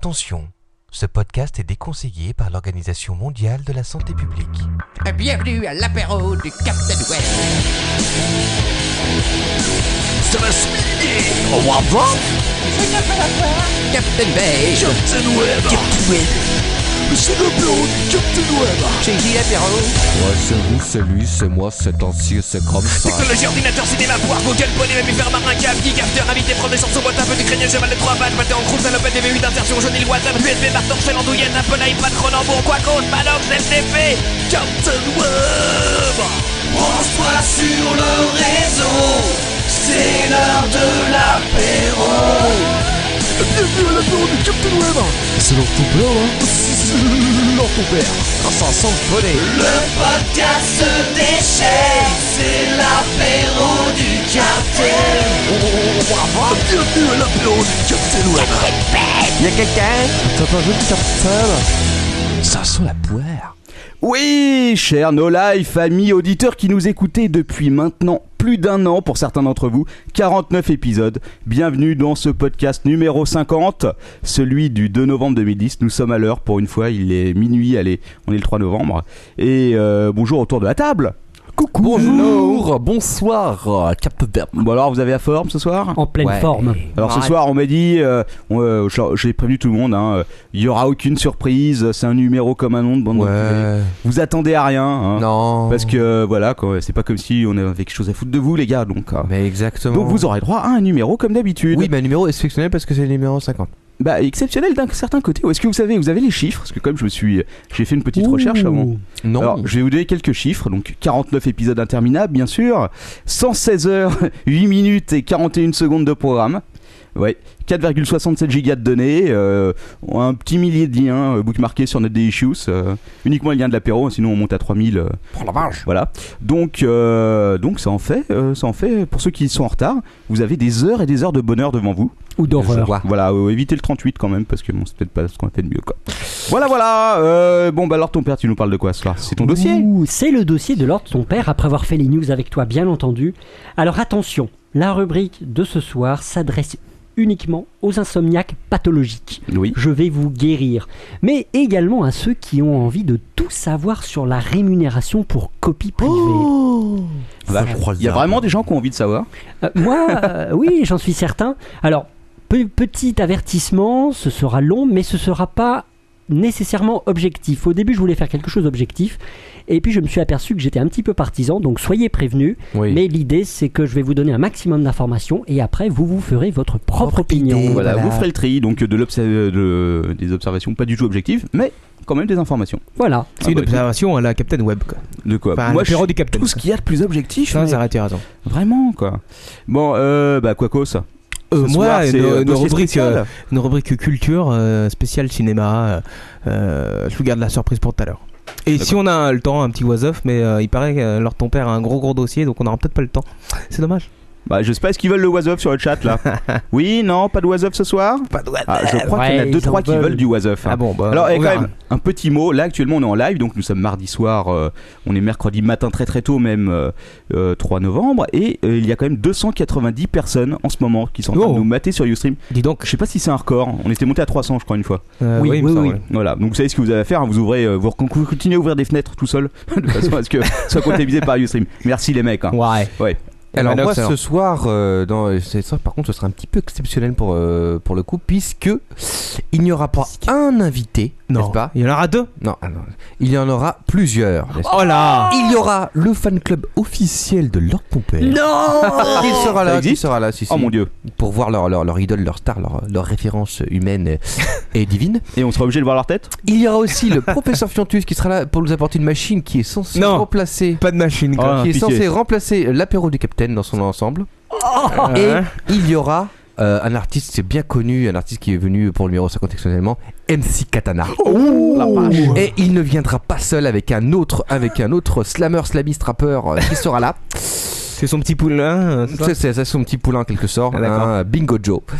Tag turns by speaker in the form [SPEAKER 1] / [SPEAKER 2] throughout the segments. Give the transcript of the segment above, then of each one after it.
[SPEAKER 1] Attention, ce podcast est déconseillé par l'Organisation mondiale de la santé publique.
[SPEAKER 2] Bienvenue à l'apéro du Captain Web.
[SPEAKER 3] Ça va se miner Au Warp Drop
[SPEAKER 2] Captain Bay.
[SPEAKER 3] Captain Web Captain Web C'est le bureau du Captain Web
[SPEAKER 2] Chez Guy l'apéro.
[SPEAKER 4] Moi, c'est vous, c'est lui, c'est moi, c'est ancien, c'est comme ça.
[SPEAKER 3] Technologie, ordinateur, cinéma, poire, Google, poney, mammifère, marin, cap, geek, after, invité, prendre des chansons, boîte, un peu de craigneux, cheval de trois pattes, pâté en croupe, salopette, DV8, insertion, jaune, île, WhatsApp, USB, marteau, shell, andouillette, Apple, iPad, Cronenbourg, quoi qu'on, Manox, FTP, Captain Web Branche-toi sur le réseau, c'est l'heure de l'apéro Bienvenue à l'apéro du Captain Web C'est l'heure de ton père,
[SPEAKER 4] hein?
[SPEAKER 3] là C'est l'heure de ton père
[SPEAKER 5] podcast déchets, c'est l'apéro du quartier.
[SPEAKER 3] Bienvenue à l'apéro du Captain Web
[SPEAKER 6] Oui, chers No Life, amis auditeurs qui nous écoutez depuis maintenant plus d'un an pour certains d'entre vous, 49 épisodes. Bienvenue dans ce podcast numéro 50, celui du 2 novembre 2010. Nous sommes à l'heure pour une fois, il est minuit, allez, on est le 3 novembre. Et euh, bonjour autour de la table. Coucou. Bonjour.
[SPEAKER 4] Bonjour, bonsoir, Captain Web.
[SPEAKER 6] Bon alors vous avez la forme ce soir
[SPEAKER 7] en pleine
[SPEAKER 4] Ouais.
[SPEAKER 7] forme.
[SPEAKER 6] alors ce soir, on m'a dit, euh, on, euh, je- j'ai prévenu tout le monde, hein, euh, il y aura aucune surprise, c'est un numéro comme un nom de bande dessinée. Vous attendez à rien. hein.
[SPEAKER 4] Non.
[SPEAKER 6] Parce que euh, voilà, quoi, c'est pas comme si on avait quelque chose à foutre de vous, les gars. Donc, euh,
[SPEAKER 4] Mais exactement.
[SPEAKER 6] donc vous aurez droit à un numéro comme d'habitude.
[SPEAKER 4] Oui, mais le numéro est exceptionnel parce que c'est le numéro 50.
[SPEAKER 6] Bah exceptionnel d'un certain côté. Ou est-ce que vous savez, vous avez les chiffres Parce que comme je me suis, j'ai fait une petite recherche avant.
[SPEAKER 4] Non.
[SPEAKER 6] Alors, je vais vous donner quelques chiffres. Donc 49 épisodes interminables, bien sûr. 116 heures, 8 minutes et 41 secondes de programme. Ouais, 4,67 gigas de données, euh, un petit millier de liens euh, bookmarkés sur notre Issues, euh, uniquement les liens de l'apéro, hein, sinon on monte à 3000 euh,
[SPEAKER 4] prends la vache.
[SPEAKER 6] Voilà. Donc, euh, donc ça en fait, euh, ça en fait. Pour ceux qui sont en retard, vous avez des heures et des heures de bonheur devant vous.
[SPEAKER 7] Ou
[SPEAKER 4] Je
[SPEAKER 7] d'horreur.
[SPEAKER 4] vois.
[SPEAKER 6] Voilà, euh, évitez le 38 quand même parce que bon, c'est peut-être pas ce qu'on a fait de mieux quoi. Voilà, voilà. euh, bon bah alors ton père, tu nous parles de quoi ce soir C'est ton dossier
[SPEAKER 7] Ouh, C'est le dossier de l'ordre de ton père après avoir fait les news avec toi, bien entendu. Alors attention, la rubrique de ce soir s'adresse uniquement aux insomniaques pathologiques.
[SPEAKER 6] Oui.
[SPEAKER 7] Je vais vous guérir, mais également à ceux qui ont envie de tout savoir sur la rémunération pour copie privée.
[SPEAKER 6] Vache. Il y a vraiment des gens qui ont envie de savoir.
[SPEAKER 7] Euh, moi, euh, oui, j'en suis certain. Alors, pe- petit avertissement, ce sera long, mais ce sera pas nécessairement objectif. Au début, je voulais faire quelque chose d'objectif, et puis je me suis aperçu que j'étais un petit peu partisan, donc soyez prévenus.
[SPEAKER 4] Oui.
[SPEAKER 7] Mais l'idée, c'est que je vais vous donner un maximum d'informations, et après, vous vous ferez votre propre, opinion.
[SPEAKER 6] Voilà, vous ferez le tri donc de l'obs- euh, de- des observations pas du tout objectives, mais quand même des informations.
[SPEAKER 7] Voilà.
[SPEAKER 8] C'est une
[SPEAKER 6] Ah bah,
[SPEAKER 8] observation à la Captain Web. Quoi.
[SPEAKER 6] De quoi
[SPEAKER 8] Enfin,
[SPEAKER 6] Moi, je
[SPEAKER 8] l'apéro
[SPEAKER 6] suis
[SPEAKER 8] du Captain.
[SPEAKER 6] tout ce qu'il y a de plus objectif.
[SPEAKER 8] Sans
[SPEAKER 6] mais-
[SPEAKER 8] arrêter, raison.
[SPEAKER 6] Vraiment quoi. Bon, euh, bah quoi ça
[SPEAKER 8] Euh,
[SPEAKER 6] Ce
[SPEAKER 8] moi,
[SPEAKER 6] soir, c'est,
[SPEAKER 8] une,
[SPEAKER 6] euh,
[SPEAKER 8] une
[SPEAKER 6] dossier
[SPEAKER 8] rubrique,
[SPEAKER 6] spécial.
[SPEAKER 8] euh, une rubrique culture euh, spéciale cinéma. euh, euh, je vous garde la surprise pour tout à l'heure. Et si on a euh, le temps, un petit was-off, mais euh, il paraît que euh, alors ton père a un gros gros dossier, donc on n'aura peut-être pas le temps. C'est dommage.
[SPEAKER 6] Bah, je sais pas, est-ce qu'ils veulent le was-off sur le chat là Oui, non, pas de was-off ce soir
[SPEAKER 8] Pas Euh, de
[SPEAKER 6] Ah, Je crois qu'il y en a
[SPEAKER 7] Ouais, ils
[SPEAKER 6] deux,
[SPEAKER 7] en
[SPEAKER 6] trois qui
[SPEAKER 7] veulent.
[SPEAKER 6] veulent du was-off. hein.
[SPEAKER 8] Ah bon, bah,
[SPEAKER 6] Alors,
[SPEAKER 8] on
[SPEAKER 6] et quand
[SPEAKER 8] verra.
[SPEAKER 6] même, un petit mot. Là, actuellement, on est en live, donc nous sommes mardi soir. euh, on est mercredi matin, très très tôt, même euh, euh, 3 novembre. Et euh, il y a quand même 290 personnes en ce moment qui sont en train
[SPEAKER 8] Oh.
[SPEAKER 6] de nous mater sur Ustream.
[SPEAKER 8] Dis donc.
[SPEAKER 6] Je sais pas si c'est un record. On était monté à 300, je crois, une fois.
[SPEAKER 8] Euh,
[SPEAKER 7] Oui,
[SPEAKER 8] il me
[SPEAKER 7] oui,
[SPEAKER 8] semble.
[SPEAKER 7] oui.
[SPEAKER 6] Voilà. Donc, vous savez ce que vous avez à faire. hein. vous ouvrez, euh, vous con- continuez à ouvrir des fenêtres tout seul, de façon à ce que ce soit comptabilisé par Ustream. Merci les mecs. hein.
[SPEAKER 8] Ouais.
[SPEAKER 6] Ouais.
[SPEAKER 4] Alors
[SPEAKER 8] Manox,
[SPEAKER 4] moi
[SPEAKER 8] alors.
[SPEAKER 4] ce soir, euh, dans, ce soir, par contre ce sera un petit peu exceptionnel pour, euh, pour le coup puisque il n'y aura pas un invité, n'est-ce
[SPEAKER 8] Non.
[SPEAKER 4] pas
[SPEAKER 8] Il y en aura deux.
[SPEAKER 4] non, ah non, il y en aura plusieurs. n'est-ce pas
[SPEAKER 8] Oh là
[SPEAKER 4] il y aura le fan club officiel de Lord Pompère. Non Il sera
[SPEAKER 6] Ça
[SPEAKER 4] là, il
[SPEAKER 6] existe
[SPEAKER 4] sera là, si, si.
[SPEAKER 6] Oh mon dieu.
[SPEAKER 4] Pour voir leur, leur, leur idole, leur star, leur, leur référence humaine et divine.
[SPEAKER 6] Et on sera obligé de voir leur tête
[SPEAKER 4] Il y aura aussi le professeur Fiontus qui sera là pour nous apporter une machine qui est censée
[SPEAKER 8] Non.
[SPEAKER 4] remplacer.
[SPEAKER 8] Pas de machine. quoi. Oh.
[SPEAKER 6] Ah,
[SPEAKER 4] qui est
[SPEAKER 6] pitié.
[SPEAKER 4] censée remplacer l'apéro du capitaine dans son ensemble. Et
[SPEAKER 8] Euh,
[SPEAKER 4] il y aura euh, un artiste bien connu, un artiste qui est venu pour le numéro 50 exceptionnellement, MC Katana.
[SPEAKER 6] La vache.
[SPEAKER 4] Et il ne viendra pas seul avec un autre, avec un autre slammer, slamiste, rappeur euh, qui sera là.
[SPEAKER 8] C'est son petit poulain. euh, c'est ça
[SPEAKER 4] C'est- C'est c'est son petit poulain en quelque sorte.
[SPEAKER 8] Ah, d'accord.
[SPEAKER 4] un bingo Joe.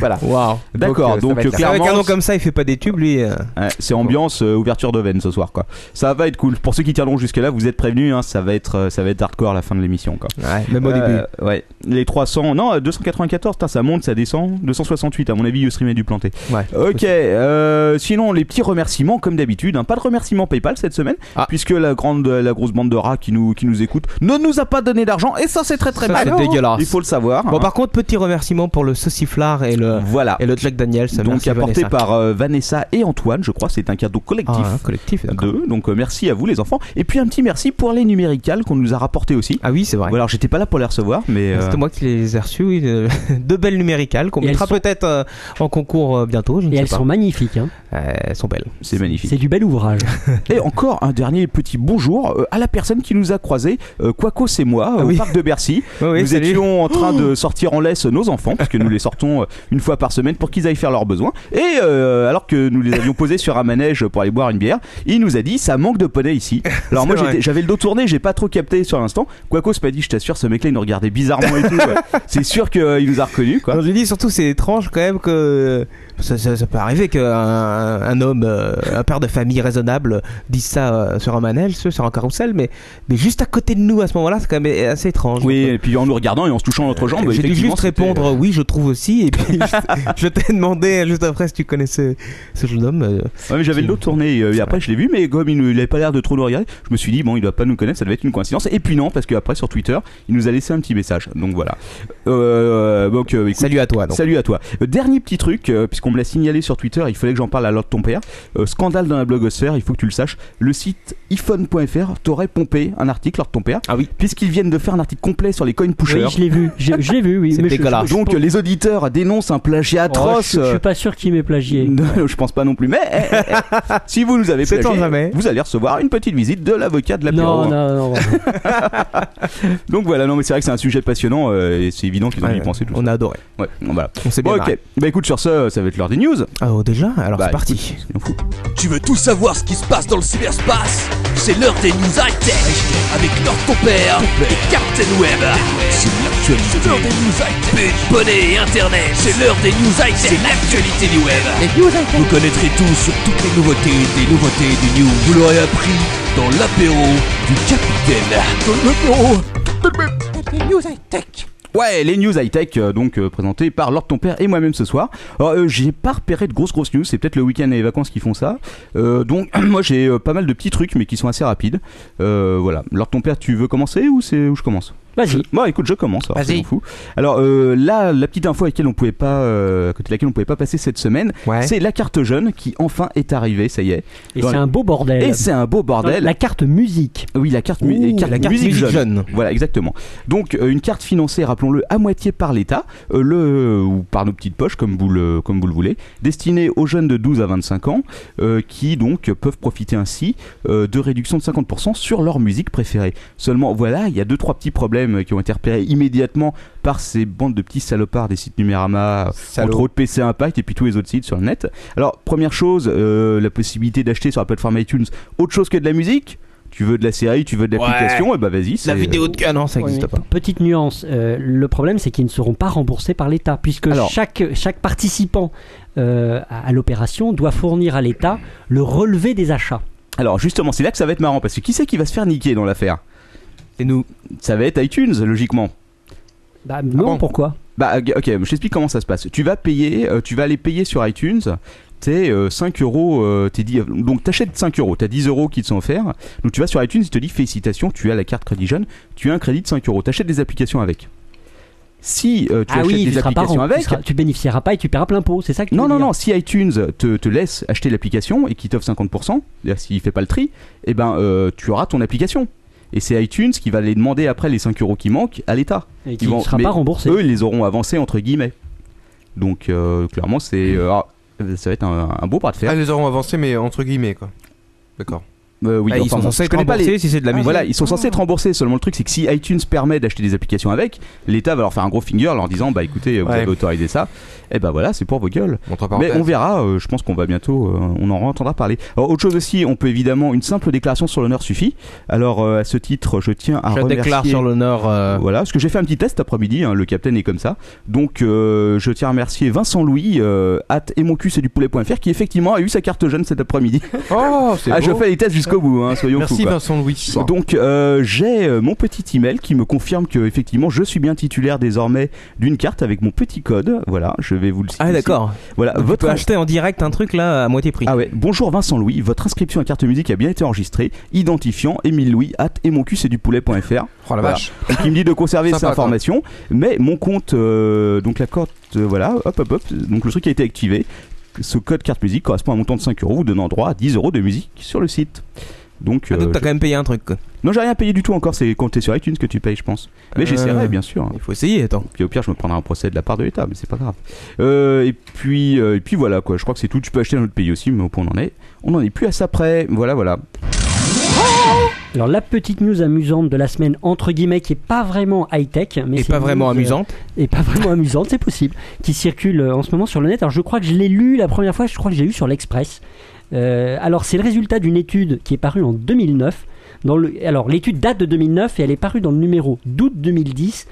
[SPEAKER 6] Voilà.
[SPEAKER 8] Waouh.
[SPEAKER 6] D'accord,
[SPEAKER 4] euh, ça
[SPEAKER 6] donc,
[SPEAKER 4] va être
[SPEAKER 8] C'est Avec un
[SPEAKER 6] clairement,
[SPEAKER 8] nom Ah comme ça, il fait pas des tubes, lui. euh.
[SPEAKER 6] Ouais, c'est ambiance euh, ouverture d'Oven ce soir quoi. Ça va être cool. Pour ceux qui tiendront jusque là, vous êtes prévenus. hein, ça va être euh, ça va être hardcore la fin de l'émission quoi.
[SPEAKER 8] Même au
[SPEAKER 6] Euh,
[SPEAKER 8] début.
[SPEAKER 6] ouais. Les 300 non euh, 294. putain, ça monte, ça descend. 268 à mon avis, Ustream a dû planter.
[SPEAKER 8] Ouais.
[SPEAKER 6] Ok. euh, sinon les petits remerciements comme d'habitude. hein. pas de remerciements PayPal cette semaine
[SPEAKER 8] Ah.
[SPEAKER 6] puisque la grande la grosse bande de rats qui nous qui nous écoute ne nous a pas donné d'argent et ça c'est très très
[SPEAKER 8] Ça,
[SPEAKER 6] mal.
[SPEAKER 8] c'est dégueulasse.
[SPEAKER 6] Il faut le savoir.
[SPEAKER 8] Bon,
[SPEAKER 6] hein.
[SPEAKER 8] par contre, petit remerciement pour le sauciflard et le,
[SPEAKER 6] voilà.
[SPEAKER 8] et le Jack Daniels.
[SPEAKER 6] donc
[SPEAKER 8] Merci,
[SPEAKER 6] apporté
[SPEAKER 8] Vanessa.
[SPEAKER 6] par euh, Vanessa et Antoine, je crois, c'est un cadeau collectif.
[SPEAKER 8] Ah, un collectif, d'accord.
[SPEAKER 6] Deux. Donc euh, merci à vous les enfants. Et puis un petit merci pour les numéricales qu'on nous a rapporté aussi.
[SPEAKER 8] Ah oui, c'est vrai.
[SPEAKER 6] Voilà, alors j'étais pas là pour les recevoir, mais euh,
[SPEAKER 8] C'était moi qui les ai reçus, oui. de- Deux belles numéricales qu'on
[SPEAKER 7] Et elles
[SPEAKER 8] mettra
[SPEAKER 7] sont-
[SPEAKER 8] peut-être euh, en concours euh, bientôt, je ne
[SPEAKER 7] Et
[SPEAKER 8] sais
[SPEAKER 7] elles
[SPEAKER 8] pas.
[SPEAKER 7] sont magnifiques. hein.
[SPEAKER 8] Euh, elles sont belles.
[SPEAKER 6] c'est magnifique.
[SPEAKER 7] C'est du bel ouvrage.
[SPEAKER 6] Et encore un dernier petit bonjour euh, à la personne qui nous a croisés, euh, Quaco c'est moi,
[SPEAKER 8] Ah
[SPEAKER 6] au
[SPEAKER 8] oui.
[SPEAKER 6] parc de Bercy.
[SPEAKER 8] oui,
[SPEAKER 6] nous étions en train de sortir en laisse nos enfants, parce que nous les sortons euh, une fois par semaine pour qu'ils aillent faire leurs besoins. Et euh, alors que nous les avions posés sur un manège pour aller boire une bière, il nous a dit ça manque de poney ici. Alors moi
[SPEAKER 8] C'est vrai.
[SPEAKER 6] j'étais- j'avais le dos tourné, j'ai pas trop capté sur l'instant. Quaco se pas dit, je t'assure, ce mec-là il nous regardait bizarrement et tout. ouais. C'est sûr qu'il nous a reconnus quoi.
[SPEAKER 8] Alors, je lui dis surtout, c'est étrange quand même que euh, ça, ça- ça peut arriver qu'un un homme, euh, un père de famille raisonnable, dise ça euh, sur un manège, sur sur un carrousel, mais, mais juste à côté de nous à ce moment-là, c'est quand même assez étrange.
[SPEAKER 6] Oui,
[SPEAKER 8] Donc,
[SPEAKER 6] et puis en nous regardant et en se touchant l'autre jambe.
[SPEAKER 8] J'ai dû
[SPEAKER 6] effectivement,
[SPEAKER 8] juste
[SPEAKER 6] c'était-
[SPEAKER 8] répondre euh, oui, je trouve aussi, et puis je, je t'ai demandé euh, juste après si tu connaissais ce jeune homme. euh,
[SPEAKER 6] Ouais, mais j'avais le dos tourné euh, et
[SPEAKER 8] C'est
[SPEAKER 6] après je l'ai vu, mais comme il n'avait pas l'air de trop nous regarder, je me suis dit, bon, il doit pas nous connaître, ça devait être une coïncidence. Et puis non, parce qu'après sur Twitter, il nous a laissé un petit message. Donc voilà. Euh, donc, euh, écoute,
[SPEAKER 8] Salut à toi. Donc.
[SPEAKER 6] Salut à toi. Euh, Dernier petit truc, euh, puisqu'on me l'a signalé sur Twitter, il fallait que j'en parle à l'autre ton père. Euh, scandale dans la blogosphère, il faut que tu le saches. Le site iphone.fr t'aurait pompé un article, l'autre ton père.
[SPEAKER 8] Ah oui.
[SPEAKER 6] Puisqu'ils viennent de faire un article complet sur les coin pushers.
[SPEAKER 7] Oui, je l'ai vu. Je, je l'ai vu, oui.
[SPEAKER 8] C'est
[SPEAKER 7] mais je-
[SPEAKER 8] dégueulasse.
[SPEAKER 7] je- je-
[SPEAKER 6] donc
[SPEAKER 7] je-
[SPEAKER 6] les auditeurs dénoncent un plagiat
[SPEAKER 7] Oh, je-
[SPEAKER 6] atroce.
[SPEAKER 7] je,
[SPEAKER 6] euh,
[SPEAKER 7] suis pas sûr qu'il m'ait plagié.
[SPEAKER 6] non, je pense pas non plus, mais eh, eh, eh, si vous nous avez
[SPEAKER 8] Sait-on
[SPEAKER 6] plagié,
[SPEAKER 8] jamais.
[SPEAKER 6] vous allez recevoir une petite visite de l'avocat de la Bah,
[SPEAKER 7] Non, non, non.
[SPEAKER 6] Donc voilà, non, mais c'est vrai que c'est un sujet passionnant euh, et c'est évident qu'ils ont dû y
[SPEAKER 8] Ouais,
[SPEAKER 6] penser tout
[SPEAKER 8] on a adoré.
[SPEAKER 6] ça. Ouais, bon, voilà.
[SPEAKER 8] On s'est bien
[SPEAKER 6] Bon,
[SPEAKER 8] marré.
[SPEAKER 6] ok, bah écoute, sur ce, ça va être l'heure des news.
[SPEAKER 8] Ah, oh, déjà Alors
[SPEAKER 6] Bah,
[SPEAKER 8] c'est parti.
[SPEAKER 6] On fout.
[SPEAKER 3] Tu veux tout savoir ce qui se passe dans le cyberspace C'est l'heure des news high-tech avec leur ton père et Captain Web. C'est l'actualité. l'heure des news high-tech. Bonnet et Internet. C'est l'heure des news high-tech. C'est l'actualité du web. Vous connaîtrez tout sur toutes les nouveautés des nouveautés du news. Vous l'aurez appris dans l'apéro du capitaine.
[SPEAKER 2] News High Tech.
[SPEAKER 6] Ouais, les news high-tech, euh, donc euh, présentées par Lord Ton Père et moi-même ce soir. Alors, euh, j'ai pas repéré de grosses grosses news, c'est peut-être le week-end et les vacances qui font ça. Euh, donc, moi j'ai euh, pas mal de petits trucs, mais qui sont assez rapides. Euh, voilà, Lord Ton Père, tu veux commencer ou c'est où je commence
[SPEAKER 7] Vas-y.
[SPEAKER 6] Bon, écoute, je commence. Alors,
[SPEAKER 2] Vas-y.
[SPEAKER 6] soyons fous. Alors euh, là, la petite info à laquelle on pouvait pas, euh, à côté de laquelle on pouvait pas passer cette semaine,
[SPEAKER 8] Ouais.
[SPEAKER 6] c'est la carte jeune qui enfin est arrivée. Ça y est.
[SPEAKER 7] Et
[SPEAKER 6] Dans
[SPEAKER 7] c'est
[SPEAKER 6] la-
[SPEAKER 7] un beau bordel.
[SPEAKER 6] Et c'est un beau bordel.
[SPEAKER 7] La carte musique.
[SPEAKER 6] Oui, la carte, mu-
[SPEAKER 8] Ouh,
[SPEAKER 6] carte
[SPEAKER 8] la carte
[SPEAKER 6] musique,
[SPEAKER 8] musique
[SPEAKER 6] jeune.
[SPEAKER 8] jeune.
[SPEAKER 6] Voilà, exactement. Donc euh, une carte financée, rappelons-le, à moitié par l'État, euh, le ou par nos petites poches, comme vous le comme vous le voulez, destinée aux jeunes de 12 à 25 ans, euh, qui donc euh, peuvent profiter ainsi euh, de réduction de 50% sur leur musique préférée. Seulement, voilà, il y a deux trois petits problèmes qui ont été repérés immédiatement par ces bandes de petits salopards des sites Numérama, entre autres PC Impact et puis tous les autres sites sur le net. Alors, première chose, euh, la possibilité d'acheter sur la plateforme iTunes autre chose que de la musique. Tu veux de la série, tu veux de l'application, et bah vas-y.
[SPEAKER 8] La
[SPEAKER 6] c'est-
[SPEAKER 8] vidéo de. Ah non,
[SPEAKER 6] hein,
[SPEAKER 8] ça n'existe
[SPEAKER 7] Ouais,
[SPEAKER 8] pas.
[SPEAKER 7] mais Petite nuance, euh, le problème c'est qu'ils ne seront pas remboursés par l'État, puisque
[SPEAKER 6] Alors.
[SPEAKER 7] chaque, chaque participant euh, à à l'opération doit fournir à l'État le relevé des achats.
[SPEAKER 6] Alors justement, c'est là que ça va être marrant parce que qui c'est qui va se faire niquer dans l'affaire
[SPEAKER 8] C'est nous. Ah
[SPEAKER 6] Ça va être iTunes logiquement.
[SPEAKER 7] Bah, non,
[SPEAKER 8] bon
[SPEAKER 7] pourquoi
[SPEAKER 6] Bah ok, ok, je t'explique comment ça se passe. Tu vas payer, euh, tu vas aller payer sur iTunes. T'es euh, 5 euros, euh, t'es dit, donc t'achètes 5 euros, t'as 10 euros qui te sont offerts. Donc tu vas sur iTunes, il te dit félicitations, tu as la carte crédit jeune, tu as un crédit de 5 euros, t'achètes des applications avec. Si euh, tu
[SPEAKER 7] Ah
[SPEAKER 6] achètes
[SPEAKER 7] oui, tu
[SPEAKER 6] des
[SPEAKER 7] seras pas
[SPEAKER 6] applications
[SPEAKER 7] rem- tu,
[SPEAKER 6] avec,
[SPEAKER 7] seras- tu bénéficieras pas et tu paieras plein pot, c'est ça que tu
[SPEAKER 6] Non,
[SPEAKER 7] veux
[SPEAKER 6] non,
[SPEAKER 7] dire
[SPEAKER 6] non, si iTunes te, te laisse acheter l'application et qu'il t'offre 50%, c'est-à-dire s'il fait pas le tri, eh ben, euh, tu auras ton application. Et c'est iTunes qui va les demander après les 5 euros qui manquent à l'État.
[SPEAKER 7] Et tu
[SPEAKER 6] Ils vont-
[SPEAKER 7] ne seras
[SPEAKER 6] mais
[SPEAKER 7] pas remboursé.
[SPEAKER 6] Eux, ils les auront avancés entre guillemets. Donc, euh, clairement, c'est. euh, ah, ça va être un, un beau bras de fer.
[SPEAKER 4] Ah, ils auront avancé, mais entre guillemets, quoi. D'accord.
[SPEAKER 6] Euh, oui,
[SPEAKER 8] Ah, ils
[SPEAKER 6] enfin,
[SPEAKER 8] sont
[SPEAKER 6] bon, je
[SPEAKER 8] censés être
[SPEAKER 6] connais pas les-
[SPEAKER 8] remboursés si c'est de la musique.
[SPEAKER 6] Voilà, ils sont censés être remboursés. Seulement le truc, c'est que si iTunes permet d'acheter des applications avec, l'État va leur faire un gros finger en leur disant bah écoutez, vous
[SPEAKER 9] Ouais.
[SPEAKER 6] avez autorisé ça. Et ben voilà, c'est pour vos gueules.
[SPEAKER 4] Entre
[SPEAKER 6] Mais
[SPEAKER 4] parenthèses.
[SPEAKER 6] on verra, euh, je pense qu'on va bientôt, euh, on en entendra parler. Alors, autre chose aussi, on peut évidemment, une simple déclaration sur l'honneur suffit. Alors, euh, à ce titre, je tiens à
[SPEAKER 8] Je
[SPEAKER 6] remercier.
[SPEAKER 8] déclare sur l'honneur. euh,
[SPEAKER 6] Voilà, parce que j'ai fait un petit test cet après-midi, hein, le capitaine est comme ça. Donc euh, je tiens à remercier Vincent Louis, euh, at et mon cul c'est du poulet.fr, qui effectivement a eu sa carte jeune cet après-midi.
[SPEAKER 9] Oh, c'est
[SPEAKER 6] Ah, je fais les tests jusqu'au bout, hein, soyons fous.
[SPEAKER 9] Merci
[SPEAKER 6] quoi.
[SPEAKER 9] Vincent Louis.
[SPEAKER 6] Donc euh, j'ai euh, mon petit email qui me confirme que effectivement je suis bien titulaire désormais d'une carte avec mon petit code. Voilà, je vais vous le citer.
[SPEAKER 8] Ah
[SPEAKER 6] ici.
[SPEAKER 8] d'accord.
[SPEAKER 6] Voilà,
[SPEAKER 8] Donc, tu
[SPEAKER 6] votre
[SPEAKER 8] peux acheter en direct un truc là à moitié prix.
[SPEAKER 6] ah ouais, bonjour Vincent Louis, votre inscription à carte musique a bien été enregistrée. Identifiant Émile Louis, at et mon cul c'est du poulet.fr.
[SPEAKER 9] Oh la
[SPEAKER 6] Voilà.
[SPEAKER 9] vache.
[SPEAKER 6] Donc il me dit de conserver
[SPEAKER 9] Sympa,
[SPEAKER 6] ces informations, mais mon compte, euh, donc la carte, euh, voilà, hop hop hop, donc le truc a été activé. Ce code carte musique correspond à un montant de 5 euros, vous donnant droit à 10 euros de musique sur le site. Donc,
[SPEAKER 8] Ah,
[SPEAKER 6] euh,
[SPEAKER 8] donc t'as quand même payé un truc. quoi.
[SPEAKER 6] je- non, j'ai rien payé du tout encore, c'est compté sur iTunes que tu payes, je pense. Mais
[SPEAKER 8] Euh.
[SPEAKER 6] j'essaierai, bien sûr.
[SPEAKER 8] Il faut essayer, attends.
[SPEAKER 6] Puis au pire, je me prendrai un procès de la part de l'État, mais c'est pas grave. Euh, et puis, euh, et puis voilà quoi. Je crois que c'est tout. Tu peux acheter dans notre pays aussi, mais au point où on en est, on n'en est plus à ça près. Voilà, voilà.
[SPEAKER 7] Alors la petite news amusante de la semaine entre guillemets qui est pas vraiment high tech, mais
[SPEAKER 8] Et
[SPEAKER 7] c'est
[SPEAKER 8] pas
[SPEAKER 7] une
[SPEAKER 8] vraiment
[SPEAKER 7] news, euh,
[SPEAKER 8] amusante.
[SPEAKER 7] et pas vraiment amusante, c'est possible, qui circule euh, en ce moment sur le net. Alors je crois que je l'ai lu la première fois, je crois que j'ai lu sur l'Express. Euh, alors c'est le résultat d'une étude qui est parue en 2009. Dans le, alors l'étude date de 2009 et elle est parue dans le numéro d'août 2010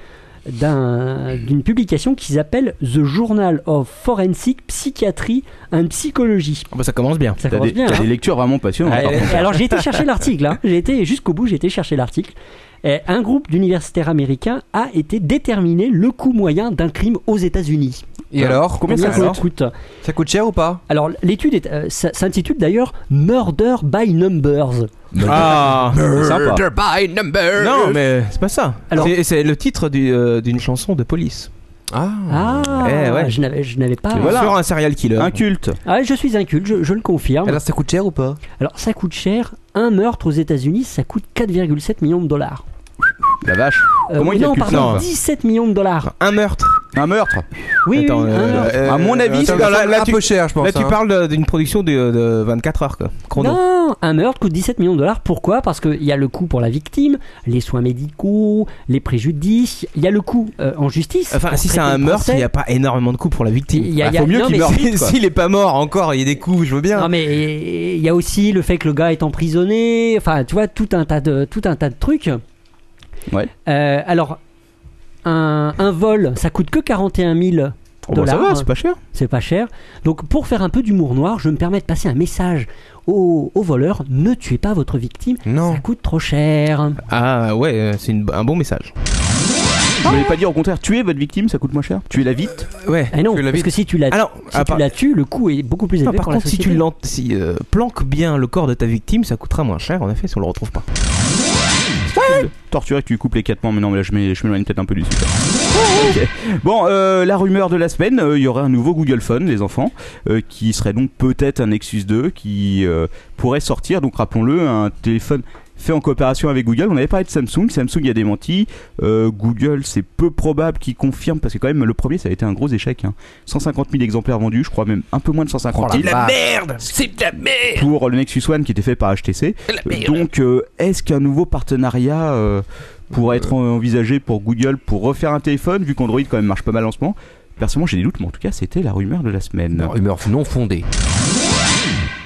[SPEAKER 7] d'un- d'une publication qu'ils appellent The Journal of Forensic Psychiatry and Psychology.
[SPEAKER 8] Ah bah, ça commence bien.
[SPEAKER 7] Ça
[SPEAKER 6] T'as
[SPEAKER 7] commence
[SPEAKER 6] des,
[SPEAKER 7] bien.
[SPEAKER 6] t'as
[SPEAKER 7] hein.
[SPEAKER 6] des lectures vraiment passionnantes.
[SPEAKER 8] Ouais,
[SPEAKER 6] par
[SPEAKER 8] ouais.
[SPEAKER 6] contre.
[SPEAKER 7] Et alors j'ai été chercher l'article, hein. j'ai été jusqu'au bout, j'ai été chercher l'article. Et un groupe d'universitaires américains a été déterminé le coût moyen d'un crime aux États-Unis.
[SPEAKER 9] Et alors
[SPEAKER 6] Combien ça
[SPEAKER 7] Combien coûte
[SPEAKER 6] coûte
[SPEAKER 9] Ça coûte cher ou pas
[SPEAKER 7] Alors l'étude est, euh, ça- s'intitule d'ailleurs Murder by Numbers.
[SPEAKER 8] Ah
[SPEAKER 6] C'est sympa.
[SPEAKER 2] Murder by number.
[SPEAKER 8] Non, mais c'est pas ça.
[SPEAKER 7] Euh, Alors-
[SPEAKER 8] C'est- C'est le titre du, euh, d'une chanson de police.
[SPEAKER 9] Ah,
[SPEAKER 7] Ah,
[SPEAKER 8] Eh ouais.
[SPEAKER 7] je n'avais je n'avais pas.
[SPEAKER 6] Et voilà.
[SPEAKER 8] Sur un serial killer.
[SPEAKER 6] Un culte.
[SPEAKER 7] Ah, je suis inculte, je, je le confirme. Alors,
[SPEAKER 9] Alors ça coûte cher ou pas
[SPEAKER 7] ça coûte cher. Un meurtre aux États-Unis, ça coûte 4,7 millions de dollars. Euh,
[SPEAKER 6] La vache. Comment il
[SPEAKER 7] non,
[SPEAKER 6] calcule
[SPEAKER 7] pardon,
[SPEAKER 6] ça
[SPEAKER 7] 17 millions de dollars.
[SPEAKER 8] Un meurtre.
[SPEAKER 6] Un meurtre.
[SPEAKER 7] Oui,
[SPEAKER 8] Attends,
[SPEAKER 7] oui, Ah. un
[SPEAKER 8] euh,
[SPEAKER 7] meurtre.
[SPEAKER 9] Euh,
[SPEAKER 6] À mon avis,
[SPEAKER 9] attends,
[SPEAKER 6] c'est-
[SPEAKER 9] ça me
[SPEAKER 8] là-
[SPEAKER 9] semble
[SPEAKER 8] là,
[SPEAKER 9] un
[SPEAKER 8] tu-
[SPEAKER 9] peu cher, je pense.
[SPEAKER 8] Là, tu
[SPEAKER 9] hein.
[SPEAKER 8] parles de- d'une production de, de 24 heures, quoi. Chrono.
[SPEAKER 7] Non, un meurtre coûte 17 millions de dollars. Pourquoi Parce qu'il y a le coût pour la victime, les soins médicaux, les préjudices, il y a le coût euh, en justice.
[SPEAKER 8] Enfin,
[SPEAKER 7] pour
[SPEAKER 8] si c'est
[SPEAKER 7] traiter
[SPEAKER 8] un
[SPEAKER 7] le
[SPEAKER 8] meurtre, il
[SPEAKER 7] procès.
[SPEAKER 8] n'y a pas énormément de coups pour la victime. Bah,
[SPEAKER 7] Il y a-
[SPEAKER 6] Ah,
[SPEAKER 7] il y a-
[SPEAKER 6] faut mieux
[SPEAKER 7] non,
[SPEAKER 6] qu'il
[SPEAKER 7] mais-
[SPEAKER 6] meure.
[SPEAKER 8] Si- S'il est pas mort encore, il y a des coups, je veux bien.
[SPEAKER 7] Non mais il y a aussi le fait que le gars est emprisonné, enfin tu vois tout un tas de tout un tas de trucs.
[SPEAKER 6] Ouais.
[SPEAKER 7] Euh, alors un, un vol, ça coûte que 41 000
[SPEAKER 6] Oh, bah, ça
[SPEAKER 7] dollars.
[SPEAKER 6] va, c'est pas cher.
[SPEAKER 7] c'est pas cher. Donc pour faire un peu d'humour noir, je me permets de passer un message aux, aux voleurs ne tuez pas votre victime,
[SPEAKER 9] Non.
[SPEAKER 7] ça coûte trop cher.
[SPEAKER 8] Ah ouais, euh, c'est une- un bon message.
[SPEAKER 6] Vous voulez pas dire au contraire, tuer votre victime, ça coûte moins cher Tuer la vite
[SPEAKER 8] Ouais.
[SPEAKER 7] Eh non,
[SPEAKER 9] Tu l'as
[SPEAKER 7] parce
[SPEAKER 9] vite.
[SPEAKER 7] que si tu la,
[SPEAKER 8] Alors, ah,
[SPEAKER 7] si tu la tues, le coût est beaucoup plus élevé
[SPEAKER 8] par
[SPEAKER 7] pour la
[SPEAKER 8] contre, si
[SPEAKER 7] société.
[SPEAKER 8] tu l'en- si, euh, planques bien le corps de ta victime, ça coûtera moins cher, en effet, si on le retrouve pas.
[SPEAKER 6] Torturer que tu coupes les quatre membres, mais non, mais là je m'é- je m'éloigne peut-être un peu du sujet. Ok. Bon, euh, la rumeur de la semaine, euh, il y aurait un nouveau Google Phone, les enfants, euh, qui serait donc peut-être un Nexus 2 qui euh, pourrait sortir, donc rappelons-le, un téléphone fait en coopération avec Google. On avait parlé de Samsung, Samsung y a démenti, Euh, Google c'est peu probable qu'il confirme, parce que quand même le premier ça a été un gros échec, hein. 150 000 exemplaires vendus, je crois même un peu moins
[SPEAKER 10] Oh
[SPEAKER 6] de 150 000.
[SPEAKER 3] La merde C'est de la merde
[SPEAKER 6] pour le Nexus One qui était fait par HTC.
[SPEAKER 3] La merde.
[SPEAKER 6] Donc, euh, est-ce qu'un nouveau partenariat euh, pourrait être
[SPEAKER 4] Euh.
[SPEAKER 6] en- envisagé pour Google pour refaire un téléphone, vu qu'Android quand même marche pas mal en ce moment Personnellement, j'ai des doutes, mais en tout cas, c'était la rumeur de la semaine.
[SPEAKER 4] Non, humeur non fondée.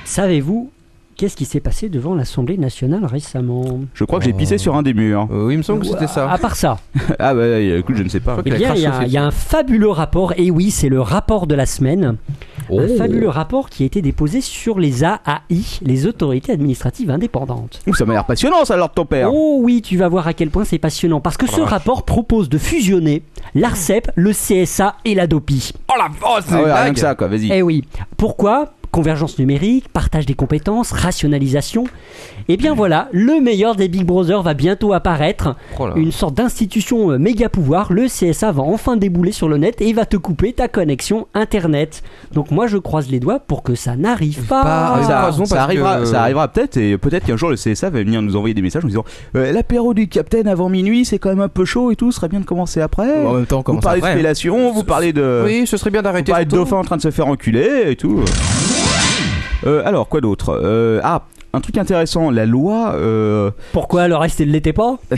[SPEAKER 7] Savez-vous qu'est-ce qui s'est passé devant l'Assemblée nationale récemment
[SPEAKER 6] Je crois que j'ai
[SPEAKER 4] Oh.
[SPEAKER 6] pissé sur un des murs.
[SPEAKER 4] Euh, oui, il me semble que c'était ça.
[SPEAKER 7] À part ça.
[SPEAKER 6] ah bah écoute, je ne sais pas.
[SPEAKER 4] Faut
[SPEAKER 7] Eh
[SPEAKER 4] Il a
[SPEAKER 7] bien, il
[SPEAKER 4] craché
[SPEAKER 7] y, a-
[SPEAKER 4] au fil.
[SPEAKER 7] il y a un fabuleux rapport, et oui, c'est le rapport de la semaine. Un fabuleux rapport qui a été déposé sur les AAI, les autorités administratives indépendantes.
[SPEAKER 6] Ouh, ça m'a l'air passionnant, ça, alors de ton père.
[SPEAKER 7] Oh oui, tu vas voir à quel point c'est passionnant, parce que ce rapport propose de fusionner l'ARCEP, le CSA et la DOPI.
[SPEAKER 3] Oh la oh, c'est
[SPEAKER 6] Ah ouais,
[SPEAKER 3] dingue.
[SPEAKER 6] rien que ça, quoi, vas-y.
[SPEAKER 7] Eh oui, pourquoi Convergence numérique, partage des compétences, rationalisation. Eh bien voilà, le meilleur des Big Brother va bientôt apparaître.
[SPEAKER 4] Oh là.
[SPEAKER 7] Une sorte d'institution euh, méga pouvoir, le CSA va enfin débouler sur le net et il va te couper ta connexion internet. Donc moi je croise les doigts pour que ça n'arrive pas.
[SPEAKER 4] Pas-
[SPEAKER 6] Ah, ça,
[SPEAKER 4] Ah, raison,
[SPEAKER 6] ça
[SPEAKER 4] parce
[SPEAKER 6] arrivera,
[SPEAKER 4] que-
[SPEAKER 6] ça arrivera peut-être et peut-être qu'un jour le CSA va venir nous envoyer des messages en disant Euh, l'apéro du capitaine avant minuit c'est quand même un peu chaud et tout, ce serait bien de commencer après.
[SPEAKER 8] En même temps, on
[SPEAKER 6] vous
[SPEAKER 8] commence
[SPEAKER 6] parlez de
[SPEAKER 8] après.
[SPEAKER 6] fellation, vous parlez de
[SPEAKER 4] Oui, ce serait bien
[SPEAKER 6] Faut
[SPEAKER 4] d'arrêter.
[SPEAKER 6] pas être
[SPEAKER 4] surtout.
[SPEAKER 6] dauphin en train de se faire enculer et tout. Euh, alors, quoi d'autre Euh, Ah, un truc intéressant, la loi. euh,
[SPEAKER 7] Pourquoi le reste, il ne l'était pas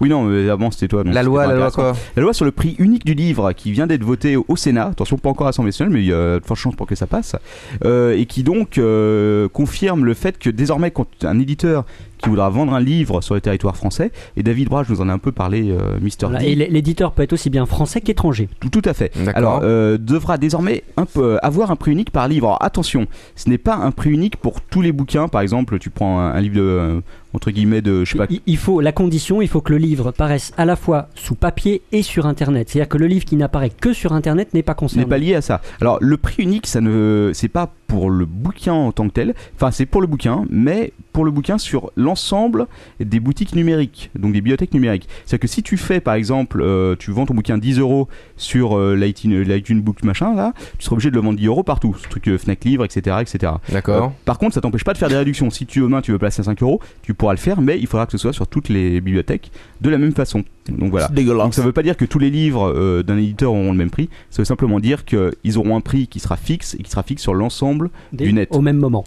[SPEAKER 6] oui, non, mais avant c'était toi. donc
[SPEAKER 9] La
[SPEAKER 6] c'était
[SPEAKER 9] loi,
[SPEAKER 6] pas
[SPEAKER 9] la loi
[SPEAKER 6] intéressant.
[SPEAKER 9] quoi
[SPEAKER 6] La loi sur le prix unique du livre qui vient d'être votée au Sénat, attention pas encore à l'Assemblée nationale, mais euh, il y a de fortes chances pour que ça passe, euh, et qui donc euh, confirme le fait que désormais quand un éditeur qui voudra vendre un livre sur le territoire français, et David Brage nous en a un peu parlé, euh, Mister
[SPEAKER 7] Voilà,
[SPEAKER 6] D,
[SPEAKER 7] Et l- l'éditeur peut être aussi bien français qu'étranger.
[SPEAKER 6] tout, tout à fait.
[SPEAKER 9] D'accord.
[SPEAKER 6] Alors, euh, devra désormais un peu, euh, avoir un prix unique par livre. Alors, attention, ce n'est pas un prix unique pour tous les bouquins. Par exemple, tu prends un, un livre de, euh, entre guillemets, de, je sais pas,
[SPEAKER 7] Il, il faut la condition, il faut que le livre paraisse à la fois sous papier et sur Internet. C'est-à-dire que le livre qui n'apparaît que sur Internet n'est pas
[SPEAKER 6] n'est
[SPEAKER 7] concerné.
[SPEAKER 6] pas lié à ça. Alors le prix unique, ça ne, c'est pas pour le bouquin en tant que tel. Enfin, c'est pour le bouquin, mais pour le bouquin sur l'ensemble des boutiques numériques, donc des bibliothèques numériques. C'est-à-dire que si tu fais, par exemple, euh, tu vends ton bouquin 10 euros sur euh, l'iTunes l'iTunes Book machin là, tu seras obligé de le vendre 10 euros partout, ce truc euh, Fnac Livre, etc., etc. Euh,
[SPEAKER 9] D'accord.
[SPEAKER 6] par contre, ça t'empêche pas de faire des réductions. Si tu demain tu veux placer à 5 euros, tu pourras le faire, mais il faudra que ce soit sur toutes les bibliothèques de la même façon. Donc voilà.
[SPEAKER 8] C'est dégueulasse.
[SPEAKER 6] Donc ça veut pas dire que tous les livres euh, d'un éditeur auront le même prix. Ça veut simplement dire qu'ils auront un prix qui sera fixe et qui sera fixe sur l'ensemble.
[SPEAKER 7] Des-
[SPEAKER 6] du net.
[SPEAKER 7] Au même moment.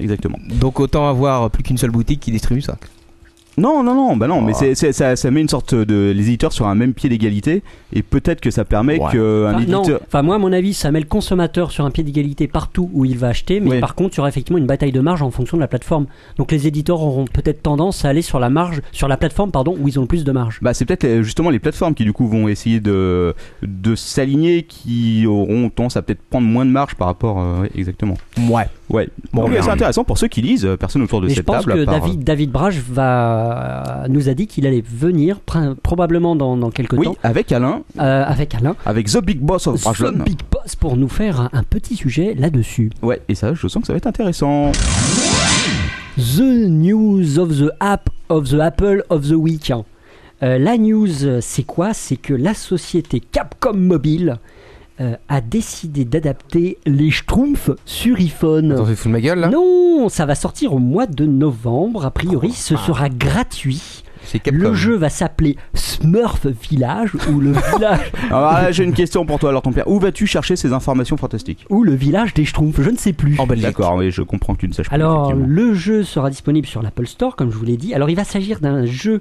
[SPEAKER 6] Exactement.
[SPEAKER 8] Donc autant avoir plus qu'une seule boutique qui distribue ça.
[SPEAKER 6] Non, non, non, bah non, mais
[SPEAKER 9] Oh.
[SPEAKER 6] c'est- c'est- ça, ça met une sorte de les éditeurs sur un même pied d'égalité et peut-être que ça permet
[SPEAKER 9] Ouais.
[SPEAKER 6] qu'un
[SPEAKER 7] Enfin, non.
[SPEAKER 6] éditeur.
[SPEAKER 7] Enfin, moi, à mon avis, ça met le consommateur sur un pied d'égalité partout où il va acheter, mais
[SPEAKER 6] Oui.
[SPEAKER 7] par contre, il y aura effectivement une bataille de marge en fonction de la plateforme. Donc, les éditeurs auront peut-être tendance à aller sur la marge, sur la plateforme, pardon, où ils ont le plus de marge.
[SPEAKER 6] Bah, c'est peut-être euh, justement les plateformes qui du coup vont essayer de, de s'aligner, qui auront tendance à peut-être prendre moins de marge par rapport. euh, ouais, exactement.
[SPEAKER 8] Ouais.
[SPEAKER 6] Ouais.
[SPEAKER 8] Bon,
[SPEAKER 6] Bon,
[SPEAKER 8] bien.
[SPEAKER 6] c'est intéressant pour ceux qui lisent. euh, Personne autour de
[SPEAKER 7] Mais je
[SPEAKER 6] cette
[SPEAKER 7] pense
[SPEAKER 6] table. à
[SPEAKER 7] que
[SPEAKER 6] part, euh,
[SPEAKER 7] David, David Brage va, nous a dit qu'il allait venir, pr- probablement dans, dans quelques
[SPEAKER 6] Oui,
[SPEAKER 7] temps,
[SPEAKER 6] avec Alain,
[SPEAKER 7] euh, avec Alain,
[SPEAKER 6] avec The Big Boss of
[SPEAKER 7] son
[SPEAKER 6] Brajlon.
[SPEAKER 7] Big Boss, pour nous faire un, un petit sujet là-dessus.
[SPEAKER 6] Ouais, et ça, je sens que ça va être intéressant.
[SPEAKER 7] The news of the app of the Apple of the week. Euh, la news, euh, c'est quoi C'est que la société Capcom Mobile euh, a décidé d'adapter les Schtroumpfs sur
[SPEAKER 9] Attends,
[SPEAKER 7] iPhone.
[SPEAKER 9] tu te fous de ma gueule là
[SPEAKER 7] Non, ça va sortir au mois de novembre. A priori, ce sera gratuit.
[SPEAKER 9] C'est Capcom.
[SPEAKER 7] Le jeu va s'appeler Smurf Village ou le village
[SPEAKER 6] Alors Ah, là, j'ai une question pour toi, alors ton père. Où vas-tu chercher ces informations fantastiques
[SPEAKER 7] ou le village des Schtroumpfs. Je ne sais plus.
[SPEAKER 6] D'accord, oui, je comprends que tu ne saches pas.
[SPEAKER 7] Alors,
[SPEAKER 6] effectivement.
[SPEAKER 7] le jeu sera disponible sur l'Apple Store, comme je vous l'ai dit. Alors, il va s'agir d'un jeu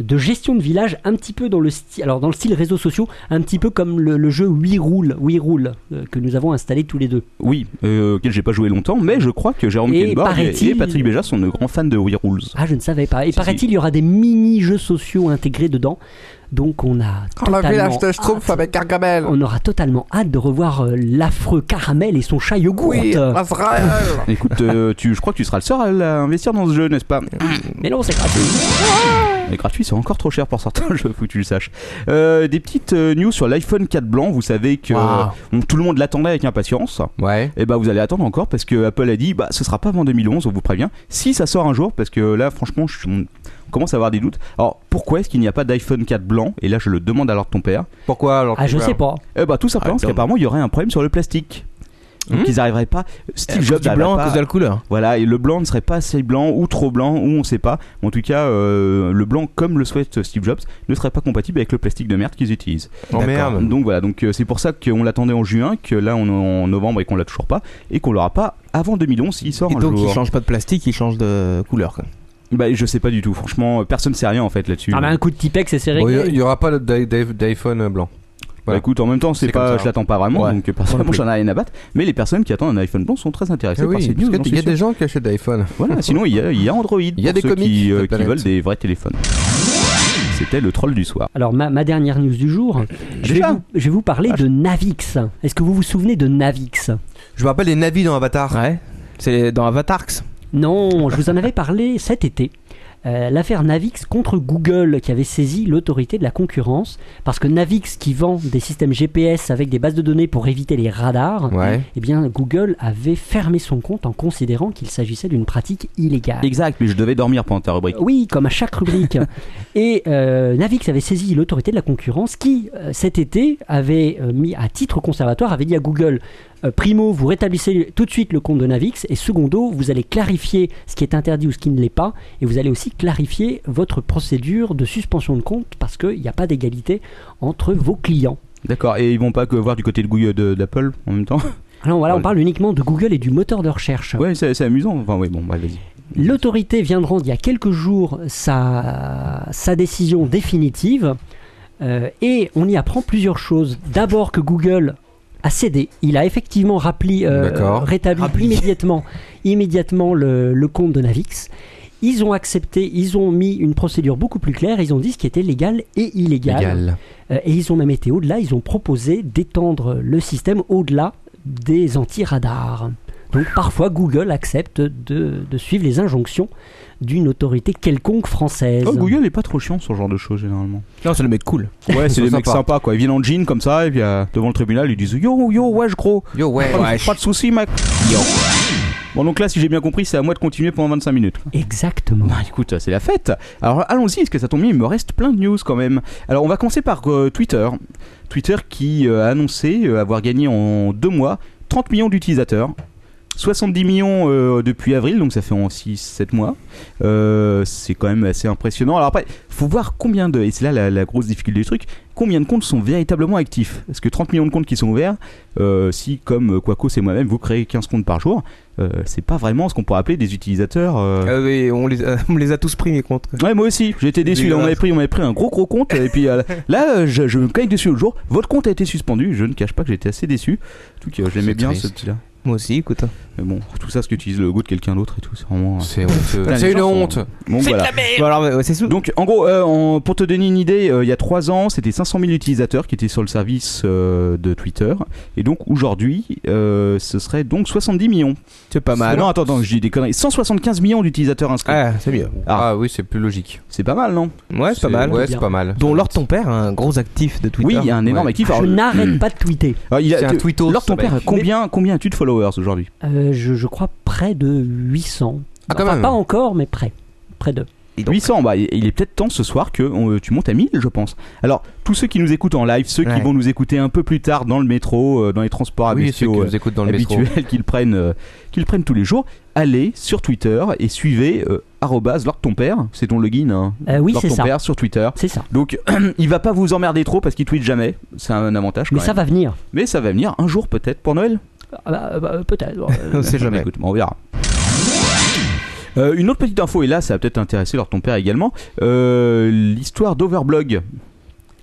[SPEAKER 7] de gestion de village, un petit peu dans le style, alors dans le style réseaux sociaux, un petit peu comme le, le jeu We Rule, We Rule, euh, que nous avons installé tous les deux.
[SPEAKER 6] Oui, euh, auquel j'ai pas joué longtemps, mais je crois que Jérôme
[SPEAKER 7] Et
[SPEAKER 6] Kenborg et,
[SPEAKER 7] paraît-il-
[SPEAKER 6] et Patrick Béja sont de grands fans de We Rules.
[SPEAKER 7] Ah, je ne savais pas. Et
[SPEAKER 6] Si,
[SPEAKER 7] paraît-il, il y aura des mini-jeux sociaux intégrés dedans. Donc, on a totalement hâte-
[SPEAKER 9] avec Gargamel.
[SPEAKER 7] on aura totalement hâte de revoir euh, l'affreux Caramel et son chat Yogourt.
[SPEAKER 6] Écoute, euh, tu, je crois que tu seras le seul à l- à investir dans ce jeu, n'est-ce pas
[SPEAKER 7] Mais non, c'est
[SPEAKER 6] Ah,
[SPEAKER 7] gratuit.
[SPEAKER 6] Mais gratuit, c'est encore trop cher pour certains jeux, faut que tu le saches. Euh, des petites euh, news sur l'iPhone 4 blanc, vous savez que
[SPEAKER 9] Waouh.
[SPEAKER 6] on- tout le monde l'attendait avec impatience.
[SPEAKER 9] Ouais.
[SPEAKER 6] Et bah vous allez attendre encore parce que Apple a dit bah ce sera pas avant 2011, on vous prévient. Si ça sort un jour, parce que là franchement je suis- on commence à avoir des doutes. Alors pourquoi est-ce qu'il n'y a pas d'iPhone 4 blanc Et là je le demande alors de ton père.
[SPEAKER 9] Pourquoi alors
[SPEAKER 7] Ah, je sais pas.
[SPEAKER 6] Eh bah tout simplement parce
[SPEAKER 9] Attends.
[SPEAKER 6] qu'apparemment il y aurait un problème sur le plastique. Donc
[SPEAKER 9] Hmm
[SPEAKER 6] ils n'arriveraient pas. Steve
[SPEAKER 8] Du
[SPEAKER 6] Jobs
[SPEAKER 8] blanc
[SPEAKER 6] n'arriverait
[SPEAKER 8] à
[SPEAKER 6] pas-
[SPEAKER 8] cause de la couleur.
[SPEAKER 6] Voilà et le blanc ne serait pas assez blanc ou trop blanc ou on sait pas. En tout cas euh, le blanc comme le souhaite Steve Jobs ne serait pas compatible avec le plastique de merde qu'ils utilisent.
[SPEAKER 9] Oh merde.
[SPEAKER 6] Donc voilà, donc euh, c'est pour ça qu'on l'attendait en juin, que là on est en novembre et qu'on l'a toujours pas, et qu'on l'aura pas avant 2011 s'il sort
[SPEAKER 8] Et
[SPEAKER 6] un
[SPEAKER 8] donc
[SPEAKER 6] jour.
[SPEAKER 8] il change pas de plastique, il change de couleur. quoi.
[SPEAKER 6] Bah je sais pas du tout, franchement, euh, personne sait rien en fait là-dessus.
[SPEAKER 7] Ah, mais un coup de Tipex, c'est
[SPEAKER 9] Bon,
[SPEAKER 7] serré.
[SPEAKER 9] Il y, y aura pas d'i- d'i- d'iPhone blanc.
[SPEAKER 6] Bah, écoute, en même temps, c'est
[SPEAKER 9] C'est
[SPEAKER 6] pas,
[SPEAKER 9] comme ça, hein.
[SPEAKER 6] je l'attends pas vraiment,
[SPEAKER 9] Ouais.
[SPEAKER 6] donc euh, personnellement
[SPEAKER 9] plus.
[SPEAKER 6] j'en ai rien à battre. Mais les personnes qui attendent un iPhone blanc sont très intéressées
[SPEAKER 9] Ah
[SPEAKER 6] par
[SPEAKER 9] oui,
[SPEAKER 6] cette
[SPEAKER 9] parce
[SPEAKER 6] news.
[SPEAKER 9] que
[SPEAKER 6] non,
[SPEAKER 9] il y a
[SPEAKER 6] c'est
[SPEAKER 9] des gens qui achètent d'iPhone.
[SPEAKER 6] sûr. Voilà, sinon il y, a- il y a Android. Il
[SPEAKER 9] y a des comics
[SPEAKER 6] qui, euh,
[SPEAKER 9] sur la
[SPEAKER 6] qui
[SPEAKER 9] planète.
[SPEAKER 6] veulent des vrais téléphones. C'était le troll du soir.
[SPEAKER 7] Alors ma, ma dernière news du jour, je vais,
[SPEAKER 6] Déjà
[SPEAKER 7] vous, je vais vous parler de Navix. Est-ce que vous vous souvenez de Navix
[SPEAKER 9] Je me rappelle les navis dans Avatar.
[SPEAKER 8] Ouais. C'est dans Avatarx.
[SPEAKER 7] Non, je vous en avais parlé cet été. Euh, L'affaire Navix contre Google qui avait saisi l'autorité de la concurrence parce que Navix qui vend des systèmes GPS avec des bases de données pour éviter les radars,
[SPEAKER 9] Ouais.
[SPEAKER 7] eh bien Google avait fermé son compte en considérant qu'il s'agissait d'une pratique illégale.
[SPEAKER 6] Exact, mais je devais dormir pendant ta rubrique.
[SPEAKER 7] Oui, comme à chaque rubrique. Et euh, Navix avait saisi l'autorité de la concurrence qui, euh, cet été, avait euh, mis à titre conservatoire, avait dit à Google, euh, primo, vous rétablissez tout de suite le compte de Navix, et secondo, vous allez clarifier ce qui est interdit ou ce qui ne l'est pas, et vous allez aussi clarifier votre procédure de suspension de compte, parce qu'il n'y a pas d'égalité entre vos clients.
[SPEAKER 6] D'accord, et ils vont pas que voir du côté de Google de- d'Apple en même temps
[SPEAKER 7] Ah Non, voilà, on
[SPEAKER 6] Ouais.
[SPEAKER 7] parle uniquement de Google et du moteur de recherche.
[SPEAKER 6] Ouais, c'est c'est amusant. Enfin, oui, bon, bah, vas-y.
[SPEAKER 7] L'autorité vient de rendre il y a quelques jours sa, sa décision définitive euh, et on y apprend plusieurs choses. D'abord que Google a cédé, il a effectivement rappelé, euh,
[SPEAKER 9] D'accord.
[SPEAKER 7] rétabli immédiatement, immédiatement le, le compte de Navix. Ils ont accepté, ils ont mis une procédure beaucoup plus claire, ils ont dit ce qui était légal et illégal.
[SPEAKER 9] Légal.
[SPEAKER 7] Euh, et ils ont même été au-delà, ils ont proposé d'étendre le système au-delà des anti-radars. Donc parfois Google accepte de, de suivre les injonctions d'une autorité quelconque française.
[SPEAKER 6] Oh, Google est pas trop chiant sur ce genre de choses généralement.
[SPEAKER 8] Non, c'est le mec cool.
[SPEAKER 6] Ouais, c'est
[SPEAKER 9] Ils
[SPEAKER 6] des
[SPEAKER 9] sont
[SPEAKER 6] mecs
[SPEAKER 9] sympas.
[SPEAKER 6] sympas quoi. Ils viennent en jean comme ça et puis euh, devant le tribunal ils disent yo yo wesh gros.
[SPEAKER 9] Yo, ouais.
[SPEAKER 6] Pas, de- pas de soucis mec. Bon donc là si j'ai bien compris c'est à moi de continuer pendant 25 minutes.
[SPEAKER 7] Exactement.
[SPEAKER 6] Bah écoute, c'est la fête. Alors allons-y, parce que ça tombe bien, il me reste plein de news quand même. Alors on va commencer par euh, Twitter. Twitter qui euh, a annoncé euh, avoir gagné en deux mois 30 millions d'utilisateurs. 70 millions euh, depuis avril, donc ça fait en 6-7 mois. Euh, c'est quand même assez impressionnant. Alors après, faut voir combien de. Et c'est là la, la grosse difficulté du truc. Combien de comptes sont véritablement actifs Parce que 30 millions de comptes qui sont ouverts, euh, si comme Quaco et moi-même, vous créez 15 comptes par jour, euh, c'est pas vraiment ce qu'on pourrait appeler des utilisateurs. euh,
[SPEAKER 8] Euh, oui, on, les a, on les a tous pris, mes comptes.
[SPEAKER 6] Ouais, moi aussi, j'étais déçu. Là, on avait pris, on avait pris un gros gros compte et puis euh, là, euh, je, je me connecte dessus le jour. Votre compte a été suspendu. Je ne cache pas que j'étais assez déçu. En Tout cas, j'aimais
[SPEAKER 9] C'est
[SPEAKER 6] bien
[SPEAKER 9] triste.
[SPEAKER 6] ce petit-là.
[SPEAKER 8] Moi aussi, écoute.
[SPEAKER 6] Mais bon, tout ça, ce qu'utilise le goût de quelqu'un d'autre et tout, c'est vraiment. euh,
[SPEAKER 9] C'est honteux.
[SPEAKER 6] Putain, les
[SPEAKER 9] C'est une
[SPEAKER 6] gens sont-
[SPEAKER 9] honte.
[SPEAKER 6] Bon, voilà.
[SPEAKER 8] Bon, alors, ouais, c'est sous.
[SPEAKER 6] Donc, en gros, euh, en- pour te donner une idée, euh, il y a 3 ans, c'était 500 000 utilisateurs qui étaient sur le service euh, de Twitter. Et donc, aujourd'hui, euh, ce serait donc 70 millions.
[SPEAKER 8] c'est pas mal.
[SPEAKER 6] non, attends, attends, je dis des conneries. 175 millions d'utilisateurs inscrits.
[SPEAKER 8] Ah, c'est mieux.
[SPEAKER 9] Ah oui, c'est plus logique.
[SPEAKER 6] C'est pas mal, non
[SPEAKER 8] Ouais, c'est pas mal.
[SPEAKER 9] Ouais, c'est pas mal.
[SPEAKER 8] Dont Lord ton père, un gros actif de Twitter.
[SPEAKER 6] Oui, il y a un énorme
[SPEAKER 9] Ouais.
[SPEAKER 6] actif. Alors, euh,
[SPEAKER 7] Je n'arrête pas de tweeter.
[SPEAKER 6] alors, il a-
[SPEAKER 9] C'est un
[SPEAKER 6] tu-
[SPEAKER 9] tweetos,
[SPEAKER 6] Lord, ton
[SPEAKER 9] ce mec.
[SPEAKER 6] père, combien, combien as-tu de followers aujourd'hui
[SPEAKER 7] Euh, je, je crois près de 800.
[SPEAKER 9] Ah, quand
[SPEAKER 7] Enfin,
[SPEAKER 9] même.
[SPEAKER 7] Pas encore, mais près. Près de.
[SPEAKER 6] 800, bah, il est peut-être temps ce soir que on- euh, tu montes à 1000, je pense. Alors, tous ceux qui nous écoutent en live, ceux qui
[SPEAKER 8] Ouais.
[SPEAKER 6] vont nous écouter un peu plus tard dans le métro, euh, dans les transports à
[SPEAKER 9] oui, ceux qui
[SPEAKER 6] bestiaux, euh,
[SPEAKER 9] nous écoutent dans le métro.
[SPEAKER 6] habituels qu'ils prennent, euh, qu'ils prennent tous les jours, allez sur Twitter et suivez euh, arrobase Lord ton père, c'est ton login, hein,
[SPEAKER 7] Euh, oui,
[SPEAKER 6] Lord
[SPEAKER 7] c'est
[SPEAKER 6] ton
[SPEAKER 7] ça.
[SPEAKER 6] père sur Twitter.
[SPEAKER 7] C'est ça.
[SPEAKER 6] Donc, il va pas vous emmerder trop parce qu'il tweet jamais, c'est un avantage quand
[SPEAKER 7] Mais ça
[SPEAKER 6] même.
[SPEAKER 7] va venir.
[SPEAKER 6] Mais ça va venir un jour peut-être pour Noël.
[SPEAKER 7] Ah, bah, bah, Peut-être.
[SPEAKER 8] On sait jamais.
[SPEAKER 6] Écoute, on verra. Euh, une autre petite info, et là ça va peut-être intéresser leur ton père également, euh, l'histoire d'Overblog.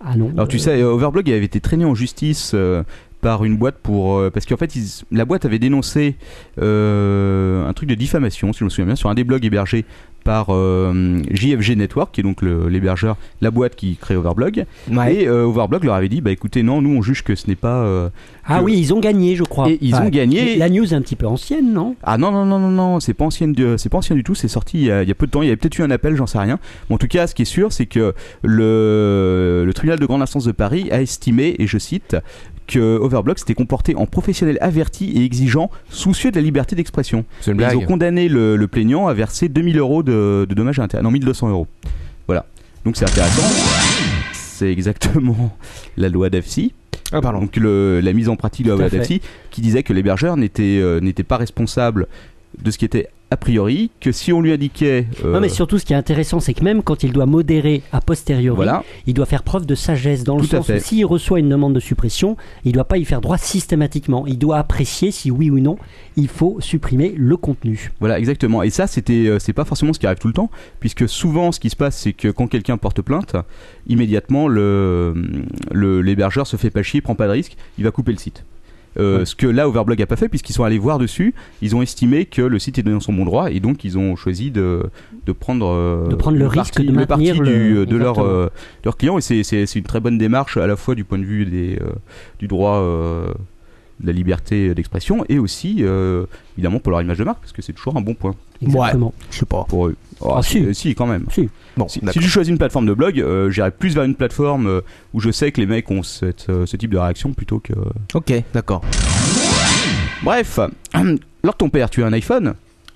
[SPEAKER 7] Ah non.
[SPEAKER 6] Alors tu
[SPEAKER 7] euh,
[SPEAKER 6] sais, euh, Overblog avait été traîné en justice euh, par une boîte pour... euh, parce qu'en fait, ils- la boîte avait dénoncé euh, un truc de diffamation, si je me souviens bien, sur un des blogs hébergés par euh, JFG Network, qui est donc le- l'hébergeur, la boîte qui crée Overblog.
[SPEAKER 8] Ouais.
[SPEAKER 6] Et euh, Overblog leur avait dit, bah écoutez, non, nous on juge que ce n'est pas... euh,
[SPEAKER 7] Ah
[SPEAKER 6] que-
[SPEAKER 7] oui, ils ont gagné, je crois.
[SPEAKER 6] Et ils ont gagné.
[SPEAKER 7] La news est un petit peu ancienne, non
[SPEAKER 6] Ah non, non, non, non, non, c'est pas ancien du, c'est pas ancien du tout, c'est sorti il y, a, il y a peu de temps, il y avait peut-être eu un appel, j'en sais rien. Mais en tout cas, ce qui est sûr, c'est que le, le tribunal de grande instance de Paris a estimé, et je cite, que Overblock s'était comporté en professionnel averti et exigeant, soucieux de la liberté d'expression.
[SPEAKER 9] C'est une
[SPEAKER 6] Et Ils ont
[SPEAKER 9] blague.
[SPEAKER 6] condamné le, le plaignant à verser 2000 euros de, de dommages à intérêt. Non, 1200 euros. Voilà. Donc c'est intéressant. C'est exactement la loi d'AFSI.
[SPEAKER 8] Ah, pardon.
[SPEAKER 6] Donc le- la mise en pratique de
[SPEAKER 7] Tout
[SPEAKER 6] la
[SPEAKER 7] à
[SPEAKER 6] loi
[SPEAKER 7] fait.
[SPEAKER 6] d'AFSI qui disait que l'hébergeur n'était euh, n'était pas responsable de ce qui était a priori, que si on lui indiquait. euh,
[SPEAKER 7] Non, mais surtout, ce qui est intéressant, c'est que même quand il doit modérer a posteriori,
[SPEAKER 6] Voilà,
[SPEAKER 7] il doit faire preuve de sagesse dans le
[SPEAKER 6] Tout à
[SPEAKER 7] sens où
[SPEAKER 6] fait.
[SPEAKER 7] s'il reçoit une demande de suppression, il ne doit pas y faire droit systématiquement. Il doit apprécier si oui ou non il faut supprimer le contenu.
[SPEAKER 6] voilà, exactement. Et ça, c'était, euh, c'est pas forcément ce qui arrive tout le temps, puisque souvent, ce qui se passe, c'est que quand quelqu'un porte plainte, immédiatement, le le- l'hébergeur se fait pas chier, prend pas de risque, il va couper le site. Euh, Ce que là, Overblog a pas fait, puisqu'ils sont allés voir dessus, ils ont estimé que le site est dans son bon droit, et donc ils ont choisi de, de prendre, euh,
[SPEAKER 7] De prendre le risque
[SPEAKER 6] parti-
[SPEAKER 7] de
[SPEAKER 6] le parti
[SPEAKER 7] maintenir
[SPEAKER 6] du-
[SPEAKER 7] le-
[SPEAKER 6] de leur,
[SPEAKER 7] Exactement.
[SPEAKER 6] euh, de leur client, et c'est- c'est c'est une très bonne démarche à la fois du point de vue des, euh, du droit euh, de la liberté d'expression, et aussi, euh, évidemment, pour leur image de marque, parce que c'est toujours un bon point
[SPEAKER 7] Exactement.
[SPEAKER 8] Je sais pas.
[SPEAKER 6] pour eux. Oh,
[SPEAKER 7] Ah,
[SPEAKER 6] si.
[SPEAKER 7] si.
[SPEAKER 6] euh, si, quand même.
[SPEAKER 7] Si.
[SPEAKER 8] Bon,
[SPEAKER 6] Si,
[SPEAKER 8] d'accord.
[SPEAKER 6] si je choisis une plateforme de blog, euh, j'irai plus vers une plateforme euh, où je sais que les mecs ont cette, euh, ce type de réaction plutôt que.
[SPEAKER 8] Ok, d'accord.
[SPEAKER 6] Bref, lors de ton père, tu as un iPhone,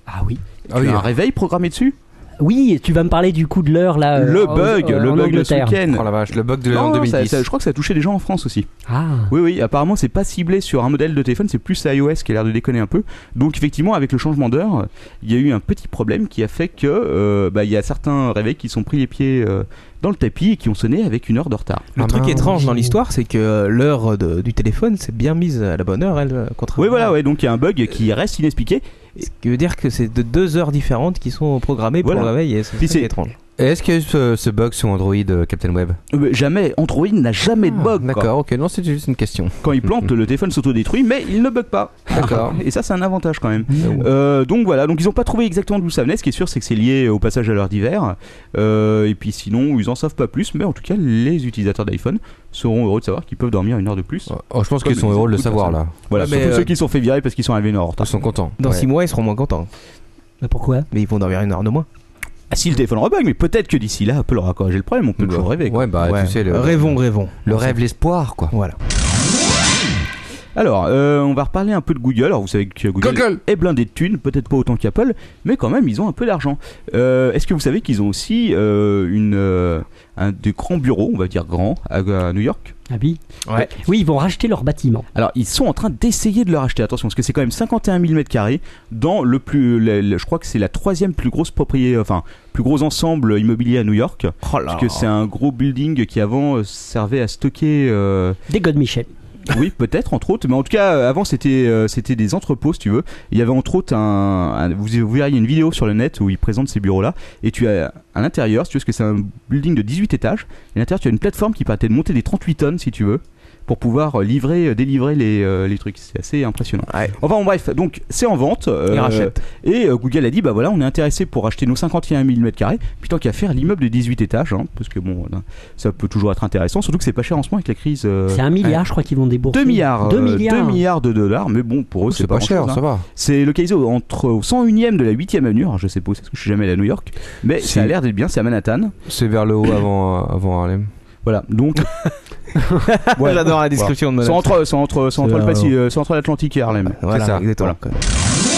[SPEAKER 7] Ah oui.
[SPEAKER 9] Ah
[SPEAKER 6] tu
[SPEAKER 9] oui,
[SPEAKER 6] as un réveil programmé dessus
[SPEAKER 7] hein. Oui, tu vas me parler du coup de l'heure là. euh,
[SPEAKER 6] le
[SPEAKER 7] en-
[SPEAKER 6] bug,
[SPEAKER 7] euh,
[SPEAKER 6] le
[SPEAKER 7] en
[SPEAKER 6] bug de ce
[SPEAKER 7] Angleterre.
[SPEAKER 6] week-end.
[SPEAKER 9] Oh la vache, le bug de l'an
[SPEAKER 6] Non, ça-
[SPEAKER 9] 2010.
[SPEAKER 6] ça- je crois que ça a touché des gens en France aussi.
[SPEAKER 7] Ah.
[SPEAKER 6] Oui, oui, apparemment, c'est pas ciblé sur un modèle de téléphone, c'est plus iOS qui a l'air de déconner un peu. Donc, effectivement, avec le changement d'heure, euh, il y a eu un petit problème qui a fait que euh, bah, il y a certains réveils qui se sont pris les pieds euh, dans le tapis et qui ont sonné avec une heure de retard.
[SPEAKER 8] Le
[SPEAKER 9] Ah
[SPEAKER 8] truc
[SPEAKER 9] mince.
[SPEAKER 8] étrange dans l'histoire, c'est que euh, l'heure de- du téléphone, c'est bien mise à la bonne heure, elle, euh, contrairement.
[SPEAKER 6] Oui, voilà, ouais, donc il y a un bug qui reste inexpliqué.
[SPEAKER 8] Ce qui veut dire que c'est de deux heures différentes qui sont programmées pour
[SPEAKER 6] Voilà.
[SPEAKER 8] le réveil, et c'est
[SPEAKER 6] Puis
[SPEAKER 8] ça qui est
[SPEAKER 6] c'est-
[SPEAKER 8] étrange.
[SPEAKER 9] Et Est-ce qu'il y a eu ce, ce bug sur Android, euh, Captain Web
[SPEAKER 6] Euh, Jamais, Android n'a jamais de bug. quoi.
[SPEAKER 9] Ah, D'accord, ok, non, c'est juste une question.
[SPEAKER 6] Quand il plante, le téléphone s'autodétruit, mais il ne bug pas.
[SPEAKER 9] D'accord.
[SPEAKER 6] Et ça, c'est un avantage quand même.
[SPEAKER 9] Euh, ouais.
[SPEAKER 6] Euh, donc voilà, donc ils n'ont pas trouvé exactement d'où ça venait. Ce qui est sûr, c'est que c'est lié au passage à l'heure d'hiver. Euh, et puis sinon, ils en savent pas plus. Mais en tout cas, les utilisateurs d'iPhone seront heureux de savoir qu'ils peuvent dormir une heure de plus.
[SPEAKER 9] Oh, je pense qu'ils
[SPEAKER 6] Comme
[SPEAKER 9] sont heureux de
[SPEAKER 6] beaucoup
[SPEAKER 9] le
[SPEAKER 6] de
[SPEAKER 9] savoir là.
[SPEAKER 6] Voilà,
[SPEAKER 8] Ouais, mais,
[SPEAKER 6] surtout
[SPEAKER 8] euh,
[SPEAKER 6] ceux qui sont fait virer parce qu'ils sont arrivés une heure en
[SPEAKER 9] Ils
[SPEAKER 6] retard.
[SPEAKER 9] sont contents.
[SPEAKER 8] Dans
[SPEAKER 9] Ouais.
[SPEAKER 8] six mois, ils seront moins contents.
[SPEAKER 7] Mais pourquoi
[SPEAKER 8] Mais ils vont dormir une heure de moins.
[SPEAKER 6] Ah, si le téléphone rebug, mais peut-être que d'ici là, Apple aura corrigé le problème. On peut toujours rêver. quoi.
[SPEAKER 9] Ouais, bah
[SPEAKER 8] Ouais.
[SPEAKER 9] tu sais, le,
[SPEAKER 8] Rêvons, rêvons.
[SPEAKER 9] le rêve, l'espoir quoi.
[SPEAKER 8] Voilà.
[SPEAKER 6] Alors, euh, on va reparler un peu de Google. Alors, vous savez que Google,
[SPEAKER 2] Google.
[SPEAKER 6] est blindé de thunes, peut-être pas autant qu'Apple, mais quand même, ils ont un peu d'argent. Euh, Est-ce que vous savez qu'ils ont aussi euh, une, euh, un des grands bureaux, on va dire grand, à, à New York
[SPEAKER 7] Ah oui.
[SPEAKER 8] Ouais.
[SPEAKER 7] Oui, ils vont racheter leur bâtiment.
[SPEAKER 6] Alors, ils sont en train d'essayer de leur acheter, attention, parce que c'est quand même 51 000 mètres carrés dans le plus. le- le- je crois que c'est la troisième plus grosse propriété, enfin, plus gros ensemble immobilier à New York. Parce que c'est un gros building qui avant euh, servait à stocker. euh,
[SPEAKER 7] Des God Michel.
[SPEAKER 6] Oui, peut-être, entre autres. Mais en tout cas, euh, avant, c'était euh, c'était des entrepôts, si tu veux. Il y avait entre autres un. un- vous, vous verrez une vidéo sur le net où ils présentent ces bureaux-là. Et tu as à l'intérieur, si tu veux, parce que c'est un building de 18 étages. Et à l'intérieur, tu as une plateforme qui permettait de monter des 38 tonnes, si tu veux, pour pouvoir euh, livrer, euh, délivrer les, euh, les trucs. C'est assez impressionnant.
[SPEAKER 8] Ouais.
[SPEAKER 6] Enfin, bon, bref, donc c'est en vente.
[SPEAKER 8] Ils
[SPEAKER 6] euh,
[SPEAKER 8] rachètent.
[SPEAKER 6] et euh, Google a dit bah voilà, on est intéressé pour acheter nos 51 000 mètres carrés. Puis tant qu'à faire l'immeuble de 18 étages, hein, parce que bon, euh, ça peut toujours être intéressant. Surtout que c'est pas cher en ce moment avec la crise. euh,
[SPEAKER 7] C'est un milliard, je crois qu'ils vont débourser.
[SPEAKER 6] 2 milliards,
[SPEAKER 7] 2
[SPEAKER 6] euh,
[SPEAKER 7] milliards.
[SPEAKER 6] 2 milliards de dollars, mais bon, pour eux,
[SPEAKER 9] C'est pas, cher,
[SPEAKER 6] grand-chose,
[SPEAKER 9] ça
[SPEAKER 6] hein.
[SPEAKER 9] va.
[SPEAKER 6] C'est localisé au- entre au 101e de la 8e avenue, alors je sais pas où c'est, parce que je suis jamais allé à New York, mais
[SPEAKER 9] Si.
[SPEAKER 6] ça a l'air d'être bien, c'est à Manhattan.
[SPEAKER 9] C'est vers le haut avant, euh, avant Harlem.
[SPEAKER 6] Voilà, donc. Ouais.
[SPEAKER 8] J'adore la description
[SPEAKER 6] C'est
[SPEAKER 8] de
[SPEAKER 6] entre, c'est entre, c'est entre
[SPEAKER 8] C'est
[SPEAKER 6] le
[SPEAKER 8] là,
[SPEAKER 6] Pacifique- euh, c'est entre l'Atlantique et Harlem.
[SPEAKER 8] madame. Voilà,
[SPEAKER 9] c'est ça,
[SPEAKER 8] exactement.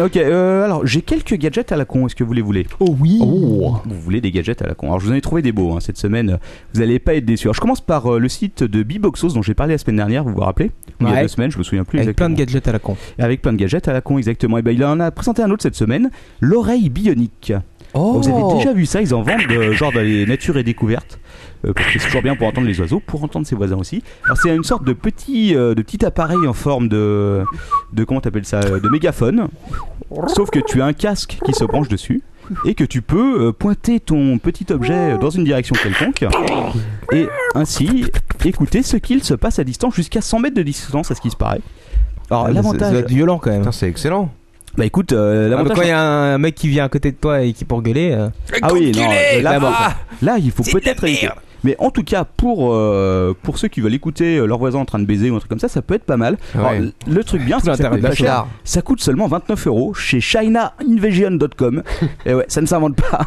[SPEAKER 6] ok, euh, alors j'ai quelques gadgets à la con, est-ce que vous les voulez
[SPEAKER 7] Oh oui.
[SPEAKER 6] Vous voulez des gadgets à la con. Alors je vous en ai trouvé des beaux hein, cette semaine, vous allez pas être déçus. Alors je commence par euh, le site de Biboxos dont j'ai parlé la semaine dernière, vous vous rappelez Ou Il y a
[SPEAKER 8] Ouais.
[SPEAKER 6] deux semaines, je me souviens plus
[SPEAKER 8] Avec plein
[SPEAKER 6] exactement.
[SPEAKER 8] de gadgets à la con.
[SPEAKER 6] Avec plein de gadgets à la con, exactement. Et ben, il en a présenté un autre cette semaine, l'oreille bionique.
[SPEAKER 9] Oh,
[SPEAKER 6] Vous avez déjà vu ça Ils en vendent euh, genre dans les natures et découvertes. euh, parce que c'est toujours bien pour entendre les oiseaux, pour entendre ses voisins aussi. Alors c'est une sorte de petit, euh, de petit appareil en forme de, de comment t'appelles ça, euh, de mégaphone. Sauf que tu as un casque qui se branche dessus et que tu peux euh, pointer ton petit objet dans une direction quelconque et ainsi écouter ce qu'il se passe à distance jusqu'à 100 mètres de distance à ce qui se paraît. Alors
[SPEAKER 8] Ah, mais ça- Ça doit
[SPEAKER 6] l'avantage,
[SPEAKER 8] être violent quand même.
[SPEAKER 9] Putain, c'est excellent.
[SPEAKER 6] bah écoute, euh,
[SPEAKER 8] Ah, mais
[SPEAKER 6] l'avantage
[SPEAKER 8] quand il y a un mec qui vient à côté de toi et qui pour gueuler, euh,
[SPEAKER 7] Eh,
[SPEAKER 6] Ah oui, non,
[SPEAKER 9] euh,
[SPEAKER 3] Enculé,
[SPEAKER 6] là,
[SPEAKER 3] là-bas.
[SPEAKER 6] là, là, il faut
[SPEAKER 3] C'est de la
[SPEAKER 6] peut-être
[SPEAKER 3] merde.
[SPEAKER 6] éviter. Mais en tout cas, pour, euh, pour ceux qui veulent écouter euh, leur voisin en train de baiser ou un truc comme ça, ça peut être pas mal. Alors,
[SPEAKER 9] Ouais.
[SPEAKER 6] l- le truc bien, c'est que ça
[SPEAKER 8] l'intérêt
[SPEAKER 6] coûte
[SPEAKER 8] de la
[SPEAKER 6] pas cher.
[SPEAKER 9] chose.
[SPEAKER 6] Ça coûte seulement 29 euros chez ChinaInvasion.com. Et Eh ouais, ça ne s'invente pas.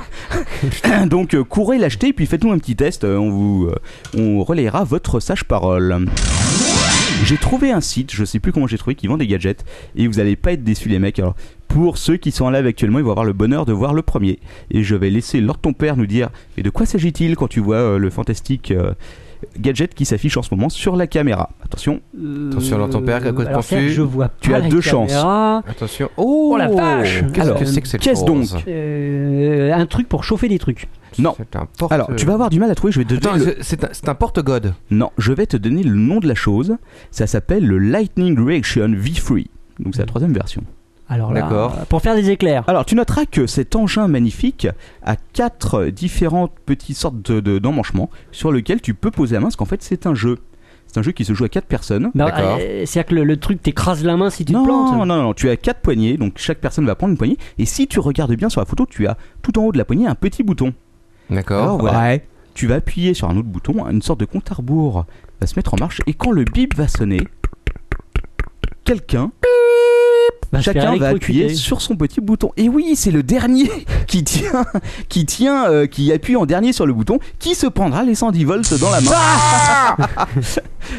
[SPEAKER 6] Donc, euh, courez l'acheter, puis faites-nous un petit test. euh, On vous, euh, on relayera votre sage-parole. J'ai trouvé un site, je sais plus comment j'ai trouvé, qui vend des gadgets. Et vous allez pas être déçus, les mecs. Alors, pour ceux qui sont en live actuellement, ils vont avoir le bonheur de voir le premier. Et je vais laisser Lord ton père nous dire Mais de quoi s'agit-il quand tu vois euh, le fantastique euh, gadget qui s'affiche en ce moment sur la caméra Attention,
[SPEAKER 9] Attention, alors, ton père, à
[SPEAKER 6] Euh,
[SPEAKER 9] quoi te
[SPEAKER 7] Alors,
[SPEAKER 9] penses-tu
[SPEAKER 7] Serge, je vois
[SPEAKER 6] Tu
[SPEAKER 7] pas
[SPEAKER 6] as
[SPEAKER 7] la
[SPEAKER 6] deux
[SPEAKER 7] caméra.
[SPEAKER 9] Attention.
[SPEAKER 7] Oh la vache
[SPEAKER 9] Qu'est-ce
[SPEAKER 6] Alors,
[SPEAKER 9] que c'est que cette
[SPEAKER 6] qu'est-ce
[SPEAKER 9] chose
[SPEAKER 6] donc
[SPEAKER 7] Euh, un truc pour chauffer des trucs.
[SPEAKER 6] Non.
[SPEAKER 9] C'est un porte.
[SPEAKER 6] alors tu vas avoir du mal à trouver. Je vais te
[SPEAKER 9] Attends,
[SPEAKER 6] donner le...
[SPEAKER 9] c'est- c'est un, c'est un porte-god.
[SPEAKER 6] Non, je vais te donner le nom de la chose. Ça s'appelle le Lightning Reaction V3. Donc c'est la troisième version.
[SPEAKER 7] Alors là,
[SPEAKER 9] D'accord.
[SPEAKER 7] euh, pour faire des éclairs.
[SPEAKER 6] Alors tu noteras que cet engin magnifique a quatre différentes petites sortes de- de- d'emmanchements sur lequel tu peux poser la main, parce qu'en fait c'est un jeu. C'est un jeu qui se joue à quatre personnes.
[SPEAKER 7] Ben,
[SPEAKER 9] D'accord.
[SPEAKER 7] euh, C'est-à-dire que le, le truc t'écrase la main si tu te
[SPEAKER 6] non,
[SPEAKER 7] plantes.
[SPEAKER 6] non, non, non, tu as quatre poignées, donc chaque personne va prendre une poignée. Et si tu regardes bien sur la photo, tu as tout en haut de la poignée un petit bouton.
[SPEAKER 9] D'accord.
[SPEAKER 6] Alors, voilà.
[SPEAKER 8] ouais.
[SPEAKER 6] Tu vas appuyer sur un autre bouton, une sorte de compte à rebours va se mettre en marche, et quand le bip va sonner, quelqu'un,
[SPEAKER 7] Bah, je
[SPEAKER 6] chacun
[SPEAKER 7] fais
[SPEAKER 6] va
[SPEAKER 7] électrocuter.
[SPEAKER 6] appuyer sur son petit bouton. Et oui, c'est le dernier qui tient, qui tient,
[SPEAKER 7] Ah
[SPEAKER 6] euh, qui appuie en dernier sur le bouton, qui se prendra les 110 volts dans la main.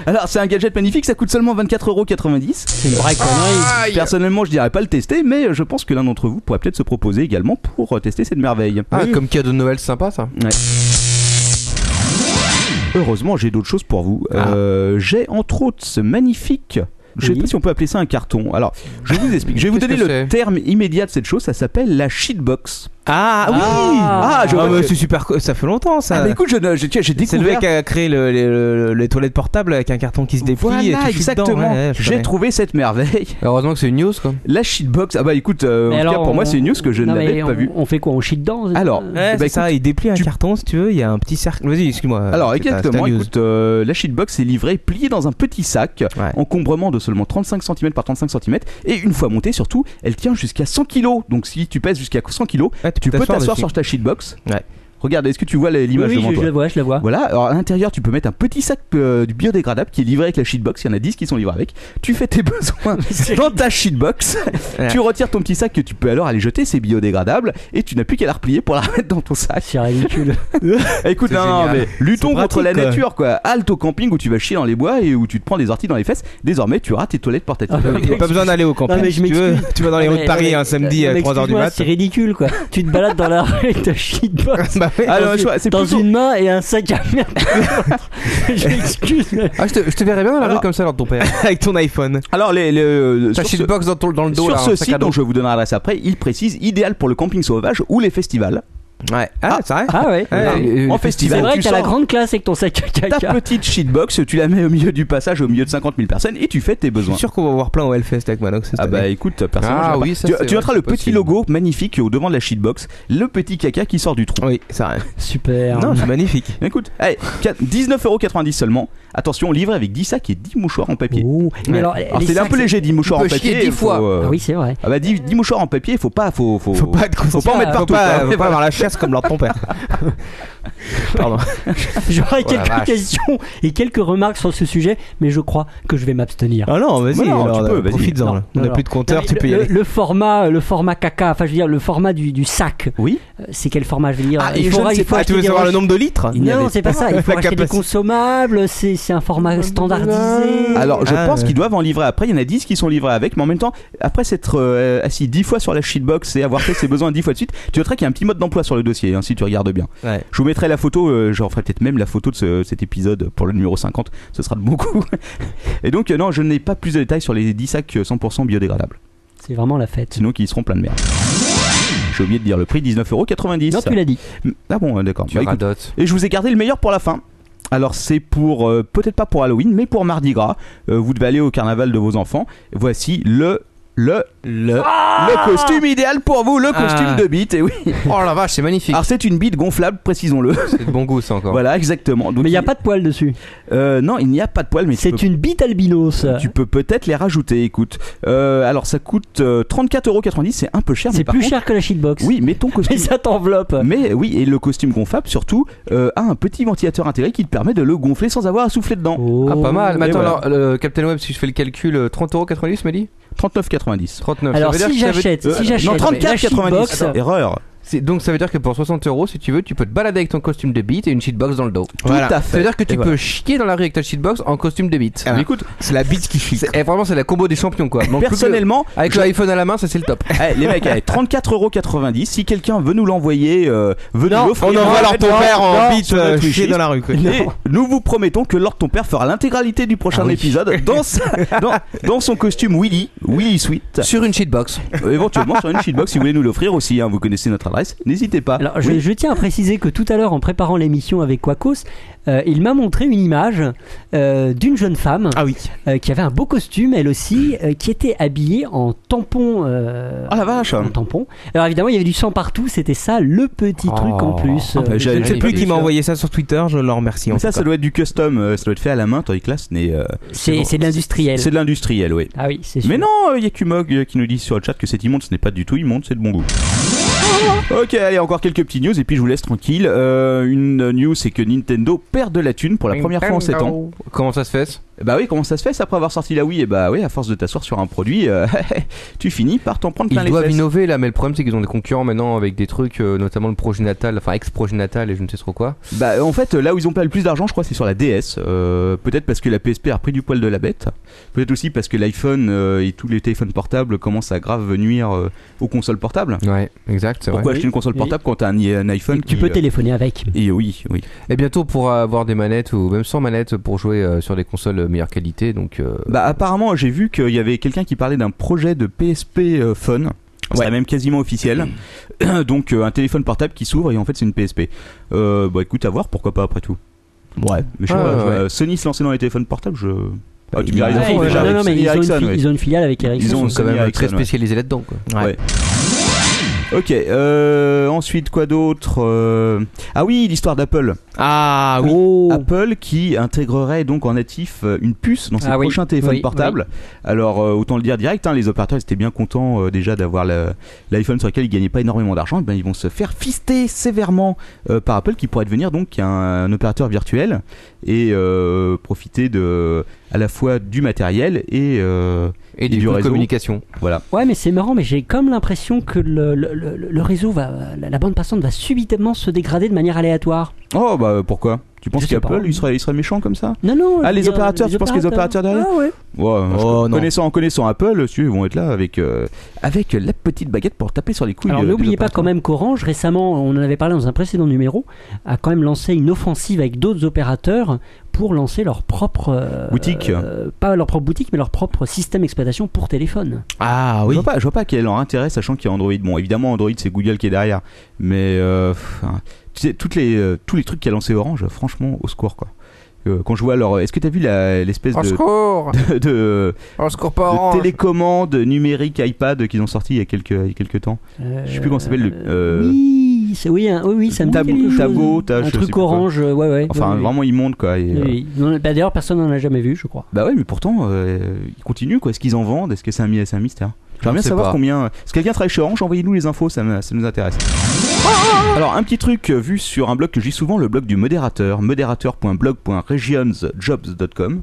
[SPEAKER 6] Alors, c'est un gadget magnifique, ça coûte seulement 24,90€.
[SPEAKER 7] C'est une vraie connerie.
[SPEAKER 2] Aïe.
[SPEAKER 6] Personnellement, je dirais pas le tester, mais je pense que l'un d'entre vous pourrait peut-être se proposer également pour euh, tester cette merveille.
[SPEAKER 9] Ah, comme cadeau de Noël sympa ça.
[SPEAKER 6] Heureusement, j'ai d'autres choses pour vous.
[SPEAKER 9] Ah.
[SPEAKER 6] Euh, j'ai entre autres ce magnifique. Je sais
[SPEAKER 7] Oui.
[SPEAKER 6] pas si on peut appeler ça un carton. Alors, je vous explique. Je vais vous
[SPEAKER 9] Qu'est-ce
[SPEAKER 6] donner
[SPEAKER 9] que
[SPEAKER 6] le
[SPEAKER 9] c'est
[SPEAKER 6] terme immédiat de cette chose. Ça s'appelle la shitbox.
[SPEAKER 8] Ah oui
[SPEAKER 7] Ah.
[SPEAKER 8] Ah, je
[SPEAKER 6] Ah,
[SPEAKER 8] vois
[SPEAKER 6] mais
[SPEAKER 8] que- c'est super. co- Ça fait longtemps
[SPEAKER 6] Ah,
[SPEAKER 8] ça.
[SPEAKER 6] bah écoute, je ne- je- tiens, j'ai
[SPEAKER 8] c'est le mec
[SPEAKER 6] découvert.
[SPEAKER 8] qui a créé le- le- le- les toilettes portables avec un carton qui se déplie et
[SPEAKER 6] Voilà,
[SPEAKER 8] tu chutes dedans.
[SPEAKER 6] exactement.
[SPEAKER 8] Ouais, ouais, je
[SPEAKER 6] j'ai
[SPEAKER 8] connais.
[SPEAKER 6] trouvé cette merveille.
[SPEAKER 9] Heureusement que c'est une news quoi.
[SPEAKER 6] La shitbox. Ah bah écoute, euh, en
[SPEAKER 7] Mais
[SPEAKER 6] tout
[SPEAKER 7] alors,
[SPEAKER 6] cas, pour moi,
[SPEAKER 7] on-
[SPEAKER 6] c'est une news que je
[SPEAKER 7] non,
[SPEAKER 6] n'avais
[SPEAKER 7] mais
[SPEAKER 6] pas
[SPEAKER 7] on-
[SPEAKER 6] vue.
[SPEAKER 7] On fait quoi On chie dedans c'est-
[SPEAKER 6] Alors,
[SPEAKER 7] euh,
[SPEAKER 8] Ouais,
[SPEAKER 6] Eh ben,
[SPEAKER 8] c'est ça, il déplie un
[SPEAKER 6] tu-
[SPEAKER 8] carton si tu veux, il y a un petit cercle. Vas-y, excuse-moi. euh,
[SPEAKER 6] Alors,
[SPEAKER 8] c'est ta-
[SPEAKER 6] exactement,
[SPEAKER 8] c'est ta news.
[SPEAKER 6] écoute, euh, la shitbox est livrée, pliée dans un petit sac,
[SPEAKER 8] Ouais.
[SPEAKER 6] encombrement de seulement 35 cm par 35 cm, et une fois montée, surtout, elle tient jusqu'à 100 kg. Donc, si tu pèses jusqu'à 100 kg,
[SPEAKER 8] Ouais,
[SPEAKER 6] tu peux t'asseoir
[SPEAKER 8] dessus.
[SPEAKER 6] sur ta shitbox.
[SPEAKER 8] Ouais.
[SPEAKER 6] Regarde, est-ce que tu vois la-
[SPEAKER 7] Oui,
[SPEAKER 6] l'image
[SPEAKER 7] oui,
[SPEAKER 6] devant
[SPEAKER 7] je, je
[SPEAKER 6] toi
[SPEAKER 7] la vois, je la vois.
[SPEAKER 6] Voilà, alors à l'intérieur, tu peux mettre un petit sac euh, du biodégradable qui est livré avec la shitbox. Il y en a 10 qui sont livrés avec. Tu fais tes besoins dans ta shitbox.
[SPEAKER 8] Ouais.
[SPEAKER 6] tu retires ton petit sac que tu peux alors aller jeter, c'est biodégradable. Et tu n'as plus qu'à la replier pour la remettre dans ton sac.
[SPEAKER 7] C'est ridicule.
[SPEAKER 6] Écoute, non, non, mais luttons
[SPEAKER 8] C'est
[SPEAKER 6] contre
[SPEAKER 8] pratique,
[SPEAKER 6] la
[SPEAKER 8] quoi.
[SPEAKER 6] nature, quoi. Halte au camping où tu vas chier dans les bois et où tu te prends des orties dans les fesses. Désormais, tu auras tes toilettes portatives.
[SPEAKER 7] Ah,
[SPEAKER 8] Il n'y a pas besoin d'aller au camping.
[SPEAKER 7] Non, mais
[SPEAKER 8] si
[SPEAKER 7] je
[SPEAKER 8] tu, veux,
[SPEAKER 7] m'excuse.
[SPEAKER 8] tu vas dans les
[SPEAKER 7] Non,
[SPEAKER 8] rues
[SPEAKER 7] mais-
[SPEAKER 8] de Paris
[SPEAKER 7] non,
[SPEAKER 8] un
[SPEAKER 7] mais-
[SPEAKER 8] samedi
[SPEAKER 7] non,
[SPEAKER 8] à
[SPEAKER 7] mais
[SPEAKER 8] 3h du
[SPEAKER 7] excuse-moi,
[SPEAKER 8] mat.
[SPEAKER 7] C'est ridicule quoi. tu te balades dans la rue avec ta shitbox.
[SPEAKER 8] Bah ouais.
[SPEAKER 6] Ah, non,
[SPEAKER 7] dans
[SPEAKER 6] je vois, c'est
[SPEAKER 7] dans
[SPEAKER 6] plutôt-
[SPEAKER 7] une main et un sac à merde. je m'excuse. mais-
[SPEAKER 9] Ah, je te, je te verrais bien dans la
[SPEAKER 6] Alors-
[SPEAKER 9] rue comme ça, alors ton père.
[SPEAKER 8] Avec ton iPhone.
[SPEAKER 6] Alors, les, les, euh,
[SPEAKER 9] Ta
[SPEAKER 6] sur ce,
[SPEAKER 9] shitbox dans, ton- dans le dos
[SPEAKER 6] sur
[SPEAKER 9] là.
[SPEAKER 6] ce
[SPEAKER 9] un sac
[SPEAKER 6] site
[SPEAKER 9] à dos.
[SPEAKER 6] dont je vous donnerai l'adresse après, il précise idéal pour le camping sauvage ou les festivals.
[SPEAKER 8] Ouais. Ah, c'est vrai
[SPEAKER 7] Ah ouais.
[SPEAKER 9] Ouais,
[SPEAKER 8] Ouais.
[SPEAKER 9] et- et-
[SPEAKER 6] en
[SPEAKER 7] C'est
[SPEAKER 6] festival,
[SPEAKER 7] vrai
[SPEAKER 6] tu
[SPEAKER 7] que t'as la
[SPEAKER 6] sors
[SPEAKER 7] grande classe avec ton sac à
[SPEAKER 6] ta
[SPEAKER 7] caca.
[SPEAKER 6] petite shitbox, tu la mets au milieu du passage, au milieu de 50 000 personnes, et tu fais tes
[SPEAKER 8] Je
[SPEAKER 6] besoins.
[SPEAKER 8] suis sûr qu'on va voir plein au Hellfest avec Manox. cette
[SPEAKER 6] Ah bah
[SPEAKER 8] année.
[SPEAKER 6] écoute, personnellement,
[SPEAKER 9] Ah
[SPEAKER 6] j'aurais pas-
[SPEAKER 9] oui, ça,
[SPEAKER 6] tu,
[SPEAKER 9] c'est
[SPEAKER 6] tu
[SPEAKER 9] vrai,
[SPEAKER 6] noteras
[SPEAKER 9] c'est
[SPEAKER 6] le petit
[SPEAKER 9] possible.
[SPEAKER 6] logo magnifique au devant de la shitbox, le petit caca qui sort du trou.
[SPEAKER 8] Oui, c'est vrai.
[SPEAKER 7] Super.
[SPEAKER 8] Non, c'est magnifique.
[SPEAKER 6] Écoute, allez, 4- 19,90€ seulement. Attention, livré avec 10 sacs et 10 mouchoirs en papier.
[SPEAKER 7] Oh. Mais
[SPEAKER 6] Ouais.
[SPEAKER 7] alors,
[SPEAKER 6] Alors
[SPEAKER 7] les
[SPEAKER 6] c'est un
[SPEAKER 7] sacs,
[SPEAKER 6] peu léger, 10 mouchoirs en
[SPEAKER 2] peut
[SPEAKER 6] papier.
[SPEAKER 2] chier dix
[SPEAKER 6] faut,
[SPEAKER 2] fois.
[SPEAKER 6] euh,
[SPEAKER 7] Ah oui, c'est vrai.
[SPEAKER 6] Ah bah 10, mouchoirs en papier, faut pas, faut, faut,
[SPEAKER 8] Faut pas être
[SPEAKER 6] faut pas en mettre
[SPEAKER 8] hein. faut
[SPEAKER 6] partout.
[SPEAKER 8] pas,
[SPEAKER 6] quoi.
[SPEAKER 8] faut pas avoir la chasse comme leur ton père. Pardon.
[SPEAKER 7] J'aurais
[SPEAKER 9] Oh la
[SPEAKER 7] quelques
[SPEAKER 9] vache.
[SPEAKER 7] questions et quelques remarques sur ce sujet, mais je crois que je vais m'abstenir.
[SPEAKER 8] Ah non, vas-y,
[SPEAKER 6] Bah non, tu
[SPEAKER 8] alors,
[SPEAKER 6] peux,
[SPEAKER 8] euh,
[SPEAKER 6] vas-y.
[SPEAKER 8] profites-en. là. On
[SPEAKER 7] Non,
[SPEAKER 8] n'a
[SPEAKER 7] non.
[SPEAKER 8] plus de
[SPEAKER 7] Non,
[SPEAKER 8] compteur,
[SPEAKER 7] mais
[SPEAKER 8] tu
[SPEAKER 7] le,
[SPEAKER 8] peux y
[SPEAKER 7] le-
[SPEAKER 8] aller.
[SPEAKER 7] le format, le format caca, enfin je veux dire le format du, du sac,
[SPEAKER 6] Oui.
[SPEAKER 7] euh, c'est quel format je veux dire
[SPEAKER 6] Ah, et je ne sais pas,
[SPEAKER 8] Ah, tu
[SPEAKER 7] acheter
[SPEAKER 8] veux
[SPEAKER 7] des
[SPEAKER 8] savoir le
[SPEAKER 7] roches-
[SPEAKER 8] nombre de litres
[SPEAKER 6] Il n'y
[SPEAKER 7] Non,
[SPEAKER 6] avait
[SPEAKER 7] c'est pas ça. Il faut
[SPEAKER 8] La
[SPEAKER 7] acheter des
[SPEAKER 8] capacité.
[SPEAKER 7] consommables. C'est c'est un format standardisé.
[SPEAKER 6] Alors je
[SPEAKER 8] Ah,
[SPEAKER 6] pense
[SPEAKER 8] ouais.
[SPEAKER 6] qu'ils doivent en livrer après, il y en a 10 qui sont livrés avec, mais en même temps, après s'être euh, assis 10 fois sur la shitbox et avoir fait ses besoins 10 fois de suite, tu noteras qu'il y a un petit mode d'emploi sur le dossier, hein, si tu regardes bien.
[SPEAKER 8] Ouais.
[SPEAKER 6] Je vous mettrai la photo, euh, je referai peut-être même la photo de ce- cet épisode pour le numéro 50, ce sera de bon coup. Et donc euh, non, je n'ai pas plus de détails sur les 10 sacs euh, 100% biodégradables,
[SPEAKER 7] C'est vraiment la fête.
[SPEAKER 6] sinon ils seront plein de merde. J'ai oublié de dire le prix, 19,90€.
[SPEAKER 7] Non, tu l'as dit.
[SPEAKER 6] Ah bon, euh, d'accord.
[SPEAKER 9] Tu
[SPEAKER 6] Bah, écoute,
[SPEAKER 9] radotes.
[SPEAKER 6] Et je vous ai gardé le meilleur pour la fin. Alors c'est pour euh, peut-être pas pour Halloween, mais pour Mardi Gras. Euh, vous devez aller au carnaval de vos enfants. Voici le le le
[SPEAKER 7] Ah
[SPEAKER 6] le costume idéal pour vous, le
[SPEAKER 8] Ah.
[SPEAKER 6] costume de bite. Et oui.
[SPEAKER 9] Oh la vache, c'est magnifique.
[SPEAKER 6] Alors c'est une bite gonflable, précisons-le.
[SPEAKER 9] C'est de bon goût ça encore.
[SPEAKER 6] voilà, exactement. Donc,
[SPEAKER 7] Mais il n'y a pas de poils dessus.
[SPEAKER 6] euh, non, il n'y a pas de poils, mais tu
[SPEAKER 7] C'est
[SPEAKER 6] peux,
[SPEAKER 7] une bite albinos.
[SPEAKER 6] tu peux peut-être les rajouter. Écoute, Euh, alors ça coûte euh, 34,90€. C'est un peu cher, mais
[SPEAKER 7] C'est
[SPEAKER 6] par
[SPEAKER 7] plus
[SPEAKER 6] contre-
[SPEAKER 7] cher que la shitbox.
[SPEAKER 6] Oui, mais ton
[SPEAKER 7] Mais
[SPEAKER 6] costume.
[SPEAKER 7] ça t'enveloppe.
[SPEAKER 6] Mais oui, et le costume gonflable surtout euh, a un petit ventilateur intégré qui te permet de le gonfler sans avoir à souffler dedans.
[SPEAKER 9] Ah, pas mal. Mais
[SPEAKER 6] Et
[SPEAKER 9] attends,
[SPEAKER 6] voilà.
[SPEAKER 9] alors, le Captain Web, si je fais le calcul, euh, 30,90€ m'a dit
[SPEAKER 6] 39,90.
[SPEAKER 9] 39.
[SPEAKER 7] Alors
[SPEAKER 9] ça veut
[SPEAKER 7] si
[SPEAKER 9] dire que ça veut-
[SPEAKER 7] j'achète,
[SPEAKER 6] Euh,
[SPEAKER 7] si j'achète,
[SPEAKER 6] non, 34,90.
[SPEAKER 7] 34,90.
[SPEAKER 6] Erreur.
[SPEAKER 9] c'est- Donc ça veut dire que pour 60 euros, si tu veux, tu peux te balader avec ton costume de bite et une shitbox dans le dos.
[SPEAKER 6] Tout à
[SPEAKER 9] Ça
[SPEAKER 6] fait.
[SPEAKER 9] veut dire que tu
[SPEAKER 6] Et
[SPEAKER 9] peux
[SPEAKER 6] voilà.
[SPEAKER 9] chier dans la rue avec ta shitbox en costume de bite.
[SPEAKER 8] Ah.
[SPEAKER 9] Mais Écoute,
[SPEAKER 8] C'est la bite qui chie.
[SPEAKER 9] c'est- eh, vraiment, c'est la combo des champions quoi. Manque plus que-
[SPEAKER 6] Personnellement,
[SPEAKER 9] Avec l'iPhone à la main, ça c'est le top.
[SPEAKER 6] eh, les mecs, eh, 34,90€. Si quelqu'un veut nous l'envoyer, euh, veut nous l'offrir,
[SPEAKER 8] On envoie
[SPEAKER 6] va
[SPEAKER 8] leur
[SPEAKER 6] mettre
[SPEAKER 8] ton
[SPEAKER 6] dans-
[SPEAKER 8] père en
[SPEAKER 6] dans-
[SPEAKER 8] bite
[SPEAKER 6] sur notre
[SPEAKER 8] euh, chier
[SPEAKER 6] wishlist.
[SPEAKER 8] dans la rue. quoi.
[SPEAKER 6] Et nous vous promettons que Lord ton père fera l'intégralité du
[SPEAKER 8] Ah
[SPEAKER 6] prochain épisode dans, sa- dans, dans son costume Willy, Willy Sweet,
[SPEAKER 9] Sur une shitbox.
[SPEAKER 6] Euh, éventuellement sur une shitbox si vous voulez nous l'offrir aussi, hein, vous connaissez notre adresse, n'hésitez pas.
[SPEAKER 7] Alors, je,
[SPEAKER 6] Oui.
[SPEAKER 7] je tiens à préciser que tout à l'heure, en préparant l'émission avec Quacos, euh, il m'a montré une image euh, d'une jeune femme
[SPEAKER 8] Ah oui.
[SPEAKER 7] euh, qui avait un beau costume, elle aussi, euh, qui était habillée en tampon. euh,
[SPEAKER 6] Ah la vache
[SPEAKER 7] en tampon. Alors évidemment, il y avait du sang partout, c'était ça le petit truc en plus.
[SPEAKER 6] Ah, bah,
[SPEAKER 7] Euh,
[SPEAKER 6] j'ai-
[SPEAKER 8] Oh. Je ne sais plus qui
[SPEAKER 9] Magnifique.
[SPEAKER 8] m'a envoyé ça sur Twitter, je leur remercie. en
[SPEAKER 6] Mais ça,
[SPEAKER 8] tout
[SPEAKER 6] ça
[SPEAKER 8] cas.
[SPEAKER 6] doit être du custom, euh, ça doit être fait à la main, tandis que là, ce n'est, euh,
[SPEAKER 7] c'est c'est de l'industriel.
[SPEAKER 6] c'est de l'industriel, oui.
[SPEAKER 7] Ah oui, c'est sûr.
[SPEAKER 6] Mais non, il y a Kumog euh, qui nous dit sur le chat que c'est immonde, ce n'est pas du tout immonde, c'est de bon goût. Ok, allez, encore quelques petites news et puis je vous laisse tranquille. Euh, une news, c'est que Nintendo perd de la thune pour la première fois en 7 ans.
[SPEAKER 9] Comment ça se fait
[SPEAKER 6] Bah oui, comment ça se fait c'est après avoir sorti la Wii Et bah oui, à force de t'asseoir sur un produit, euh, tu finis par t'en prendre plein
[SPEAKER 9] Ils
[SPEAKER 6] les
[SPEAKER 9] doivent
[SPEAKER 6] fesses.
[SPEAKER 9] innover là, mais le problème c'est qu'ils ont des concurrents maintenant avec des trucs, euh, notamment le progénatal, enfin ex-progénatal et je ne sais trop quoi.
[SPEAKER 6] Bah en fait, là où ils ont pas le plus d'argent, je crois, c'est sur la DS. Euh, peut-être parce que la PSP a repris du poil de la bête. Peut-être aussi parce que l'iPhone euh, et tous les téléphones portables commencent à grave nuire euh, aux consoles portables.
[SPEAKER 9] Ouais, exact, c'est vrai.
[SPEAKER 6] Pourquoi
[SPEAKER 7] Oui.
[SPEAKER 6] acheter une console
[SPEAKER 7] Oui.
[SPEAKER 6] portable quand t'as un, i- un iPhone
[SPEAKER 7] Tu
[SPEAKER 6] qui,
[SPEAKER 7] peux
[SPEAKER 6] euh,
[SPEAKER 7] téléphoner avec.
[SPEAKER 6] Et oui, oui.
[SPEAKER 9] Et bientôt pour avoir des manettes ou même sans manettes pour jouer euh, sur des consoles euh, meilleure qualité, donc euh,
[SPEAKER 6] Bah apparemment, j'ai vu qu'il y avait quelqu'un qui parlait d'un projet de PSP euh, Phone. C'est même quasiment officiel. Donc euh, un téléphone portable qui s'ouvre et en fait c'est une PSP. Euh, bah écoute, à voir, pourquoi pas après tout. Ouais. Mais je sais
[SPEAKER 9] Ah,
[SPEAKER 6] pas,
[SPEAKER 9] ouais.
[SPEAKER 6] euh, Sony se lancer dans les téléphones portables, je... Ah, tu me diras,
[SPEAKER 7] Bah, Ouais,
[SPEAKER 6] ils en font
[SPEAKER 7] ils- non,
[SPEAKER 6] déjà avec
[SPEAKER 7] non, mais
[SPEAKER 6] Sony
[SPEAKER 7] ils ont, une
[SPEAKER 6] Ericsson,
[SPEAKER 7] fi-
[SPEAKER 6] ouais.
[SPEAKER 7] ils ont une filiale avec Ericsson.
[SPEAKER 6] Ils ont
[SPEAKER 9] ils sont quand
[SPEAKER 6] Sony
[SPEAKER 9] même euh,
[SPEAKER 6] Ericsson,
[SPEAKER 9] très
[SPEAKER 6] ouais.
[SPEAKER 9] spécialisés là-dedans. quoi.
[SPEAKER 6] Ok, euh, ensuite quoi d'autre Euh, Ah oui, l'histoire d'Apple.
[SPEAKER 8] Ah oui.
[SPEAKER 7] Oh.
[SPEAKER 6] Apple qui intégrerait donc en natif euh, une puce dans ses
[SPEAKER 7] Ah oui,
[SPEAKER 6] prochains téléphones
[SPEAKER 7] oui,
[SPEAKER 6] portables. Alors euh, autant le dire direct, hein, les opérateurs ils étaient bien contents euh, déjà d'avoir la- l'iPhone sur lequel ils gagnaient pas énormément d'argent. Et ben ils vont se faire fister sévèrement euh, par Apple qui pourrait devenir donc un, un opérateur virtuel et euh, profiter de à la fois du matériel et euh,
[SPEAKER 9] Et, des
[SPEAKER 6] du
[SPEAKER 9] coûts de
[SPEAKER 6] réseau.
[SPEAKER 9] communication.
[SPEAKER 6] voilà.
[SPEAKER 7] Ouais, mais c'est marrant, mais j'ai comme l'impression que le, le- le- le réseau va, la la bande passante va subitement se dégrader de manière aléatoire.
[SPEAKER 6] Oh bah pourquoi Tu penses
[SPEAKER 7] sais pas.
[SPEAKER 6] qu'Apple il serait, il serait méchant comme ça
[SPEAKER 7] Non, non. je
[SPEAKER 6] Ah,
[SPEAKER 7] veux
[SPEAKER 6] les opérateurs, tu penses que les opérateurs derrière
[SPEAKER 7] Ah ouais.
[SPEAKER 6] Ouais, je-
[SPEAKER 8] Oh, non.
[SPEAKER 6] connaissant, en connaissant Apple, si, ils vont être là avec, euh, avec la petite baguette pour taper sur les couilles.
[SPEAKER 7] Alors
[SPEAKER 6] euh, des
[SPEAKER 7] n'oubliez pas quand
[SPEAKER 6] opérateurs.
[SPEAKER 7] même qu'Orange, récemment, on en avait parlé dans un précédent numéro, a quand même lancé une offensive avec d'autres opérateurs pour lancer leur propre euh,
[SPEAKER 6] Boutique.
[SPEAKER 7] euh, pas leur propre boutique, mais leur propre système d'exploitation pour téléphone.
[SPEAKER 8] Ah
[SPEAKER 6] Je
[SPEAKER 8] oui.
[SPEAKER 6] vois pas, je vois pas quel est leur intérêt, sachant qu'il y a Android. Bon, évidemment, Android, c'est Google qui est derrière. Mais euh, pff, hein, tu sais, toutes les, euh, tous les trucs qu'a lancé Orange, franchement, au secours, quoi. Euh, quand je vois leur. Est-ce que t'as vu la- l'espèce de,
[SPEAKER 9] secours
[SPEAKER 6] de, de-
[SPEAKER 9] Au secours pas
[SPEAKER 6] de télécommande numérique iPad qu'ils ont sorti il y a quelques, il y a quelques temps Je sais plus comment ça s'appelle, le- euh,
[SPEAKER 7] Oui, c'est oui, un- oui, oui, ça me dit
[SPEAKER 6] Tab-
[SPEAKER 7] quelque chose.
[SPEAKER 6] Tableau, t'as- je
[SPEAKER 7] un
[SPEAKER 6] sais plus
[SPEAKER 7] truc
[SPEAKER 6] quoi.
[SPEAKER 7] orange, euh, ouais, ouais.
[SPEAKER 6] Enfin,
[SPEAKER 7] ouais, ouais.
[SPEAKER 6] vraiment immonde, quoi. et,
[SPEAKER 7] Oui,
[SPEAKER 6] euh,
[SPEAKER 7] oui. Non, bah, D'ailleurs, personne n'en a jamais vu, je crois.
[SPEAKER 6] Bah ouais, mais pourtant, euh, ils continuent quoi. Est-ce qu'ils en vendent Est-ce que c'est un, mi- c'est un mystère J'aimerais bien
[SPEAKER 9] sais
[SPEAKER 6] savoir
[SPEAKER 9] pas.
[SPEAKER 6] combien. Si quelqu'un travaille chez Orange, envoyez-nous les infos, ça, me- ça nous intéresse. Alors, un petit truc euh, vu sur un blog que je lis souvent, le blog du modérateur, modérateur.blog.regionsjobs.com,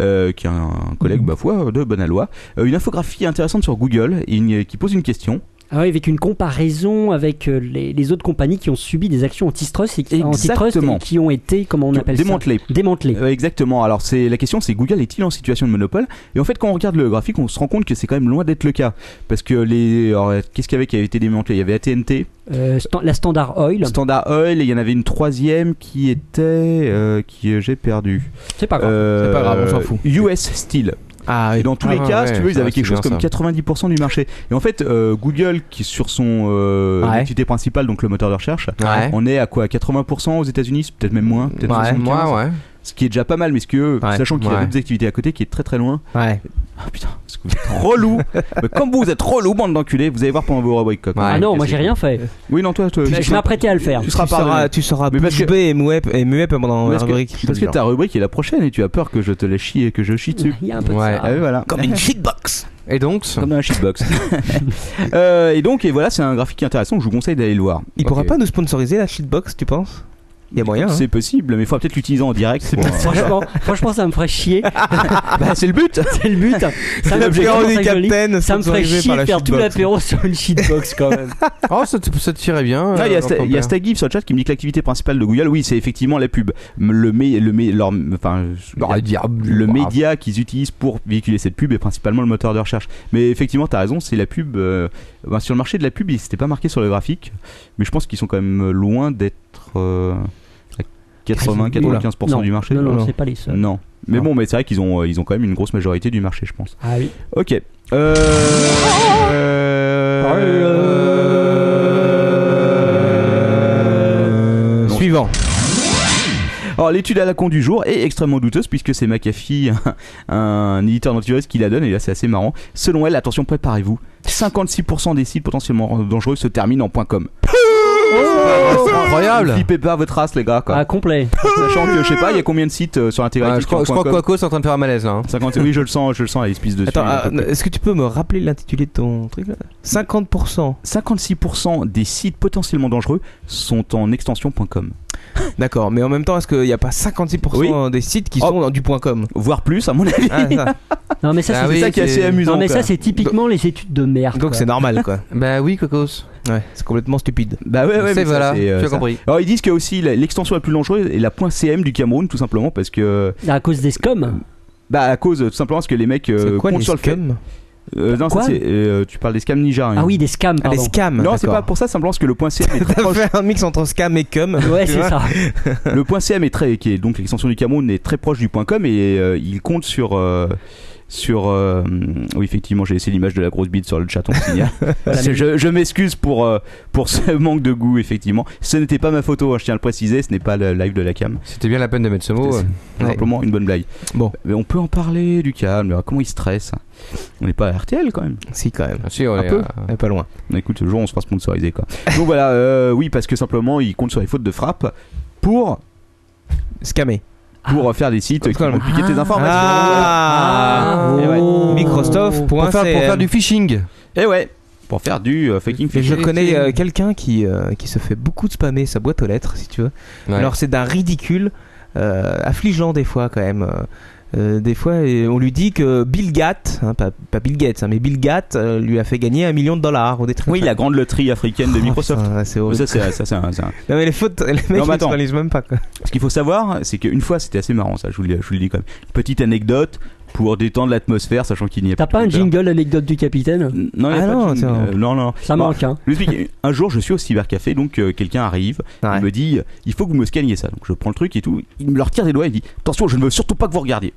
[SPEAKER 6] euh, qui est un collègue, ma foi, de Bonalois. Euh, une infographie intéressante sur Google et une- qui pose une question.
[SPEAKER 7] Ah oui, avec une comparaison avec euh, les, les autres compagnies qui ont subi des actions antitrust et qui, antitrust
[SPEAKER 6] Exactement.
[SPEAKER 7] et qui ont été, comment on appelle
[SPEAKER 6] Démantelée.
[SPEAKER 7] ça Démantelées.
[SPEAKER 6] Euh, exactement. Alors c'est la question, c'est Google est-il en situation de monopole Et en fait, quand on regarde le graphique, on se rend compte que c'est quand même loin d'être le cas, parce que les, alors, euh, qu'est-ce qu'il y avait qui avait été démantelé Il y avait AT&T,
[SPEAKER 7] Euh, Stan- la Standard Oil,
[SPEAKER 6] Standard Oil, et il y en avait une troisième qui était, euh, qui euh, j'ai perdu.
[SPEAKER 7] c'est pas grave.
[SPEAKER 6] Euh,
[SPEAKER 8] C'est pas grave, on s'en fout.
[SPEAKER 6] US Steel.
[SPEAKER 8] Ah
[SPEAKER 6] Et
[SPEAKER 8] oui.
[SPEAKER 6] dans tous
[SPEAKER 9] Ah
[SPEAKER 6] les
[SPEAKER 9] ouais,
[SPEAKER 6] cas, si
[SPEAKER 9] ouais,
[SPEAKER 6] tu veux, ils
[SPEAKER 9] ça,
[SPEAKER 6] avaient
[SPEAKER 9] c'est
[SPEAKER 6] quelque chose
[SPEAKER 9] bien
[SPEAKER 6] comme
[SPEAKER 9] ça.
[SPEAKER 6] 90% du marché. Et en fait, euh, Google, qui sur son euh,
[SPEAKER 8] Ouais.
[SPEAKER 6] entité principale, donc le moteur de recherche,
[SPEAKER 9] Ouais.
[SPEAKER 6] on est à quoi 80% aux États-Unis, peut-être même moins, peut-être
[SPEAKER 9] Ouais,
[SPEAKER 6] 75.
[SPEAKER 9] moi, ouais.
[SPEAKER 6] Ce qui est déjà pas mal, mais ce que,
[SPEAKER 8] Ouais,
[SPEAKER 6] sachant qu'il y a
[SPEAKER 9] ouais.
[SPEAKER 6] d'autres activités à côté qui est très très loin.
[SPEAKER 8] Ouais.
[SPEAKER 6] Ah putain, parce que vous êtes relou. Mais comme vous êtes relou, bande d'enculés, vous allez voir pendant vos rubriques. quoi.
[SPEAKER 7] ah
[SPEAKER 9] ouais,
[SPEAKER 7] non,
[SPEAKER 6] Qu'est-ce
[SPEAKER 7] moi
[SPEAKER 6] que
[SPEAKER 7] j'ai
[SPEAKER 6] c'est
[SPEAKER 7] rien fait.
[SPEAKER 6] Oui, non, toi, toi
[SPEAKER 7] Je
[SPEAKER 6] tu-
[SPEAKER 7] m'apprêtais à le faire.
[SPEAKER 6] tu
[SPEAKER 8] Tu
[SPEAKER 6] seras
[SPEAKER 8] seras,
[SPEAKER 6] pardonné.
[SPEAKER 8] tu seras
[SPEAKER 6] Mais parce que-
[SPEAKER 8] bouche bée et muet, et muet pendant la
[SPEAKER 6] Parce que,
[SPEAKER 8] rubrique. je te
[SPEAKER 6] parce que
[SPEAKER 8] jure.
[SPEAKER 6] ta rubrique est la prochaine et tu as peur que je te la chie et que je chie dessus.
[SPEAKER 7] Il y a un peu de
[SPEAKER 9] Ouais.
[SPEAKER 7] ça.
[SPEAKER 6] Ah oui, voilà.
[SPEAKER 8] Comme une shitbox.
[SPEAKER 9] Et donc
[SPEAKER 6] Comme dans la shitbox. Euh, et donc, et voilà, c'est un graphique intéressant que je vous conseille d'aller le voir.
[SPEAKER 8] Il
[SPEAKER 9] Ok.
[SPEAKER 8] pourra pas nous sponsoriser la shitbox, tu penses Il y a moyen. hein.
[SPEAKER 6] C'est possible, mais il faudra peut-être l'utiliser en direct. pour, euh,
[SPEAKER 7] Franchement, franchement, ça me ferait chier.
[SPEAKER 6] bah, c'est le but
[SPEAKER 7] C'est le but. Ça me ferait,
[SPEAKER 8] L'apéro
[SPEAKER 7] vraiment
[SPEAKER 8] du
[SPEAKER 7] très joli.
[SPEAKER 8] capitaine
[SPEAKER 7] Ça me ferait
[SPEAKER 8] sponsorisé
[SPEAKER 7] chier
[SPEAKER 8] par
[SPEAKER 7] de
[SPEAKER 8] la
[SPEAKER 7] faire tout
[SPEAKER 8] shitbox.
[SPEAKER 7] l'apéro sur une shitbox quand même.
[SPEAKER 9] Oh, ça te, ça te tirait bien.
[SPEAKER 6] Ah, Il y
[SPEAKER 9] euh,
[SPEAKER 6] a, Sta- il y a
[SPEAKER 9] Jean-Pierre.
[SPEAKER 6] Staggy sur le chat qui me dit que l'activité principale de Google, oui, c'est effectivement la pub. Le, mé- le, mé- leur, enfin,
[SPEAKER 9] Bah,
[SPEAKER 6] il y a-
[SPEAKER 9] diable.
[SPEAKER 6] le
[SPEAKER 9] Bah,
[SPEAKER 6] média qu'ils utilisent pour véhiculer cette pub est principalement le moteur de recherche. Mais effectivement, tu as raison, c'est la pub. euh, ben, sur le marché de la pub, c'était pas marqué sur le graphique, mais je pense qu'ils sont quand même loin d'être euh, à 80-95%
[SPEAKER 7] Non,
[SPEAKER 6] du marché.
[SPEAKER 7] Non, non,
[SPEAKER 6] Non.
[SPEAKER 7] c'est pas les seuls.
[SPEAKER 6] Non. Mais
[SPEAKER 7] Non.
[SPEAKER 6] bon, mais c'est vrai qu'ils ont, euh, ils ont quand même une grosse majorité du marché, je pense.
[SPEAKER 7] Ah oui.
[SPEAKER 6] Ok. Euh,
[SPEAKER 8] Euh,
[SPEAKER 6] Non.
[SPEAKER 8] Suivant.
[SPEAKER 6] Alors l'étude à la con du jour est extrêmement douteuse puisque c'est McAfee, un, un éditeur d'antivirus qui la donne et là c'est assez marrant. Selon elle, attention préparez-vous, 56% des sites potentiellement dangereux se terminent en .com.
[SPEAKER 10] Oh,
[SPEAKER 9] c'est incroyable.
[SPEAKER 6] Flippez pas votre race les gars
[SPEAKER 7] Ah,
[SPEAKER 6] quoi.
[SPEAKER 7] complet.
[SPEAKER 6] Sachant que je sais pas, il y a combien de sites euh, sur
[SPEAKER 9] Ah,
[SPEAKER 6] l'intégralité
[SPEAKER 9] je, crois, je
[SPEAKER 6] qui ont
[SPEAKER 9] crois que
[SPEAKER 6] .com
[SPEAKER 9] Quaco est en train de faire un malaise là. hein.
[SPEAKER 6] 50 oui je le sens, je le sens, elle se pisse dessus.
[SPEAKER 8] Attends,
[SPEAKER 6] il en
[SPEAKER 8] ah,
[SPEAKER 6] peut plus.
[SPEAKER 8] est-ce que tu peux me rappeler l'intitulé de ton truc là 50%.
[SPEAKER 6] 56% des sites potentiellement dangereux sont en extension .com.
[SPEAKER 8] D'accord, mais en même temps, est-ce qu'il n'y a pas 56% des sites qui
[SPEAKER 6] Oh.
[SPEAKER 8] sont dans du point .com
[SPEAKER 6] Voire plus, à mon avis.
[SPEAKER 8] Ah, ça.
[SPEAKER 7] Non, mais ça, Bah c'est
[SPEAKER 9] Ah oui,
[SPEAKER 6] c'est ça qui est
[SPEAKER 9] c'est-
[SPEAKER 6] assez amusant.
[SPEAKER 7] non, mais ça,
[SPEAKER 6] quoi.
[SPEAKER 7] c'est typiquement les études de merde.
[SPEAKER 8] Donc
[SPEAKER 7] quoi.
[SPEAKER 8] c'est normal quoi.
[SPEAKER 9] Bah oui, Cocos.
[SPEAKER 8] Ouais, c'est complètement stupide.
[SPEAKER 6] Bah ouais, ouais, mais
[SPEAKER 9] c'est
[SPEAKER 6] ça,
[SPEAKER 9] voilà,
[SPEAKER 6] c'est, euh,
[SPEAKER 9] tu as
[SPEAKER 6] ça.
[SPEAKER 9] compris.
[SPEAKER 6] Alors ils disent que aussi la- l'extension la plus dangereuse est la .cm du Cameroun tout simplement parce que
[SPEAKER 7] à cause des scums.
[SPEAKER 6] bah à cause tout simplement parce que les mecs euh,
[SPEAKER 8] c'est quoi
[SPEAKER 6] comptent
[SPEAKER 8] les
[SPEAKER 6] sur le fait.
[SPEAKER 8] scams
[SPEAKER 6] Euh, non, ça,
[SPEAKER 7] Quoi
[SPEAKER 6] c'est, euh, tu parles des scams nigériens.
[SPEAKER 7] Ah oui, des scams.
[SPEAKER 8] Ah, les
[SPEAKER 7] pardon.
[SPEAKER 8] scams
[SPEAKER 6] Non, c'est pas
[SPEAKER 8] d'accord.
[SPEAKER 6] pour ça simplement parce que le point .cm est très
[SPEAKER 8] T'as
[SPEAKER 6] proche.
[SPEAKER 8] fait un mix entre scam et cum.
[SPEAKER 7] Ouais,
[SPEAKER 8] tu
[SPEAKER 7] c'est
[SPEAKER 8] vois.
[SPEAKER 7] ça.
[SPEAKER 6] le point .cm est très qui est donc l'extension du Cameroun est très proche du point .com et euh, il compte sur euh, sur euh, oui effectivement j'ai laissé l'image de la grosse bite sur le chat on le signale. C'est- je je m'excuse pour euh, pour ce manque de goût effectivement. Ce n'était pas ma photo, hein, je tiens à le préciser, ce n'est pas le live de la cam.
[SPEAKER 9] C'était bien la peine de mettre ce mot.
[SPEAKER 6] C'est-
[SPEAKER 9] euh.
[SPEAKER 6] Tout
[SPEAKER 8] Ouais.
[SPEAKER 6] Simplement une bonne blague.
[SPEAKER 8] Bon.
[SPEAKER 6] Mais on peut en parler du calme, alors comment il stresse. On n'est pas à RTL quand même.
[SPEAKER 8] Si quand même.
[SPEAKER 9] Bien sûr,
[SPEAKER 8] Un
[SPEAKER 9] les,
[SPEAKER 8] peu. Bah,
[SPEAKER 9] euh,
[SPEAKER 8] Mais pas loin.
[SPEAKER 6] Mais Écoute, ce jour on se fera sponsoriser quoi. Donc voilà, euh, oui parce que simplement il compte sur les fautes de frappe pour
[SPEAKER 8] Scammer.
[SPEAKER 6] pour
[SPEAKER 7] Ah.
[SPEAKER 6] faire des sites qui
[SPEAKER 8] Calme.
[SPEAKER 6] vont piquer tes informations.
[SPEAKER 8] Ah,
[SPEAKER 6] Et ouais.
[SPEAKER 8] Microsoft.
[SPEAKER 9] Pour, faire, pour
[SPEAKER 8] CM.
[SPEAKER 9] faire du phishing.
[SPEAKER 6] Et Eh ouais, pour faire du euh, faking
[SPEAKER 8] Et je
[SPEAKER 6] fichier.
[SPEAKER 8] connais euh, quelqu'un qui, euh, qui se fait beaucoup de spammer sa boîte aux lettres, si tu veux.
[SPEAKER 9] Ouais.
[SPEAKER 8] Alors c'est d'un ridicule, euh, affligeant des fois quand même. Euh, euh, des fois, et on lui dit que Bill Gates, hein, pas, pas Bill Gates, hein, mais Bill Gates euh, lui a fait gagner un million de dollars au détriment.
[SPEAKER 6] Oui, la grande loterie africaine de
[SPEAKER 8] Oh,
[SPEAKER 6] Microsoft.
[SPEAKER 8] putain, ouais, c'est
[SPEAKER 6] ça
[SPEAKER 8] horrible.
[SPEAKER 6] c'est ça c'est un, c'est un-
[SPEAKER 8] Non mais les fautes, les mecs
[SPEAKER 6] mais
[SPEAKER 8] ils
[SPEAKER 6] attends.
[SPEAKER 8] se réalisent même pas quoi.
[SPEAKER 6] Ce qu'il faut savoir, c'est qu'une fois, c'était assez marrant ça. Je vous, le, je vous le dis quand même. Petite anecdote pour détendre l'atmosphère, sachant qu'il n'y a
[SPEAKER 7] T'as
[SPEAKER 6] plus de
[SPEAKER 7] pas un
[SPEAKER 6] Twitter.
[SPEAKER 7] jingle anecdote du capitaine
[SPEAKER 6] Non, il y a pas de
[SPEAKER 8] Ah non,
[SPEAKER 6] jingle.
[SPEAKER 8] tiens.
[SPEAKER 6] Euh, non, non.
[SPEAKER 7] Ça
[SPEAKER 6] Bon,
[SPEAKER 7] manque, hein.
[SPEAKER 6] je vous explique. Un jour, je suis au cybercafé, donc euh, quelqu'un arrive,
[SPEAKER 8] Ouais.
[SPEAKER 6] il me dit, euh, il faut que vous me scanniez ça. Donc je prends le truc et tout. Il me le retire des doigts et il dit, attention, je ne veux surtout pas que vous regardiez.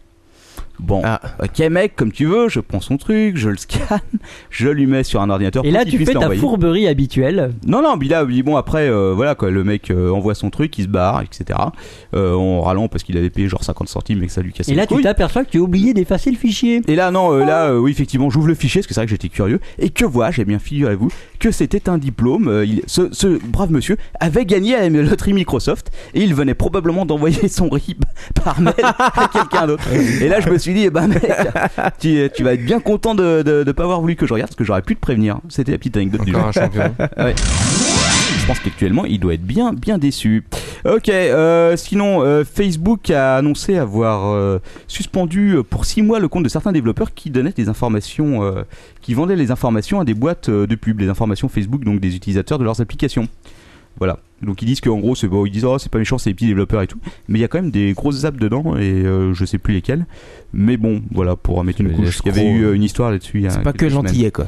[SPEAKER 6] Bon,
[SPEAKER 8] Ah.
[SPEAKER 6] ok mec, comme tu veux, je prends son truc, je le scanne, je lui mets sur un ordinateur.
[SPEAKER 7] Et
[SPEAKER 6] pour
[SPEAKER 7] là,
[SPEAKER 6] qu'il
[SPEAKER 7] tu
[SPEAKER 6] puisse
[SPEAKER 7] fais ta
[SPEAKER 6] l'envoyer.
[SPEAKER 7] fourberie habituelle.
[SPEAKER 6] Non, non, mais là, oui, bon, après, euh, voilà, quoi, le mec euh, envoie son truc, il se barre, etc. Euh, en râlant parce qu'il avait payé genre 50 centimes et que ça lui cassait
[SPEAKER 7] Et là,
[SPEAKER 6] les
[SPEAKER 7] tu
[SPEAKER 6] couilles.
[SPEAKER 7] t'aperçois que tu as oublié d'effacer le fichier.
[SPEAKER 6] Et là, non, euh, là, euh, oui, effectivement, j'ouvre le fichier, parce que c'est vrai que j'étais curieux. Et que vois, j'ai bien, figurez-vous, que c'était un diplôme. euh, il- ce, ce brave monsieur avait gagné à la loterie Microsoft, et il venait probablement d'envoyer son RIB par mail à quelqu'un d'autre. Et là, je me suis dit, eh ben, mec, tu, tu vas être bien content de de- de pas avoir voulu que je regarde, parce que j'aurais pu te prévenir. C'était la petite anecdote du jour.
[SPEAKER 9] Encore un champion.
[SPEAKER 6] Je pense qu'actuellement, il doit être bien, bien déçu. Ok, euh, sinon, euh, Facebook a annoncé avoir euh, suspendu euh, pour 6 mois le compte de certains développeurs qui donnaient des informations, euh, qui vendaient les informations à des boîtes euh, de pub, les informations Facebook, donc des utilisateurs de leurs applications. Voilà. Donc ils disent qu'en gros, c'est bon, ils disent oh c'est pas méchant, c'est les petits développeurs et tout, mais il y a quand même des grosses apps dedans et euh, je sais plus lesquelles. Mais bon, voilà pour mettre une
[SPEAKER 9] Les
[SPEAKER 6] couche. Il y avait
[SPEAKER 9] escrocs.
[SPEAKER 6] eu euh, une histoire là-dessus. il y a
[SPEAKER 8] C'est pas que
[SPEAKER 6] quelques semaines.
[SPEAKER 8] gentillet quoi.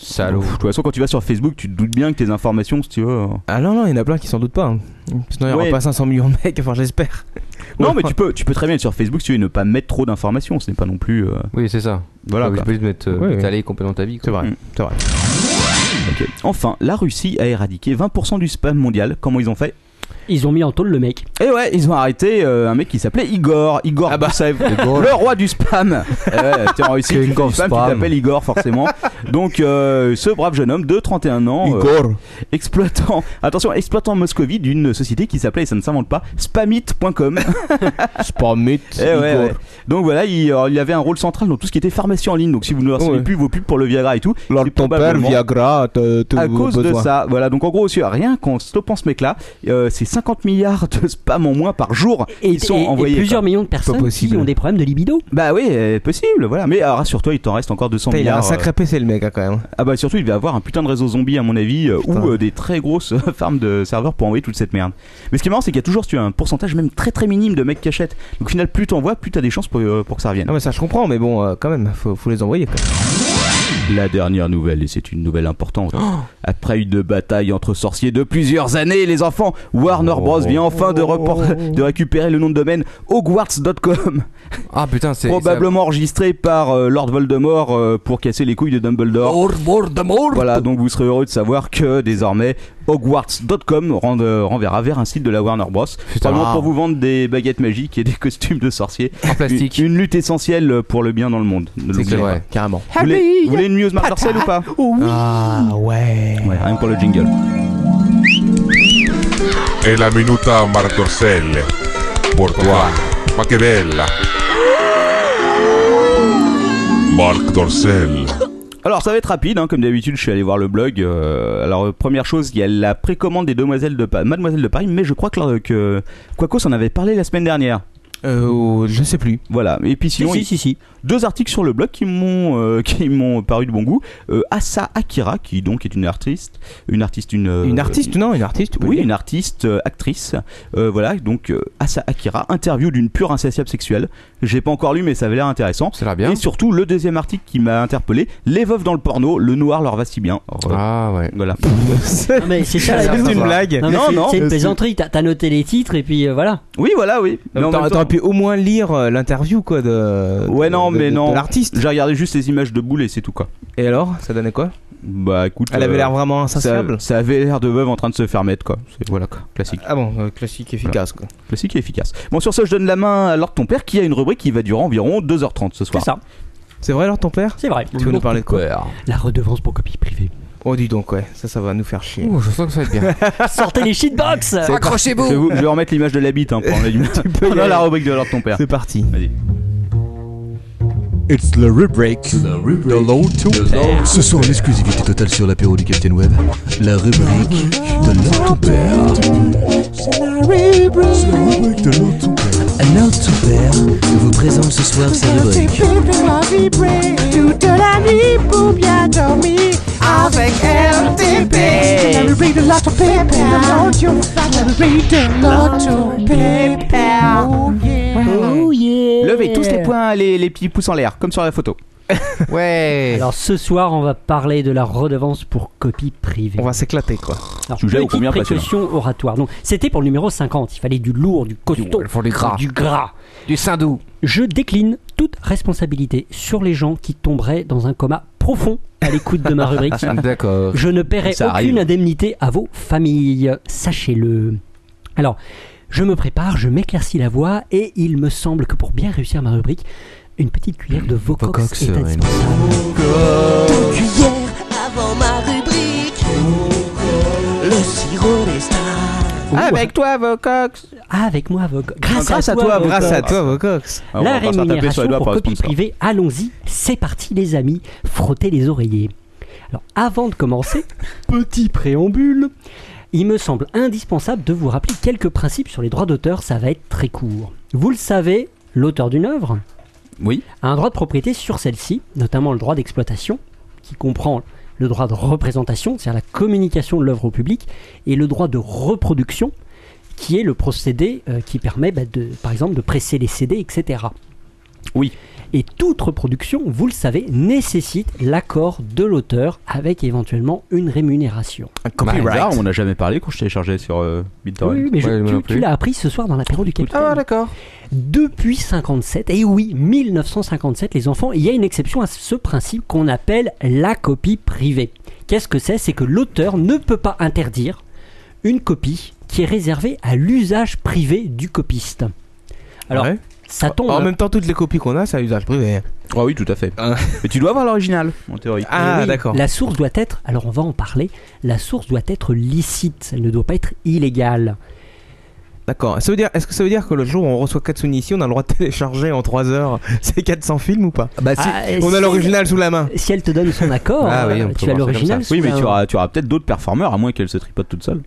[SPEAKER 9] Salaud.
[SPEAKER 6] De toute façon, quand tu vas sur Facebook, tu te doutes bien que tes informations, si tu veux. euh,
[SPEAKER 8] Ah non non, il y en a plein qui s'en doutent pas. hein. Sinon il y aura
[SPEAKER 6] Ouais.
[SPEAKER 8] pas 500 millions de mecs, enfin j'espère.
[SPEAKER 6] Non,
[SPEAKER 8] Ouais.
[SPEAKER 6] mais tu peux, tu peux très bien être sur Facebook si tu veux et ne pas mettre trop d'informations. Ce n'est pas non plus. euh,
[SPEAKER 9] Oui, c'est ça.
[SPEAKER 6] voilà.
[SPEAKER 9] Ah oui,
[SPEAKER 6] quoi.
[SPEAKER 9] c'est obligé de mettre euh,
[SPEAKER 8] Oui, oui.
[SPEAKER 9] étaler complètement ta vie. quoi.
[SPEAKER 8] C'est vrai,
[SPEAKER 6] Mm.
[SPEAKER 8] c'est vrai.
[SPEAKER 6] Ok. Enfin, la Russie a éradiqué 20% du spam mondial. Comment ils ont fait
[SPEAKER 7] Ils ont mis en tôle le mec.
[SPEAKER 6] Et ouais, ils ont arrêté euh, un mec qui s'appelait Igor. Igor
[SPEAKER 8] Ah bah.
[SPEAKER 6] Boussaev, le roi du spam. Euh, T'es en Russie,
[SPEAKER 9] Que
[SPEAKER 6] tu fais du
[SPEAKER 9] Igor
[SPEAKER 6] spam, tu
[SPEAKER 9] Spam.
[SPEAKER 6] t'appelles Igor forcément. Donc, euh, ce brave jeune homme de 31 ans, euh, exploitant, attention, exploitant moscovite d'une société qui s'appelait, et ça ne s'invente pas, spamit.com.
[SPEAKER 8] Spammit.
[SPEAKER 6] Eh ouais, ouais. Donc voilà, il, alors, il avait un rôle central dans tout ce qui était pharmacie en ligne. Donc si vous ne recevez
[SPEAKER 8] Ouais.
[SPEAKER 6] plus vos pubs pour le Viagra et tout, c'est probablement
[SPEAKER 8] Viagra,
[SPEAKER 6] à cause de ça. Voilà, donc en gros, aussi, rien qu'en stoppant ce mec-là, euh, c'est 50 milliards de spam en moins par jour.
[SPEAKER 7] Et,
[SPEAKER 6] Ils sont
[SPEAKER 7] et- et
[SPEAKER 6] envoyés,
[SPEAKER 7] plusieurs millions de personnes qui
[SPEAKER 8] possible.
[SPEAKER 7] ont des problèmes de libido.
[SPEAKER 6] Bah oui, euh, possible, voilà. Mais alors, rassure-toi, il t'en reste encore 200
[SPEAKER 8] Putain, il a
[SPEAKER 6] milliards.
[SPEAKER 8] un sacré PC le mec hein, quand même.
[SPEAKER 6] euh, Ah bah surtout, il va avoir un putain de réseau zombie, à mon avis, euh,
[SPEAKER 8] Putain.
[SPEAKER 6] ou euh, des très grosses farms de serveurs pour envoyer toute cette merde. Mais ce qui est marrant, c'est qu'il y a toujours tu as un pourcentage même très très minime de mecs qui achètent. Donc au final, plus t'envoies, plus t'as des chances pour, euh, pour que ça revienne.
[SPEAKER 8] Non mais ça je comprends, mais bon, euh, quand même, faut, faut les envoyer. Quoi.
[SPEAKER 6] La dernière nouvelle, et c'est une nouvelle importante.
[SPEAKER 8] Oh.
[SPEAKER 6] Après une bataille entre sorciers de plusieurs années, les enfants, Warner Bros.
[SPEAKER 8] Oh.
[SPEAKER 6] vient enfin de, repor- de récupérer le nom de domaine Hogwarts.com,
[SPEAKER 9] Ah putain, c'est.
[SPEAKER 6] probablement enregistré par euh, Lord Voldemort euh, pour casser les couilles de Dumbledore. Voilà, donc vous serez heureux de savoir que désormais Hogwarts.com rend- euh, renverra vers un site de la Warner Bros.
[SPEAKER 9] Putain.
[SPEAKER 6] Probablement pour vous vendre des baguettes magiques et des costumes de sorciers.
[SPEAKER 9] En plastique.
[SPEAKER 6] Une, une lutte essentielle pour le bien dans le monde. Ne
[SPEAKER 9] C'est
[SPEAKER 6] l'oubliez pas.
[SPEAKER 9] vrai.
[SPEAKER 8] Carrément.
[SPEAKER 6] Vous voulez, vous voulez une news Marc Dorcel ou pas
[SPEAKER 8] Ah ouais.
[SPEAKER 6] Ouais, rien que pour le jingle.
[SPEAKER 11] È la minuta Martorselle. Portois. Ma che bella! Marc Dorcel.
[SPEAKER 6] Alors ça va être rapide, hein, comme d'habitude, je suis allé voir le blog. euh, alors euh, première chose, il y a la précommande des demoiselles de Pa- Mademoiselle de Paris, mais je crois que, euh, que Quacos en avait parlé la semaine dernière.
[SPEAKER 7] Euh,
[SPEAKER 8] je sais plus.
[SPEAKER 6] Voilà. Et puis sinon,
[SPEAKER 7] si,
[SPEAKER 6] il-
[SPEAKER 7] si, si.
[SPEAKER 6] deux articles sur le blog qui m'ont euh, qui m'ont paru de bon goût. Euh, Asa Akira, qui donc est une artiste, une artiste, une euh,
[SPEAKER 8] Une artiste, non, une artiste. tu peux
[SPEAKER 6] Oui,
[SPEAKER 8] le dire.
[SPEAKER 6] une artiste, euh, actrice. Euh, voilà, donc euh, Asa Akira, interview d'une pure insatiable sexuelle. J'ai pas encore lu, mais ça avait l'air intéressant.
[SPEAKER 9] Ça a l'air bien.
[SPEAKER 6] Et surtout, le deuxième article qui m'a interpellé les veuves dans le porno, le noir leur va si bien. Alors, euh,
[SPEAKER 9] Ah ouais.
[SPEAKER 6] Voilà.
[SPEAKER 8] C'est
[SPEAKER 7] Non, mais c'est ça. la-
[SPEAKER 8] c'est une
[SPEAKER 6] va.
[SPEAKER 8] blague.
[SPEAKER 7] Non, mais
[SPEAKER 6] Non,
[SPEAKER 7] c'est-
[SPEAKER 6] non,
[SPEAKER 7] c'est une
[SPEAKER 6] mais
[SPEAKER 7] plaisanterie. T'as t'as noté les titres et puis euh, voilà.
[SPEAKER 6] Oui, voilà, oui. Mais en
[SPEAKER 8] T'aurais
[SPEAKER 6] même temps-
[SPEAKER 8] t'aurais pu au moins lire euh, l'interview quoi de.
[SPEAKER 6] Ouais,
[SPEAKER 8] de-
[SPEAKER 6] non,
[SPEAKER 8] de-
[SPEAKER 6] mais
[SPEAKER 8] de-
[SPEAKER 6] non.
[SPEAKER 8] De l'artiste.
[SPEAKER 6] J'ai regardé juste les images de boules et c'est tout quoi.
[SPEAKER 8] Et alors, ça donnait quoi
[SPEAKER 6] Bah écoute.
[SPEAKER 8] Elle avait
[SPEAKER 6] euh,
[SPEAKER 8] l'air vraiment
[SPEAKER 6] ça,
[SPEAKER 8] insatiable.
[SPEAKER 6] ça avait l'air de veuve en train de se faire mettre quoi. C'est- Voilà quoi. Classique.
[SPEAKER 8] Ah bon, euh, classique efficace quoi.
[SPEAKER 6] Classique et efficace. Bon, sur ce, je donne la main à Lord Ton Père qui a une rubrique qui va durer environ 2h30 ce
[SPEAKER 7] C'est
[SPEAKER 6] soir.
[SPEAKER 7] ça.
[SPEAKER 8] C'est vrai, alors ton père
[SPEAKER 7] C'est vrai.
[SPEAKER 8] Tu veux nous parler de quoi
[SPEAKER 7] La redevance pour copie privée.
[SPEAKER 8] Oh, dis donc, ouais, ça, ça va nous faire chier.
[SPEAKER 9] Ouh, je sens que ça va être bien.
[SPEAKER 7] Sortez les shitbox
[SPEAKER 6] Je vais,
[SPEAKER 2] Accrochez-vous
[SPEAKER 6] vous- je vais remettre l'image de la bite hein, pour en allumer.
[SPEAKER 8] y
[SPEAKER 6] Voilà
[SPEAKER 8] aller.
[SPEAKER 6] la rubrique de Lord Ton Père.
[SPEAKER 8] C'est parti.
[SPEAKER 10] It's the rubric. The low to père. Ce soir, l'exclusivité totale sur l'apéro du Captain Web. La rubrique de Lord ton père. C'est la rubrique de Lord ton père. Lord ton père vous présente ce soir sa rubrique.
[SPEAKER 5] Toute la nuit pour bien dormir avec RTP. C'est la rubrique de l'autre pépère. La rubrique de l'autre pépère.
[SPEAKER 7] Oh yeah
[SPEAKER 6] Levez tous les poings, les, les petits pouces en l'air, comme sur la photo.
[SPEAKER 9] Ouais.
[SPEAKER 7] Alors ce soir, on va parler de la redevance pour copie privée.
[SPEAKER 8] On va s'éclater quoi.
[SPEAKER 7] Alors,
[SPEAKER 6] Sujet au
[SPEAKER 7] petite
[SPEAKER 6] combien passer, là
[SPEAKER 7] précaution oratoire. Donc, c'était pour le numéro 50. Il fallait du lourd, du costaud,
[SPEAKER 9] Il faut du gras.
[SPEAKER 7] du gras.
[SPEAKER 9] Du Sindou.
[SPEAKER 7] Je décline toute responsabilité sur les gens qui tomberaient dans un coma profond à l'écoute de ma rubrique.
[SPEAKER 9] D'accord.
[SPEAKER 7] Je ne paierai
[SPEAKER 6] Ça
[SPEAKER 7] aucune
[SPEAKER 6] arrive.
[SPEAKER 7] indemnité à vos familles. Sachez-le. Alors, je me prépare, je m'éclaircis la voix et il me semble que pour bien réussir ma rubrique, une petite cuillère de Vocox,
[SPEAKER 9] Vocox,
[SPEAKER 7] est
[SPEAKER 9] euh,
[SPEAKER 7] indispensable.
[SPEAKER 5] Cuillère avant ma rubrique. Le sirop des stars.
[SPEAKER 6] Avec toi, Vocox
[SPEAKER 7] Ah, Avec moi, Vocox. Grâce,
[SPEAKER 6] Grâce
[SPEAKER 7] à,
[SPEAKER 6] à toi,
[SPEAKER 7] Vocox.
[SPEAKER 8] Grâce à toi, Vocox.
[SPEAKER 7] La rémunération pour copie privée, allons-y, c'est parti les amis, frottez les oreillers. Alors avant de commencer, petit préambule, il me semble indispensable de vous rappeler quelques principes sur les droits d'auteur, ça va être très court. Vous le savez, l'auteur d'une œuvre
[SPEAKER 6] Oui.
[SPEAKER 7] a un droit de propriété sur celle-ci, notamment le droit d'exploitation, qui comprend le droit de représentation, c'est-à-dire la communication de l'œuvre au public, et le droit de reproduction, qui est le procédé euh, qui permet, bah, de, par exemple, de presser les CD, etc.
[SPEAKER 6] Oui.
[SPEAKER 7] Et toute reproduction, vous le savez, nécessite l'accord de l'auteur avec éventuellement une rémunération.
[SPEAKER 6] Copyright. Bah, on n'a jamais parlé quand je téléchargeais sur euh, BitTorrent.
[SPEAKER 7] Oui, oui, mais je-
[SPEAKER 9] Ouais, moi non
[SPEAKER 7] tu, tu
[SPEAKER 9] plus.
[SPEAKER 7] l'as appris ce soir dans l'apéro du Capitaine.
[SPEAKER 9] Ah d'accord.
[SPEAKER 7] Depuis 57, et oui, 1957, les enfants, il y a une exception à ce principe qu'on appelle la copie privée. Qu'est-ce que c'est C'est que l'auteur ne peut pas interdire une copie qui est réservée à l'usage privé du copiste. Alors,
[SPEAKER 8] Ouais.
[SPEAKER 7] ça tombe.
[SPEAKER 9] euh,
[SPEAKER 8] En même temps, toutes les copies qu'on a, c'est à usage privé.
[SPEAKER 6] Ah oui, tout à fait.
[SPEAKER 8] Ah.
[SPEAKER 6] mais tu dois avoir l'original, en théorie.
[SPEAKER 8] Ah,
[SPEAKER 7] Eh Oui,
[SPEAKER 8] d'accord.
[SPEAKER 7] La source doit être, alors on va en parler, la source doit être licite, elle ne doit pas être illégale.
[SPEAKER 8] D'accord. Ça veut dire, est-ce que ça veut dire que le jour où on reçoit Katsuni ici, on a le droit de télécharger en 3 heures ces 400 films ou pas
[SPEAKER 9] Bah
[SPEAKER 7] Ah, et
[SPEAKER 8] On a
[SPEAKER 7] si-
[SPEAKER 8] l'original sous la main.
[SPEAKER 7] Si elle te donne son accord, euh,
[SPEAKER 9] Ah oui, on peut
[SPEAKER 7] tu
[SPEAKER 9] voir
[SPEAKER 7] as
[SPEAKER 9] ça
[SPEAKER 7] l'original.
[SPEAKER 9] comme
[SPEAKER 7] sous
[SPEAKER 6] Oui, mais
[SPEAKER 7] la
[SPEAKER 6] tu
[SPEAKER 7] main.
[SPEAKER 6] auras, tu auras peut-être d'autres performeurs, à moins qu'elle se tripote toute seule.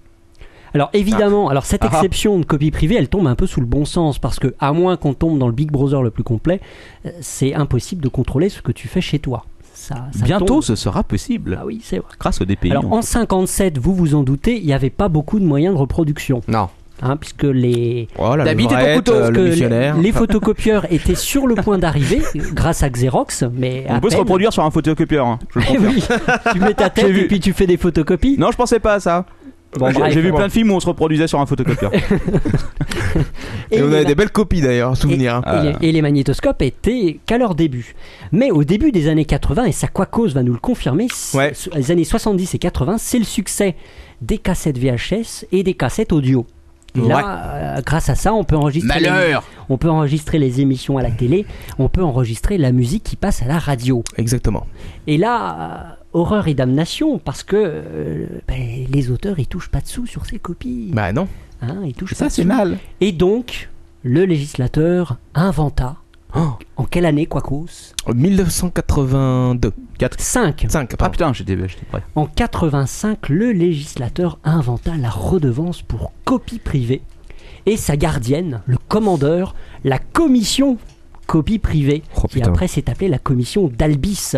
[SPEAKER 7] Alors évidemment, alors cette
[SPEAKER 6] Ah.
[SPEAKER 7] exception de copie privée, elle tombe un peu sous le bon sens parce que à moins qu'on tombe dans le Big Brother le plus complet, euh, c'est impossible de contrôler ce que tu fais chez toi. Ça, Ah, ça
[SPEAKER 6] Bientôt,
[SPEAKER 7] tombe.
[SPEAKER 6] ce sera possible,
[SPEAKER 7] Ah oui, c'est vrai.
[SPEAKER 6] grâce au DPI.
[SPEAKER 7] Alors en 57, vous vous en doutez, il n'y avait pas beaucoup de moyens de reproduction,
[SPEAKER 9] Non.
[SPEAKER 7] hein, puisque les
[SPEAKER 8] Oh là,
[SPEAKER 9] La
[SPEAKER 8] le
[SPEAKER 9] bite et ton
[SPEAKER 8] Brett,
[SPEAKER 9] couteau,
[SPEAKER 8] euh,
[SPEAKER 7] Parce que
[SPEAKER 8] le missionnaire.
[SPEAKER 7] les photocopieurs étaient sur le point d'arriver grâce à Xerox, mais
[SPEAKER 6] on
[SPEAKER 7] à
[SPEAKER 6] peut se
[SPEAKER 7] peine.
[SPEAKER 6] reproduire sur un photocopieur, hein, je le
[SPEAKER 7] Ah, Eh
[SPEAKER 6] confirme.
[SPEAKER 7] oui, tu mets ta tête
[SPEAKER 6] J'ai vu.
[SPEAKER 7] et puis tu fais des photocopies.
[SPEAKER 6] Non, je pensais pas à ça.
[SPEAKER 7] Bon,
[SPEAKER 6] J'ai-
[SPEAKER 7] bref.
[SPEAKER 6] J'ai vu plein de films où on se reproduisait sur un photocopieur.
[SPEAKER 8] Et, on
[SPEAKER 7] les
[SPEAKER 8] a
[SPEAKER 7] ma-
[SPEAKER 8] des belles copies d'ailleurs, souvenir. hein.
[SPEAKER 7] et les- et les magnétoscopes étaient qu'à leur début. Mais au début des années 80, et ça quoi cause va nous le confirmer, c-
[SPEAKER 8] Ouais.
[SPEAKER 7] so- les années 70 et 80, c'est le succès des cassettes VHS et des cassettes audio. Et là, euh, grâce à ça, on peut enregistrer les-
[SPEAKER 2] Malheur
[SPEAKER 7] on peut enregistrer les émissions à la télé, on peut enregistrer la musique qui passe à la radio.
[SPEAKER 8] Exactement.
[SPEAKER 7] Et là, euh, horreur et damnation, parce que euh, ben, les auteurs, ils touchent pas de sous sur ces copies.
[SPEAKER 8] Bah non.
[SPEAKER 7] Hein, ils touchent
[SPEAKER 6] Ça,
[SPEAKER 7] pas de
[SPEAKER 6] c'est
[SPEAKER 7] sous.
[SPEAKER 6] mal.
[SPEAKER 7] Et donc, le législateur inventa
[SPEAKER 8] Oh.
[SPEAKER 7] En quelle année, Quacos
[SPEAKER 8] 1982.
[SPEAKER 7] 5.
[SPEAKER 8] 5.
[SPEAKER 6] Ah putain, j'étais j'étais prêt.
[SPEAKER 7] En 85, le législateur inventa la redevance pour copie privée et sa gardienne, le commandeur, la commission copie privée, qui
[SPEAKER 9] Oh, putain.
[SPEAKER 7] après s'est appelée la commission d'Albis.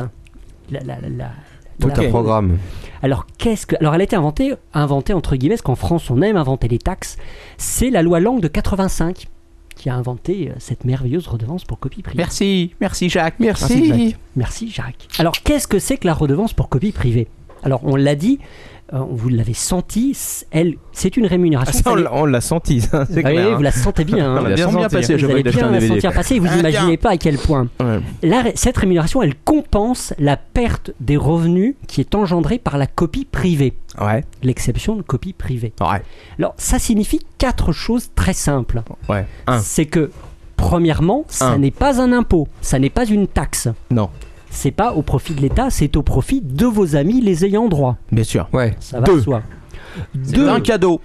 [SPEAKER 7] La- la- la- la-
[SPEAKER 9] Tout
[SPEAKER 7] la-
[SPEAKER 9] un programme.
[SPEAKER 7] Alors qu'est-ce que Alors elle a été inventée, inventée entre guillemets, parce qu'en France on aime inventer les taxes. C'est la loi Langue de 85 qui a inventé euh, cette merveilleuse redevance pour copie privée.
[SPEAKER 6] Merci, merci Jacques.
[SPEAKER 7] Merci Jacques. Merci, Jacques. Alors, qu'est-ce que c'est que la redevance pour copie privée Alors, on l'a dit, euh, vous l'avez senti, c- elle, c'est une rémunération.
[SPEAKER 8] Ah, ça, on
[SPEAKER 7] Elle est-
[SPEAKER 8] l'a- on l'a senti, ça. c'est
[SPEAKER 7] Ah oui,
[SPEAKER 8] clair, hein.
[SPEAKER 7] vous la sentez bien. hein. Ah,
[SPEAKER 8] On l'a bien
[SPEAKER 7] Vous
[SPEAKER 8] senti, hein.
[SPEAKER 7] Vous allez bien la sentir passer et
[SPEAKER 8] Ah,
[SPEAKER 7] vous n'imaginez pas à quel point. La ré- cette rémunération, elle compense la perte des revenus qui est engendrée par la copie privée. L'exception de copie privée. Alors, ça signifie quatre choses très simples. C'est que, premièrement, ça
[SPEAKER 8] Un.
[SPEAKER 7] n'est pas un impôt, ça n'est pas une taxe.
[SPEAKER 8] Non.
[SPEAKER 7] C'est pas au profit de l'État, c'est au profit de vos amis les ayant droit.
[SPEAKER 8] Bien sûr.
[SPEAKER 9] Ouais.
[SPEAKER 7] Ça va de soi. Deux.
[SPEAKER 6] un cadeau.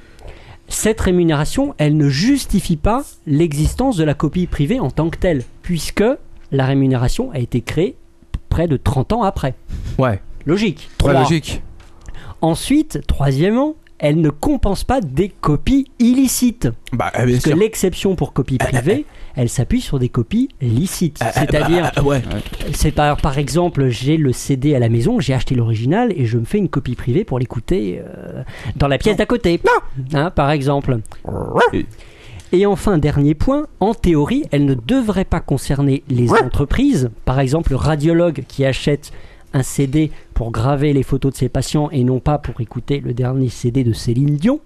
[SPEAKER 7] Cette rémunération, elle ne justifie pas l'existence de la copie privée en tant que telle, puisque la rémunération a été créée près de 30 ans après.
[SPEAKER 8] Ouais.
[SPEAKER 7] Logique.
[SPEAKER 8] Très
[SPEAKER 7] Trois.
[SPEAKER 8] logique.
[SPEAKER 7] Ensuite, troisièmement, elle ne compense pas des copies illicites.
[SPEAKER 8] Bah,
[SPEAKER 7] parce que l'exception pour
[SPEAKER 8] Euh,
[SPEAKER 7] copie privée, elle s'appuie sur des copies licites.
[SPEAKER 8] Ah, eh, bah,
[SPEAKER 7] C'est-à-dire, c'est par, par exemple, j'ai le CD à la maison, j'ai acheté l'original et je me fais une copie privée pour l'écouter euh, dans la pièce d'à côté. Hein, par exemple. Et enfin, dernier point, en théorie, elle ne devrait pas concerner les entreprises. Par exemple, le radiologue qui achète un CD pour graver les photos de ses patients et non pas pour écouter le dernier CD de Céline Dion.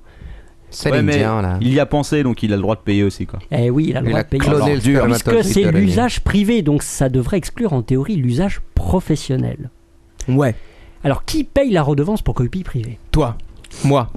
[SPEAKER 6] Ouais, mais Il y a pensé, donc il a le droit de payer aussi quoi.
[SPEAKER 7] Eh oui, il a le droit de payer. Puisque c'est l'usage privé, donc ça devrait exclure en théorie l'usage professionnel.
[SPEAKER 8] Ouais.
[SPEAKER 7] Alors qui paye la redevance pour copie privée
[SPEAKER 8] Toi, moi,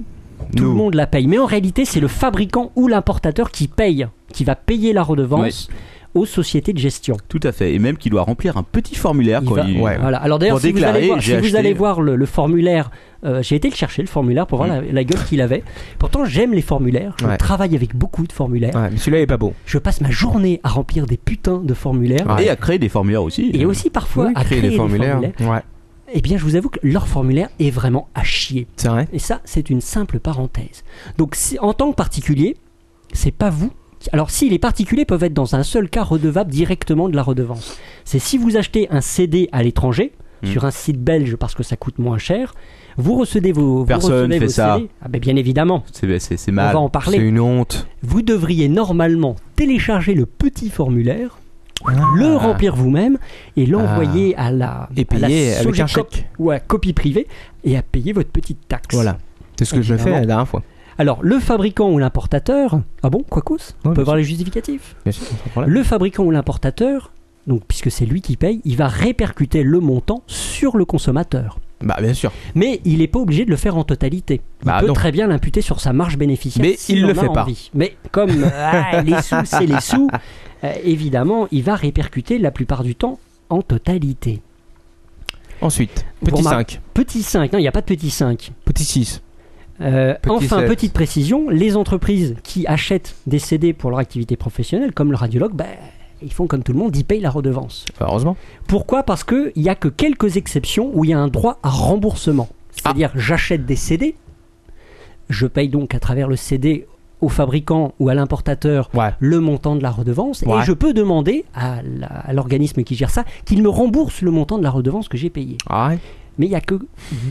[SPEAKER 7] Tout le monde la paye. Mais en réalité, c'est le fabricant ou l'importateur qui paye, qui va payer la redevance aux sociétés de gestion.
[SPEAKER 6] Tout à fait, et même qu'il doit remplir un petit formulaire
[SPEAKER 7] Il
[SPEAKER 6] quand
[SPEAKER 7] va-
[SPEAKER 6] il-
[SPEAKER 7] Voilà. Alors d'ailleurs,
[SPEAKER 6] pour
[SPEAKER 7] si, vous
[SPEAKER 6] déclarer,
[SPEAKER 7] allez voir,
[SPEAKER 6] j'ai
[SPEAKER 7] si vous
[SPEAKER 6] acheté-
[SPEAKER 7] allez voir le, le formulaire, euh, j'ai été le chercher le formulaire pour voir
[SPEAKER 6] Mm.
[SPEAKER 7] la, la gueule qu'il avait. Pourtant, j'aime les formulaires. Je
[SPEAKER 8] Ouais.
[SPEAKER 7] travaille avec beaucoup de formulaires.
[SPEAKER 8] Ouais, mais celui-là est pas beau.
[SPEAKER 7] Je passe ma journée à remplir des putains de formulaires.
[SPEAKER 6] Et à créer des formulaires aussi.
[SPEAKER 7] Et aussi parfois à créer, des formulaires.
[SPEAKER 8] Ouais.
[SPEAKER 7] Eh bien, je vous avoue que leur formulaire est vraiment à chier.
[SPEAKER 8] C'est vrai.
[SPEAKER 7] Et ça, c'est une simple parenthèse. Donc, si- en tant que particulier, c'est pas vous. qui- Alors, si les particuliers peuvent être dans un seul cas redevables directement de la redevance, c'est si vous achetez un CD à l'étranger
[SPEAKER 6] Hmm.
[SPEAKER 7] sur un site belge parce que ça coûte moins cher, vous recevez vos, vous
[SPEAKER 6] Personne
[SPEAKER 7] recevez
[SPEAKER 6] fait
[SPEAKER 7] vos
[SPEAKER 6] ça.
[SPEAKER 7] CD. Ah ben, bien évidemment.
[SPEAKER 6] C'est- C'est c'est mal.
[SPEAKER 7] On va en parler. C'est une
[SPEAKER 6] honte.
[SPEAKER 7] Vous devriez normalement télécharger le petit formulaire, le remplir vous-même et l'envoyer à la,
[SPEAKER 8] Ah. Et
[SPEAKER 7] à la
[SPEAKER 8] payer avec un
[SPEAKER 7] Sogecop
[SPEAKER 8] chèque.
[SPEAKER 7] ou à copie privée et à payer votre petite taxe.
[SPEAKER 8] Voilà. C'est ce que je fais
[SPEAKER 7] Évidemment.
[SPEAKER 8] la dernière fois.
[SPEAKER 7] Alors, le fabricant ou l'importateur, ah bon, quoi cause On peut voir les justificatifs.
[SPEAKER 8] Bien sûr, sans problème.
[SPEAKER 7] Le fabricant ou l'importateur, donc puisque c'est lui qui paye, il va répercuter le montant sur le consommateur.
[SPEAKER 8] Bah, bien sûr.
[SPEAKER 7] Mais il n'est pas obligé de le faire en totalité. Il
[SPEAKER 8] Bah,
[SPEAKER 7] peut
[SPEAKER 8] non.
[SPEAKER 7] très bien l'imputer sur sa marge bénéficiaire.
[SPEAKER 8] Mais
[SPEAKER 7] s'il
[SPEAKER 8] il le
[SPEAKER 7] en a
[SPEAKER 8] fait pas.
[SPEAKER 7] envie. Mais comme euh, ah, les sous, c'est les sous, euh, évidemment, il va répercuter la plupart du temps en totalité.
[SPEAKER 8] Ensuite,
[SPEAKER 7] Vous
[SPEAKER 8] petit
[SPEAKER 7] remarquez-
[SPEAKER 8] 5.
[SPEAKER 7] Petit 5, non, il n'y a pas de petit 5.
[SPEAKER 8] Petit 6.
[SPEAKER 7] Euh,
[SPEAKER 8] Petit
[SPEAKER 7] enfin,
[SPEAKER 8] sept.
[SPEAKER 7] petite précision, les entreprises qui achètent des CD pour leur activité professionnelle, comme le radiologue, bah, ils font comme tout le monde, ils payent la redevance.
[SPEAKER 8] Heureusement.
[SPEAKER 7] Pourquoi Parce qu'il n'y a que quelques exceptions où il y a un droit à
[SPEAKER 8] Ah.
[SPEAKER 7] remboursement. C'est-à-dire, j'achète des CD, je paye donc à travers le CD au fabricant ou à l'importateur le montant de la redevance
[SPEAKER 8] Ouais.
[SPEAKER 7] et je peux demander à la- à l'organisme qui gère ça qu'il me rembourse le montant de la redevance que j'ai payé.
[SPEAKER 8] Ah
[SPEAKER 7] Mais il n'y a que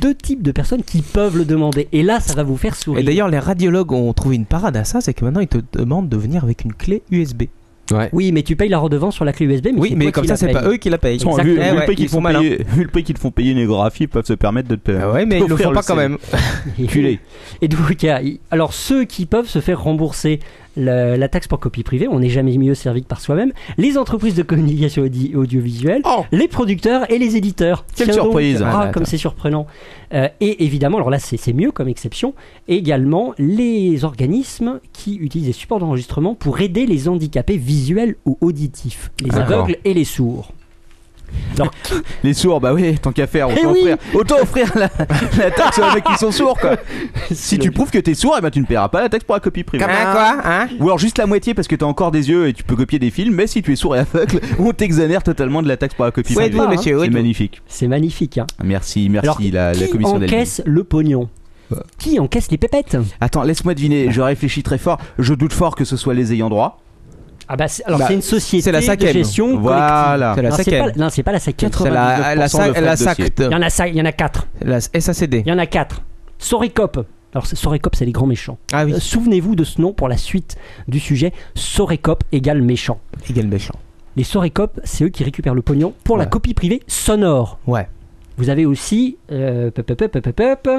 [SPEAKER 7] deux types de personnes qui peuvent le demander. Et là, ça va vous faire sourire.
[SPEAKER 8] Et d'ailleurs, les radiologues ont trouvé une parade à ça, c'est que maintenant ils te demandent de venir avec une clé USB.
[SPEAKER 9] Ouais.
[SPEAKER 7] Oui, mais tu payes la redevance sur la clé USB. Mais
[SPEAKER 8] Oui,
[SPEAKER 7] c'est
[SPEAKER 8] mais
[SPEAKER 7] toi
[SPEAKER 8] comme
[SPEAKER 7] qui
[SPEAKER 8] ça,
[SPEAKER 7] la
[SPEAKER 8] c'est
[SPEAKER 7] payes.
[SPEAKER 8] pas eux qui la payent.
[SPEAKER 6] Vu, vu
[SPEAKER 8] Eh
[SPEAKER 6] le
[SPEAKER 8] ouais,
[SPEAKER 6] prix qu'ils
[SPEAKER 8] ils
[SPEAKER 6] font
[SPEAKER 8] font malin.
[SPEAKER 6] payer- vu le prix qu'ils te font payer les graphies, ils peuvent se permettre de te payer.
[SPEAKER 8] ouais, mais ils le font pas quand même.
[SPEAKER 6] Culé.
[SPEAKER 7] Et donc, il y a- alors ceux qui peuvent se faire rembourser la, la taxe pour copie privée, on n'est jamais mieux servi que par soi-même, les entreprises de communication audi- audiovisuelle, les producteurs et les éditeurs.
[SPEAKER 6] Oh. Quelle
[SPEAKER 7] Tiens donc,
[SPEAKER 6] surprise.
[SPEAKER 7] ah,
[SPEAKER 6] Ouais, ouais,
[SPEAKER 7] comme c'est surprenant Euh, Et évidemment, alors là c'est c'est mieux comme exception, également les organismes qui utilisent des supports d'enregistrement pour aider les handicapés visuels ou auditifs, les
[SPEAKER 8] D'accord.
[SPEAKER 7] aveugles et les sourds.
[SPEAKER 6] Les sourds, bah oui, tant qu'à faire,
[SPEAKER 4] Eh
[SPEAKER 6] autant
[SPEAKER 4] oui.
[SPEAKER 6] offrir, autant offrir la, la taxe aux mecs
[SPEAKER 7] Ah
[SPEAKER 6] qui sont sourds quoi. Si tu prouves que t'es sourd, eh ben tu ne paieras pas la taxe pour la copie privée.
[SPEAKER 3] Comme un quoi, hein
[SPEAKER 6] Ou alors juste la moitié parce que t'as encore des yeux et tu peux copier des films, mais si tu es sourd et aveugle, on t'exonère totalement de la taxe pour la copie
[SPEAKER 7] Où
[SPEAKER 6] privée.
[SPEAKER 7] êtes-vous, monsieur, où
[SPEAKER 6] C'est
[SPEAKER 7] êtes-vous
[SPEAKER 6] magnifique.
[SPEAKER 7] C'est magnifique. Hein.
[SPEAKER 6] Merci, merci
[SPEAKER 7] Alors,
[SPEAKER 6] la, Euh, la
[SPEAKER 7] qui
[SPEAKER 6] commission d'Elvin.
[SPEAKER 7] encaisse le pognon Qui encaisse les pépettes
[SPEAKER 6] Attends, laisse-moi deviner, je réfléchis très fort, je doute fort que ce soit les ayants droit.
[SPEAKER 7] Ah bah, c'est- alors
[SPEAKER 6] Bah,
[SPEAKER 7] c'est une société
[SPEAKER 6] c'est la
[SPEAKER 7] de
[SPEAKER 6] cinquième.
[SPEAKER 7] gestion collective.
[SPEAKER 6] Voilà. C'est la
[SPEAKER 7] Non,
[SPEAKER 6] cinquième.
[SPEAKER 7] pas- Non, c'est pas la cinquième.
[SPEAKER 6] C'est la- la cinq- 99% de frais la de
[SPEAKER 7] Il
[SPEAKER 6] dossier. SACT.
[SPEAKER 7] y en a cinq- il y en a quatre.
[SPEAKER 8] La SACD.
[SPEAKER 7] Il y en a quatre. Sorécop. Alors c'est- Sorécop, c'est les grands méchants.
[SPEAKER 6] Ah
[SPEAKER 7] Euh, Souvenez-vous de ce nom pour la suite du sujet. Sorécop égale méchant.
[SPEAKER 8] Égale méchant.
[SPEAKER 7] Les Sorécop, c'est eux qui récupèrent le pognon pour la copie privée sonore.
[SPEAKER 8] Ouais.
[SPEAKER 7] Vous avez aussi, euh, pop, pop, pop, pop, pop, pop.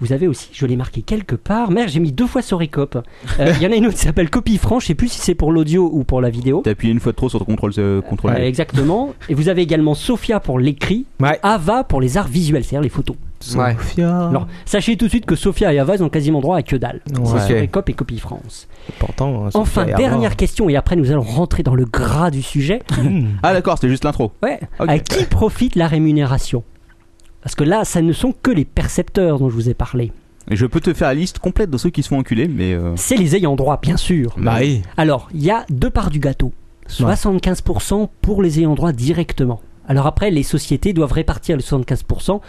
[SPEAKER 7] vous avez aussi, je l'ai marqué quelque part. Merde, j'ai mis deux fois Sorécop. Euh, Il y en a une autre qui s'appelle Copie Franche. Je sais plus si c'est pour l'audio ou pour la vidéo.
[SPEAKER 6] T'as appuyé une fois de trop sur le contrôle. euh, contrôle.
[SPEAKER 7] Euh, exactement. Et vous avez également Sophia pour l'écrit, Ava pour les arts visuels, c'est-à-dire les photos.
[SPEAKER 8] Sophia.
[SPEAKER 7] Alors, sachez tout de suite que Sophia et Ava, ils ont quasiment droit à que dalle.
[SPEAKER 8] Ouais.
[SPEAKER 7] C'est sur
[SPEAKER 8] Ok.
[SPEAKER 7] les COP et Copie France.
[SPEAKER 8] Pourtant, Sophia
[SPEAKER 7] Enfin,
[SPEAKER 8] et Armand.
[SPEAKER 7] dernière question, et après nous allons rentrer dans le gras du sujet.
[SPEAKER 8] Hmm.
[SPEAKER 6] Ah d'accord, c'était juste l'intro.
[SPEAKER 7] Ouais. À qui profite la rémunération Parce que là, ça ne sont que les percepteurs dont je vous ai parlé.
[SPEAKER 6] Et je peux te faire la liste complète de ceux qui se font enculer, mais. euh,
[SPEAKER 7] C'est les ayants droit, bien sûr.
[SPEAKER 6] Bah oui.
[SPEAKER 7] Alors, il y a deux parts du gâteau. 75% pour les ayants droit directement. Alors après, les sociétés doivent répartir les 75%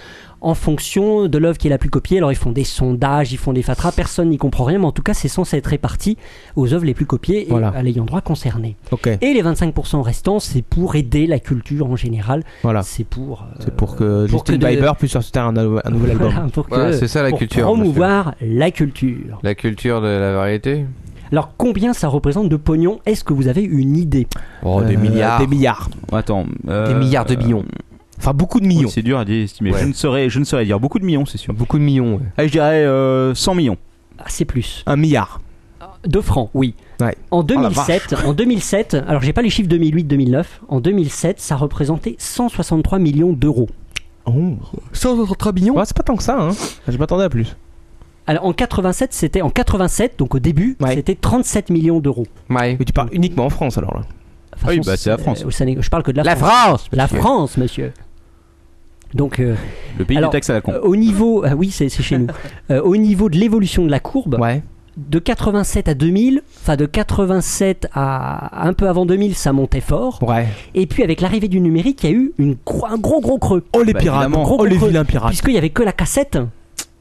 [SPEAKER 7] en fonction de l'œuvre qui est la plus copiée. Alors ils font des sondages, ils font des fatras, personne n'y comprend rien, mais en tout cas, c'est censé être réparti aux œuvres les plus copiées et
[SPEAKER 8] Voilà.
[SPEAKER 7] à l'ayant droit concerné.
[SPEAKER 8] Ok.
[SPEAKER 7] Et les 25% restants, c'est pour aider la culture en général.
[SPEAKER 8] Voilà.
[SPEAKER 7] C'est pour. euh,
[SPEAKER 8] C'est pour que
[SPEAKER 7] pour
[SPEAKER 8] Justin
[SPEAKER 7] que de-
[SPEAKER 8] Bieber puisse sortir un, nou- un nouvel album.
[SPEAKER 7] Voilà, pour que-
[SPEAKER 9] Voilà, c'est ça, la
[SPEAKER 7] pour
[SPEAKER 9] culture,
[SPEAKER 7] Promouvoir la culture.
[SPEAKER 9] La culture de la variété
[SPEAKER 7] Alors combien ça représente de pognon Est-ce que vous avez une idée
[SPEAKER 6] Oh, des
[SPEAKER 7] Euh,
[SPEAKER 6] milliards.
[SPEAKER 7] des
[SPEAKER 8] milliards.
[SPEAKER 6] Attends. euh,
[SPEAKER 7] milliards de millions.
[SPEAKER 8] Enfin, beaucoup de millions.
[SPEAKER 6] Oui, c'est dur à dire, estimer.
[SPEAKER 8] Ouais.
[SPEAKER 6] Je, ne saurais, je ne saurais dire beaucoup de millions, c'est sûr.
[SPEAKER 9] Beaucoup de millions, ouais.
[SPEAKER 6] je dirais euh, 100 millions.
[SPEAKER 7] Ah, c'est plus.
[SPEAKER 8] Un milliard.
[SPEAKER 7] De francs, oui. En
[SPEAKER 6] la
[SPEAKER 7] 2007, en 2007, alors j'ai pas les chiffres 2008-2009, en 2007, ça représentait 163 millions d'euros.
[SPEAKER 8] 163 millions Oh. C'est pas tant que ça, hein. Je m'attendais à plus.
[SPEAKER 7] Alors en 87, c'était en 87, donc au début, c'était 37 millions d'euros.
[SPEAKER 8] Mais tu parles uniquement en France alors là.
[SPEAKER 7] De toute façon, euh, au Sénégal- je parle que de la,
[SPEAKER 8] La
[SPEAKER 7] France.
[SPEAKER 8] France,
[SPEAKER 7] La
[SPEAKER 8] monsieur.
[SPEAKER 7] France, monsieur. Donc, euh,
[SPEAKER 6] Le pays
[SPEAKER 7] alors,
[SPEAKER 6] du taxe à la con.
[SPEAKER 7] euh, au niveau, ah oui, c'est c'est chez nous. Euh, au niveau de l'évolution de la courbe, de 87 à 2000, enfin de 87 à un peu avant 2000, ça montait fort. Et puis avec l'arrivée du numérique, il y a eu une gro- un gros gros creux.
[SPEAKER 8] Oh les Bah, pirates, évidemment.
[SPEAKER 7] Gros,
[SPEAKER 8] Oh,
[SPEAKER 7] gros
[SPEAKER 8] les
[SPEAKER 7] creux,
[SPEAKER 8] vilains pirates.
[SPEAKER 7] Puisqu'il y avait que la cassette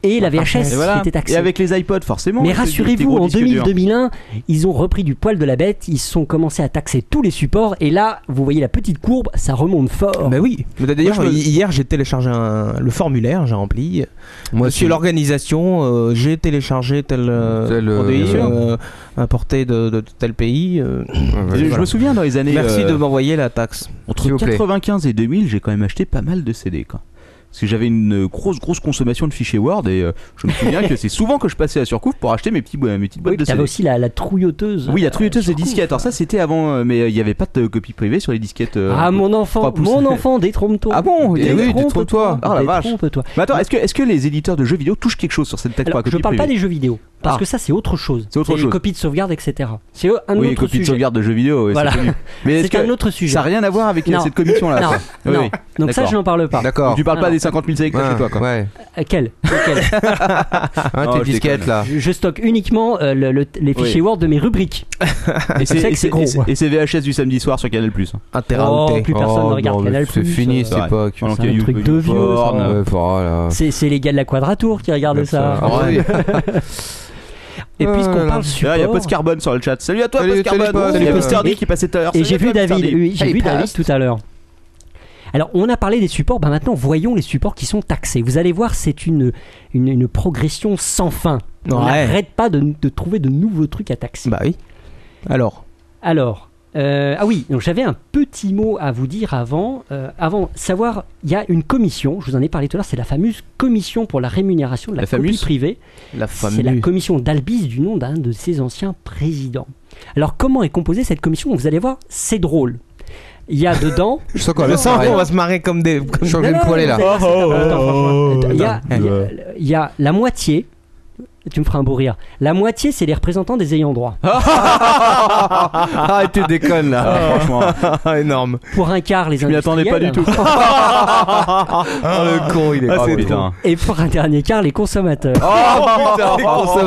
[SPEAKER 7] et la VHS
[SPEAKER 6] Ah, Et voilà.
[SPEAKER 7] qui était taxée.
[SPEAKER 6] Et avec les iPods, forcément.
[SPEAKER 7] Mais
[SPEAKER 6] c'est- tes
[SPEAKER 7] rassurez-vous,
[SPEAKER 6] gros
[SPEAKER 7] en
[SPEAKER 6] disques durs.
[SPEAKER 7] 2000-2001, ils ont repris du poil de la bête, ils sont commencé à taxer tous les supports, et là, vous voyez la petite courbe, ça remonte fort.
[SPEAKER 8] Bah oui. Mais D'ailleurs,
[SPEAKER 7] Moi, je me-
[SPEAKER 8] hi- hier j'ai téléchargé un- le formulaire, j'ai rempli.
[SPEAKER 9] Moi,
[SPEAKER 8] Monsieur
[SPEAKER 9] c'est-
[SPEAKER 8] l'organisation, euh, j'ai téléchargé tel, euh,
[SPEAKER 9] Tel, euh,
[SPEAKER 8] produit
[SPEAKER 9] Bien sûr.
[SPEAKER 8] euh, importé de, de tel pays. euh,
[SPEAKER 6] Et Je
[SPEAKER 8] voilà.
[SPEAKER 6] me souviens dans les années.
[SPEAKER 8] Merci
[SPEAKER 6] euh,
[SPEAKER 8] de m'envoyer la taxe.
[SPEAKER 6] Entre 95 et 2000, j'ai quand même acheté pas mal de CD, quoi. Parce que j'avais une grosse, grosse consommation de fichiers Word et euh, je me souviens que c'est souvent que je passais à Surcouf pour acheter mes, petits, bo- mes petites boîtes de CD.
[SPEAKER 7] T'avais aussi la, la trouilloteuse.
[SPEAKER 6] Oui, la
[SPEAKER 7] trouilleuse
[SPEAKER 6] truiteuse des disquettes. Alors ça, c'était avant, euh, mais euh, il n'y avait pas de copie privée sur les disquettes. euh,
[SPEAKER 7] Ah mon enfant,
[SPEAKER 6] trois pouces.
[SPEAKER 7] mon enfant, détrompe-toi.
[SPEAKER 6] Ah bon
[SPEAKER 7] Détrompe-toi,
[SPEAKER 6] Eh oui, détrompe-toi. Ah la vache.
[SPEAKER 7] Détrompe-toi.
[SPEAKER 6] Mais attends, est-ce que, est-ce que les éditeurs de jeux vidéo touchent quelque chose sur cette taxe
[SPEAKER 7] Alors,
[SPEAKER 6] pour la
[SPEAKER 7] je
[SPEAKER 6] copie
[SPEAKER 7] parle pas
[SPEAKER 6] privée
[SPEAKER 7] des jeux vidéo, parce
[SPEAKER 6] Ah.
[SPEAKER 7] que ça c'est autre chose.
[SPEAKER 6] C'est autre
[SPEAKER 7] les
[SPEAKER 6] chose.
[SPEAKER 7] copies de sauvegarde, etc. C'est un
[SPEAKER 6] Oui,
[SPEAKER 7] autre
[SPEAKER 6] copie de
[SPEAKER 7] sujet.
[SPEAKER 6] sauvegarde de jeux vidéo, oui,
[SPEAKER 7] Voilà.
[SPEAKER 6] c'est connu. Mais est-ce
[SPEAKER 7] C'est
[SPEAKER 6] que
[SPEAKER 7] un autre sujet.
[SPEAKER 6] Ça n'a rien à voir avec euh,
[SPEAKER 7] Non.
[SPEAKER 6] cette commission-là.
[SPEAKER 7] Non.
[SPEAKER 6] quoi. Oui,
[SPEAKER 7] Non.
[SPEAKER 6] oui.
[SPEAKER 7] Donc ça,
[SPEAKER 6] D'accord.
[SPEAKER 7] je n'en parle pas.
[SPEAKER 9] D'accord.
[SPEAKER 6] Tu parles pas
[SPEAKER 7] Alors.
[SPEAKER 6] des 50 000 CD que t'as chez toi, quoi.
[SPEAKER 9] Ouais.
[SPEAKER 7] Euh, Quel Lequel
[SPEAKER 9] Hein,
[SPEAKER 6] Oh,
[SPEAKER 9] tes
[SPEAKER 6] je
[SPEAKER 9] disquettes
[SPEAKER 6] déconne.
[SPEAKER 9] là.
[SPEAKER 7] Je je stocke uniquement euh, le- le- les
[SPEAKER 6] Oui.
[SPEAKER 7] fichiers Word de mes rubriques.
[SPEAKER 6] Et
[SPEAKER 7] c'est
[SPEAKER 6] c'est-
[SPEAKER 7] que c'est
[SPEAKER 6] et c'est
[SPEAKER 7] gros.
[SPEAKER 6] et c'est- et c'est VHS du samedi soir sur Canal Plus. hein.
[SPEAKER 7] Oh, plus personne ne regarde Canal+. euh.
[SPEAKER 9] C'est fini,
[SPEAKER 6] C'est
[SPEAKER 9] c'est
[SPEAKER 6] vrai.
[SPEAKER 9] pas. que-
[SPEAKER 6] Pendant
[SPEAKER 7] c'est
[SPEAKER 6] qu'il y a
[SPEAKER 7] un
[SPEAKER 6] eu
[SPEAKER 7] truc
[SPEAKER 6] le
[SPEAKER 7] de vieux,
[SPEAKER 6] porn,
[SPEAKER 7] ça.
[SPEAKER 6] euh,
[SPEAKER 9] Ouais, voilà.
[SPEAKER 7] C'est c'est les gars de la Quadratour qui regardent ça.
[SPEAKER 9] Ah oui.
[SPEAKER 7] Et puisqu'on
[SPEAKER 6] Voilà.
[SPEAKER 7] parle support,
[SPEAKER 6] Ah, Il y a Post Carbone sur le chat. Salut à toi,
[SPEAKER 9] Salut,
[SPEAKER 6] Post
[SPEAKER 9] salut, Post.
[SPEAKER 6] Carbone. Il y a
[SPEAKER 9] Salut,
[SPEAKER 6] Post
[SPEAKER 9] Post.
[SPEAKER 6] Hardy qui passait tout à l'heure.
[SPEAKER 7] et
[SPEAKER 6] Salut
[SPEAKER 7] j'ai
[SPEAKER 6] à
[SPEAKER 7] vu
[SPEAKER 6] toi, Post Ah,
[SPEAKER 7] David,
[SPEAKER 6] Hardy.
[SPEAKER 7] oui, j'ai
[SPEAKER 6] Salut,
[SPEAKER 7] vu
[SPEAKER 6] Post.
[SPEAKER 7] David tout à l'heure. Alors, on a parlé des supports, bah maintenant voyons les supports qui sont taxés. Vous allez voir, c'est une, une, une progression sans fin. On
[SPEAKER 8] Ouais.
[SPEAKER 7] n'arrête pas de, de trouver de nouveaux trucs à taxer.
[SPEAKER 8] Bah oui. Alors.
[SPEAKER 7] Alors, euh, ah oui, donc j'avais un petit mot à vous dire avant. euh, avant, savoir, il y a une commission, je vous en ai parlé tout à l'heure, c'est la fameuse commission pour la rémunération de la,
[SPEAKER 8] La
[SPEAKER 7] copie
[SPEAKER 8] fameuse
[SPEAKER 7] privée.
[SPEAKER 8] La
[SPEAKER 7] C'est la commission d'Albis du nom d'un de ses anciens présidents. Alors, comment est composée cette commission Vous allez voir, c'est drôle. Il y a dedans.
[SPEAKER 9] Je sens qu'on
[SPEAKER 8] Je
[SPEAKER 9] va se
[SPEAKER 8] sens
[SPEAKER 9] marrer.
[SPEAKER 8] qu'on va se marrer comme des. Comme...
[SPEAKER 6] Oh,
[SPEAKER 9] Changer le poêlé là.
[SPEAKER 7] Attends, franchement, attends, Il y a-
[SPEAKER 8] Attends.
[SPEAKER 7] il y a- il y a la moitié. Tu me feras un beau rire. La moitié, c'est les représentants des ayants droit.
[SPEAKER 4] Ah, tu déconnes là,
[SPEAKER 6] Oh.
[SPEAKER 4] franchement. Énorme.
[SPEAKER 7] Pour un quart, les
[SPEAKER 4] Je m'y
[SPEAKER 7] industriels.
[SPEAKER 4] attendais pas du tout.
[SPEAKER 7] Ah,
[SPEAKER 4] le con, il est
[SPEAKER 6] Ah,
[SPEAKER 4] con.
[SPEAKER 6] c'est putain.
[SPEAKER 7] Et pour un dernier quart, les consommateurs. Oh,
[SPEAKER 6] les consommateurs, Oh, je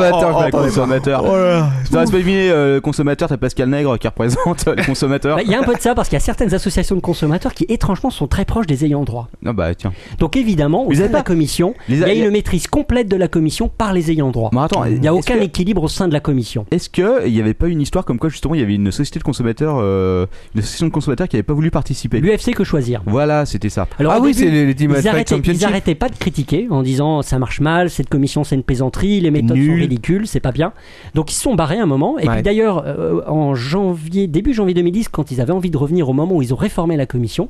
[SPEAKER 6] m'attendais pas. Oh Putain, c'est pas deviné, euh, le consommateur, t'as Pascal Nègre qui représente euh, les consommateurs.
[SPEAKER 7] Bah, Il y a un peu de ça parce qu'il y a certaines associations de consommateurs qui étrangement sont très proches des ayants droit.
[SPEAKER 6] Ah bah tiens.
[SPEAKER 7] Donc évidemment, au sein de la commission,
[SPEAKER 6] les
[SPEAKER 7] il y a
[SPEAKER 6] a-
[SPEAKER 7] une maîtrise complète de la commission par les ayants droit. il n'y a aucun équilibre au sein de la commission.
[SPEAKER 6] Est-ce que il n'y avait pas une histoire comme quoi justement il y avait une société de consommateurs, euh, une association de consommateurs qui n'avait pas voulu participer
[SPEAKER 7] L'UFC que choisir.
[SPEAKER 6] Voilà, c'était ça. Ah
[SPEAKER 7] Alors, au début, ils arrêtaient, ils arrêtaient pas de critiquer en disant ça marche mal, cette commission c'est une plaisanterie, les méthodes sont ridicules, c'est pas bien. Donc ils se sont barrés un moment. Et puis d'ailleurs, euh, en janvier, début janvier 2010, quand ils avaient envie de revenir au moment où ils ont réformé la commission,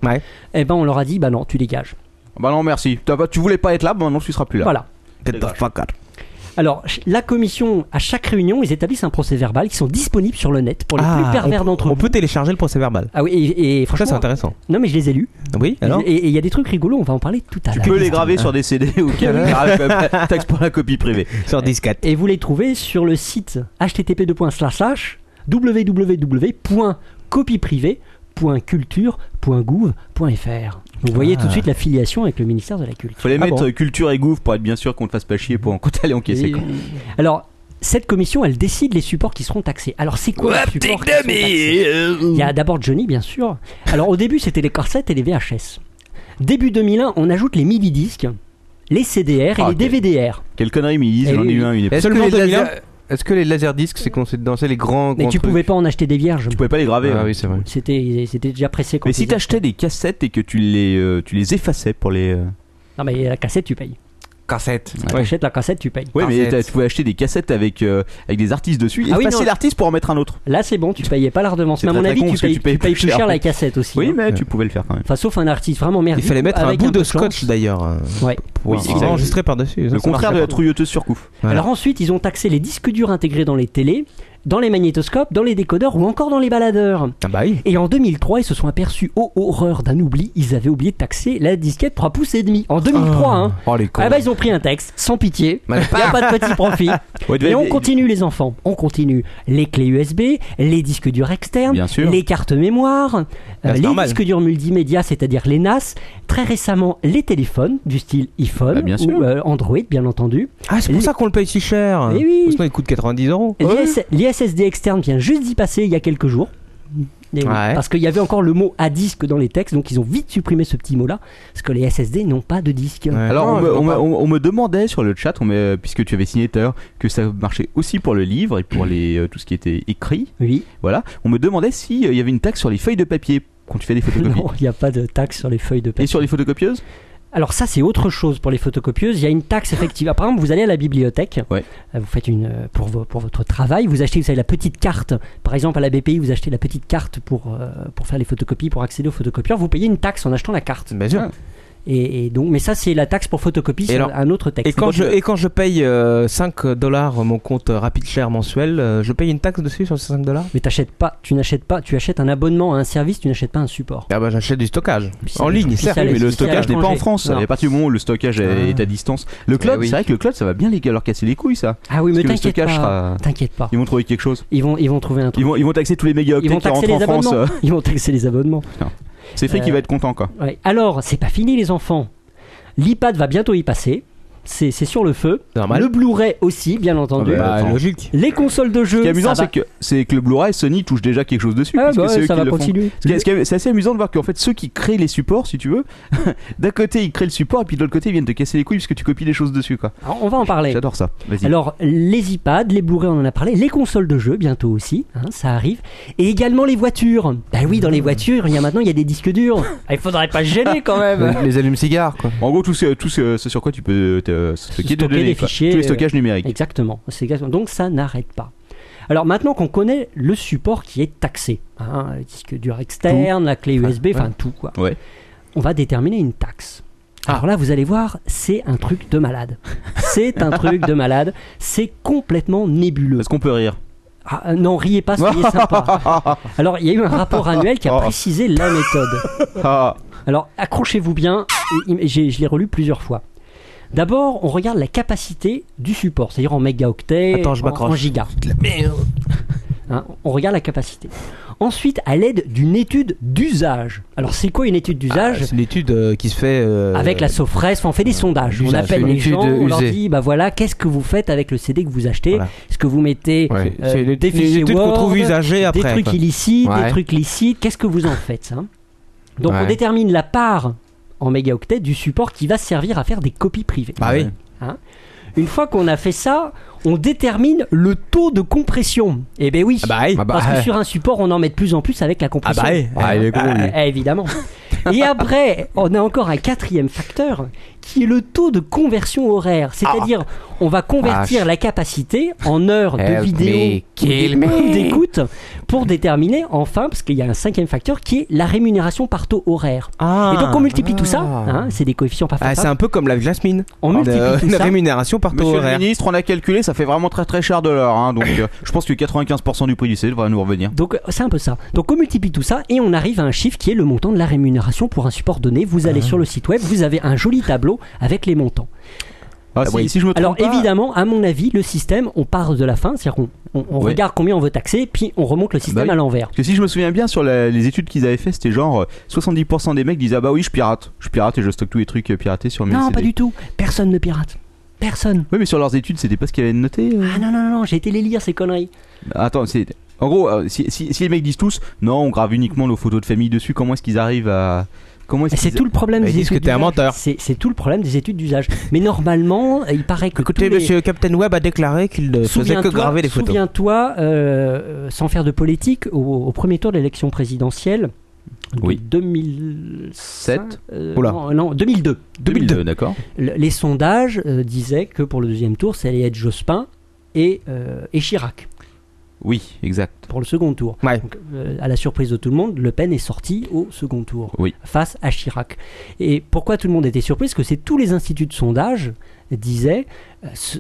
[SPEAKER 7] eh ben on leur a dit bah non, tu dégages.
[SPEAKER 6] Bah non, merci. T'as pas- tu voulais pas être là, bah non, tu seras plus là.
[SPEAKER 7] Voilà.
[SPEAKER 6] Get the fuck out.
[SPEAKER 7] Alors, ch- la commission, à chaque réunion, ils établissent un procès verbal qui sont disponibles sur le net pour les
[SPEAKER 8] Ah,
[SPEAKER 7] plus pervers
[SPEAKER 8] on-
[SPEAKER 7] d'entre vous.
[SPEAKER 8] On peut télécharger le procès verbal.
[SPEAKER 7] Ah oui, et, et franchement.
[SPEAKER 8] c'est intéressant.
[SPEAKER 7] Non, mais je les ai Ah, bah, lus.
[SPEAKER 8] Oui, alors
[SPEAKER 7] Et et il y a des trucs rigolos, on va en parler tout à l'heure.
[SPEAKER 6] Tu peux les graver sur des CD ou qu'elle grave- taxe euh, pour la copie privée.
[SPEAKER 8] Sur disquette.
[SPEAKER 7] Et vous les trouvez sur le site http www.copieprivée.culture.gouv.fr. Vous voyez
[SPEAKER 6] Ah.
[SPEAKER 7] tout de suite la filiation avec le ministère de la Culture.
[SPEAKER 6] Faut les
[SPEAKER 7] Ah
[SPEAKER 6] mettre
[SPEAKER 7] bon.
[SPEAKER 6] euh, culture et gouffre pour être bien sûr qu'on te fasse pas chier pour en quand t'allais encaisser. quoi.
[SPEAKER 7] Alors, cette commission, elle décide les supports qui seront taxés. Alors, c'est quoi les supports qui seront taxés Il y a d'abord Johnny, bien sûr. Alors, au début, c'était les corsets et les VHS. Début 2001, on ajoute les mini-disques, les CDR
[SPEAKER 6] Ah,
[SPEAKER 7] et les DVDR.
[SPEAKER 6] Quelle connerie, mais ils
[SPEAKER 7] Eh
[SPEAKER 6] j'en ai
[SPEAKER 7] oui,
[SPEAKER 6] eu
[SPEAKER 7] oui.
[SPEAKER 6] un une époque.
[SPEAKER 9] Est-ce que, les
[SPEAKER 7] 2001?
[SPEAKER 9] laser- est-ce que les laserdiscs, c'est qu'on s'est dansé les grands.
[SPEAKER 7] Mais
[SPEAKER 9] grands
[SPEAKER 7] tu
[SPEAKER 9] trucs
[SPEAKER 7] pouvais pas en acheter des vierges.
[SPEAKER 6] Tu pouvais pas les graver.
[SPEAKER 9] Ah
[SPEAKER 6] hein.
[SPEAKER 9] oui, c'est vrai.
[SPEAKER 7] C'était c'était déjà pressé quand
[SPEAKER 6] Mais si
[SPEAKER 7] ils-
[SPEAKER 6] t'achetais des cassettes et que tu les, euh, tu les effaçais pour les. euh,
[SPEAKER 7] Non, mais la cassette, tu payes.
[SPEAKER 9] Cassette.
[SPEAKER 7] Tu achètes la cassette, tu payes.
[SPEAKER 6] Ouais, mais t'as- tu pouvais acheter des cassettes avec, euh, avec des artistes dessus et
[SPEAKER 7] Ah oui,
[SPEAKER 6] effacer
[SPEAKER 7] non.
[SPEAKER 6] l'artiste pour en mettre un autre.
[SPEAKER 7] Là, c'est bon, tu payais pas la redevance.
[SPEAKER 6] C'est
[SPEAKER 7] Mais à
[SPEAKER 6] très,
[SPEAKER 7] mon
[SPEAKER 6] très
[SPEAKER 7] avis,
[SPEAKER 6] con,
[SPEAKER 7] tu
[SPEAKER 6] parce que
[SPEAKER 7] payes,
[SPEAKER 6] tu payes plus
[SPEAKER 7] plus cher
[SPEAKER 6] cher.
[SPEAKER 7] la cassette aussi.
[SPEAKER 6] Oui,
[SPEAKER 7] hein.
[SPEAKER 6] mais tu pouvais le faire quand même.
[SPEAKER 7] Enfin, sauf un artiste vraiment merdique.
[SPEAKER 8] Il fallait mettre un
[SPEAKER 7] Ah avec
[SPEAKER 8] bout de
[SPEAKER 7] chance.
[SPEAKER 8] scotch d'ailleurs. euh,
[SPEAKER 7] Ouais.
[SPEAKER 8] Pour
[SPEAKER 7] Oui,
[SPEAKER 8] euh,
[SPEAKER 7] c'est ça.
[SPEAKER 8] enregistrer par-dessus.
[SPEAKER 6] Le contraire de la trouilleuse sur couf.
[SPEAKER 7] Alors ensuite, ils ont taxé les disques durs intégrés dans les télés, dans les magnétoscopes, dans les décodeurs ou encore dans les baladeurs.
[SPEAKER 8] Ah bah oui.
[SPEAKER 7] Et en 2003, ils se sont aperçus, oh horreur d'un oubli, ils avaient oublié de taxer la disquette 3 pouces et demi. En 2003, hein.
[SPEAKER 9] Oh les cons.
[SPEAKER 7] Ah bah ils ont pris un texte, sans pitié, il
[SPEAKER 9] Mal
[SPEAKER 7] n'y a pas de petit profit.
[SPEAKER 6] Ouais, il devait-
[SPEAKER 7] Et on continue les enfants, on continue les clés USB, les disques durs externes,
[SPEAKER 6] Bien sûr.
[SPEAKER 7] les cartes mémoire, euh,
[SPEAKER 8] c'est
[SPEAKER 7] les
[SPEAKER 8] normal.
[SPEAKER 7] disques durs multimédia, c'est-à-dire les NAS, très récemment les téléphones du style iPhone
[SPEAKER 6] Ah, bien sûr.
[SPEAKER 7] ou euh, Android bien entendu.
[SPEAKER 8] Ah, c'est pour ça qu'on le paye si cher.
[SPEAKER 7] Eh oui.
[SPEAKER 8] Sinon, il coûte 90 euros.
[SPEAKER 7] L'IS- L'ISSD externe vient juste d'y passer il y a quelques jours. Et oui,
[SPEAKER 8] Ouais.
[SPEAKER 7] Parce qu'il y avait encore le mot à disque dans les textes, donc ils ont vite supprimé ce petit mot-là, parce que les SSD n'ont pas de disque.
[SPEAKER 6] Alors,
[SPEAKER 9] Non,
[SPEAKER 6] on, me,
[SPEAKER 9] je vois
[SPEAKER 6] on me-
[SPEAKER 9] pas.
[SPEAKER 6] on- on me demandait sur le chat, on me- puisque tu avais signé tout à l'heure, que ça marchait aussi pour le livre et pour les, euh, tout ce qui était écrit.
[SPEAKER 7] Oui,
[SPEAKER 6] Voilà. On me demandait s'il y avait une taxe sur les feuilles de papier quand tu fais des photocopies.
[SPEAKER 7] non, il n'y a pas de taxe sur les feuilles de papier.
[SPEAKER 6] Et sur les photocopieuses
[SPEAKER 7] Alors ça c'est autre chose pour les photocopieuses, il y a une taxe effective. Par exemple, vous allez à la bibliothèque,
[SPEAKER 6] Ouais.
[SPEAKER 7] euh, vous faites une euh, pour, vo- pour votre travail, vous achetez vous savez, la petite carte. Par exemple à la BPI, vous achetez la petite carte pour euh, pour faire les photocopies, pour accéder aux photocopieurs, vous payez une taxe en achetant la carte. Ah.
[SPEAKER 8] Bien sûr.
[SPEAKER 7] Et, et donc mais ça c'est la taxe pour photocopie
[SPEAKER 8] Et
[SPEAKER 7] sur
[SPEAKER 8] alors-
[SPEAKER 7] un autre texte.
[SPEAKER 8] Et quand, je, et quand je paye euh, 5 dollars mon compte rapide cher mensuel, euh, je paye une taxe dessus sur ces 5 dollars
[SPEAKER 7] Mais t'achètes pas, tu n'achètes pas, tu achètes un abonnement à un service, tu n'achètes pas un support.
[SPEAKER 8] Ah bah j'achète du stockage.
[SPEAKER 7] Puis ça-
[SPEAKER 8] En ligne,
[SPEAKER 7] puis
[SPEAKER 8] certes.
[SPEAKER 7] ça-
[SPEAKER 6] Oui, mais
[SPEAKER 7] si
[SPEAKER 6] le
[SPEAKER 7] c'est à
[SPEAKER 6] stockage n'est pas en
[SPEAKER 7] l'étranger.
[SPEAKER 6] France.
[SPEAKER 7] Non.
[SPEAKER 6] À partir du moment où le stockage
[SPEAKER 7] Ah.
[SPEAKER 6] est est à distance. Le cloud,
[SPEAKER 9] Eh oui.
[SPEAKER 6] c'est vrai que le cloud, ça va bien les gars leur casser les couilles, ça.
[SPEAKER 7] Ah oui, mais
[SPEAKER 6] Parce que le
[SPEAKER 7] t'inquiète pas.
[SPEAKER 6] stockage sera-
[SPEAKER 7] T'inquiète pas.
[SPEAKER 6] Ils vont trouver quelque chose.
[SPEAKER 7] Ils vont ils vont trouver un truc.
[SPEAKER 6] Ils vont, ils vont taxer tous les méga
[SPEAKER 7] Ils vont
[SPEAKER 6] qui
[SPEAKER 7] taxer
[SPEAKER 6] rentrent en
[SPEAKER 7] les
[SPEAKER 6] France. euh.
[SPEAKER 7] abonnements. Ils vont taxer les abonnements. Euh,
[SPEAKER 6] C'est Free qui va être content, quoi.
[SPEAKER 7] Ouais. Alors, c'est pas fini les enfants. L'iPad va bientôt y passer. C'est c'est sur le feu.
[SPEAKER 8] Normal.
[SPEAKER 7] Le Blu-ray aussi, bien entendu.
[SPEAKER 6] Ah bah,
[SPEAKER 8] Bah,
[SPEAKER 6] Attends.
[SPEAKER 8] logique.
[SPEAKER 7] Les consoles de
[SPEAKER 6] Ce
[SPEAKER 7] jeux.
[SPEAKER 6] qui est amusant,
[SPEAKER 7] ça
[SPEAKER 6] c'est
[SPEAKER 7] va-
[SPEAKER 6] que, c'est que le Blu-ray, Sony touche déjà quelque chose dessus.
[SPEAKER 7] Ah,
[SPEAKER 6] puisque
[SPEAKER 7] bah
[SPEAKER 6] c'est
[SPEAKER 7] ouais,
[SPEAKER 6] eux
[SPEAKER 7] ça
[SPEAKER 6] qui
[SPEAKER 7] va
[SPEAKER 6] le font.
[SPEAKER 7] continuer.
[SPEAKER 6] Ce qui est- ce qui est- C'est assez amusant de voir qu'en fait, ceux qui créent les supports, si tu veux, d'un côté ils créent le support et puis de l'autre côté ils viennent te casser les couilles parce que tu copies des choses dessus, quoi.
[SPEAKER 7] Alors, Ah, on va en parler.
[SPEAKER 6] J'adore ça. Vas-y.
[SPEAKER 7] Alors, les iPads, les Blu-ray, on en a parlé. Les consoles de jeux, bientôt aussi. hein, ça arrive. Et également les voitures. Bah oui, dans les voitures, il y a maintenant il y a des disques durs. Ah, il faudrait pas se gêner quand même.
[SPEAKER 9] Les allumes-cigares, quoi.
[SPEAKER 6] En gros, tout ce, tout ce, ce sur quoi tu peux te, stocker des
[SPEAKER 7] Stocker
[SPEAKER 6] données,
[SPEAKER 7] des
[SPEAKER 6] quoi.
[SPEAKER 7] fichiers,
[SPEAKER 6] tous les
[SPEAKER 7] euh,
[SPEAKER 6] stockages numériques.
[SPEAKER 7] Exactement. C'est exactement- Donc ça n'arrête pas. Alors maintenant qu'on connaît le support qui est taxé, hein, le disque dur externe, la clé USB, enfin tout quoi,
[SPEAKER 6] Ouais. Ah.
[SPEAKER 7] on va déterminer une taxe. Alors là, vous allez voir, c'est un truc de malade. C'est un truc de malade. C'est complètement nébuleux.
[SPEAKER 6] Parce qu'on peut rire.
[SPEAKER 7] Ah, euh, non, riez pas, soyez sympa. Alors, il y a eu un rapport annuel qui a
[SPEAKER 8] Oh.
[SPEAKER 7] précisé la méthode.
[SPEAKER 6] Ah,
[SPEAKER 7] Alors, accrochez-vous bien. Il- il- j'ai- Je l'ai relu plusieurs fois. D'abord, on regarde la capacité du support, c'est-à-dire en mégaoctets,
[SPEAKER 8] Attends,
[SPEAKER 10] Oh,
[SPEAKER 8] je
[SPEAKER 7] en,
[SPEAKER 8] m'accroche.
[SPEAKER 7] en giga. Hein, on regarde la capacité. Ensuite, à l'aide d'une étude d'usage. Alors, c'est quoi une étude d'usage
[SPEAKER 8] C'est une étude euh, qui se fait. euh,
[SPEAKER 7] Avec la Sofres, on fait des sondages. On
[SPEAKER 8] d'usage.
[SPEAKER 7] appelle
[SPEAKER 8] Une
[SPEAKER 7] les
[SPEAKER 8] étude
[SPEAKER 7] gens, on leur
[SPEAKER 8] usée.
[SPEAKER 7] dit bah voilà, qu'est-ce que vous faites avec le CD que vous achetez Est-ce que vous mettez
[SPEAKER 8] Ouais.
[SPEAKER 7] euh,
[SPEAKER 8] C'est une-
[SPEAKER 7] des
[SPEAKER 8] une
[SPEAKER 7] fichiers
[SPEAKER 8] étude qu'on
[SPEAKER 7] Word,
[SPEAKER 8] trouve usagée
[SPEAKER 7] des
[SPEAKER 8] après,
[SPEAKER 7] trucs
[SPEAKER 8] quoi.
[SPEAKER 7] illicites,
[SPEAKER 8] Ouais.
[SPEAKER 7] des trucs licites Qu'est-ce que vous en faites hein Donc
[SPEAKER 8] Ouais.
[SPEAKER 7] on détermine la part en mégaoctets du support qui va servir à faire des copies privées.
[SPEAKER 8] Bah oui.
[SPEAKER 7] Hein une fois qu'on a fait ça, on détermine le taux de compression. Eh ben oui,
[SPEAKER 8] Ah bah,
[SPEAKER 7] parce que
[SPEAKER 8] ouais.
[SPEAKER 7] sur un support, on en met de plus en plus avec la compression.
[SPEAKER 8] Ah bah, ouais. Ah, il est con, lui.
[SPEAKER 7] Eh, évidemment. Et après, on a encore un quatrième facteur qui est le taux de conversion horaire. C'est-à-dire, on va convertir
[SPEAKER 8] Ah. Vache.
[SPEAKER 7] la capacité en heures de
[SPEAKER 8] Help me,
[SPEAKER 7] vidéo
[SPEAKER 8] kill
[SPEAKER 7] ou d'é-
[SPEAKER 8] me.
[SPEAKER 7] ou d'écoute pour déterminer enfin, parce qu'il y a un cinquième facteur qui est la rémunération par taux horaire.
[SPEAKER 8] Ah.
[SPEAKER 7] Et donc on multiplie tout ça, hein, c'est des coefficients pas
[SPEAKER 8] Ah, c'est un peu comme la Jasmine.
[SPEAKER 7] On
[SPEAKER 8] Euh,
[SPEAKER 7] multiplie tout
[SPEAKER 8] une
[SPEAKER 7] ça.
[SPEAKER 8] rémunération par taux
[SPEAKER 6] Monsieur
[SPEAKER 8] horaire.
[SPEAKER 6] le ministre, on a calculé, ça fait vraiment très très cher de l'heure. hein, donc euh, je pense que 95% du prix du CD devrait nous revenir.
[SPEAKER 7] Donc euh, c'est un peu ça. Donc on multiplie tout ça et on arrive à un chiffre qui est le montant de la rémunération pour un support donné. Vous
[SPEAKER 8] Ah.
[SPEAKER 7] allez sur le site web, vous avez un joli tableau avec les montants.
[SPEAKER 6] Ah, si- si je me trompe
[SPEAKER 7] Alors
[SPEAKER 6] pas-
[SPEAKER 7] évidemment, à mon avis, le système, on part de la fin, c'est-à-dire qu'on on- on
[SPEAKER 6] Oui.
[SPEAKER 7] regarde combien on veut taxer, puis on remonte le système
[SPEAKER 6] Bah oui.
[SPEAKER 7] à l'envers.
[SPEAKER 6] Parce que si je me souviens bien sur la- les études qu'ils avaient fait, c'était genre euh, 70% des mecs disaient ah bah oui je pirate, je pirate et je stocke tous les trucs euh, piratés sur mes
[SPEAKER 7] Non,
[SPEAKER 6] CD.
[SPEAKER 7] pas du tout. Personne ne pirate. Personne.
[SPEAKER 6] Oui mais sur leurs études c'était pas ce qu'ils avaient noté. euh. Bah,
[SPEAKER 7] Ah non, non, non, non, j'ai été les lire ces conneries.
[SPEAKER 6] Attends c'est en gros euh, si, si- si les mecs disent tous non on grave uniquement nos photos de famille dessus comment est-ce qu'ils arrivent à comment est-ce
[SPEAKER 7] C'est
[SPEAKER 6] qu'ils-
[SPEAKER 7] tout le problème des études d'usage.
[SPEAKER 8] menteur.
[SPEAKER 7] C'est c'est tout le problème des études d'usage. Mais normalement, il paraît que
[SPEAKER 8] Écoutez,
[SPEAKER 7] tous les-
[SPEAKER 8] monsieur Captain Web a déclaré qu'il ne faisait que graver les photos.
[SPEAKER 7] Souviens-toi, euh, sans faire de politique, au, au premier tour de l'élection présidentielle de
[SPEAKER 6] Oui.
[SPEAKER 7] 2007, euh,
[SPEAKER 6] Oula.
[SPEAKER 7] non, non, 2002.
[SPEAKER 6] 2002 d'accord.
[SPEAKER 7] Le- les sondages euh, disaient que pour le deuxième tour, ça allait être Jospin et, euh, et Chirac
[SPEAKER 6] Oui exact.
[SPEAKER 7] pour le second tour. Donc, euh, à la surprise de tout le monde, Le Pen est sorti au second tour
[SPEAKER 6] Oui.
[SPEAKER 7] face à Chirac. Et pourquoi tout le monde était surpris Parce que c'est tous les instituts de sondage disaient. euh, ce-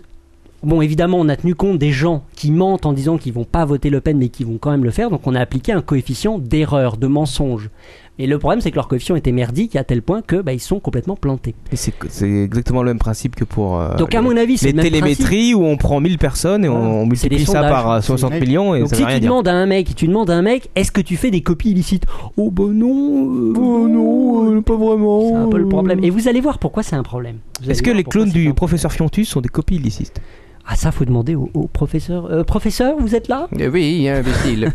[SPEAKER 7] Bon, évidemment, on a tenu compte des gens qui mentent en disant qu'ils vont pas voter Le Pen, mais qu'ils vont quand même le faire. Donc, on a appliqué un coefficient d'erreur, de mensonge. Et le problème, c'est que leur coefficient était merdique à tel point que bah, ils sont complètement plantés.
[SPEAKER 8] Et C'est c'est exactement le même principe que pour euh,
[SPEAKER 7] Donc, à
[SPEAKER 8] les-
[SPEAKER 7] mon avis, c'est
[SPEAKER 8] les
[SPEAKER 7] le même
[SPEAKER 8] télémétries où on prend 1000 personnes et on, on
[SPEAKER 7] C'est des
[SPEAKER 8] multiplie ça
[SPEAKER 7] sondages.
[SPEAKER 8] par euh, 60
[SPEAKER 7] C'est-
[SPEAKER 8] millions et
[SPEAKER 7] Donc
[SPEAKER 8] ça
[SPEAKER 7] si
[SPEAKER 8] veut rien
[SPEAKER 7] tu
[SPEAKER 8] dire.
[SPEAKER 7] demandes à un mec, tu demandes à un mec, est-ce que tu fais des copies illicites Oh bah non, oh non,
[SPEAKER 8] euh, pas vraiment.
[SPEAKER 7] C'est un peu le problème. Et vous allez voir pourquoi c'est un problème. Vous allez
[SPEAKER 8] Est-ce que
[SPEAKER 7] voir
[SPEAKER 8] les
[SPEAKER 7] pourquoi
[SPEAKER 8] clones
[SPEAKER 7] c'est
[SPEAKER 8] du
[SPEAKER 7] un-
[SPEAKER 8] professeur Fiontus sont des copies illicites
[SPEAKER 7] Ah ça faut demander au, au professeur. Euh, professeur, vous êtes là
[SPEAKER 9] Eh Oui, imbécile.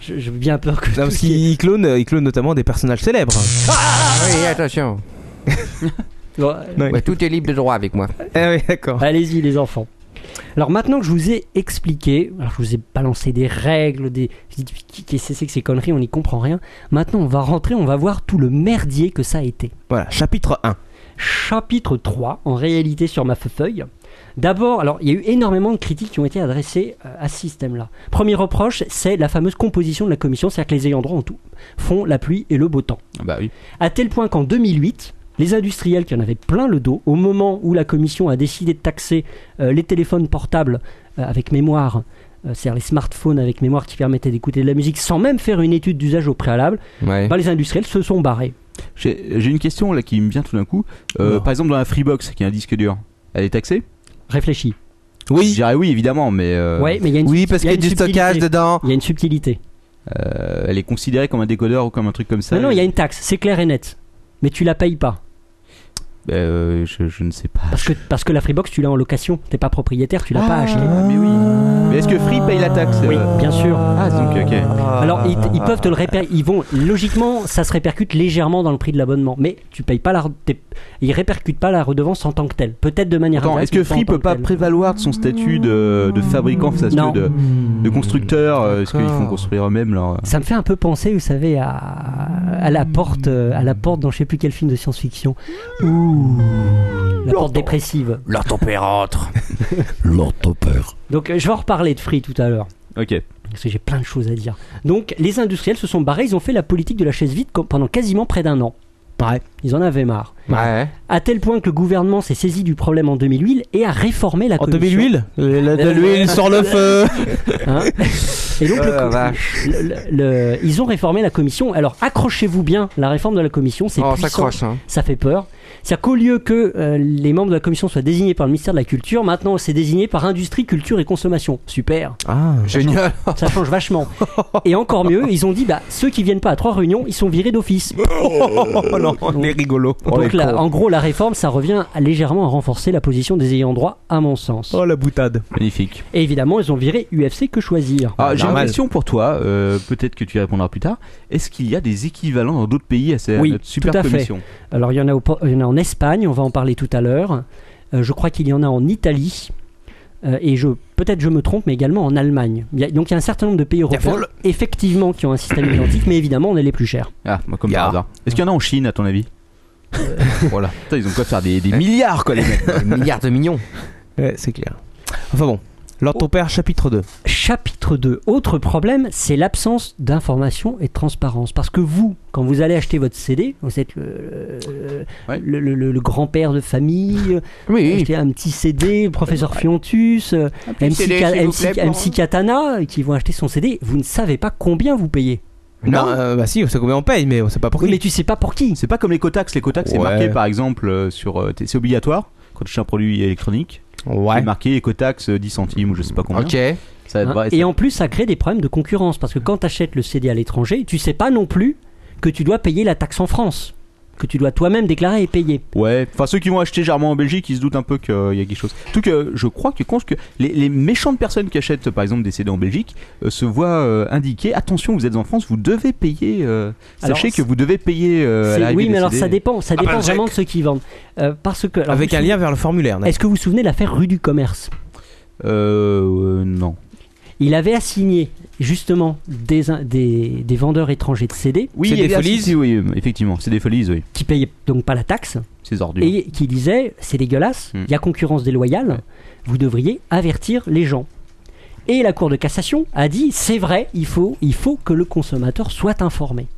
[SPEAKER 7] je, je veux bien peur que.
[SPEAKER 8] Non, parce qu'ils clonent, euh, ils clonent notamment des personnages célèbres.
[SPEAKER 7] Ah
[SPEAKER 9] oui, attention. Ouais, tout est libre de droit avec moi.
[SPEAKER 8] Ah oui, d'accord.
[SPEAKER 7] euh, Allez-y les enfants. Alors maintenant que je vous ai expliqué, alors je vous ai balancé des règles, des vous dites, qui- qu'est-ce que c'est que ces conneries, on n'y comprend rien. Maintenant on va rentrer, on va voir tout le merdier que ça a été.
[SPEAKER 8] Voilà, chapitre 1.
[SPEAKER 7] Chapitre 3, en réalité sur ma feuille. D'abord, alors il y a eu énormément de critiques qui ont été adressées euh, à ce système-là. Premier reproche, c'est la fameuse composition de la commission, c'est-à-dire que les ayants droit ont tout, font la pluie et le beau temps.
[SPEAKER 6] Bah oui.
[SPEAKER 7] À tel point qu'en 2008, les industriels qui en avaient plein le dos, au moment où la commission a décidé de taxer euh, les téléphones portables euh, avec mémoire, euh, c'est-à-dire les smartphones avec mémoire qui permettaient d'écouter de la musique sans même faire une étude d'usage au préalable,
[SPEAKER 9] Ouais.
[SPEAKER 7] bah, les industriels se sont barrés.
[SPEAKER 6] J'ai j'ai une question là qui me vient tout d'un coup. Euh,
[SPEAKER 7] Non.
[SPEAKER 6] par exemple dans la Freebox qui est un disque dur, elle est taxée
[SPEAKER 7] Réfléchis.
[SPEAKER 6] Oui. Je dirais oui évidemment mais. euh,
[SPEAKER 7] Ouais, mais il y a une
[SPEAKER 6] Oui,
[SPEAKER 7] subtil-
[SPEAKER 6] parce
[SPEAKER 7] il y a
[SPEAKER 6] qu'il y a
[SPEAKER 7] une
[SPEAKER 6] du stockage
[SPEAKER 7] subtilité.
[SPEAKER 6] dedans.
[SPEAKER 7] Il y a une subtilité.
[SPEAKER 6] euh, elle est considérée comme un décodeur ou comme un truc comme ça.
[SPEAKER 7] non, non, il y a une taxe, c'est clair et net. Mais tu la payes pas.
[SPEAKER 6] Euh, je, je ne sais pas.
[SPEAKER 7] Parce que, parce que la Freebox, tu l'as en location. T'es pas propriétaire, tu l'as pas acheté.
[SPEAKER 6] Mais est-ce que Free paye la taxe
[SPEAKER 7] Oui,
[SPEAKER 6] euh
[SPEAKER 7] bien sûr.
[SPEAKER 6] Ah donc ok.
[SPEAKER 7] Alors, ils, ils peuvent te le répercuter. Ils vont, logiquement, ça se répercute légèrement dans le prix de l'abonnement. Mais tu payes pas la. re- t'es- Ils répercutent pas la redevance en tant que telle. Peut-être de manière.
[SPEAKER 6] Attends,
[SPEAKER 7] indirecte,
[SPEAKER 6] est-ce
[SPEAKER 7] mais pas
[SPEAKER 6] que
[SPEAKER 7] en
[SPEAKER 6] Free
[SPEAKER 7] tant
[SPEAKER 6] peut
[SPEAKER 7] que
[SPEAKER 6] pas
[SPEAKER 7] telle.
[SPEAKER 6] prévaloir de son statut de, de fabricant, de,
[SPEAKER 7] Non.
[SPEAKER 6] de, de constructeur euh, Est-ce qu'ils font construire eux-mêmes leur. euh,
[SPEAKER 7] Ça me fait un peu penser, vous savez, à, à la porte, euh, à la porte dans je sais plus quel film de science-fiction. Ouh, la porte dépressive.
[SPEAKER 3] Leur ton père entre.
[SPEAKER 7] Donc, euh, je vais en reparler de Free tout à l'heure.
[SPEAKER 6] Ok.
[SPEAKER 7] Parce que j'ai plein de choses à dire. Donc, les industriels se sont barrés, ils ont fait la politique de la chaise vide comme- pendant quasiment près d'un an.
[SPEAKER 8] Ouais.
[SPEAKER 7] Ils en avaient marre.
[SPEAKER 9] Ouais.
[SPEAKER 7] À tel point que le gouvernement s'est saisi du problème en 2008 et a réformé la
[SPEAKER 8] En
[SPEAKER 7] commission.
[SPEAKER 8] 2008 Euh, la- de l'huile sur l'œuf, euh.
[SPEAKER 7] Hein et donc,
[SPEAKER 8] Oh
[SPEAKER 7] le
[SPEAKER 8] la
[SPEAKER 7] co- le- le- le- ils ont réformé la commission. Alors, accrochez-vous bien, la réforme de la commission, c'est
[SPEAKER 9] Oh, on
[SPEAKER 7] puissant.
[SPEAKER 9] s'accroche, hein.
[SPEAKER 7] Ça fait peur. C'est-à-dire qu'au lieu que euh, les membres de la commission soient désignés par le ministère de la Culture, maintenant c'est désigné par industrie, culture et consommation. Super.
[SPEAKER 8] Ah,
[SPEAKER 9] génial.
[SPEAKER 7] Ça change vachement. Et encore mieux, ils ont dit bah ceux qui viennent pas à trois réunions, ils sont virés d'office.
[SPEAKER 8] Oh non, on est rigolo.
[SPEAKER 7] Donc là, en gros, la réforme, ça revient à légèrement à renforcer la position des ayants droit, à mon sens.
[SPEAKER 8] Oh la boutade.
[SPEAKER 6] Magnifique.
[SPEAKER 7] Et évidemment, ils ont viré UFC que choisir.
[SPEAKER 6] Ah, j'ai une question pour toi, euh, peut-être que tu y répondras plus tard. Est-ce qu'il y a des équivalents dans d'autres pays à cette
[SPEAKER 7] oui,
[SPEAKER 6] notre super
[SPEAKER 7] tout à
[SPEAKER 6] commission
[SPEAKER 7] Fait. Alors il y, en a au Po- il y en a en Espagne, on va en parler tout à l'heure. Euh, je crois qu'il y en a en Italie. Euh, et je, peut-être je me trompe, mais également en Allemagne. Il y a- donc il y a un certain nombre de pays européens,
[SPEAKER 6] vol.
[SPEAKER 7] effectivement, qui ont un système identique, mais évidemment, on est les plus chers.
[SPEAKER 6] Ah, moi, comme par hasard. Est-ce qu'il y en a en Chine à ton avis Voilà. Putain, ils ont quoi faire des, des milliards quoi les mecs.
[SPEAKER 9] milliards de millions.
[SPEAKER 8] Ouais, c'est clair. Enfin bon, Lord ton père, chapitre 2.
[SPEAKER 7] Chapitre 2. Autre problème, c'est l'absence d'information et de transparence. Parce que vous, quand vous allez acheter votre CD, vous êtes le, le- le- le- le- le grand-père de famille, euh,
[SPEAKER 9] oui.
[SPEAKER 7] achetez un petit CD, professeur Fiontus, euh,
[SPEAKER 9] petit
[SPEAKER 7] MC,
[SPEAKER 9] CD,
[SPEAKER 7] Ka-
[SPEAKER 9] s'il vous
[SPEAKER 7] MC
[SPEAKER 9] plaît, Laurent.
[SPEAKER 7] MC Katana, euh, qui vont acheter son CD, vous ne savez pas combien vous payez.
[SPEAKER 8] Non, euh, bah si, on sait combien on paye, mais on sait pas pour qui.
[SPEAKER 7] mais tu sais pas pour qui.
[SPEAKER 6] C'est pas comme les Cotax. Les Cotax, c'est
[SPEAKER 8] Ouais.
[SPEAKER 6] marqué par exemple euh, sur. euh, t'es- c'est obligatoire quand tu achètes un produit électronique.
[SPEAKER 8] Ouais.
[SPEAKER 6] C'est marqué les Cotax euh, 10 centimes ou je sais pas combien.
[SPEAKER 9] Ok.
[SPEAKER 6] Ça
[SPEAKER 7] Hein,
[SPEAKER 6] devrait-
[SPEAKER 7] et
[SPEAKER 6] ça-
[SPEAKER 7] en plus, ça crée des problèmes de concurrence parce que quand tu achètes le CD à l'étranger, tu sais pas non plus que tu dois payer la taxe en France, que tu dois toi-même déclarer et payer.
[SPEAKER 6] Ouais, enfin ceux qui vont acheter généralement en Belgique, ils se doutent un peu qu'il y a quelque chose. En tout cas, je crois que, que les, les méchantes personnes qui achètent par exemple des CD en Belgique euh, se voient euh, indiquer attention, vous êtes en France, vous devez payer. euh,
[SPEAKER 7] Alors,
[SPEAKER 6] sachez
[SPEAKER 7] c'est-
[SPEAKER 6] que vous devez payer. euh, à
[SPEAKER 7] C'est-
[SPEAKER 6] l'arrivée
[SPEAKER 7] oui,
[SPEAKER 6] des
[SPEAKER 7] mais alors
[SPEAKER 6] CD.
[SPEAKER 7] ça dépend, ça
[SPEAKER 6] Ah,
[SPEAKER 7] dépend
[SPEAKER 6] bah,
[SPEAKER 7] vraiment de
[SPEAKER 6] Jacques.
[SPEAKER 7] ceux qui vendent. Euh, parce que alors,
[SPEAKER 8] Avec
[SPEAKER 7] vous
[SPEAKER 8] un
[SPEAKER 7] vous
[SPEAKER 8] lien vers le formulaire.
[SPEAKER 7] Est-ce que vous vous souvenez de l'affaire rue du commerce
[SPEAKER 6] Euh, euh, non.
[SPEAKER 7] Il avait assigné justement des, des, des vendeurs étrangers de CD
[SPEAKER 6] Oui, il y a- si, si, oui, euh, effectivement, c'est des folies, oui.
[SPEAKER 7] qui payaient donc pas la taxe
[SPEAKER 6] Ces ordures.
[SPEAKER 7] et qui disaient c'est dégueulasse, il y a concurrence déloyale, vous devriez avertir les gens. Et la Cour de cassation a dit c'est vrai, il faut, il faut que le consommateur soit informé.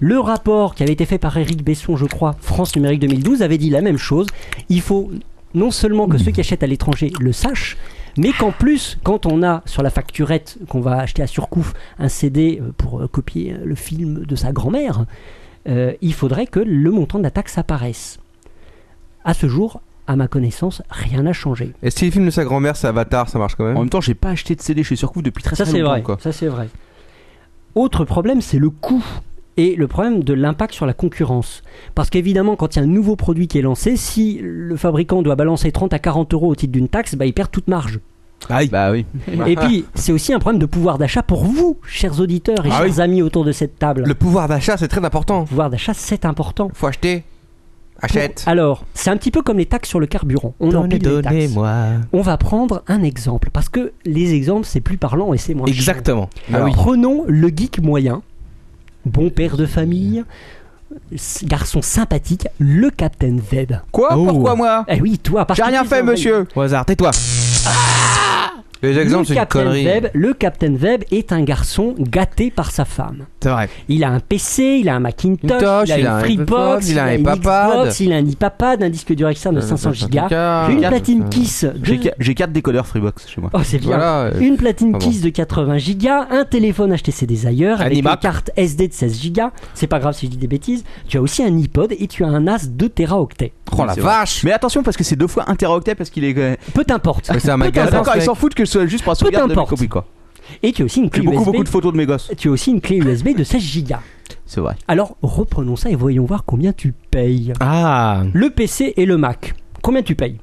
[SPEAKER 7] Le rapport qui avait été fait par Eric Besson, je crois, France Numérique 2012, avait dit la même chose. Il faut non seulement que ceux qui achètent à l'étranger le sachent, mais qu'en plus, quand on a sur la facturette qu'on va acheter à surcouf un CD euh, pour euh, copier euh, le film de sa grand-mère, euh, il faudrait que le montant de la taxe apparaisse. À ce jour, à ma connaissance, rien n'a changé.
[SPEAKER 9] Et si le film de sa grand-mère, c'est Avatar, ça marche quand même
[SPEAKER 6] En même temps, j'ai pas acheté de CD chez Surcouf depuis très
[SPEAKER 7] Ça
[SPEAKER 6] très
[SPEAKER 7] c'est
[SPEAKER 6] longtemps.
[SPEAKER 7] vrai.
[SPEAKER 6] quoi.
[SPEAKER 7] Ça c'est vrai. Autre problème, c'est le coût et le problème de l'impact sur la concurrence. Parce qu'évidemment, quand il y a un nouveau produit qui est lancé, si le fabricant doit balancer 30 à 40 euros au titre d'une taxe, bah, il perd toute marge.
[SPEAKER 6] Bah oui.
[SPEAKER 7] Et puis, c'est aussi un problème de pouvoir d'achat pour vous, chers auditeurs et
[SPEAKER 9] Ah
[SPEAKER 7] chers
[SPEAKER 9] oui.
[SPEAKER 7] amis autour de cette table.
[SPEAKER 9] Le pouvoir d'achat, c'est très important.
[SPEAKER 7] pouvoir d'achat, c'est important.
[SPEAKER 9] Faut acheter. Achète.
[SPEAKER 7] Alors, c'est un petit peu comme les taxes sur le carburant. On
[SPEAKER 8] Donnez-
[SPEAKER 7] empile les taxes.
[SPEAKER 8] Donnez-moi.
[SPEAKER 7] On va prendre un exemple, parce que les exemples, c'est plus parlant et c'est moins chiant.
[SPEAKER 8] Exactement.
[SPEAKER 7] Alors,
[SPEAKER 8] Ah oui.
[SPEAKER 7] Prenons le geek moyen, bon père de famille, s- garçon sympathique, le Captain Web.
[SPEAKER 8] Oh,
[SPEAKER 9] Quoi Pourquoi moi
[SPEAKER 7] Eh oui, toi, parce
[SPEAKER 9] J'ai
[SPEAKER 7] que
[SPEAKER 9] rien
[SPEAKER 7] tu es
[SPEAKER 9] fait,
[SPEAKER 7] un-
[SPEAKER 9] monsieur.
[SPEAKER 8] Au hasard, tais-toi.
[SPEAKER 9] Les exemples,
[SPEAKER 7] le
[SPEAKER 9] c'est une
[SPEAKER 7] Captain
[SPEAKER 9] connerie.
[SPEAKER 7] Web- le Captain Web est un garçon gâté par sa femme.
[SPEAKER 8] C'est vrai.
[SPEAKER 7] Il a un PC, il a un Macintosh,
[SPEAKER 9] Une toche,
[SPEAKER 7] il a une
[SPEAKER 9] il a un
[SPEAKER 7] Freebox,
[SPEAKER 9] iPod, il a un
[SPEAKER 7] une
[SPEAKER 9] iPad. Euh,
[SPEAKER 7] Xbox, il a un iPad, un disque dur externe de 500 gigas, une platine Kiss,
[SPEAKER 6] J'ai
[SPEAKER 7] deux-
[SPEAKER 6] qua- J'ai 4 décodeurs Freebox chez moi.
[SPEAKER 7] Oh, c'est bien.
[SPEAKER 9] Voilà, euh,
[SPEAKER 7] une platine
[SPEAKER 9] ah bon.
[SPEAKER 7] Kiss de 80 gigas, un téléphone HTC des ailleurs avec
[SPEAKER 8] Animac.
[SPEAKER 7] une carte SD de 16 gigas. C'est pas grave si je dis des bêtises. Tu as aussi un iPod et tu as un NAS 2 Teraoctets.
[SPEAKER 9] Oh la
[SPEAKER 6] C'est vrai.
[SPEAKER 9] vache
[SPEAKER 6] Mais attention parce que c'est deux fois interoptet parce qu'il est. euh,
[SPEAKER 7] Peu t'importe.
[SPEAKER 9] Mais c'est un
[SPEAKER 7] Peu
[SPEAKER 9] magasin,
[SPEAKER 7] t'importe.
[SPEAKER 6] D'accord,
[SPEAKER 9] mec.
[SPEAKER 6] ils s'en foutent que ce soit juste pour la sauvegarde de mes
[SPEAKER 7] importe.
[SPEAKER 6] copies, quoi.
[SPEAKER 7] Et tu as aussi une
[SPEAKER 6] J'ai
[SPEAKER 7] clé
[SPEAKER 6] beaucoup
[SPEAKER 7] USB.
[SPEAKER 6] beaucoup de photos de mes gosses.
[SPEAKER 7] Tu as aussi une clé USB de 16 gigas.
[SPEAKER 6] C'est vrai.
[SPEAKER 7] Alors reprenons ça et voyons voir combien tu payes.
[SPEAKER 8] Ah.
[SPEAKER 7] Le PC et le Mac. Combien tu payes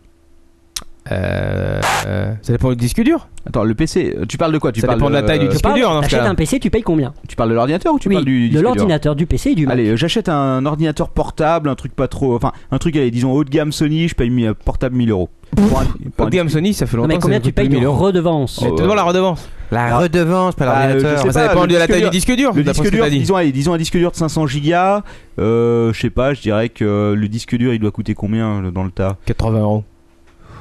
[SPEAKER 8] Euh, euh, ça dépend du disque dur.
[SPEAKER 6] Attends, le PC, euh, tu parles de quoi tu
[SPEAKER 8] Ça
[SPEAKER 6] parles
[SPEAKER 8] dépend de la taille du
[SPEAKER 6] euh,
[SPEAKER 7] Je
[SPEAKER 8] disque
[SPEAKER 7] parle,
[SPEAKER 8] dur, dans ce
[SPEAKER 7] T'achètes
[SPEAKER 8] cas-là.
[SPEAKER 7] un PC, tu payes combien
[SPEAKER 6] Tu parles de l'ordinateur ou tu
[SPEAKER 7] Oui,
[SPEAKER 6] parles du disque
[SPEAKER 7] de
[SPEAKER 6] dur
[SPEAKER 7] l'ordinateur, du PC et du Mac.
[SPEAKER 6] Allez, euh, j'achète un ordinateur portable, un truc pas trop. Enfin, un truc, allez, disons haut de gamme Sony, je paye mi- euh, portable 1000 euros. Pour un- pour un-
[SPEAKER 8] Au DM Sony, ça fait
[SPEAKER 7] Non,
[SPEAKER 8] longtemps
[SPEAKER 7] mais
[SPEAKER 8] que
[SPEAKER 7] combien
[SPEAKER 8] ça coûte
[SPEAKER 7] tu payes
[SPEAKER 8] plus
[SPEAKER 7] de
[SPEAKER 8] 1000 euros.
[SPEAKER 7] redevance
[SPEAKER 8] C'est toujours la redevance.
[SPEAKER 9] La redevance, pas
[SPEAKER 6] Ah, Bah, euh,
[SPEAKER 9] l'ordinateur.
[SPEAKER 6] je sais
[SPEAKER 8] Ça
[SPEAKER 6] pas,
[SPEAKER 8] dépend
[SPEAKER 6] le
[SPEAKER 8] de la
[SPEAKER 6] disque
[SPEAKER 8] taille du
[SPEAKER 6] dur-
[SPEAKER 8] disque dur.
[SPEAKER 6] Le
[SPEAKER 8] d'après ce
[SPEAKER 6] disque
[SPEAKER 8] que
[SPEAKER 6] dur,
[SPEAKER 8] t'as dit.
[SPEAKER 6] disons, allez, disons un disque dur de 500 gigas. Euh, je sais pas, je dirais que euh, le disque dur il doit coûter combien euh, dans le tas
[SPEAKER 8] 80 euros.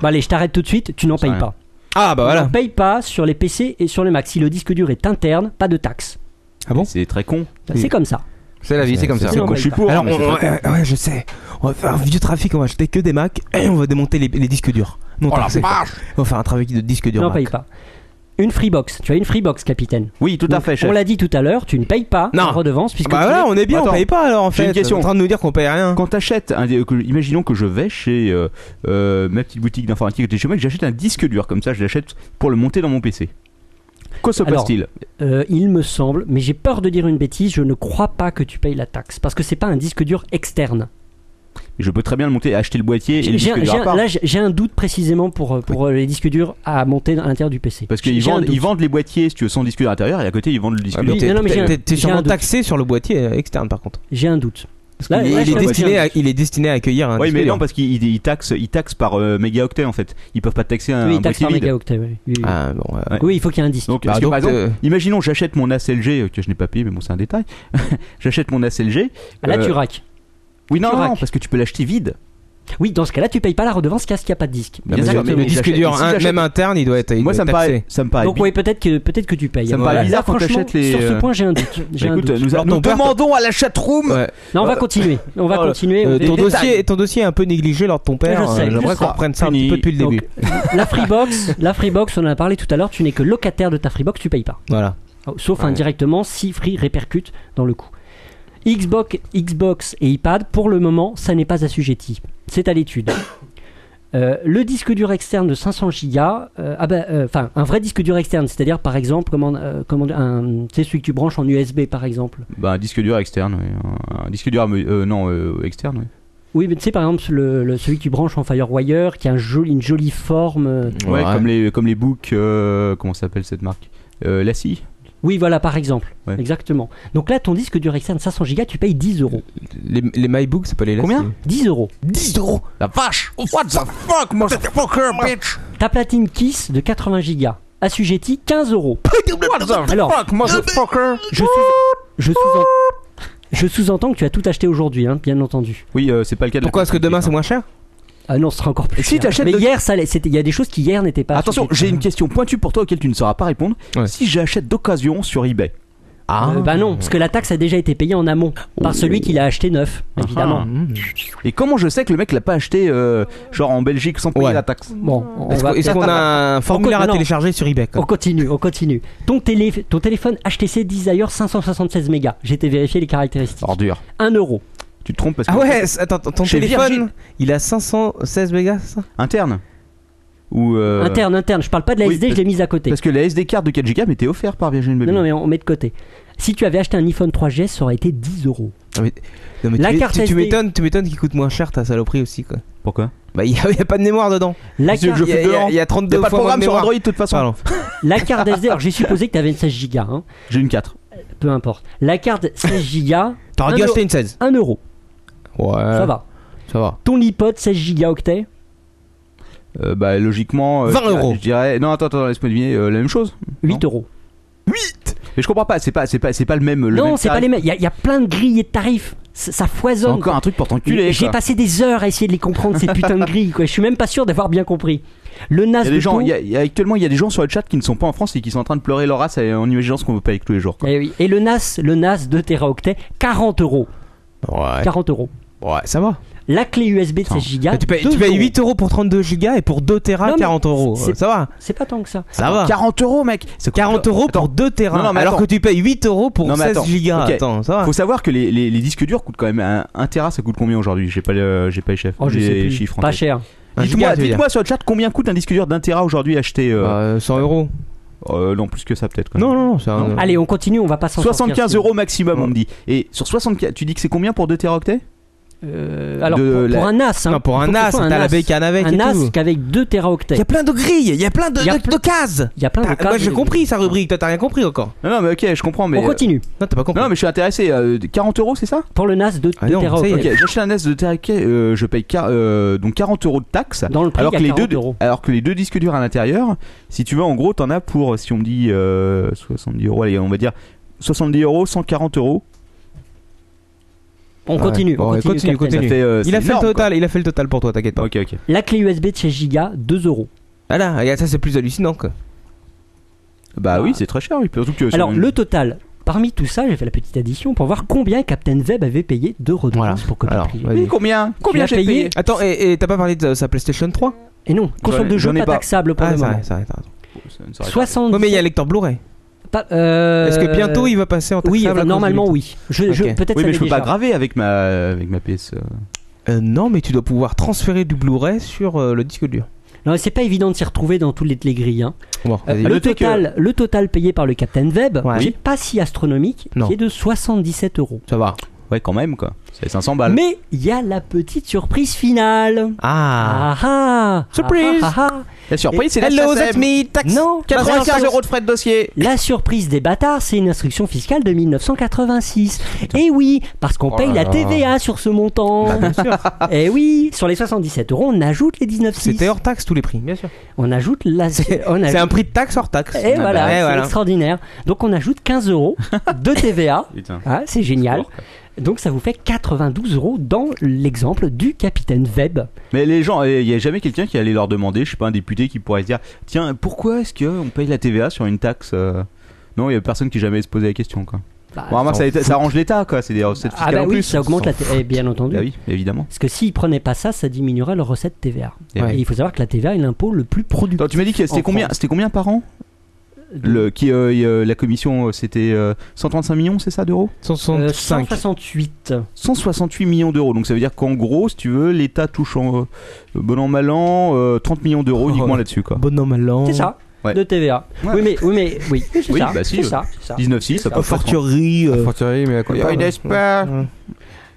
[SPEAKER 7] Bah, allez, je t'arrête tout de suite, tu n'en
[SPEAKER 6] Ça
[SPEAKER 7] payes
[SPEAKER 6] rien.
[SPEAKER 7] pas.
[SPEAKER 8] Ah bah
[SPEAKER 7] On
[SPEAKER 8] voilà.
[SPEAKER 7] ne paye pas sur les PC et sur les Mac. Si le disque dur est interne, pas de taxe.
[SPEAKER 8] Ah bon
[SPEAKER 6] C'est très con.
[SPEAKER 7] C'est comme ça. euh,
[SPEAKER 9] C'est la vie, c'est comme ça.
[SPEAKER 8] normal. Alors, on- ouais, ouais, je sais. On va faire un vieux trafic, on va acheter que des Mac et on va démonter les, les disques durs. Non,
[SPEAKER 7] Oh la
[SPEAKER 8] t'as- c'est-
[SPEAKER 7] vache
[SPEAKER 8] On va faire un trafic de disques durs.
[SPEAKER 7] Non,
[SPEAKER 8] Mac.
[SPEAKER 7] paye pas. Une Freebox, tu as une Freebox, capitaine.
[SPEAKER 6] Oui, tout
[SPEAKER 8] à fait, chef.
[SPEAKER 7] On l'a dit tout à l'heure, tu ne payes pas la redevance puisque.
[SPEAKER 6] Bah
[SPEAKER 7] tu
[SPEAKER 6] voilà,
[SPEAKER 7] es-
[SPEAKER 6] on est bien, on Attends, paye pas, alors, en j'ai fait. une question. T'es en train
[SPEAKER 8] de nous dire qu'on paye rien.
[SPEAKER 6] Quand t'achètes, un- euh, que- imaginons que je vais chez euh, euh, ma petite boutique d'informatique à côté de chez moi et que j'achète un disque dur comme ça, je l'achète pour le monter dans mon PC. Que se
[SPEAKER 7] Alors,
[SPEAKER 6] passe-t-il
[SPEAKER 7] euh, Il me semble, mais j'ai peur de dire une bêtise, je ne crois pas que tu payes la taxe parce que c'est pas un disque dur externe.
[SPEAKER 6] Je peux très bien le monter, acheter le boîtier et le
[SPEAKER 7] J'ai
[SPEAKER 6] disque
[SPEAKER 7] un-
[SPEAKER 6] dur
[SPEAKER 7] j'ai
[SPEAKER 6] à
[SPEAKER 7] un-
[SPEAKER 6] part.
[SPEAKER 7] là, j'ai j'ai un doute précisément pour, euh, pour euh, les disques durs à monter à l'intérieur du PC.
[SPEAKER 6] Parce qu'ils
[SPEAKER 7] J'ai un
[SPEAKER 6] vendent,
[SPEAKER 7] doute.
[SPEAKER 6] ils vendent les boîtiers, si tu veux, sans disque dur à l'intérieur, et à côté ils vendent le disque
[SPEAKER 7] Ah,
[SPEAKER 6] dur.
[SPEAKER 7] mais t'es- Non, non, mais j'ai un- t'es- t'es j'ai sûrement un doute.
[SPEAKER 8] taxé sur le boîtier euh, externe par contre.
[SPEAKER 7] J'ai un doute.
[SPEAKER 8] Là, il, est destiné à, il est destiné à accueillir un
[SPEAKER 6] Oui,
[SPEAKER 8] disque
[SPEAKER 6] mais
[SPEAKER 8] dur.
[SPEAKER 6] non, parce qu'ils ils taxent, ils taxent par euh, mégaoctet en fait. Ils peuvent pas taxer un,
[SPEAKER 7] Oui,
[SPEAKER 6] un
[SPEAKER 7] il taxe
[SPEAKER 6] boîtier
[SPEAKER 7] par
[SPEAKER 6] vide.
[SPEAKER 7] mégaoctet, oui, oui, oui.
[SPEAKER 8] Ah, bon, euh,
[SPEAKER 6] Ouais.
[SPEAKER 7] Oui, il faut qu'il y ait un disque.
[SPEAKER 6] Donc,
[SPEAKER 7] Bah,
[SPEAKER 6] parce que,
[SPEAKER 7] donc,
[SPEAKER 6] par exemple,
[SPEAKER 7] euh,
[SPEAKER 6] imaginons, j'achète mon ACLG, euh, que je n'ai pas payé, mais bon, c'est un détail. j'achète mon ACLG.
[SPEAKER 7] Ah, là, tu raques.
[SPEAKER 6] euh, Oui, non,
[SPEAKER 7] Tu
[SPEAKER 6] non,
[SPEAKER 7] raques.
[SPEAKER 6] parce que tu peux l'acheter vide.
[SPEAKER 7] Oui, dans ce cas-là, tu payes pas la redevance qu'à ce qu'il n'y a pas de disque.
[SPEAKER 6] Bien sûr, mais
[SPEAKER 8] le
[SPEAKER 6] ils
[SPEAKER 8] disque
[SPEAKER 6] achètent-
[SPEAKER 8] dur,
[SPEAKER 6] ils
[SPEAKER 8] un-
[SPEAKER 6] achètent-
[SPEAKER 8] même interne, il doit être. il
[SPEAKER 6] Moi,
[SPEAKER 8] doit
[SPEAKER 6] ça
[SPEAKER 8] être
[SPEAKER 6] me paraît-
[SPEAKER 8] taxé.
[SPEAKER 6] ça me paraît
[SPEAKER 7] Donc oui, peut-être que peut-être que tu payes.
[SPEAKER 6] Ça me
[SPEAKER 7] Voilà.
[SPEAKER 6] paraît
[SPEAKER 7] Là,
[SPEAKER 6] bizarre quand
[SPEAKER 7] franchement,
[SPEAKER 6] t'achètes les.
[SPEAKER 7] Sur ce
[SPEAKER 6] euh,
[SPEAKER 7] point, j'ai un doute. J'ai
[SPEAKER 6] Bah,
[SPEAKER 7] un
[SPEAKER 6] écoute,
[SPEAKER 7] doute.
[SPEAKER 6] nous, nous demandons à la chatroom.
[SPEAKER 7] Non, on va continuer. On va continuer.
[SPEAKER 8] Euh,
[SPEAKER 7] Les
[SPEAKER 8] ton,
[SPEAKER 7] détails.
[SPEAKER 8] dossier, ton dossier est un peu négligé lors de ton père.
[SPEAKER 7] Je sais.
[SPEAKER 8] euh, J'aimerais
[SPEAKER 7] Tu
[SPEAKER 8] qu'on
[SPEAKER 7] seras
[SPEAKER 8] reprenne ça un
[SPEAKER 7] puni.
[SPEAKER 8] petit peu depuis le
[SPEAKER 7] Donc,
[SPEAKER 8] début.
[SPEAKER 7] La Freebox, la Freebox, on en a parlé tout à l'heure. Tu n'es que locataire de ta Freebox, tu payes pas. Oh,
[SPEAKER 8] Voilà.
[SPEAKER 7] Sauf
[SPEAKER 8] Ouais.
[SPEAKER 7] indirectement si Free répercute dans le coût. Xbox, Xbox et iPad, pour le moment, ça n'est pas assujetti. C'est à l'étude. Euh, le disque dur externe de 500 Go, euh, ah ben, euh, enfin un vrai disque dur externe, c'est-à-dire par exemple, comment, euh, comment, un- tu sais, celui que tu branches en USB par exemple.
[SPEAKER 6] Bah, un disque dur externe, oui. un, un disque dur à me- euh, non euh, externe. Oui.
[SPEAKER 7] Oui, mais tu sais par exemple le, le- celui que tu branches en FireWire, qui a un joli- une jolie forme. euh,
[SPEAKER 6] Ouais, Comme les comme les books. euh, comment s'appelle cette marque euh, Lassie.
[SPEAKER 7] Oui, voilà, par exemple.
[SPEAKER 6] Ouais.
[SPEAKER 7] Exactement. Donc là, ton disque dur externe 500 Go, tu payes 10 euros.
[SPEAKER 8] Les, les MyBook, c'est pas les
[SPEAKER 7] Combien 10 euros. 10 euros
[SPEAKER 6] La vache
[SPEAKER 2] What the fuck, motherfucker, bitch
[SPEAKER 7] Ta platine Kiss de 80 Go, assujetti 15 euros.
[SPEAKER 2] What the
[SPEAKER 7] Alors,
[SPEAKER 2] fuck, motherfucker
[SPEAKER 7] je Je sous-entends je sous-entends que tu as tout acheté aujourd'hui, hein, bien entendu.
[SPEAKER 6] Oui, euh, c'est pas le cas. De
[SPEAKER 7] Pourquoi
[SPEAKER 8] Parce que demain, c'est moins cher
[SPEAKER 7] Ah non, ce sera encore plus
[SPEAKER 6] Si
[SPEAKER 7] cher.
[SPEAKER 6] t'achètes
[SPEAKER 7] Mais
[SPEAKER 6] le-
[SPEAKER 7] hier, ça allait- c'était- il y a des choses qui hier n'étaient pas.
[SPEAKER 6] Attention,
[SPEAKER 7] assujetties.
[SPEAKER 6] j'ai une question pointue pour toi auquel tu ne sauras pas répondre. Si j'achète d'occasion sur eBay.
[SPEAKER 7] Ah. bah non, parce que la taxe a déjà été payée en amont par
[SPEAKER 6] Oh.
[SPEAKER 7] celui qui l'a acheté neuf,
[SPEAKER 6] Ah.
[SPEAKER 7] évidemment. Ah.
[SPEAKER 6] Et comment je sais que le mec l'a pas acheté euh, genre en Belgique sans payer la taxe
[SPEAKER 7] Bon, on
[SPEAKER 8] Est-ce
[SPEAKER 7] va
[SPEAKER 8] qu'on- est-ce qu'on
[SPEAKER 7] peut-être-
[SPEAKER 8] a un
[SPEAKER 7] On
[SPEAKER 8] formulaire
[SPEAKER 7] co-
[SPEAKER 8] à
[SPEAKER 7] non.
[SPEAKER 8] télécharger sur eBay quoi
[SPEAKER 7] On continue, on continue. Ton, télé, ton téléphone HTC Desire 576 mégas. J'ai été vérifier les caractéristiques.
[SPEAKER 6] Ordure.
[SPEAKER 7] 1 euro.
[SPEAKER 6] Tu te trompes parce que
[SPEAKER 8] Ah ouais, c'est- attends, ton
[SPEAKER 6] Chez
[SPEAKER 8] téléphone,
[SPEAKER 6] Virgin.
[SPEAKER 8] il a 516 mégas, c'est ça
[SPEAKER 6] interne ou euh,
[SPEAKER 7] Interne, interne. Je parle pas de la
[SPEAKER 6] oui,
[SPEAKER 7] SD, je
[SPEAKER 6] parce-
[SPEAKER 7] l'ai mise à côté.
[SPEAKER 6] Parce que la SD carte de 4 Go m'était offerte par Virgin
[SPEAKER 7] Non,
[SPEAKER 6] Mobile.
[SPEAKER 7] non, mais on met de côté. Si tu avais acheté un iPhone 3GS, ça aurait été 10 euros.
[SPEAKER 8] Non, Ah, mais- non, mais
[SPEAKER 7] La
[SPEAKER 8] tu, m'é-
[SPEAKER 7] carte
[SPEAKER 8] tu- tu
[SPEAKER 7] SD.
[SPEAKER 8] m'étonnes, tu m'étonnes qu'il coûte moins cher ta saloperie aussi quoi.
[SPEAKER 6] Pourquoi
[SPEAKER 8] Bah il y, a- il y a pas de mémoire dedans.
[SPEAKER 7] La
[SPEAKER 8] Qu'est-ce que
[SPEAKER 7] carte-
[SPEAKER 8] je fais
[SPEAKER 7] il y a-
[SPEAKER 8] dedans
[SPEAKER 7] il y a
[SPEAKER 8] 32
[SPEAKER 6] Y a pas de
[SPEAKER 8] fois moins
[SPEAKER 6] programme sur
[SPEAKER 8] mémoire.
[SPEAKER 6] Android, de toute façon.
[SPEAKER 8] Pardon.
[SPEAKER 7] La carte SD, alors j'ai supposé que tu avais une 16 Go. hein.
[SPEAKER 6] J'ai une 4.
[SPEAKER 7] Peu importe. La carte 16 Go.
[SPEAKER 8] T'aurais dû acheter une 16.
[SPEAKER 7] 1 euro.
[SPEAKER 8] Ouais.
[SPEAKER 7] Ça va.
[SPEAKER 8] Ça va.
[SPEAKER 7] Ton iPod 16 Go octet.
[SPEAKER 6] Euh, bah logiquement euh,
[SPEAKER 8] 20
[SPEAKER 6] je dirais-
[SPEAKER 8] euros.
[SPEAKER 6] Je dirais non attends attends laisse-moi deviner euh, la même chose.
[SPEAKER 7] 8 euros.
[SPEAKER 6] 8 Mais je comprends pas, c'est pas c'est pas c'est pas le même le
[SPEAKER 7] non,
[SPEAKER 6] même
[SPEAKER 7] c'est pas
[SPEAKER 6] tarif.
[SPEAKER 7] les mêmes. Il y, a- il y a plein de grilles et de tarifs. Ça ça
[SPEAKER 6] C'est
[SPEAKER 7] foisonne.
[SPEAKER 6] encore un truc pour t'enculer.
[SPEAKER 7] J'ai
[SPEAKER 6] quoi.
[SPEAKER 7] passé des heures à essayer de les comprendre, ces putains de grilles. Quoi. Je suis même pas sûr d'avoir bien compris. Le NAS
[SPEAKER 6] Il y a
[SPEAKER 7] de
[SPEAKER 6] des gens,
[SPEAKER 7] tout-
[SPEAKER 6] il y a- il y a- actuellement, il y a des gens sur le chat qui ne sont pas en France et qui sont en train de pleurer leur race euh, en imaginant ce qu'on veut pas avec tous les jours. quoi.
[SPEAKER 7] Eh oui. Et le NAS, le NAS de Teraoctet, 40 euros.
[SPEAKER 8] Ouais.
[SPEAKER 7] 40 euros.
[SPEAKER 8] Ouais, ça va.
[SPEAKER 7] La clé USB de 16 Go.
[SPEAKER 8] Bah, tu payes, tu payes 8 euros pour 32 gigas et pour 2
[SPEAKER 7] Non,
[SPEAKER 8] terras
[SPEAKER 7] mais
[SPEAKER 8] 40 Ah, euros. euh,
[SPEAKER 7] c'est-
[SPEAKER 8] Ça va.
[SPEAKER 7] C'est pas tant que ça.
[SPEAKER 8] Ça va.
[SPEAKER 6] 40 euros, mec. Ça coûte-
[SPEAKER 8] 40 euros pour 2 terras.
[SPEAKER 6] Non, non, mais
[SPEAKER 8] alors
[SPEAKER 6] attends.
[SPEAKER 8] que tu payes 8 euros pour
[SPEAKER 6] Non, mais
[SPEAKER 8] 16 gigas.
[SPEAKER 6] ok.
[SPEAKER 8] Attends, ça va.
[SPEAKER 6] Faut savoir que les, les- les disques durs coûtent quand même un, un téra, ça coûte combien aujourd'hui J'ai pas le, j'ai pas les chefs,
[SPEAKER 7] Oh, je
[SPEAKER 6] les
[SPEAKER 7] sais plus.
[SPEAKER 6] chiffres. en
[SPEAKER 7] Pas
[SPEAKER 6] tête.
[SPEAKER 7] cher.
[SPEAKER 8] Un
[SPEAKER 6] Dites-moi,
[SPEAKER 8] giga, tu veux dire.
[SPEAKER 6] dites-moi sur le chat combien coûte un disque dur d'un téra aujourd'hui acheté euh,
[SPEAKER 7] Bah,
[SPEAKER 8] Euh, 100 euros.
[SPEAKER 6] euh, Non, plus que ça peut-être. quand même.
[SPEAKER 8] Non, non, non, c'est un-
[SPEAKER 7] Allez, on continue, on va pas s'en sortir,
[SPEAKER 6] 75
[SPEAKER 7] sinon.
[SPEAKER 6] euros maximum, on me dit. Et sur 75, tu dis que c'est combien pour 2 téraoctets
[SPEAKER 7] Euh, alors,
[SPEAKER 6] De
[SPEAKER 7] pour,
[SPEAKER 6] la-
[SPEAKER 7] pour un NAS. hein.
[SPEAKER 8] Non, pour un
[SPEAKER 7] Faut que ce
[SPEAKER 8] NAS,
[SPEAKER 7] soit
[SPEAKER 8] t'as la bécane avec
[SPEAKER 7] Un
[SPEAKER 8] et
[SPEAKER 7] NAS
[SPEAKER 8] tout.
[SPEAKER 7] qu'avec 2
[SPEAKER 8] Il y
[SPEAKER 7] Teraoctets.
[SPEAKER 8] a plein de grilles, il y a plein de,
[SPEAKER 7] Il y a
[SPEAKER 8] de-
[SPEAKER 7] plein-
[SPEAKER 8] de cases.
[SPEAKER 7] Il y a plein
[SPEAKER 8] T'as-
[SPEAKER 7] de
[SPEAKER 8] Moi,
[SPEAKER 7] cases
[SPEAKER 8] j'ai
[SPEAKER 7] de-
[SPEAKER 8] compris sa rubrique. Toi, t'as rien compris encore.
[SPEAKER 6] Non, non, mais ok, je comprends, mais. euh,
[SPEAKER 7] On continue.
[SPEAKER 8] Non, t'as pas compris.
[SPEAKER 6] Non, non, mais je suis intéressé. euh, 40 euros, c'est ça
[SPEAKER 7] Pour le NAS de, de
[SPEAKER 8] Ah non,
[SPEAKER 7] Teraoctets.
[SPEAKER 8] ça
[SPEAKER 6] Ok, j'achète un NES de Terraquet, euh, je paye quar- euh, donc 40 euros de taxes.
[SPEAKER 7] Dans le prix,
[SPEAKER 6] alors
[SPEAKER 7] il y
[SPEAKER 6] que
[SPEAKER 7] a
[SPEAKER 6] les
[SPEAKER 7] 40
[SPEAKER 6] deux,
[SPEAKER 7] euros.
[SPEAKER 6] alors que les deux disques durs à l'intérieur, si tu veux, en gros, t'en as pour, si on me dit euh, 70 euros, allez, on va dire 70 euros, 140 euros.
[SPEAKER 7] On
[SPEAKER 8] Ouais,
[SPEAKER 7] continue.
[SPEAKER 8] bon,
[SPEAKER 7] on
[SPEAKER 8] ouais,
[SPEAKER 7] continue,
[SPEAKER 8] continue,
[SPEAKER 7] Captain.
[SPEAKER 8] continue.
[SPEAKER 6] Ça fait, euh,
[SPEAKER 8] il a
[SPEAKER 6] c'est
[SPEAKER 8] fait le
[SPEAKER 6] énorme,
[SPEAKER 8] total, il a fait le total pour toi, t'inquiète pas.
[SPEAKER 6] Ok, ok.
[SPEAKER 7] La clé USB de 16 Go, 2 euros.
[SPEAKER 8] Ah là, regarde, ça c'est plus hallucinant que.
[SPEAKER 6] Bah oui, c'est très cher. oui, Surtout que sur
[SPEAKER 7] Alors,
[SPEAKER 6] une-
[SPEAKER 7] le total Parmi tout ça, j'ai fait la petite addition pour voir combien Captain Web avait payé de redevances pour copie privée.
[SPEAKER 8] vas-y. Oui,
[SPEAKER 6] combien
[SPEAKER 8] Combien
[SPEAKER 7] j'ai
[SPEAKER 8] j'ai
[SPEAKER 7] payé
[SPEAKER 8] payé Attends, et et t'as pas parlé de sa PlayStation 3
[SPEAKER 7] Et non, console de jeu pas, taxable pour
[SPEAKER 8] ah,
[SPEAKER 7] le
[SPEAKER 8] ça,
[SPEAKER 7] moment.
[SPEAKER 8] ça, ça, ça.
[SPEAKER 7] 60.
[SPEAKER 8] Ouais, mais il y a lecteur Blu-ray.
[SPEAKER 7] Pas- euh,
[SPEAKER 8] Est-ce que bientôt il va passer en taxable
[SPEAKER 7] Oui,
[SPEAKER 8] à
[SPEAKER 7] enfin,
[SPEAKER 8] cause du
[SPEAKER 7] normalement
[SPEAKER 8] lecteur
[SPEAKER 7] oui. Je, je-
[SPEAKER 8] Ok.
[SPEAKER 7] peut-être ça
[SPEAKER 6] Oui, mais
[SPEAKER 7] l'est
[SPEAKER 6] je peux pas
[SPEAKER 7] déjà.
[SPEAKER 6] graver avec ma, avec ma PS. euh.
[SPEAKER 8] Euh, non, mais tu dois pouvoir transférer du Blu-ray sur euh, le disque dur.
[SPEAKER 7] Non, c'est pas évident de s'y retrouver dans toutes les, les grilles. hein.
[SPEAKER 8] Bon,
[SPEAKER 7] Euh,
[SPEAKER 8] vas-y.
[SPEAKER 7] le,
[SPEAKER 6] Notez que-
[SPEAKER 7] total, le total payé par le Captain Web,
[SPEAKER 8] Ouais.
[SPEAKER 7] qui n'est pas si astronomique,
[SPEAKER 8] Non.
[SPEAKER 7] qui est de 77 euros.
[SPEAKER 8] ça va.
[SPEAKER 6] Ouais, quand même, quoi. C'est 500 balles.
[SPEAKER 7] Mais il y a la petite surprise finale.
[SPEAKER 8] Ah,
[SPEAKER 7] Ah ah
[SPEAKER 6] Surprise.
[SPEAKER 7] Ah, ah, ah.
[SPEAKER 6] La surprise, c'est la
[SPEAKER 8] Hello,
[SPEAKER 6] SACEM.
[SPEAKER 8] that's me, tax
[SPEAKER 7] Non,
[SPEAKER 6] 95 euros de frais de dossier.
[SPEAKER 7] La surprise des bâtards, c'est une instruction fiscale de 1986. Et Eh oui, parce qu'on
[SPEAKER 9] Oh
[SPEAKER 7] paye
[SPEAKER 9] là
[SPEAKER 7] la
[SPEAKER 9] là.
[SPEAKER 7] TVA sur ce montant.
[SPEAKER 6] Bah,
[SPEAKER 7] Et Eh oui, sur les 77 euros, on ajoute les 19,6.
[SPEAKER 8] C'était hors taxe tous les prix, bien sûr.
[SPEAKER 7] On ajoute la. on
[SPEAKER 8] C'est
[SPEAKER 7] ajoute-
[SPEAKER 8] un prix de taxe hors taxe.
[SPEAKER 6] Ah,
[SPEAKER 7] Et voilà,
[SPEAKER 6] bah,
[SPEAKER 8] Ouais,
[SPEAKER 6] eh,
[SPEAKER 7] c'est
[SPEAKER 8] voilà.
[SPEAKER 7] extraordinaire. Donc on ajoute 15 euros de TVA.
[SPEAKER 6] Putain.
[SPEAKER 7] Ah, c'est génial.
[SPEAKER 6] lourd,
[SPEAKER 7] Donc ça vous fait 92 euros dans l'exemple du capitaine Webb.
[SPEAKER 6] Mais les gens, il n'y a jamais quelqu'un qui allait leur demander, je sais pas, un député qui pourrait se dire Tiens, pourquoi est-ce qu'on paye la TVA sur une taxe euh Non, il n'y a personne qui jamais se posait la question, quoi.
[SPEAKER 7] Bah,
[SPEAKER 6] Bon, remarque,
[SPEAKER 7] ça-
[SPEAKER 6] ça, ça arrange l'État, quoi. C'est des recettes
[SPEAKER 7] ah
[SPEAKER 6] fiscales
[SPEAKER 7] bah
[SPEAKER 6] en
[SPEAKER 7] oui,
[SPEAKER 6] plus.
[SPEAKER 7] ça augmente la TVA, bien entendu.
[SPEAKER 6] Bah oui, évidemment.
[SPEAKER 7] Parce que s'ils prenaient pas ça, ça diminuerait leur recette TVA.
[SPEAKER 6] Eh oui.
[SPEAKER 7] Et il faut savoir que la TVA est l'impôt le plus productif.
[SPEAKER 6] Attends, tu m'as dit que
[SPEAKER 7] En
[SPEAKER 6] c'était combien,
[SPEAKER 7] France.
[SPEAKER 6] c'était combien par an le, qui, euh, y, euh, La commission, euh, c'était euh, 135 millions, c'est ça, d'euros
[SPEAKER 7] Euh,
[SPEAKER 8] 165.
[SPEAKER 7] 168.
[SPEAKER 6] 168 millions d'euros. Donc ça veut dire qu'en gros, si tu veux, l'État touche en euh, bon an, mal an, euh, 30 millions d'euros
[SPEAKER 8] Oh.
[SPEAKER 6] uniquement là-dessus, quoi.
[SPEAKER 8] Bonhomme à l'an.
[SPEAKER 7] C'est ça.
[SPEAKER 6] Ouais.
[SPEAKER 7] De TVA.
[SPEAKER 6] Ouais.
[SPEAKER 7] Oui, mais oui, mais oui. C'est
[SPEAKER 6] Oui,
[SPEAKER 7] ça.
[SPEAKER 6] bah si,
[SPEAKER 7] c'est
[SPEAKER 6] euh,
[SPEAKER 7] ça, c'est ça.
[SPEAKER 6] 19,6,
[SPEAKER 9] Ah,
[SPEAKER 6] ça peut faire
[SPEAKER 8] Fortuerie. euh,
[SPEAKER 9] Fortiori, mais à quoi
[SPEAKER 8] euh,
[SPEAKER 9] pas
[SPEAKER 8] euh,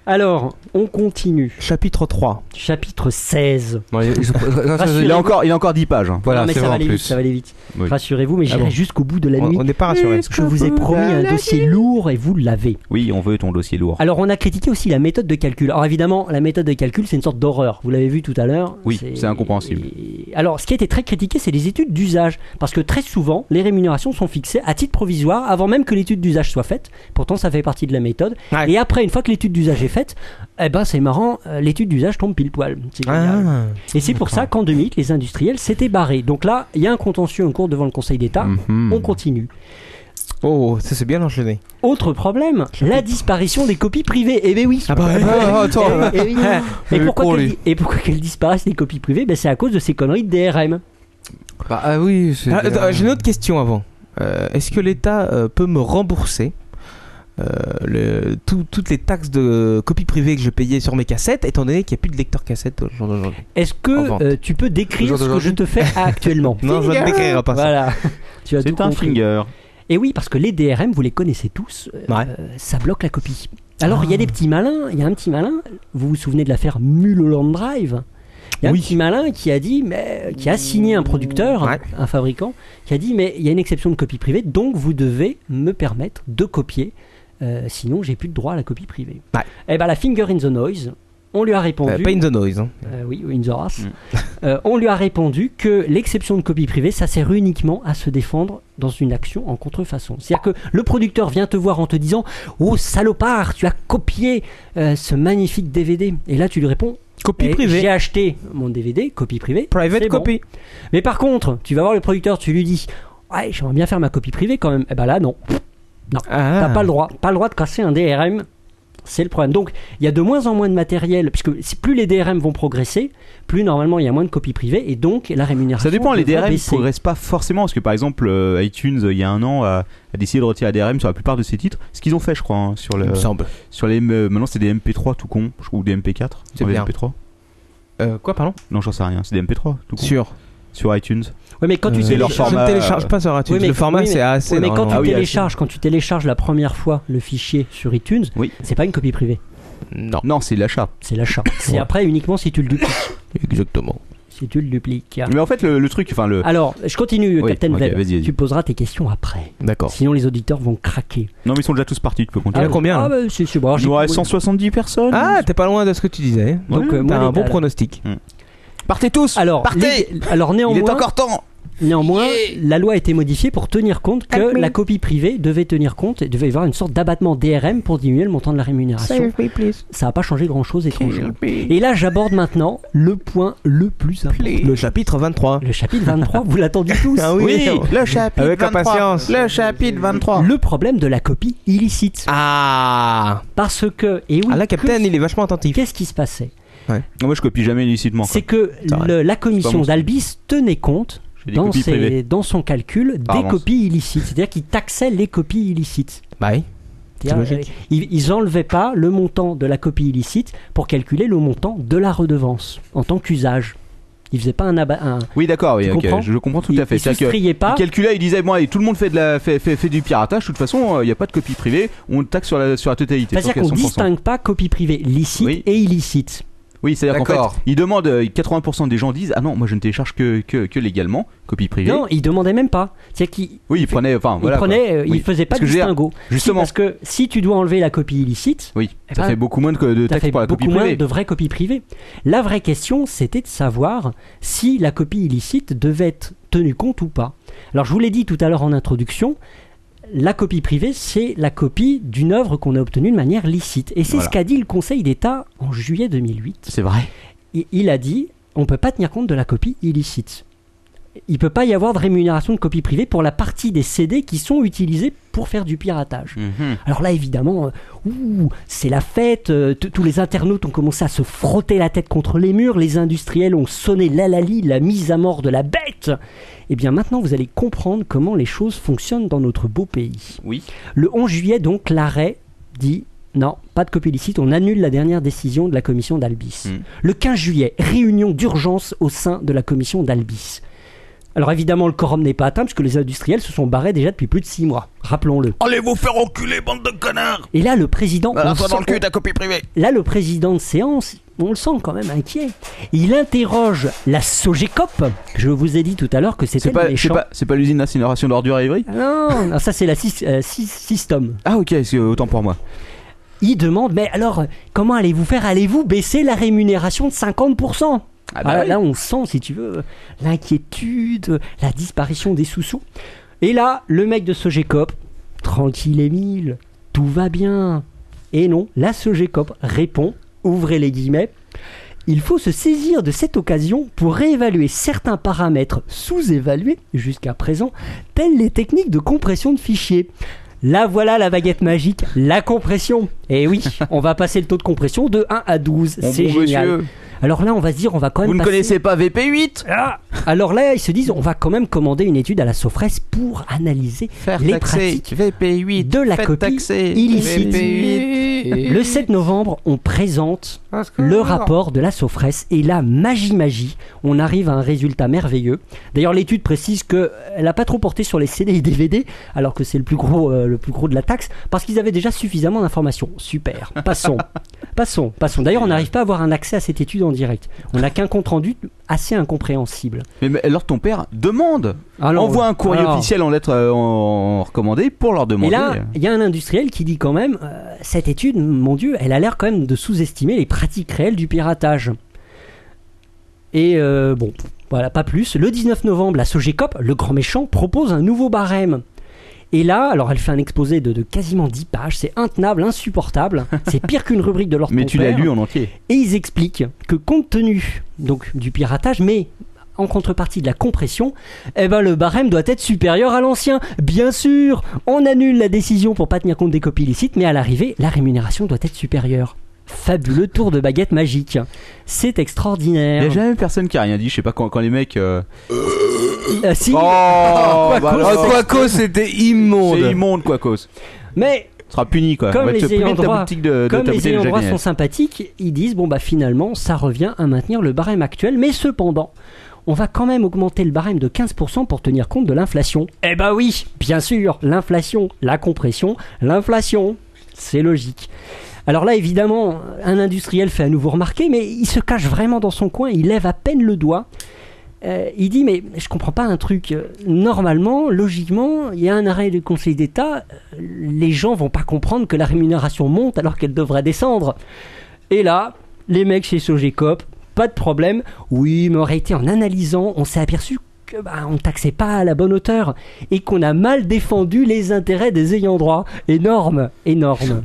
[SPEAKER 7] Alors, on continue.
[SPEAKER 8] Chapitre 3.
[SPEAKER 7] Chapitre 16.
[SPEAKER 9] Non, il- il-
[SPEAKER 6] Il
[SPEAKER 7] Rassurez-vous.
[SPEAKER 6] a encore, il a encore 10 pages. hein.
[SPEAKER 9] Voilà,
[SPEAKER 7] Non, mais
[SPEAKER 9] c'est
[SPEAKER 7] ça
[SPEAKER 9] vrai
[SPEAKER 7] va
[SPEAKER 9] en
[SPEAKER 7] aller vite,
[SPEAKER 9] plus.
[SPEAKER 7] ça va aller vite.
[SPEAKER 6] Oui. Ah
[SPEAKER 7] Rassurez-vous, mais j'irai
[SPEAKER 8] bon.
[SPEAKER 7] jusqu'au bout de la nuit.
[SPEAKER 8] On on n'est pas rassuré.
[SPEAKER 7] Je vous ai promis un dossier lourd et vous l'avez.
[SPEAKER 6] Oui, on veut ton dossier lourd.
[SPEAKER 7] Alors on a critiqué aussi la méthode de calcul. Alors évidemment, la méthode de calcul, c'est une sorte d'horreur. Vous l'avez vu tout à l'heure.
[SPEAKER 6] Oui, c'est incompréhensible.
[SPEAKER 7] Et- Alors ce qui a été très critiqué, c'est les études d'usage. Parce que très souvent, les rémunérations sont fixées à titre provisoire avant même que l'étude d'usage soit faite. Pourtant, ça fait partie de la méthode.
[SPEAKER 8] Ouais.
[SPEAKER 7] Et après, une fois que l'étude d'usage est faite, eh ben c'est marrant, euh, l'étude d'usage tombe pile poil. C'est génial.
[SPEAKER 8] Ah.
[SPEAKER 7] Et c'est pour ça qu'en 2008, les industriels s'étaient barrés. Donc là, il y a un contentieux en cours devant le Conseil d'État. On continue.
[SPEAKER 8] Mhm. Oh, ça c'est bien enchaîné.
[SPEAKER 7] Autre problème, la disparition des copies privées. Eh ben oui.
[SPEAKER 8] Ah, attends.
[SPEAKER 7] Eh oui.
[SPEAKER 8] Il
[SPEAKER 7] Et
[SPEAKER 8] est con,
[SPEAKER 7] pourquoi qu'elles
[SPEAKER 8] lui.
[SPEAKER 7] et pourquoi qu'elles disparaissent les copies privées ben, C'est à cause de ces conneries de DRM.
[SPEAKER 9] Bah, ah oui, c'est.
[SPEAKER 8] Ah, attends, J'ai une autre question avant. Euh, Est-ce que l'État euh, peut me rembourser euh, le- tout- toutes les taxes de copie privée que je payais sur mes cassettes, étant donné qu'il n'y a plus de lecteur cassette au jour d'aujourd'hui.
[SPEAKER 7] Est-ce
[SPEAKER 8] En
[SPEAKER 7] que
[SPEAKER 8] vente.
[SPEAKER 7] euh, tu peux décrire
[SPEAKER 9] Toujours
[SPEAKER 7] ce que je
[SPEAKER 9] d'aujourd'hui
[SPEAKER 7] te fais actuellement
[SPEAKER 8] Non, ça ne décrira pas ça.
[SPEAKER 7] Voilà. Tu as tout
[SPEAKER 6] C'est un
[SPEAKER 7] compris.
[SPEAKER 6] finger.
[SPEAKER 7] Et oui, parce que les DRM, vous les connaissez tous, euh,
[SPEAKER 8] Ouais. Ah.
[SPEAKER 7] euh, ça bloque la copie. Alors, il y a des petits malins, il y a un petit malin, vous vous souvenez de l'affaire Mulholland Drive Il y a
[SPEAKER 8] Oui.
[SPEAKER 7] un petit malin qui a dit, mais, euh, qui a signé un producteur,
[SPEAKER 8] Ouais.
[SPEAKER 7] un fabricant, qui a dit, mais il y a une exception de copie privée, donc vous devez me permettre de copier, euh, sinon j'ai plus de droit à la copie privée.
[SPEAKER 8] Ouais.
[SPEAKER 7] Eh ben, la finger in the noise, on lui a répondu...
[SPEAKER 8] Euh, pas in the noise. hein.
[SPEAKER 7] Euh, oui, in the race. Euh, on lui a répondu que l'exception de copie privée, ça sert uniquement à se défendre dans une action en contrefaçon. C'est-à-dire que le producteur vient te voir en te disant Oh salopard, tu as copié euh, ce magnifique DVD. Et là, tu lui réponds
[SPEAKER 8] Copie
[SPEAKER 7] Eh,
[SPEAKER 8] privée.
[SPEAKER 7] J'ai acheté mon DVD, copie privée.
[SPEAKER 8] Private
[SPEAKER 7] c'est bon.
[SPEAKER 8] copy.
[SPEAKER 7] Mais par contre, tu vas voir le producteur, tu lui dis Ouais, j'aimerais bien faire ma copie privée quand même. Et ben là, non.
[SPEAKER 8] Ah.
[SPEAKER 7] T'as pas le droit, pas le droit de casser un DRM. C'est le problème. Donc, il y a de moins en moins de matériel, puisque si plus les DRM vont progresser, plus normalement il y a moins de copies privées, et donc la rémunération.
[SPEAKER 6] Ça dépend, les
[SPEAKER 7] devrait
[SPEAKER 6] DRM ne
[SPEAKER 7] baisser.
[SPEAKER 6] progressent pas forcément parce que par exemple euh, iTunes euh, il y a un an a, a décidé de retirer la DRM sur la plupart de ses titres, ce qu'ils ont fait je crois hein, sur
[SPEAKER 8] Il
[SPEAKER 6] le
[SPEAKER 8] me semble.
[SPEAKER 6] sur les euh, maintenant c'est des MP3 tout con je crois, ou des MP4,
[SPEAKER 8] C'est
[SPEAKER 6] Non, des
[SPEAKER 8] bien.
[SPEAKER 6] MP3.
[SPEAKER 8] Euh, quoi, pardon
[SPEAKER 6] Non, j'en sais rien, c'est des MP3 tout con. Sur,
[SPEAKER 8] Sur.
[SPEAKER 6] iTunes.
[SPEAKER 7] Ouais, mais quand tu
[SPEAKER 8] Euh,
[SPEAKER 6] sais, leur
[SPEAKER 7] télécharges,
[SPEAKER 8] Je
[SPEAKER 6] format,
[SPEAKER 8] ne télécharge
[SPEAKER 6] euh,
[SPEAKER 8] pas sur iTunes.
[SPEAKER 7] Oui, mais-
[SPEAKER 8] le format
[SPEAKER 7] oui, mais-
[SPEAKER 8] c'est assez.
[SPEAKER 7] Ouais, mais quand
[SPEAKER 8] normalement.
[SPEAKER 7] tu
[SPEAKER 6] Ah oui,
[SPEAKER 7] télécharges, quand tu télécharges la première fois le fichier sur iTunes,
[SPEAKER 6] Oui.
[SPEAKER 7] c'est pas une copie privée,
[SPEAKER 8] Non.
[SPEAKER 6] Non, c'est l'achat.
[SPEAKER 7] c'est l'achat. c'est après uniquement si tu le dupliques.
[SPEAKER 8] Exactement.
[SPEAKER 7] si tu le dupliques.
[SPEAKER 6] Mais en fait le, le truc enfin le
[SPEAKER 7] Alors, je continue,
[SPEAKER 6] Oui,
[SPEAKER 7] Captain
[SPEAKER 6] ok,
[SPEAKER 7] Web.
[SPEAKER 6] vas-y, vas-y.
[SPEAKER 7] Tu poseras tes questions après,
[SPEAKER 8] D'accord.
[SPEAKER 7] sinon les auditeurs vont craquer.
[SPEAKER 6] Non, mais ils sont déjà tous partis, tu peux
[SPEAKER 8] Il y
[SPEAKER 6] continuer.
[SPEAKER 8] en a combien
[SPEAKER 7] Ah,
[SPEAKER 8] là
[SPEAKER 7] bah, c'est c'est bon. alors
[SPEAKER 6] Il
[SPEAKER 7] j'ai-
[SPEAKER 6] nous reste 170 personnes.
[SPEAKER 8] Ah, t'es pas loin de ce que tu disais.
[SPEAKER 7] Donc, euh, moi,
[SPEAKER 8] T'as un
[SPEAKER 7] les-
[SPEAKER 6] Hmm.
[SPEAKER 8] bon pronostic.
[SPEAKER 6] Partez tous.
[SPEAKER 7] Alors,
[SPEAKER 6] Partez
[SPEAKER 7] les- alors
[SPEAKER 6] Il
[SPEAKER 7] néanmoins,
[SPEAKER 6] est encore temps.
[SPEAKER 7] Néanmoins, la loi a été modifiée pour tenir compte que
[SPEAKER 5] Admin.
[SPEAKER 7] la copie privée devait tenir compte et devait y avoir une sorte d'abattement DRM pour diminuer le montant de la rémunération.
[SPEAKER 5] Save me, please.
[SPEAKER 7] Ça n'a pas changé grand-chose étrangement. Et là, j'aborde maintenant le point le plus important.
[SPEAKER 8] Le chapitre 23.
[SPEAKER 7] Le chapitre 23, vous l'attendiez tous.
[SPEAKER 8] Ah oui.
[SPEAKER 2] le chapitre
[SPEAKER 8] Avec
[SPEAKER 2] 23.
[SPEAKER 8] impatience.
[SPEAKER 2] Le chapitre 23.
[SPEAKER 7] Le problème de la copie illicite.
[SPEAKER 8] Ah
[SPEAKER 7] Parce que, et oui,
[SPEAKER 8] Ah, là, Captain,
[SPEAKER 7] que-
[SPEAKER 8] il est vachement attentif.
[SPEAKER 7] Qu'est-ce qui se passait
[SPEAKER 6] Non, Moi, je copie jamais illicitement. quoi.
[SPEAKER 7] C'est que
[SPEAKER 6] C'est vrai.
[SPEAKER 7] le- la
[SPEAKER 6] C'est pas
[SPEAKER 7] commission
[SPEAKER 6] mon-
[SPEAKER 7] d'Albis tenait compte
[SPEAKER 6] J'ai des
[SPEAKER 7] dans,
[SPEAKER 6] copies
[SPEAKER 7] ses-
[SPEAKER 6] privées.
[SPEAKER 7] dans son calcul des
[SPEAKER 6] Pardon.
[SPEAKER 7] copies illicites. C'est-à-dire qu'il taxait les copies illicites.
[SPEAKER 8] Bah oui.
[SPEAKER 7] C'est-à-dire,
[SPEAKER 8] C'est logique.
[SPEAKER 7] euh, Ils, ils enlevaient pas le montant de la copie illicite pour calculer le montant de la redevance en tant qu'usage. Ils faisaient pas un, abat- un-
[SPEAKER 6] Oui, d'accord, oui,
[SPEAKER 7] Tu
[SPEAKER 6] ok,
[SPEAKER 7] comprends
[SPEAKER 6] je, je comprends tout
[SPEAKER 7] Il-
[SPEAKER 6] à fait.
[SPEAKER 7] il
[SPEAKER 6] C'est-à-dire
[SPEAKER 7] se
[SPEAKER 6] que
[SPEAKER 7] friait pas.
[SPEAKER 6] Il calculait, il disait bon, allez, tout le monde fait, de la, fait, fait, fait du piratage, de toute façon, euh, il n'y a pas de copie privée, on taxe sur la, sur la totalité.
[SPEAKER 7] C'est-à-dire
[SPEAKER 6] sur
[SPEAKER 7] qu'on
[SPEAKER 6] 100%.
[SPEAKER 7] distingue pas copie privée licite
[SPEAKER 6] Oui.
[SPEAKER 7] et illicite.
[SPEAKER 6] Oui, c'est-à-dire qu'en
[SPEAKER 9] D'accord.
[SPEAKER 6] fait, il demande, euh, 80% des gens disent ah non, moi je ne télécharge que, que, que légalement, copie privée.
[SPEAKER 7] Non, ils demandaient même pas. C'est-à-dire qu'ils
[SPEAKER 6] oui, il prenait, enfin,
[SPEAKER 7] ils
[SPEAKER 6] voilà. quoi.
[SPEAKER 7] prenaient, euh,
[SPEAKER 6] Oui.
[SPEAKER 7] ils faisaient pas
[SPEAKER 6] Parce
[SPEAKER 7] de
[SPEAKER 6] que je veux dire,
[SPEAKER 7] distinguo. Si,
[SPEAKER 6] justement.
[SPEAKER 7] parce que si tu dois enlever la copie illicite,
[SPEAKER 6] Oui,
[SPEAKER 7] Eh
[SPEAKER 6] ça
[SPEAKER 7] ben,
[SPEAKER 6] fait beaucoup moins de, de
[SPEAKER 7] Ça
[SPEAKER 6] taxes
[SPEAKER 7] fait
[SPEAKER 6] pour la copie
[SPEAKER 7] beaucoup moins
[SPEAKER 6] privée.
[SPEAKER 7] de vraies copies privées. La vraie question, c'était de savoir si la copie illicite devait être tenue compte ou pas. Alors, je vous l'ai dit tout à l'heure en introduction, la copie privée, c'est la copie d'une œuvre qu'on a obtenue de manière licite. Et c'est
[SPEAKER 6] Voilà.
[SPEAKER 7] ce qu'a dit le Conseil d'État en juillet 2008.
[SPEAKER 6] C'est vrai.
[SPEAKER 7] Il- Il a dit, on ne peut pas tenir compte de la copie illicite. Il ne peut pas y avoir de rémunération de copie privée pour la partie des CD qui sont utilisés pour faire du piratage.
[SPEAKER 6] Mhm.
[SPEAKER 7] Alors là, évidemment, euh, ouh, c'est la fête. euh, t- Tous les internautes ont commencé à se frotter la tête contre les murs. Les industriels ont sonné l'alali, la mise à mort de la bête. Eh bien, maintenant, vous allez comprendre comment les choses fonctionnent dans notre beau pays.
[SPEAKER 6] Oui.
[SPEAKER 7] Le 11 juillet, donc, l'arrêt dit non, pas de copie licite, on annule la dernière décision de la commission d'Albis.
[SPEAKER 6] Mm.
[SPEAKER 7] Le 15 juillet, réunion d'urgence au sein de la commission d'Albis. Alors évidemment, le quorum n'est pas atteint puisque les industriels se sont barrés déjà depuis plus de 6 mois. Rappelons-le.
[SPEAKER 6] Oh
[SPEAKER 3] Allez vous faire enculer, bande de connards
[SPEAKER 7] Et là, le président.
[SPEAKER 6] Bah,
[SPEAKER 7] on sent-
[SPEAKER 3] ta copie privée
[SPEAKER 7] Là, le président de séance, on le sent quand même inquiet. Il interroge la Sogecop. Je vous ai dit tout à l'heure que c'était
[SPEAKER 6] C'est
[SPEAKER 7] le
[SPEAKER 6] pas, c'est
[SPEAKER 7] méchant.
[SPEAKER 6] pas, c'est pas l'usine d'incinération d'ordures à Ivry
[SPEAKER 7] Ah Non, non, ça c'est la sys- euh, sys- système.
[SPEAKER 6] Ah, ok, c'est autant pour moi.
[SPEAKER 7] Il demande, mais alors, comment allez-vous faire Allez-vous baisser la rémunération de 50%
[SPEAKER 6] Ah bah
[SPEAKER 7] Ah,
[SPEAKER 6] oui.
[SPEAKER 7] Là, on sent, si tu veux, l'inquiétude, la disparition des sous-sous. Et là, le mec de Sogecop, tranquille Émile, tout va bien. Et non, la Sogecop répond, ouvrez les guillemets, il faut se saisir de cette occasion pour réévaluer certains paramètres sous-évalués jusqu'à présent, tels les techniques de compression de fichiers. Là voilà la baguette magique, la compression. Et oui, on va passer le taux de compression de 1 à 12.
[SPEAKER 6] Mon
[SPEAKER 7] C'est
[SPEAKER 6] bon
[SPEAKER 7] génial.
[SPEAKER 6] monsieur.
[SPEAKER 7] Alors là, on va se dire, on va quand même.
[SPEAKER 6] Vous ne
[SPEAKER 7] passer-
[SPEAKER 6] connaissez pas VP8
[SPEAKER 7] Ah Alors là, ils se disent, on va quand même commander une étude à la Sofres pour analyser les pratiques
[SPEAKER 6] VP8
[SPEAKER 7] de la copie illicite. Le 7 novembre, on présente le rapport de la Sofres et là, magie magie, on arrive à un résultat merveilleux. D'ailleurs, l'étude précise qu'elle n'a pas trop porté sur les CD et DVD, alors que c'est le plus gros, euh, le plus gros de la taxe, parce qu'ils avaient déjà suffisamment d'informations. Super. Passons, passons, passons. D'ailleurs, on n'arrive pas à avoir un accès à cette étude en direct. On n'a qu'un compte rendu assez incompréhensible.
[SPEAKER 6] Mais, mais alors ton père demande
[SPEAKER 7] Alors,
[SPEAKER 6] Envoie un courrier
[SPEAKER 7] Ah alors,
[SPEAKER 6] officiel en lettre en recommandé pour leur demander.
[SPEAKER 7] Et là, il y a un industriel qui dit quand même, euh, cette étude, mon Dieu, elle a l'air quand même de sous-estimer les pratiques réelles du piratage. Et euh, bon, voilà, pas plus. Le 19 novembre, la Sogecop, le grand méchant, propose un nouveau barème. Et là, alors elle fait un exposé de, de quasiment 10 pages, c'est intenable, insupportable, c'est pire qu'une rubrique de leur
[SPEAKER 6] mais
[SPEAKER 7] ton
[SPEAKER 6] tu l'as
[SPEAKER 7] père.
[SPEAKER 6] lu en entier.
[SPEAKER 7] Et ils expliquent que compte tenu donc du piratage, mais en contrepartie de la compression, eh ben le barème doit être supérieur à l'ancien. Bien sûr, on annule la décision pour pas tenir compte des copies illicites, mais à l'arrivée, la rémunération doit être supérieure. Fabuleux tour de baguette magique. C'est
[SPEAKER 6] Il n'y a
[SPEAKER 7] extraordinaire.
[SPEAKER 6] jamais personne qui a rien dit. Je sais pas quand, quand les mecs. euh,
[SPEAKER 7] Euh, si, Ah,
[SPEAKER 6] Oh, bah alors,
[SPEAKER 4] Oh, Quaco, c'était immonde.
[SPEAKER 6] c'est immonde quoi cause.
[SPEAKER 7] mais
[SPEAKER 6] Sera puni quoi.
[SPEAKER 7] Comme
[SPEAKER 6] On va te
[SPEAKER 7] les ayants
[SPEAKER 6] punir de ta
[SPEAKER 7] droit-
[SPEAKER 6] boutique de, de
[SPEAKER 7] comme
[SPEAKER 6] ta
[SPEAKER 7] les
[SPEAKER 6] boutique de
[SPEAKER 7] ayants
[SPEAKER 6] Jacques
[SPEAKER 7] droit
[SPEAKER 6] Daniel.
[SPEAKER 7] sont sympathiques, ils disent bon bah finalement ça revient à maintenir le barème actuel, mais cependant on va quand même augmenter le barème de 15% pour tenir compte de l'inflation. Eh bah oui, bien sûr, l'inflation, la compression, l'inflation, c'est logique. Alors là, évidemment, un industriel fait à nouveau remarquer, mais il se cache vraiment dans son coin, il lève à peine le doigt. Euh, il dit mais je comprends pas un truc. Euh, Normalement, logiquement, il y a un arrêt du Conseil d'État. euh, Les gens vont pas comprendre que la rémunération monte alors qu'elle devrait descendre. Et là, les mecs chez Sogecop, pas de problème. Oui, mais en réalité, en analysant, on s'est aperçu que, bah, on taxait pas à la bonne hauteur et qu'on a mal défendu les intérêts des ayants droit. Énorme, énorme.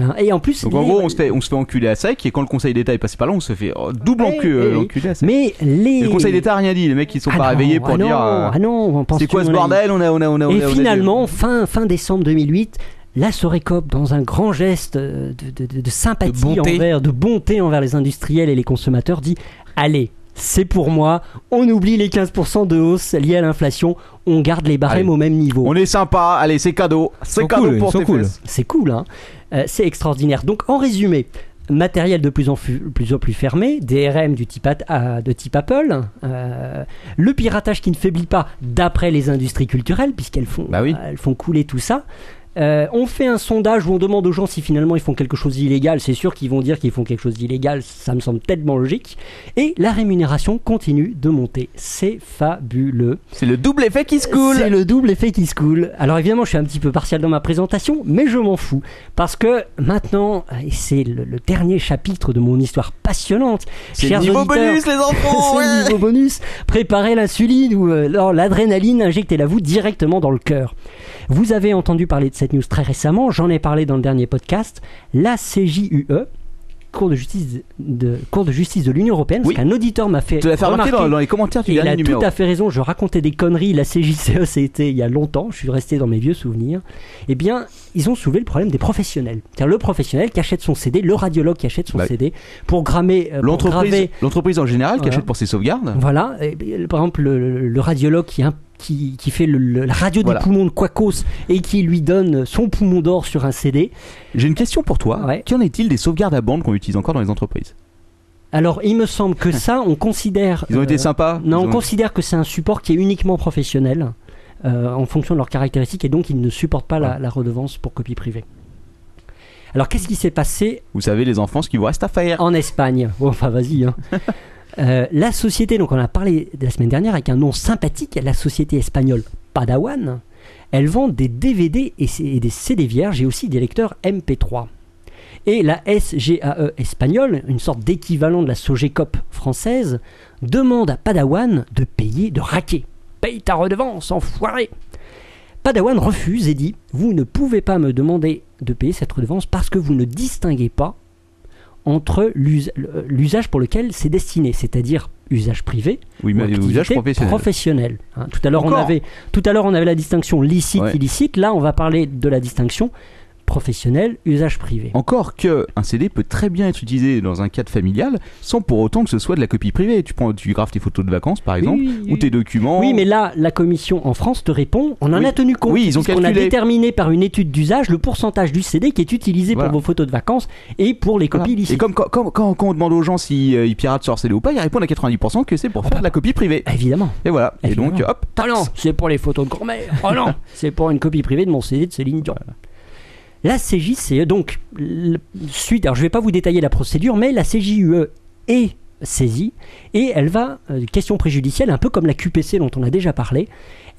[SPEAKER 7] Hein, Et en plus,
[SPEAKER 6] Donc en
[SPEAKER 7] les-
[SPEAKER 6] gros, on se fait, on se fait enculer à sec et quand le Conseil d'État est passé par là, on se fait euh, double
[SPEAKER 7] Ouais,
[SPEAKER 6] encu-
[SPEAKER 7] ouais,
[SPEAKER 6] euh, enculer à sec.
[SPEAKER 7] Mais les.
[SPEAKER 6] Le Conseil d'État a rien dit, les mecs ils sont
[SPEAKER 7] Ah
[SPEAKER 6] pas
[SPEAKER 7] non,
[SPEAKER 6] réveillés pour
[SPEAKER 7] ah non,
[SPEAKER 6] dire. euh,
[SPEAKER 7] ah non, on pense
[SPEAKER 6] C'est quoi
[SPEAKER 7] que
[SPEAKER 6] ce
[SPEAKER 7] on a-
[SPEAKER 6] bordel On a, on a, on a, on
[SPEAKER 7] Et
[SPEAKER 6] a- on a-
[SPEAKER 7] finalement, fin, fin décembre 2008, la Sorécop, dans un grand geste euh, de, de- de- de sympathie
[SPEAKER 8] De bonté.
[SPEAKER 7] envers, de bonté envers les industriels et les consommateurs, dit Allez, c'est pour moi, on oublie les 15% de hausse liée à l'inflation, on garde les barèmes
[SPEAKER 6] Allez.
[SPEAKER 7] au même niveau.
[SPEAKER 6] On est sympa, allez, c'est cadeau, c'est
[SPEAKER 8] sont
[SPEAKER 6] cadeau
[SPEAKER 8] cool,
[SPEAKER 6] pour
[SPEAKER 8] ils sont
[SPEAKER 6] tes
[SPEAKER 8] cool.
[SPEAKER 6] fesses.
[SPEAKER 7] C'est cool, hein Euh, C'est extraordinaire. Donc, en résumé, matériel de plus en fu- plus, en plus fermé, DRM du type at- à- de type Apple, euh, le piratage qui ne faiblit pas d'après les industries culturelles, puisqu'elles font,
[SPEAKER 6] Bah oui.
[SPEAKER 7] elles font couler tout ça. Euh, on fait un sondage où on demande aux gens si finalement ils font quelque chose d'illégal. C'est sûr qu'ils vont dire qu'ils font quelque chose d'illégal, ça me semble tellement logique. Et la rémunération continue de monter. C'est fabuleux. Euh,
[SPEAKER 6] C'est le double effet qui se coule.
[SPEAKER 7] C'est le double effet qui se coule. Alors évidemment, je suis un petit peu partial dans ma présentation, mais je m'en fous. Parce que maintenant, et c'est le, le dernier chapitre de mon histoire passionnante.
[SPEAKER 6] C'est
[SPEAKER 7] chers
[SPEAKER 6] le niveau
[SPEAKER 7] auditeurs,
[SPEAKER 6] bonus, les enfants,
[SPEAKER 7] C'est le
[SPEAKER 6] ouais.
[SPEAKER 7] niveau bonus. Préparez l'insuline ou euh, alors, l'adrénaline, injectez-la-vous directement dans le cœur. Vous avez entendu parler de cette news très récemment, j'en ai parlé dans le dernier podcast. La CJUE, E, Cour de justice de, Cour de, justice de l'Union Européenne,
[SPEAKER 6] Oui.
[SPEAKER 7] parce qu'un auditeur m'a fait
[SPEAKER 6] Tu l'as fait remarquer dans,
[SPEAKER 7] remarquer-
[SPEAKER 6] dans les commentaires du
[SPEAKER 7] et il
[SPEAKER 6] dernier
[SPEAKER 7] a
[SPEAKER 6] numéro.
[SPEAKER 7] tout à fait raison, je racontais des conneries, la CJCE E, c'était il y a longtemps, je suis resté dans mes vieux souvenirs. Eh bien, ils ont soulevé le problème des professionnels. C'est-à-dire le professionnel qui achète son CD, le radiologue qui achète son
[SPEAKER 6] Bah oui.
[SPEAKER 7] CD pour grammer, euh, pour
[SPEAKER 6] L'entreprise,
[SPEAKER 7] graver.
[SPEAKER 6] l'entreprise en général qui
[SPEAKER 7] Voilà.
[SPEAKER 6] achète pour ses sauvegardes.
[SPEAKER 7] Voilà, et, et, par exemple, le, le- le radiologue qui, hein, qui, qui fait le- le- la radio
[SPEAKER 6] Voilà.
[SPEAKER 7] des poumons de Quacos et qui lui donne son poumon d'or sur un CD.
[SPEAKER 6] J'ai une question pour toi.
[SPEAKER 7] Ouais.
[SPEAKER 6] Qu'en est-il des sauvegardes à bande qu'on utilise encore dans les entreprises
[SPEAKER 7] Alors, il me semble que ça, on considère.
[SPEAKER 6] Ils ont été
[SPEAKER 7] euh,
[SPEAKER 6] sympas
[SPEAKER 7] Non,
[SPEAKER 6] Ils
[SPEAKER 7] on
[SPEAKER 6] ont-
[SPEAKER 7] considère que c'est un support qui est uniquement professionnel euh, en fonction de leurs caractéristiques et donc ils ne supportent pas la, la redevance pour copie privée. Alors qu'est-ce qui s'est passé
[SPEAKER 6] Vous savez, les enfants, ce qu'il vous reste à faire.
[SPEAKER 7] en Espagne Bon, Enfin vas-y. hein. Euh, la société, donc on a parlé de la semaine dernière avec un nom sympathique, la société espagnole Padawan, elle vend des DVD et, c- et des CD vierges et aussi des lecteurs MP3. Et la SGAE E espagnole, une sorte d'équivalent de la SOGECOP française, demande à Padawan de payer, de raquer. Paye ta redevance, enfoiré Padawan refuse et dit Vous ne pouvez pas me demander de payer cette redevance parce que vous ne distinguez pas entre l'us- l'usage pour lequel c'est destiné, c'est-à-dire usage privé
[SPEAKER 6] Oui,
[SPEAKER 7] ou
[SPEAKER 6] mais
[SPEAKER 7] activité
[SPEAKER 6] usage professionnel.
[SPEAKER 7] professionnelle, hein. Tout à l'heure on
[SPEAKER 6] Encore.
[SPEAKER 7] avait tout à l'heure on avait la distinction licite
[SPEAKER 6] Ouais.
[SPEAKER 7] illicite. Là on va parler de la distinction professionnelle usage privé.
[SPEAKER 6] Encore que un CD peut très bien être utilisé dans un cadre familial sans pour autant que ce soit de la copie privée. Tu prends, tu graves tes photos de vacances par exemple
[SPEAKER 7] oui,
[SPEAKER 6] ou
[SPEAKER 7] oui.
[SPEAKER 6] tes documents.
[SPEAKER 7] Oui, mais là, la commission en France te répond, on en
[SPEAKER 6] Oui.
[SPEAKER 7] a tenu compte.
[SPEAKER 6] Oui, ils ont
[SPEAKER 7] puisqu'on a
[SPEAKER 6] calculé.
[SPEAKER 7] déterminé par une étude d'usage le pourcentage du CD qui est utilisé
[SPEAKER 6] Voilà.
[SPEAKER 7] pour vos photos de vacances et pour les
[SPEAKER 6] Voilà.
[SPEAKER 7] copies illicites.
[SPEAKER 6] Et comme quand, quand- quand- quand on demande aux gens s'ils euh, ils piratent sur CD ou pas, ils répondent à 90% que c'est pour faire de la copie privée.
[SPEAKER 7] Évidemment.
[SPEAKER 6] Et voilà. Et
[SPEAKER 7] Évidemment.
[SPEAKER 6] donc hop,
[SPEAKER 7] Ah non, c'est pour les photos de grand-mère. Oh non, c'est pour une copie privée de mon CD de Céline Dion. La CJCE, E, donc, l- suite, alors je ne vais pas vous détailler la procédure, mais la CJUE E est saisie et elle va, euh, question préjudicielle, un peu comme la QPC dont on a déjà parlé,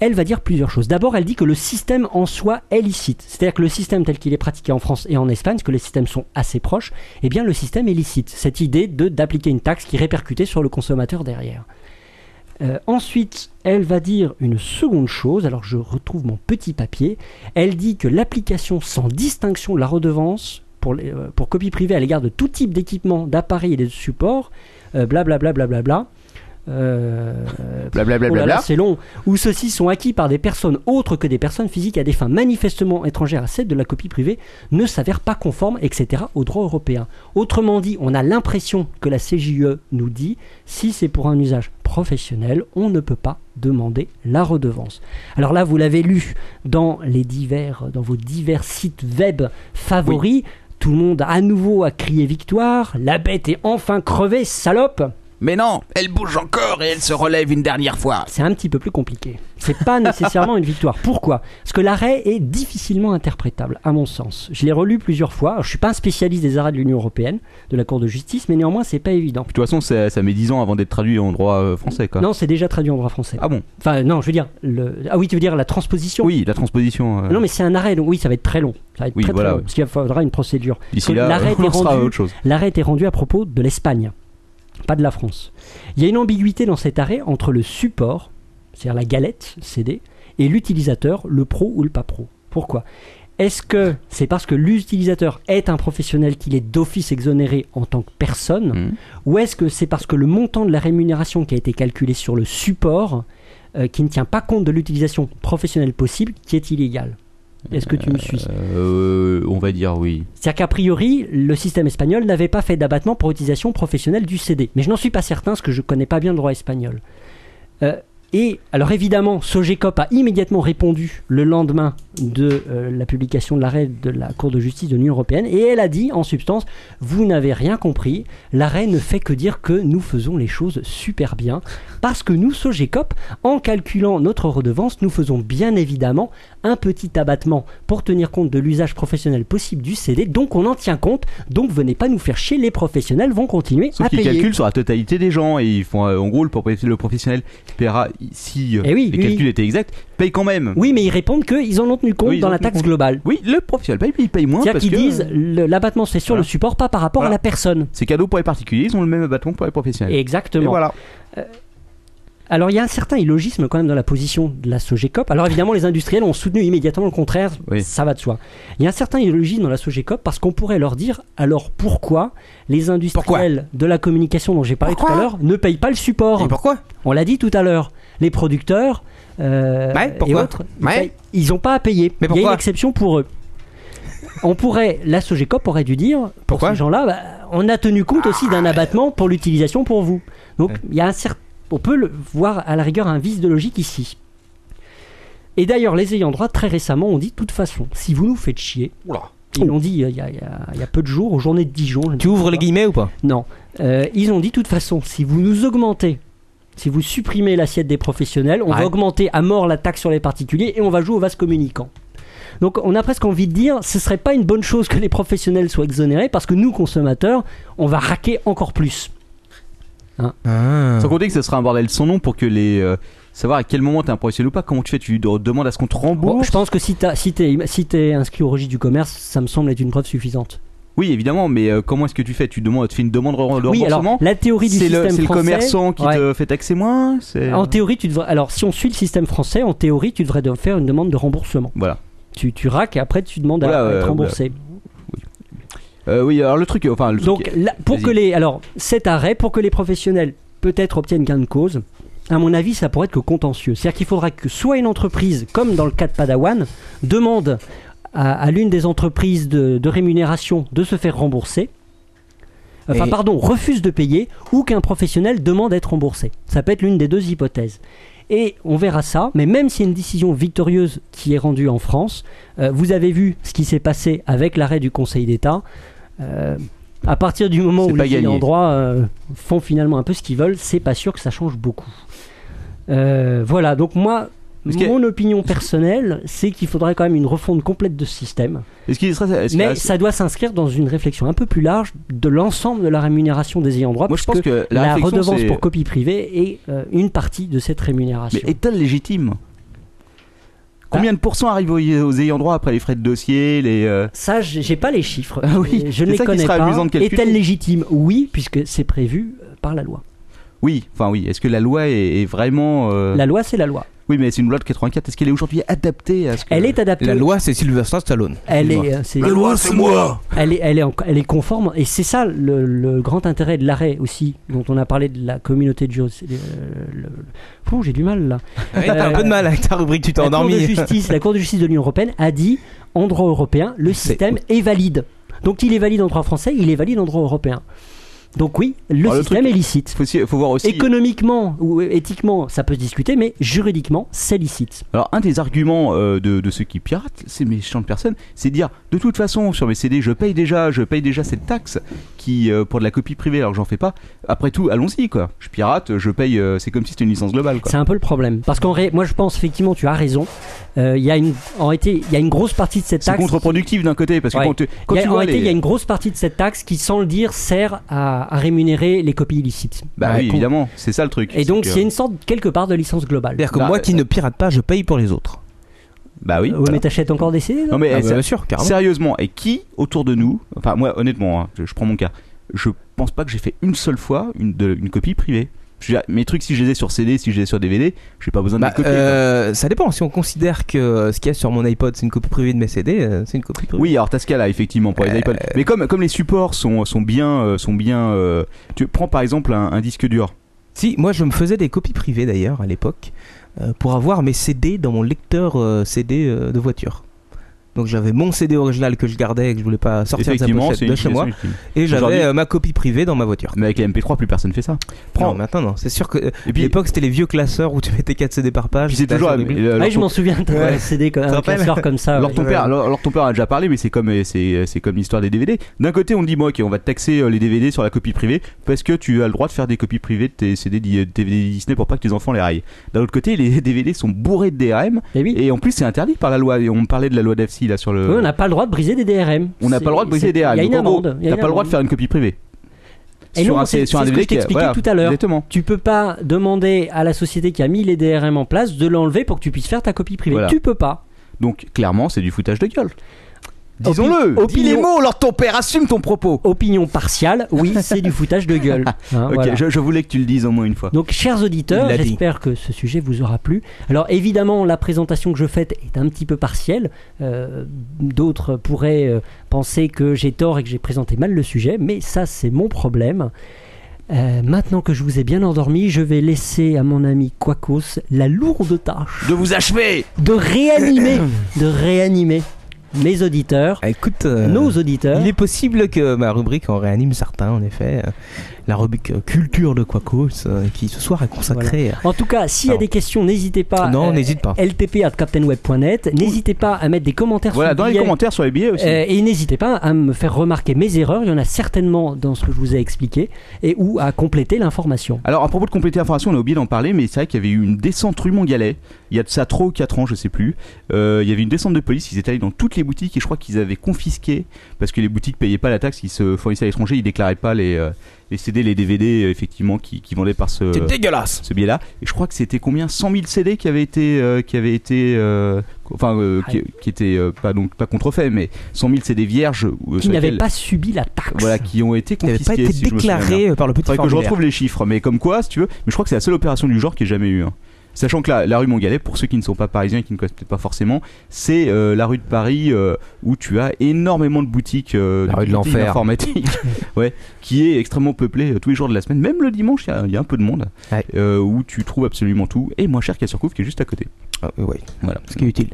[SPEAKER 7] elle va dire plusieurs choses. D'abord, elle dit que le système en soi est licite. C'est-à-dire que le système tel qu'il est pratiqué en France et en Espagne, parce que les systèmes sont assez proches, eh bien le système est licite. Cette idée de d'appliquer une taxe qui est répercutée sur le consommateur derrière. Euh, ensuite, elle va dire une seconde chose, alors je retrouve mon petit papier, elle dit que l'application sans distinction de la redevance pour, les- euh, pour copie privée à l'égard de tout type d'équipement, d'appareil et de support, euh, blablabla, blablabla, euh,
[SPEAKER 6] blablabla.
[SPEAKER 7] oh là là, c'est long, où ceux-ci sont acquis par des personnes autres que des personnes physiques à des fins manifestement étrangères à celles de la copie privée, ne s'avèrent pas conformes, etc., au droit européen. Autrement dit, on a l'impression que la CJUE nous dit, si c'est pour un usage professionnel, on ne peut pas demander la redevance. Alors là, vous l'avez lu dans les divers, dans vos divers sites web favoris. Tout le monde à nouveau a crié victoire. La bête est enfin crevée, salope.
[SPEAKER 6] Mais non, elle bouge encore et elle se relève une dernière fois.
[SPEAKER 7] c'est un petit peu plus compliqué. C'est pas nécessairement une victoire. Pourquoi Parce que l'arrêt est difficilement interprétable, à mon sens. Je l'ai relu plusieurs fois. Alors, je suis pas un spécialiste des arrêts de l'Union européenne, de la Cour de justice, mais néanmoins, c'est pas évident.
[SPEAKER 6] De toute façon, ça, ça met 10 ans avant d'être traduit en droit euh, français, quoi.
[SPEAKER 7] Non, c'est déjà traduit en droit français.
[SPEAKER 6] Ah bon
[SPEAKER 7] Enfin, non, je veux dire. le- Ah oui, tu veux dire la transposition
[SPEAKER 6] Oui, la transposition. euh,
[SPEAKER 7] Non, mais c'est un arrêt, donc oui, ça va être très long. Ça va être
[SPEAKER 6] Oui,
[SPEAKER 7] très, très
[SPEAKER 6] voilà,
[SPEAKER 7] long,
[SPEAKER 6] oui.
[SPEAKER 7] parce qu'il faudra une procédure. que
[SPEAKER 6] D'ici là,
[SPEAKER 7] l'arrêt
[SPEAKER 6] on
[SPEAKER 7] est
[SPEAKER 6] sera à
[SPEAKER 7] rendu-
[SPEAKER 6] autre chose.
[SPEAKER 7] L'arrêt est rendu à propos de l'Espagne, pas de la France. Il y a une ambiguïté dans cet arrêt entre le support c'est-à-dire la galette CD, et l'utilisateur, le pro ou le pas pro. Pourquoi Est-ce que c'est parce que l'utilisateur est un professionnel qu'il est d'office exonéré en tant que personne
[SPEAKER 6] Hmm.
[SPEAKER 7] Ou est-ce que c'est parce que le montant de la rémunération qui a été calculé sur le support, euh, qui ne tient pas compte de l'utilisation professionnelle possible, qui est illégal Est-ce que tu me suis
[SPEAKER 12] Euh, on va dire oui.
[SPEAKER 7] c'est-à-dire qu'a priori, le système espagnol n'avait pas fait d'abattement pour utilisation professionnelle du CD. Mais je n'en suis pas certain, parce que je ne connais pas bien le droit espagnol. Euh, et alors évidemment, Sogecop a immédiatement répondu le lendemain de euh, la publication de l'arrêt de la Cour de justice de l'Union européenne, et elle a dit en substance, vous n'avez rien compris, l'arrêt ne fait que dire que nous faisons les choses super bien, parce que nous, Sogecop, en calculant notre redevance, nous faisons bien évidemment un petit abattement pour tenir compte de l'usage professionnel possible du CD, donc on en tient compte, donc venez pas nous faire chier, les professionnels vont continuer
[SPEAKER 6] Sauf
[SPEAKER 7] à
[SPEAKER 6] qu'ils
[SPEAKER 7] payer.
[SPEAKER 6] calculent sur la totalité des gens et ils font euh, en gros le, propri- le professionnel paiera si euh,
[SPEAKER 7] Eh oui,
[SPEAKER 6] les
[SPEAKER 7] oui.
[SPEAKER 6] calculs étaient exacts, paye quand même.
[SPEAKER 7] Oui, mais ils répondent qu'ils en ont tenu compte
[SPEAKER 6] Oui, ils
[SPEAKER 7] dans
[SPEAKER 6] ont
[SPEAKER 7] la
[SPEAKER 6] tenu
[SPEAKER 7] taxe
[SPEAKER 6] compte.
[SPEAKER 7] globale.
[SPEAKER 6] Oui, le professionnel paye, puis il paye moins.
[SPEAKER 7] C'est-à-dire
[SPEAKER 6] parce
[SPEAKER 7] qu'ils
[SPEAKER 6] que,
[SPEAKER 7] disent
[SPEAKER 6] euh,
[SPEAKER 7] le- l'abattement se fait sur
[SPEAKER 6] voilà.
[SPEAKER 7] le support, pas par rapport à
[SPEAKER 6] Voilà.
[SPEAKER 7] la personne.
[SPEAKER 6] C'est cadeau pour les particuliers, ils ont le même abattement que pour les professionnels.
[SPEAKER 7] Exactement.
[SPEAKER 6] Et voilà.
[SPEAKER 7] Euh, alors il y a un certain illogisme quand même dans la position de la Sogecop. Alors évidemment les industriels ont soutenu immédiatement le contraire, ça va de soi. Il y a un certain illogisme dans la Sogecop parce qu'on pourrait leur dire alors pourquoi les industriels de la communication dont j'ai parlé tout à l'heure ne payent pas le support
[SPEAKER 4] Pourquoi
[SPEAKER 7] On l'a dit tout à l'heure, les producteurs euh,
[SPEAKER 4] Ouais,
[SPEAKER 7] et
[SPEAKER 4] pourquoi
[SPEAKER 7] autres, ils
[SPEAKER 4] Ouais.
[SPEAKER 7] payent- ils n'ont pas à payer.
[SPEAKER 4] Mais
[SPEAKER 7] il y a une
[SPEAKER 4] pourquoi
[SPEAKER 7] exception pour eux. On pourrait, la Sogecop aurait dû dire, pour ces gens-là, bah, on a tenu compte aussi d'un
[SPEAKER 4] Ah.
[SPEAKER 7] abattement pour l'utilisation pour vous. Donc, il y a un cer- on peut le voir à la rigueur un vice de logique ici. Et d'ailleurs, les ayants droit, très récemment, ont dit, de toute façon, si vous nous faites chier, ils l'ont dit euh, il y, a- il y a- il y a peu de jours, aux journées de Dijon. Tu ouvres les
[SPEAKER 8] guillemets ou pas
[SPEAKER 7] Non. Euh, ils ont dit, de toute façon, si vous nous augmentez, si vous supprimez l'assiette des professionnels, on va
[SPEAKER 8] Ouais.
[SPEAKER 7] augmenter à mort la taxe sur les particuliers et on va jouer au vase communicant. Donc on a presque envie de dire, ce serait pas une bonne chose que les professionnels soient exonérés parce que nous, consommateurs, on va raquer encore plus. Ah.
[SPEAKER 6] Sans compter que ce sera un bordel sans nom pour que les. euh, savoir à quel moment t'es un professionnel ou pas, comment tu fais, tu de- demandes à ce qu'on te rembourse.
[SPEAKER 7] Bon, Oh, je pense que si t'as- si t'es si t'es inscrit au registre du commerce, ça me semble être une preuve suffisante.
[SPEAKER 6] Oui, évidemment, mais euh, comment est-ce que tu fais Tu demandes, tu fais une demande de remboursement
[SPEAKER 7] Oui, alors, la théorie du
[SPEAKER 6] C'est le-
[SPEAKER 7] système
[SPEAKER 6] C'est le
[SPEAKER 7] français,
[SPEAKER 6] commerçant qui
[SPEAKER 7] ouais.
[SPEAKER 6] te fait taxer moins c'est-
[SPEAKER 7] En théorie, tu devrais. Alors, si on suit le système français, en théorie, tu devrais de- faire une demande de remboursement.
[SPEAKER 6] Voilà.
[SPEAKER 7] Tu, tu raques et après tu demandes à-
[SPEAKER 6] Voilà,
[SPEAKER 7] à,
[SPEAKER 6] euh,
[SPEAKER 7] être remboursé.
[SPEAKER 6] Euh, oui, alors le truc, enfin, le
[SPEAKER 7] Donc,
[SPEAKER 6] truc-
[SPEAKER 7] là, pour
[SPEAKER 6] Vas-y.
[SPEAKER 7] que les. Alors, cet arrêt, pour que les professionnels peut-être obtiennent gain de cause, à mon avis, ça pourrait être que contentieux. C'est-à-dire qu'il faudra que soit une entreprise, comme dans le cas de Padawan, demande à, à l'une des entreprises de, de rémunération de se faire rembourser. Enfin,
[SPEAKER 8] Et-
[SPEAKER 7] pardon, refuse de payer ou qu'un professionnel demande à être remboursé. Ça peut être l'une des deux hypothèses. Et on verra ça, mais même s'il y a une décision victorieuse qui est rendue en France, euh, vous avez vu ce qui s'est passé avec l'arrêt du Conseil d'État. Euh, à partir du moment où
[SPEAKER 6] pas
[SPEAKER 7] les
[SPEAKER 6] gagné.
[SPEAKER 7] ayants droit euh, font finalement un peu ce qu'ils veulent, c'est pas sûr que ça change beaucoup. Euh, voilà, donc moi,
[SPEAKER 6] Parce que-
[SPEAKER 7] mon opinion personnelle, c'est qu'il faudrait quand même une refonte complète de ce système.
[SPEAKER 6] Est-ce qu'il serait. est-ce qu'il
[SPEAKER 7] Mais
[SPEAKER 6] reste-
[SPEAKER 7] ça doit s'inscrire dans une réflexion un peu plus large de l'ensemble de la rémunération des ayants droit.
[SPEAKER 6] Moi, je pense
[SPEAKER 7] puisque
[SPEAKER 6] que la
[SPEAKER 7] la,
[SPEAKER 6] réflexion,
[SPEAKER 7] redevance
[SPEAKER 6] c'est-
[SPEAKER 7] pour copie privée est euh, une partie de cette rémunération.
[SPEAKER 6] Mais est-elle légitime
[SPEAKER 7] Ah.
[SPEAKER 6] Combien de pourcents arrivent aux, aux ayants droit après les frais de dossier les, euh,
[SPEAKER 7] Ça, j'ai j'ai pas les chiffres.
[SPEAKER 6] Ah oui,
[SPEAKER 7] je ne
[SPEAKER 6] c'est
[SPEAKER 7] les
[SPEAKER 6] ça qui
[SPEAKER 7] connais
[SPEAKER 6] sera
[SPEAKER 7] pas.
[SPEAKER 6] amusant de calculer.
[SPEAKER 7] Est-elle légitime Oui, puisque c'est prévu euh, par la loi.
[SPEAKER 6] Oui, enfin oui. Est-ce que la loi est, est vraiment. euh,
[SPEAKER 7] La loi, c'est la loi.
[SPEAKER 6] Oui, mais c'est une loi de 84. Est-ce qu'elle est aujourd'hui adaptée à ce que.
[SPEAKER 7] Elle est adaptée.
[SPEAKER 6] La
[SPEAKER 8] loi, c'est Sylvester Stallone.
[SPEAKER 7] Elle est, euh, c'est- Elle est, elle est, en- elle est conforme, et c'est ça le, le grand intérêt de l'arrêt aussi, dont on a parlé de la communauté de juris- euh, le- le- Pouh, j'ai du mal là.
[SPEAKER 8] Ouais, Ah, t'as un
[SPEAKER 7] Euh,
[SPEAKER 8] peu de mal avec ta rubrique, tu t'es
[SPEAKER 7] la Cour
[SPEAKER 8] endormi.
[SPEAKER 7] de justice, la Cour de justice de l'Union européenne a dit en droit européen, le système est valide. Donc il est valide en droit français, il est valide en droit européen. Donc oui, le
[SPEAKER 6] Alors, le
[SPEAKER 7] système
[SPEAKER 6] truc-
[SPEAKER 7] est licite.
[SPEAKER 6] Faut, aussi- faut voir aussi.
[SPEAKER 7] Économiquement ou euh, éthiquement, ça peut se discuter, mais juridiquement, c'est licite.
[SPEAKER 6] Alors, un des arguments euh, de, de ceux qui piratent, ces méchantes personnes, c'est de dire de toute façon, sur mes CD, je paye déjà, je paye déjà cette taxe qui euh, pour de la copie privée, alors que j'en fais pas. Après tout, allons-y, quoi. Je pirate, je paye, euh, c'est comme si c'était une licence globale, quoi.
[SPEAKER 7] C'est un peu le problème. Parce qu'en ré- moi je pense effectivement, tu as raison. Euh, Il y a une, en réalité, il y a une grosse partie de cette
[SPEAKER 6] C'est
[SPEAKER 7] taxe.
[SPEAKER 6] contre-productif d'un côté, parce que
[SPEAKER 7] Ouais.
[SPEAKER 6] quand, tu- quand
[SPEAKER 7] Il y a-
[SPEAKER 6] tu
[SPEAKER 7] en
[SPEAKER 6] vois.
[SPEAKER 7] réalité,
[SPEAKER 6] les-
[SPEAKER 7] il y a une grosse partie de cette taxe qui, sans le dire, sert à, à rémunérer les copies illicites.
[SPEAKER 6] Bah
[SPEAKER 7] Ouais,
[SPEAKER 6] oui,
[SPEAKER 7] con-
[SPEAKER 6] évidemment, c'est ça le truc.
[SPEAKER 7] Et donc,
[SPEAKER 6] que-
[SPEAKER 7] c'est une sorte, quelque part, de licence globale.
[SPEAKER 8] C'est-à-dire que moi qui ne pirate pas, je paye pour les autres.
[SPEAKER 6] Bah oui.
[SPEAKER 7] Ouais,
[SPEAKER 6] voilà.
[SPEAKER 7] mais t'achètes encore des CD non
[SPEAKER 6] Non mais
[SPEAKER 8] Ah
[SPEAKER 6] eh,
[SPEAKER 8] bah,
[SPEAKER 6] c'est-
[SPEAKER 8] bien sûr, carrément.
[SPEAKER 6] sérieusement, et qui autour de nous, enfin moi honnêtement, hein, je, je prends mon cas, je pense pas que j'ai fait une seule fois une, de- une copie privée. Je veux dire, mes trucs, si je les ai sur CD, si je les ai sur DVD, j'ai pas besoin de
[SPEAKER 8] Bah,
[SPEAKER 6] les copier.
[SPEAKER 8] euh, ça dépend. Si on considère que euh, ce qu'il y a sur mon iPod, c'est une copie privée de mes CD, euh, c'est une copie privée.
[SPEAKER 6] Oui, alors t'as ce cas-là, effectivement, pour les
[SPEAKER 8] euh,
[SPEAKER 6] iPods. Mais comme, comme les supports sont, sont bien. euh, Sont bien euh, tu prends par exemple un, un disque dur.
[SPEAKER 8] Si, moi je me faisais des copies privées d'ailleurs à l'époque euh, pour avoir mes CD dans mon lecteur euh, CD euh, de voiture. Donc j'avais mon CD original que je gardais et que je voulais pas sortir de sa
[SPEAKER 6] Effectivement,
[SPEAKER 8] pochette
[SPEAKER 6] c'est
[SPEAKER 8] de
[SPEAKER 6] une
[SPEAKER 8] chez moi.
[SPEAKER 6] utilisation utile.
[SPEAKER 8] Et j'avais
[SPEAKER 6] Aujourd'hui-
[SPEAKER 8] euh, ma copie privée dans ma voiture.
[SPEAKER 6] Mais avec la MP3, plus personne fait ça.
[SPEAKER 8] Non, maintenant non. C'est sûr que. euh, à l'époque c'était les vieux classeurs où tu mettais 4 CD par page.
[SPEAKER 6] Puis c'est
[SPEAKER 8] c'était
[SPEAKER 6] toujours.
[SPEAKER 8] assez horrible.
[SPEAKER 6] euh, leur
[SPEAKER 7] Ouais, Ah je
[SPEAKER 6] ton-
[SPEAKER 7] m'en souviens, t'avais un CD comme-
[SPEAKER 6] Tu te
[SPEAKER 7] un
[SPEAKER 6] rappelles
[SPEAKER 7] classeur comme ça,
[SPEAKER 6] Alors
[SPEAKER 7] ouais.
[SPEAKER 6] ton père,
[SPEAKER 7] Ouais.
[SPEAKER 6] alors, alors ton père a déjà parlé, mais c'est comme euh, c'est c'est comme l'histoire des DVD. D'un côté, on dit bon, ok, on va te taxer euh, les DVD sur la copie privée parce que tu as le droit de faire des copies privées de tes CD di- euh, DVD Disney pour pas que tes enfants les raillent. D'un autre côté, les DVD sont bourrés de DRM
[SPEAKER 7] Eh
[SPEAKER 6] et, en plus c'est interdit par la loi. Et on parlait de la loi d'AFSI là sur le.
[SPEAKER 7] Ouais, on n'a pas le droit de briser des DRM.
[SPEAKER 6] euh, on n'a pas le droit de briser
[SPEAKER 7] C'est-
[SPEAKER 6] des DRM.
[SPEAKER 7] Il y a une
[SPEAKER 6] Donc, en gros,
[SPEAKER 7] amende. il y a
[SPEAKER 6] T'as
[SPEAKER 7] une
[SPEAKER 6] pas le droit de
[SPEAKER 7] amende.
[SPEAKER 6] faire une copie privée.
[SPEAKER 7] Et
[SPEAKER 6] sur
[SPEAKER 7] non,
[SPEAKER 6] un-
[SPEAKER 7] c'est
[SPEAKER 6] sur un
[SPEAKER 7] c'est ce que
[SPEAKER 6] DVD
[SPEAKER 7] je
[SPEAKER 6] qui est-
[SPEAKER 7] t'expliquais
[SPEAKER 6] voilà,
[SPEAKER 7] tout à l'heure.
[SPEAKER 6] exactement.
[SPEAKER 7] Tu peux pas demander à la société qui a mis les DRM en place de l'enlever pour que tu puisses faire ta copie privée.
[SPEAKER 6] Voilà.
[SPEAKER 7] Tu peux pas.
[SPEAKER 6] Donc clairement, c'est du foutage de gueule.
[SPEAKER 7] Disons-le.
[SPEAKER 6] dis les mots, alors ton père assume ton propos.
[SPEAKER 7] Opinion partiale, oui, c'est du foutage de gueule. Hein,
[SPEAKER 6] ok,
[SPEAKER 7] voilà.
[SPEAKER 6] je, je voulais que tu le dises au moins une fois.
[SPEAKER 7] Donc, chers auditeurs,
[SPEAKER 6] Il l'a dit.
[SPEAKER 7] j'espère que ce sujet vous aura plu. Alors, évidemment, la présentation que je fais est un petit peu partielle. Euh, D'autres pourraient euh, penser que j'ai tort et que j'ai présenté mal le sujet, mais ça, c'est mon problème. Euh, maintenant que je vous ai bien endormi, je vais laisser à mon ami Quacos la lourde tâche
[SPEAKER 6] de vous achever,
[SPEAKER 7] de
[SPEAKER 8] Euh,
[SPEAKER 7] réanimer, de réanimer mes auditeurs.
[SPEAKER 8] Ah, Écoute, euh,
[SPEAKER 7] nos auditeurs.
[SPEAKER 8] Il est possible que ma rubrique en réanime certains, en effet. Euh, La rubrique euh, culture de Quacos, euh, qui ce soir est consacrée.
[SPEAKER 7] En tout cas, s'il y a
[SPEAKER 8] Alors.
[SPEAKER 7] des questions, n'hésitez pas.
[SPEAKER 8] Non,
[SPEAKER 7] euh,
[SPEAKER 8] n'hésite pas.
[SPEAKER 7] LTP at captainweb.net. N'hésitez pas à mettre des commentaires
[SPEAKER 6] Voilà,
[SPEAKER 7] sur
[SPEAKER 6] dans les
[SPEAKER 7] billets.
[SPEAKER 6] commentaires sur les billets aussi.
[SPEAKER 7] Euh, et n'hésitez pas à me faire remarquer mes erreurs. Il y en a certainement dans ce que je vous ai expliqué et ou à compléter l'information.
[SPEAKER 6] Alors, à propos de compléter l'information, on a oublié d'en parler, mais c'est vrai qu'il y avait eu une descente rue Montgalais, il y a de ça 3 ou 4 ans, je sais plus. Euh, il y avait une descente de police, ils étaient allés dans toutes les boutiques et je crois qu'ils avaient confisqué, parce que les boutiques payaient pas la taxe, ils se fournissaient à l'étranger, ils déclaraient pas les, euh, les CD, les DVD, euh, effectivement, qui, qui vendaient par ce.
[SPEAKER 8] C'est dégueulasse.
[SPEAKER 6] Ce biais-là. Et je crois que c'était combien 100 000 CD qui avaient été. euh, qui avaient été euh, enfin, euh,
[SPEAKER 7] Ah
[SPEAKER 6] qui, qui étaient euh, pas, donc, pas contrefaits, mais 100 000 CD vierges. euh,
[SPEAKER 7] Qui
[SPEAKER 6] sur
[SPEAKER 7] n'avait
[SPEAKER 6] lesquels-
[SPEAKER 7] pas subi la taxe.
[SPEAKER 6] voilà, qui ont été
[SPEAKER 8] avaient
[SPEAKER 6] confisqués.
[SPEAKER 8] pas été
[SPEAKER 6] si je me
[SPEAKER 8] déclarés
[SPEAKER 6] souviens bien.
[SPEAKER 8] par le petit
[SPEAKER 6] Faudrait que je
[SPEAKER 8] formulaire.
[SPEAKER 6] retrouve les chiffres, mais comme quoi, si tu veux. Mais je crois que c'est la seule opération du genre qui ait jamais eu. hein. Sachant que la, la rue Montgalais, pour ceux qui ne sont pas parisiens et qui ne connaissent peut-être pas forcément, c'est euh, la rue de Paris euh, où tu as énormément de boutiques, euh,
[SPEAKER 9] La rue de
[SPEAKER 6] boutiques
[SPEAKER 9] l'enfer.
[SPEAKER 6] informatiques, ouais, qui est extrêmement peuplée euh, tous les jours de la semaine, même le dimanche, il y a- il y, a un peu de monde, euh, où tu trouves absolument tout, et moins cher qu'à Surcouf qui est juste à côté.
[SPEAKER 8] oui,
[SPEAKER 6] voilà.
[SPEAKER 8] Ah, Ce qui est utile.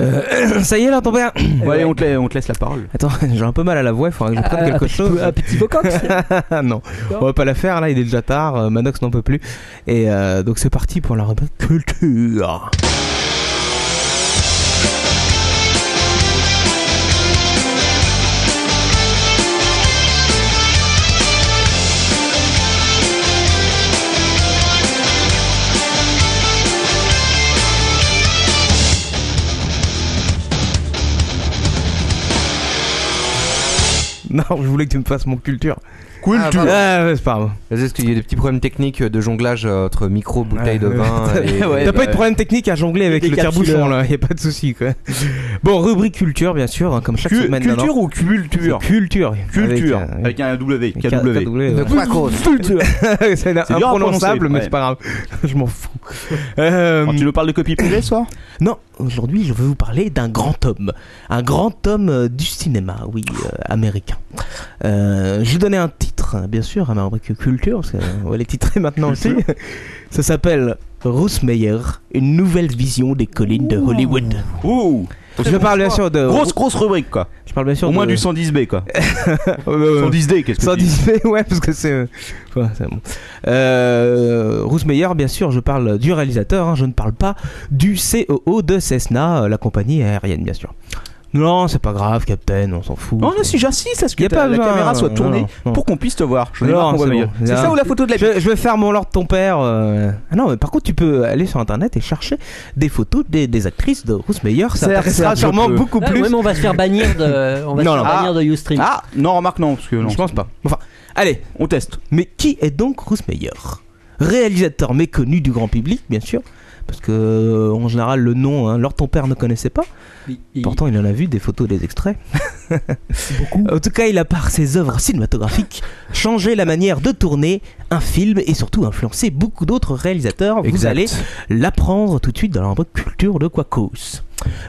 [SPEAKER 8] Euh, ça y est, là, ton père
[SPEAKER 6] Bon, allez, on te, la- on te laisse la parole.
[SPEAKER 8] Attends, j'ai un peu mal à la voix, il faudrait que je prenne
[SPEAKER 6] Ah,
[SPEAKER 8] quelque
[SPEAKER 6] un petit
[SPEAKER 8] chose.
[SPEAKER 6] peu- un petit
[SPEAKER 7] Vocox
[SPEAKER 8] Non, on va pas la faire, là, il est déjà tard, euh, Manox n'en peut plus. Et euh, donc c'est parti pour la rubrique culture. Non, je voulais que tu me fasses mon culture.
[SPEAKER 9] Culture.
[SPEAKER 8] Ah, bah, ouais, c'est pas grave.
[SPEAKER 9] Parce qu'il y a des petits problèmes techniques de jonglage euh, entre micro, bouteille
[SPEAKER 8] Ah,
[SPEAKER 9] de vin.
[SPEAKER 8] T'as
[SPEAKER 9] et-
[SPEAKER 8] t'as
[SPEAKER 9] et-
[SPEAKER 8] pas eu de problème technique à jongler avec
[SPEAKER 9] Des
[SPEAKER 8] le tire-bouchon là, y a pas de souci quoi. Bon, rubrique culture bien sûr, hein, comme chaque
[SPEAKER 6] Cu-
[SPEAKER 8] semaine.
[SPEAKER 6] culture
[SPEAKER 8] maintenant.
[SPEAKER 6] ou culture
[SPEAKER 8] C'est Culture.
[SPEAKER 6] Culture, avec,
[SPEAKER 8] Avec, euh,
[SPEAKER 6] un W, KW.
[SPEAKER 8] KW, ouais.
[SPEAKER 6] Culture.
[SPEAKER 8] c'est
[SPEAKER 6] C'est dur à
[SPEAKER 8] imprononçable,
[SPEAKER 6] prononcer,
[SPEAKER 8] mais
[SPEAKER 6] ouais.
[SPEAKER 8] c'est pas grave. je m'en fous. Euh,
[SPEAKER 6] tu nous parles de copie privée ce soir
[SPEAKER 8] Non, aujourd'hui je vais vous parler d'un grand homme. Un grand homme euh, du cinéma, oui, euh, américain. Euh, je vais donner un titre, hein, bien sûr, à ma rubrique culture, parce qu'on va les titrer maintenant aussi. Ça s'appelle Russ Meyer, une nouvelle vision des collines de Hollywood.
[SPEAKER 6] Ouh
[SPEAKER 8] Je parle bien sûr de.
[SPEAKER 6] Grosse, grosse rubrique quoi.
[SPEAKER 8] Je parle bien sûr
[SPEAKER 6] Au moins
[SPEAKER 8] de-
[SPEAKER 6] du 110B quoi.
[SPEAKER 8] Euh,
[SPEAKER 6] 110D, qu'est-ce que
[SPEAKER 8] 110D, ouais, parce que c'est. euh, ouais, c'est bon. Euh, Russ Meyer, bien sûr, je parle du réalisateur, hein, je ne parle pas du COO de Cessna, euh, la compagnie aérienne, bien sûr. Non, c'est pas grave, Captain, on s'en fout.
[SPEAKER 6] Non, non, si j'insiste à ce que
[SPEAKER 8] Y a
[SPEAKER 6] t'as-
[SPEAKER 8] pas
[SPEAKER 6] euh, la
[SPEAKER 8] besoin,
[SPEAKER 6] caméra soit
[SPEAKER 8] non,
[SPEAKER 6] tournée
[SPEAKER 8] non, non.
[SPEAKER 6] pour qu'on puisse te voir. J'en ai
[SPEAKER 8] Non,
[SPEAKER 6] marre qu'on voit
[SPEAKER 8] c'est
[SPEAKER 6] ma gueule.
[SPEAKER 8] bon.
[SPEAKER 6] C'est
[SPEAKER 8] Non.
[SPEAKER 6] ça ou la photo de la
[SPEAKER 8] je, je vais faire mon lord ton père. euh. Ah non, mais par contre, tu peux aller sur internet et chercher des photos des, des actrices de Ruth Meyer. Ça
[SPEAKER 6] Certes,
[SPEAKER 8] intéressera
[SPEAKER 6] certes, je
[SPEAKER 8] sûrement
[SPEAKER 6] peux.
[SPEAKER 8] beaucoup
[SPEAKER 7] Ah,
[SPEAKER 8] plus.
[SPEAKER 7] ouais, mais on va se faire bannir de- on va se faire bannir de Ustream.
[SPEAKER 6] Ah, non, remarque non, parce que non.
[SPEAKER 8] Je pense pas. Enfin, allez,
[SPEAKER 6] on teste.
[SPEAKER 8] Mais qui est donc Ruth Meyer réalisateur méconnu du grand public, bien sûr, parce que euh, en général le nom, hein, Lord ton père ne connaissait pas. Pourtant, il en a vu des photos, des extraits. En tout cas, il a par ses œuvres cinématographiques changé la manière de tourner un film et surtout influencé beaucoup d'autres réalisateurs. Vous
[SPEAKER 4] Exact.
[SPEAKER 8] allez l'apprendre tout de suite dans la rubrique culture de Quacos.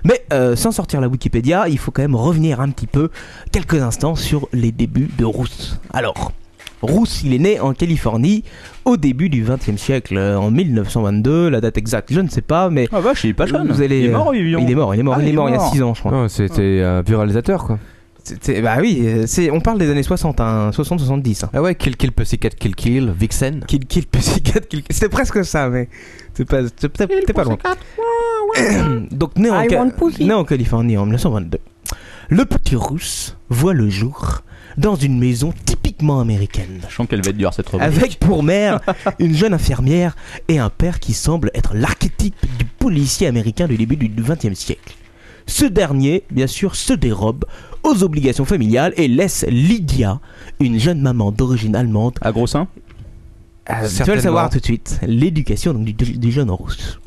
[SPEAKER 8] Mais euh, sans sortir la Wikipédia, il faut quand même revenir un petit peu, quelques instants, sur les débuts de Rousse. Alors, Rousse, il est né en Californie au début du XXe siècle, euh, en 1922. La date exacte, je ne sais pas, mais.
[SPEAKER 6] Ah vache, il est pas jeune.
[SPEAKER 8] Vous allez, euh,
[SPEAKER 6] Il est mort ou il est vivant
[SPEAKER 8] Oh, Il est mort, il est mort,
[SPEAKER 6] Ah,
[SPEAKER 8] il est mort il y a 6 ans, je crois.
[SPEAKER 9] Non, C'était un vieux réalisateur, quoi.
[SPEAKER 8] C'était- bah oui, euh, c'est, on parle des années 60, 60-70.
[SPEAKER 4] Ah ouais, Kill Kill Pussycat Kill Kill, Vixen.
[SPEAKER 8] hein. Kill Kill Pussycat Kill Kill. C'était presque ça, mais c'est pas, c'est- t'es- t'es pas loin. Donc né en,
[SPEAKER 5] I
[SPEAKER 8] Ca-
[SPEAKER 5] want pussy.
[SPEAKER 8] né en Californie en 1922, le petit rousse voit le jour dans une maison typiquement américaine.
[SPEAKER 12] Sachant qu'elle va être dure cette rubrique.
[SPEAKER 8] Avec pour mère une jeune infirmière et un père qui semble être l'archétype du policier américain du début du XXe siècle. Ce dernier, bien sûr, se dérobe aux obligations familiales et laisse Lydia, une jeune maman d'origine allemande. Euh,
[SPEAKER 6] À gros sein
[SPEAKER 8] Tu vas le savoir tout de suite. L'éducation donc, du, du jeune rousse.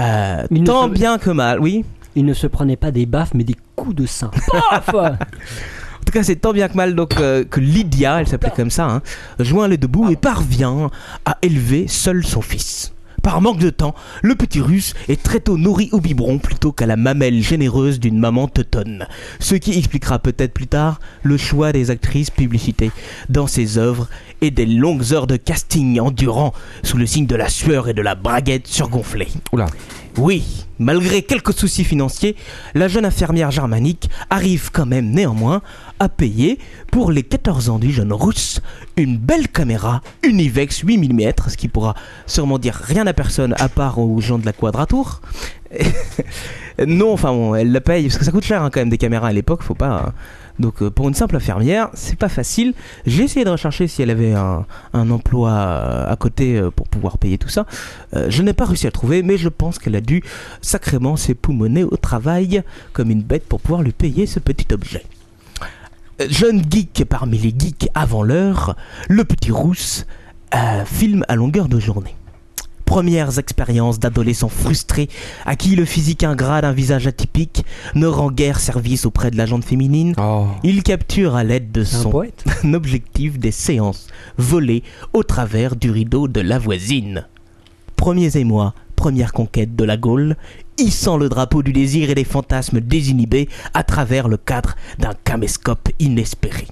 [SPEAKER 8] Euh, tant bien que mal, oui.
[SPEAKER 7] Il ne se prenait pas des baffes, mais des coups de sein.
[SPEAKER 8] En tout cas, c'est tant bien que mal donc, euh, que Lydia, elle s'appelait comme ça, hein, joint les deux bouts et parvient à élever seul son fils. Par manque de temps, le petit russe est très tôt nourri au biberon plutôt qu'à la mamelle généreuse d'une maman teutonne. Ce qui expliquera peut-être plus tard le choix des actrices publicitées dans ses œuvres et des longues heures de casting endurant sous le signe de la sueur et de la braguette surgonflée.
[SPEAKER 9] Oula.
[SPEAKER 8] Oui, malgré quelques soucis financiers, la jeune infirmière germanique arrive quand même néanmoins à payer pour les 14 ans du jeune russe une belle caméra Univex 8 mm, ce qui pourra sûrement dire rien à personne à part aux gens de la quadrature. non, enfin bon, elle la paye parce que ça coûte cher hein, quand même des caméras à l'époque, faut pas. hein. Donc euh, pour une simple infirmière, c'est pas facile. J'ai essayé de rechercher si elle avait un, un emploi euh, à côté euh, pour pouvoir payer tout ça. Euh, je n'ai pas réussi à le trouver, mais je pense qu'elle a dû sacrément s'époumoner au travail comme une bête pour pouvoir lui payer ce petit objet. Euh, Jeune geek parmi les geeks avant l'heure, le petit rousse euh, filme à longueur de journée. Premières expériences d'adolescents frustrés à qui le physique ingrat d'un visage atypique ne rend guère service auprès de la gente féminine. Il capture à l'aide de son un objectif des séances volées au travers du rideau de la voisine. Premiers émois, première conquête de la Gaule, hissant le drapeau du désir et des fantasmes désinhibés à travers le cadre d'un caméscope inespéré.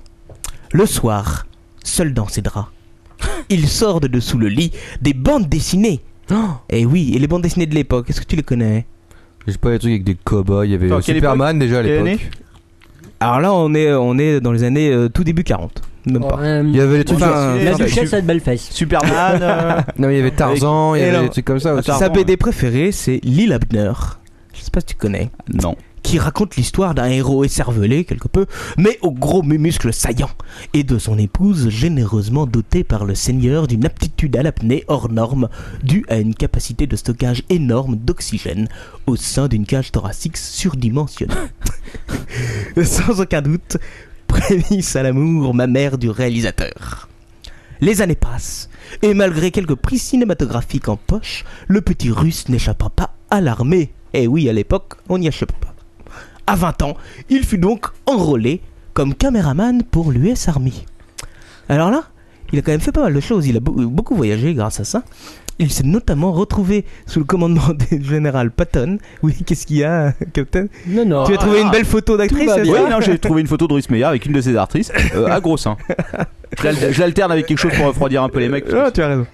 [SPEAKER 8] Le soir, seul dans ses draps, il sort de dessous le lit des bandes dessinées.
[SPEAKER 9] Oh
[SPEAKER 8] et oui, et les bandes dessinées de l'époque, est-ce que tu les connais
[SPEAKER 9] J'ai pas les trucs avec des cowboys, il y avait
[SPEAKER 8] Attends,
[SPEAKER 9] euh,
[SPEAKER 8] quelle
[SPEAKER 9] Superman
[SPEAKER 8] époque
[SPEAKER 9] déjà à
[SPEAKER 8] Quelle
[SPEAKER 9] l'époque.
[SPEAKER 8] Alors là, on est, on est dans les années euh, tout début 40. Même pas.
[SPEAKER 9] Il y avait les trucs
[SPEAKER 8] Enfin,
[SPEAKER 9] sur-
[SPEAKER 7] a de belles fesses.
[SPEAKER 6] hein. Superman. euh,
[SPEAKER 9] Non, mais il y avait Tarzan, il y
[SPEAKER 8] Et
[SPEAKER 9] avait
[SPEAKER 8] alors-
[SPEAKER 9] des trucs comme ça aussi.
[SPEAKER 8] Sa BD préférée, c'est Lil Abner. Je sais pas si tu connais.
[SPEAKER 6] Non.
[SPEAKER 8] Qui raconte l'histoire d'un héros écervelé, quelque peu, mais au gros muscles saillants, et de son épouse généreusement dotée par le seigneur d'une aptitude à l'apnée hors norme, due à une capacité de stockage énorme d'oxygène au sein d'une cage thoracique surdimensionnée. Sans aucun doute, prémisse à l'amour ma mère du réalisateur. Les années passent, et malgré quelques prix cinématographiques en poche, le petit russe n'échappa pas à l'armée. Et oui, à l'époque, on n'y échappe pas. À 20 ans, il fut donc enrôlé comme caméraman pour l'US Army. Alors là, il a quand même fait pas mal de choses, il a beau- beaucoup voyagé grâce à ça. Il s'est notamment retrouvé sous le commandement du général Patton. Oui, qu'est-ce qu'il y a, Captain
[SPEAKER 7] Non, non.
[SPEAKER 8] Tu as
[SPEAKER 6] Ah,
[SPEAKER 8] trouvé une belle photo d'actrice c'est
[SPEAKER 6] Oui,
[SPEAKER 8] ça
[SPEAKER 6] non, j'ai trouvé une photo de Russ Meyer avec une de ses artistes euh, à gros sein. Je l'al- Je l'alterne avec quelque chose pour refroidir un peu les mecs.
[SPEAKER 8] Ah, tu as raison.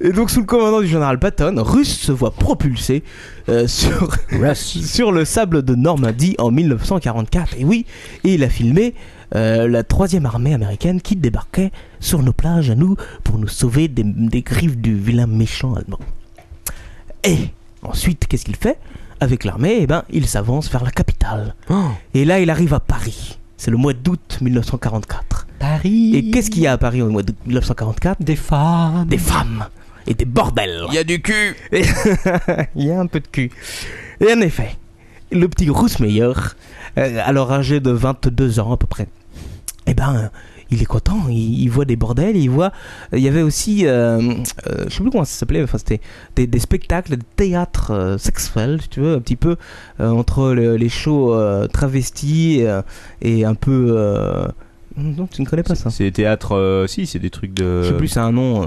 [SPEAKER 8] Et donc, sous le commandant du général Patton, Russe se voit propulsé euh, sur, sur le sable de Normandie en 1944. Et oui, et il a filmé euh, la troisième armée américaine qui débarquait sur nos plages à nous pour nous sauver des, des griffes du vilain méchant allemand. Et ensuite, qu'est-ce qu'il fait Avec l'armée, eh ben, il s'avance vers la capitale.
[SPEAKER 7] Oh.
[SPEAKER 8] Et là, il arrive à Paris. C'est le mois d'août 1944.
[SPEAKER 7] Paris.
[SPEAKER 8] Et qu'est-ce qu'il y a à Paris au mois d'août 1944
[SPEAKER 7] Des femmes.
[SPEAKER 8] Des femmes. Et des bordels.
[SPEAKER 9] Il y a du cul
[SPEAKER 8] Et- Il y a un peu de cul. Et en effet, le euh, petit Rousse Meilleur, alors âgé de 22 ans à peu près, eh ben, il est content, il, il voit des bordels, il voit. Il y avait aussi, euh, euh, je sais plus comment ça s'appelait, mais enfin c'était des, des spectacles, de théâtre euh, sexuel, si tu veux, un petit peu euh, entre le- les shows euh, travestis euh, et un peu. euh, Non, tu ne connais pas ça.
[SPEAKER 6] C'est des théâtres. euh, si, c'est des trucs de.
[SPEAKER 8] Je sais plus, c'est un nom. euh,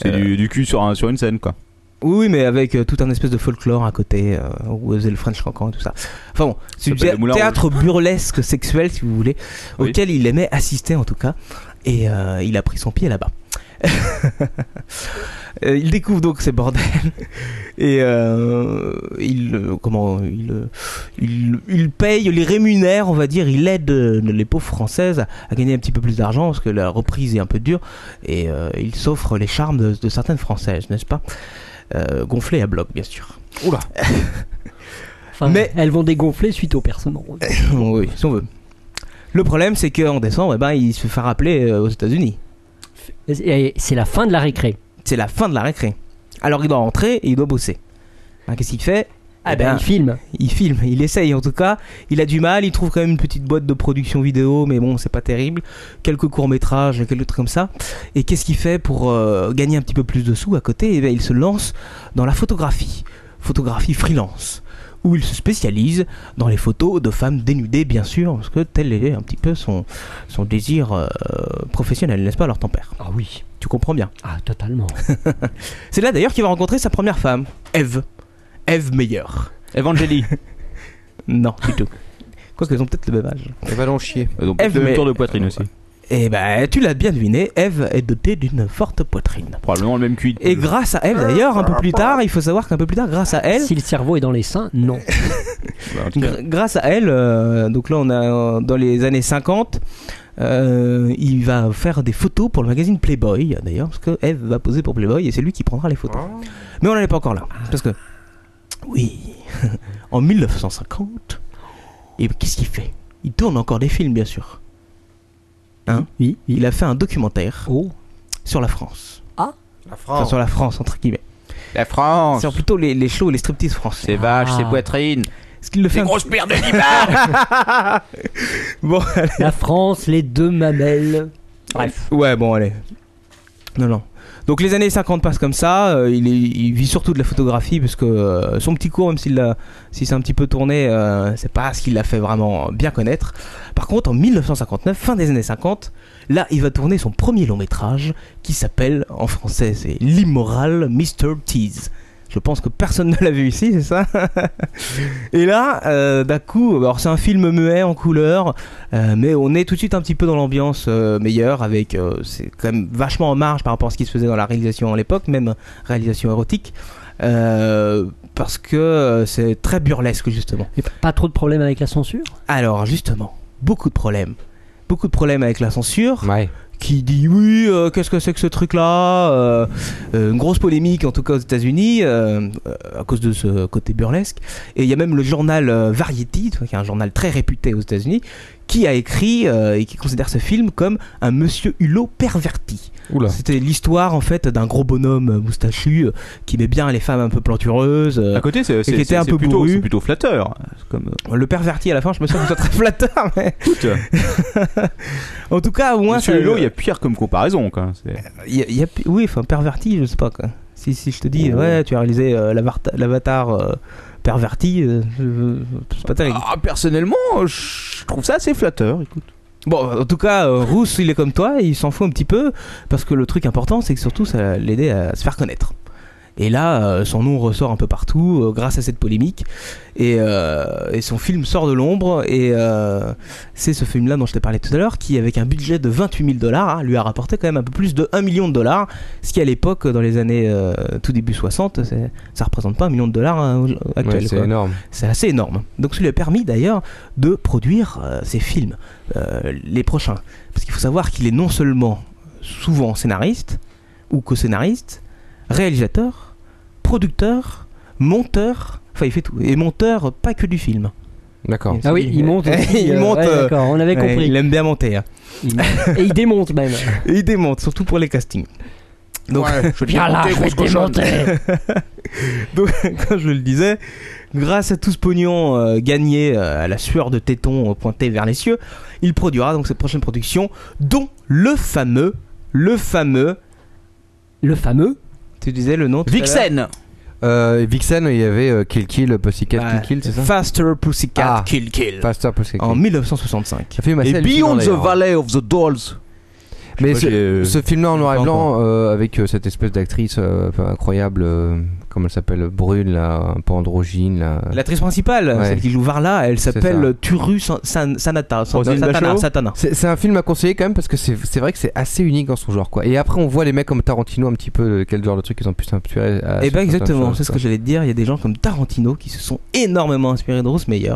[SPEAKER 6] C'est
[SPEAKER 8] euh,
[SPEAKER 6] du, du cul sur, un- sur une scène, quoi.
[SPEAKER 8] Oui, oui, mais avec euh, tout un espèce de folklore à côté, euh, où faisait le French Cancan et tout ça. Enfin bon, c'est
[SPEAKER 6] Ça
[SPEAKER 8] du
[SPEAKER 6] s'appelle le Moulin
[SPEAKER 8] théâtre burlesque sexuel, si vous voulez, auquel il aimait assister en tout cas, et euh, il a pris son pied là-bas. Euh, il découvre donc ces bordels et euh, il euh, comment il, euh, il il paye, il les rémunère, on va dire, il aide euh, les pauvres françaises à, à gagner un petit peu plus d'argent parce que la reprise est un peu dure et euh, il s'offre les charmes de, de certaines françaises, n'est-ce pas Euh, Gonflées à bloc, bien sûr. Oula.
[SPEAKER 7] Mais elles vont dégonfler suite aux personnes.
[SPEAKER 8] Bon, oui, si on veut. Le problème, c'est qu'en décembre, eh ben, il se fait faire rappeler euh, aux États-Unis.
[SPEAKER 7] Et c'est la fin de la récré.
[SPEAKER 8] C'est la fin de la récré. Alors il doit rentrer et il doit bosser. Hein, Qu'est-ce qu'il fait
[SPEAKER 7] Ah ben, il filme.
[SPEAKER 8] Il filme, il essaye en tout cas. Il a du mal, il trouve quand même une petite boîte de production vidéo, mais bon, c'est pas terrible. Quelques courts-métrages, quelques trucs comme ça. Et qu'est-ce qu'il fait pour euh, gagner un petit peu plus de sous à côté Eh ben, Il se lance dans la photographie. Photographie freelance. Où il se spécialise dans les photos de femmes dénudées, bien sûr, parce que tel est un petit peu son, son désir euh, professionnel, n'est-ce pas, alors ton père
[SPEAKER 7] Ah oui.
[SPEAKER 8] Tu comprends bien.
[SPEAKER 7] Ah, totalement.
[SPEAKER 8] C'est là d'ailleurs qu'il va rencontrer sa première femme, Eve. Eve Meyer. Evangélie. non, du tout. Quoique, ils ont peut-être le même âge.
[SPEAKER 9] Elle va l'en chier.
[SPEAKER 8] Ève, mais-
[SPEAKER 6] poitrine aussi.
[SPEAKER 8] Eh ben, tu l'as bien deviné, Eve est dotée d'une forte poitrine.
[SPEAKER 6] Probablement le même cuit.
[SPEAKER 8] Et grâce à elle, d'ailleurs, un peu plus tard, il faut savoir qu'un peu plus tard, grâce à elle.
[SPEAKER 7] Si le cerveau est dans les seins, non.
[SPEAKER 8] Gr- grâce à elle, euh, donc là on a euh, dans les années 50, euh, il va faire des photos pour le magazine Playboy d'ailleurs, parce que Eve va poser pour Playboy et c'est lui qui prendra les photos. Mais on n'en est pas encore là, parce que oui, en 1950, et qu'est-ce qu'il fait Il tourne encore des films bien sûr. Hein Il a fait un documentaire sur la France.
[SPEAKER 7] Ah
[SPEAKER 8] La France. sur la France entre guillemets.
[SPEAKER 12] La France.
[SPEAKER 8] Sur plutôt les, les shows et les striptease français. Ah.
[SPEAKER 12] Ces vaches, ces poitrines.
[SPEAKER 8] Ce qu'il le fait.
[SPEAKER 12] Ces
[SPEAKER 8] un
[SPEAKER 12] grosses
[SPEAKER 8] petit-
[SPEAKER 12] paires de libards.
[SPEAKER 8] Bon,
[SPEAKER 7] La France, les deux mamelles.
[SPEAKER 8] Bref. Ouais, bon, allez. Non, non. Donc les années 50 passent comme ça, euh, il, est- il vit surtout de la photographie parce que euh, son petit cours, même s'il l'a- si c'est un petit peu tourné, euh, c'est pas ce qui l'a fait vraiment bien connaître. Par contre, en 1959, fin des années 50, là, il va tourner son premier long métrage qui s'appelle, en français, c'est L'immoral Mr. Tease. Je pense que personne ne l'a vu ici, c'est ça Et là, euh, d'un coup, alors c'est un film muet en couleur, euh, mais on est tout de suite un petit peu dans l'ambiance euh, meilleure, avec euh, c'est quand même vachement en marge par rapport à ce qui se faisait dans la réalisation à l'époque, même réalisation érotique, euh, parce que euh, c'est très burlesque justement.
[SPEAKER 7] Pas trop de problèmes avec la censure
[SPEAKER 8] Alors justement, beaucoup de problèmes. Beaucoup de problèmes avec la censure. Qui dit oui, euh, qu'est-ce que c'est que ce truc-là Euh, euh, Une grosse polémique en tout cas aux États-Unis euh, euh, à cause de ce côté burlesque. Et il y a même le journal euh, Variety, tu vois, qui est un journal très réputé aux États-Unis, qui a écrit euh, et qui considère ce film comme un Monsieur Hulot perverti. C'était l'histoire en fait d'un gros bonhomme euh, moustachu euh, qui met bien les femmes un peu plantureuses. euh,
[SPEAKER 6] À côté, c'est
[SPEAKER 8] et qui
[SPEAKER 6] c'est-
[SPEAKER 8] était
[SPEAKER 6] c'est-
[SPEAKER 8] un
[SPEAKER 6] c'est
[SPEAKER 8] peu
[SPEAKER 6] plutôt,
[SPEAKER 8] bourru.
[SPEAKER 6] c'est plutôt flatteur. C'est Comme, euh,
[SPEAKER 8] Le perverti à la fin, je me souviens que ça très flatteur, mais. en tout cas, au moins.
[SPEAKER 6] Monsieur
[SPEAKER 8] ça-
[SPEAKER 6] Hulot, il y a pire comme comparaison. Quoi. C'est-
[SPEAKER 8] Il y a- il y a- Oui, enfin, perverti, je sais pas quoi. Si, si je te dis,
[SPEAKER 6] Oh.
[SPEAKER 8] ouais, tu as réalisé euh, l'avart- l'avatar euh, perverti, euh, je- c'est pas terrible.
[SPEAKER 6] Ah, personnellement, euh, je trouve ça assez flatteur. Écoute.
[SPEAKER 8] Bon, en tout cas, euh, Rousse, il est comme toi, il s'en fout un petit peu, parce que le truc important, c'est que surtout, ça va l'aider à se faire connaître. Et là, euh, son nom ressort un peu partout euh, grâce à cette polémique. Et, euh, et son film sort de l'ombre. Et euh, c'est ce film-là dont je t'ai parlé tout à l'heure, qui, avec un budget de 28 000 dollars, hein, lui a rapporté quand même un peu plus de 1 million de dollars. Ce qui, à l'époque, dans les années euh, tout début 60, c'est- ça représente pas un million de dollars hein, au- actuel.
[SPEAKER 9] Ouais, c'est
[SPEAKER 8] quoi.
[SPEAKER 9] énorme.
[SPEAKER 8] C'est assez énorme. Donc, ça lui a permis d'ailleurs de produire euh, ses films, euh, les prochains. Parce qu'il faut savoir qu'il est non seulement souvent scénariste ou co-scénariste, réalisateur, producteur, monteur, enfin il fait tout. Et monteur, pas que du film.
[SPEAKER 9] D'accord.
[SPEAKER 7] Ah oui, il monte aussi,
[SPEAKER 8] il
[SPEAKER 7] euh,
[SPEAKER 8] monte.
[SPEAKER 7] ouais,
[SPEAKER 8] euh,
[SPEAKER 7] d'accord, on avait
[SPEAKER 8] ouais,
[SPEAKER 7] compris.
[SPEAKER 8] il aime bien monter. hein.
[SPEAKER 7] Et il démonte même.
[SPEAKER 8] Et il démonte, surtout pour les castings. Donc,
[SPEAKER 7] Ouais, je vais te Viens là, démonter, je vais grosse te cochonne. démonter.
[SPEAKER 8] Donc, comme je le disais, Grâce à tout ce pognon euh, gagné euh, à la sueur de tétons euh, pointés vers les cieux, il produira donc cette prochaine production, dont le fameux, le fameux,
[SPEAKER 7] le fameux.
[SPEAKER 8] Tu disais le nom. tout à l'heure
[SPEAKER 9] Vixen euh, Vixen, il y avait euh, Kill Kill, Pussycat
[SPEAKER 8] Ouais.
[SPEAKER 9] Kill Kill, c'est ça
[SPEAKER 8] Bah,
[SPEAKER 9] Ah,
[SPEAKER 8] Faster Pussycat Kill Kill.
[SPEAKER 9] Faster Pussycat
[SPEAKER 8] En 1965.
[SPEAKER 9] Ça fait ma
[SPEAKER 8] Et
[SPEAKER 9] selle,
[SPEAKER 8] Beyond
[SPEAKER 9] dans
[SPEAKER 8] the
[SPEAKER 9] l'air, hein.
[SPEAKER 6] Valley of the Dolls.
[SPEAKER 9] Mais
[SPEAKER 6] Moi,
[SPEAKER 9] ce,
[SPEAKER 6] j'ai-
[SPEAKER 9] ce film-là en noir et
[SPEAKER 6] pas
[SPEAKER 9] blanc, euh, avec euh, cette espèce d'actrice euh, un peu incroyable, euh, comment elle s'appelle, brune, là, un peu androgyne. Là.
[SPEAKER 8] L'actrice principale,
[SPEAKER 9] Ouais.
[SPEAKER 8] celle qui joue Varla, elle
[SPEAKER 9] ça.
[SPEAKER 8] s'appelle Turu San- San- Sanata. San- Satana. Satana.
[SPEAKER 9] C'est c'est un film à conseiller quand même parce que c'est c'est vrai que c'est assez unique dans son genre quoi. Et après on voit les mecs comme Tarantino un petit peu quel genre de truc ils ont pu s'inspirer. à-
[SPEAKER 8] Et
[SPEAKER 9] sur
[SPEAKER 8] ben
[SPEAKER 9] certaines
[SPEAKER 8] exactement,
[SPEAKER 9] choses,
[SPEAKER 8] c'est ce
[SPEAKER 9] quoi.
[SPEAKER 8] que j'allais te dire. Il y a des gens comme Tarantino qui se sont énormément inspirés de Rosemeyer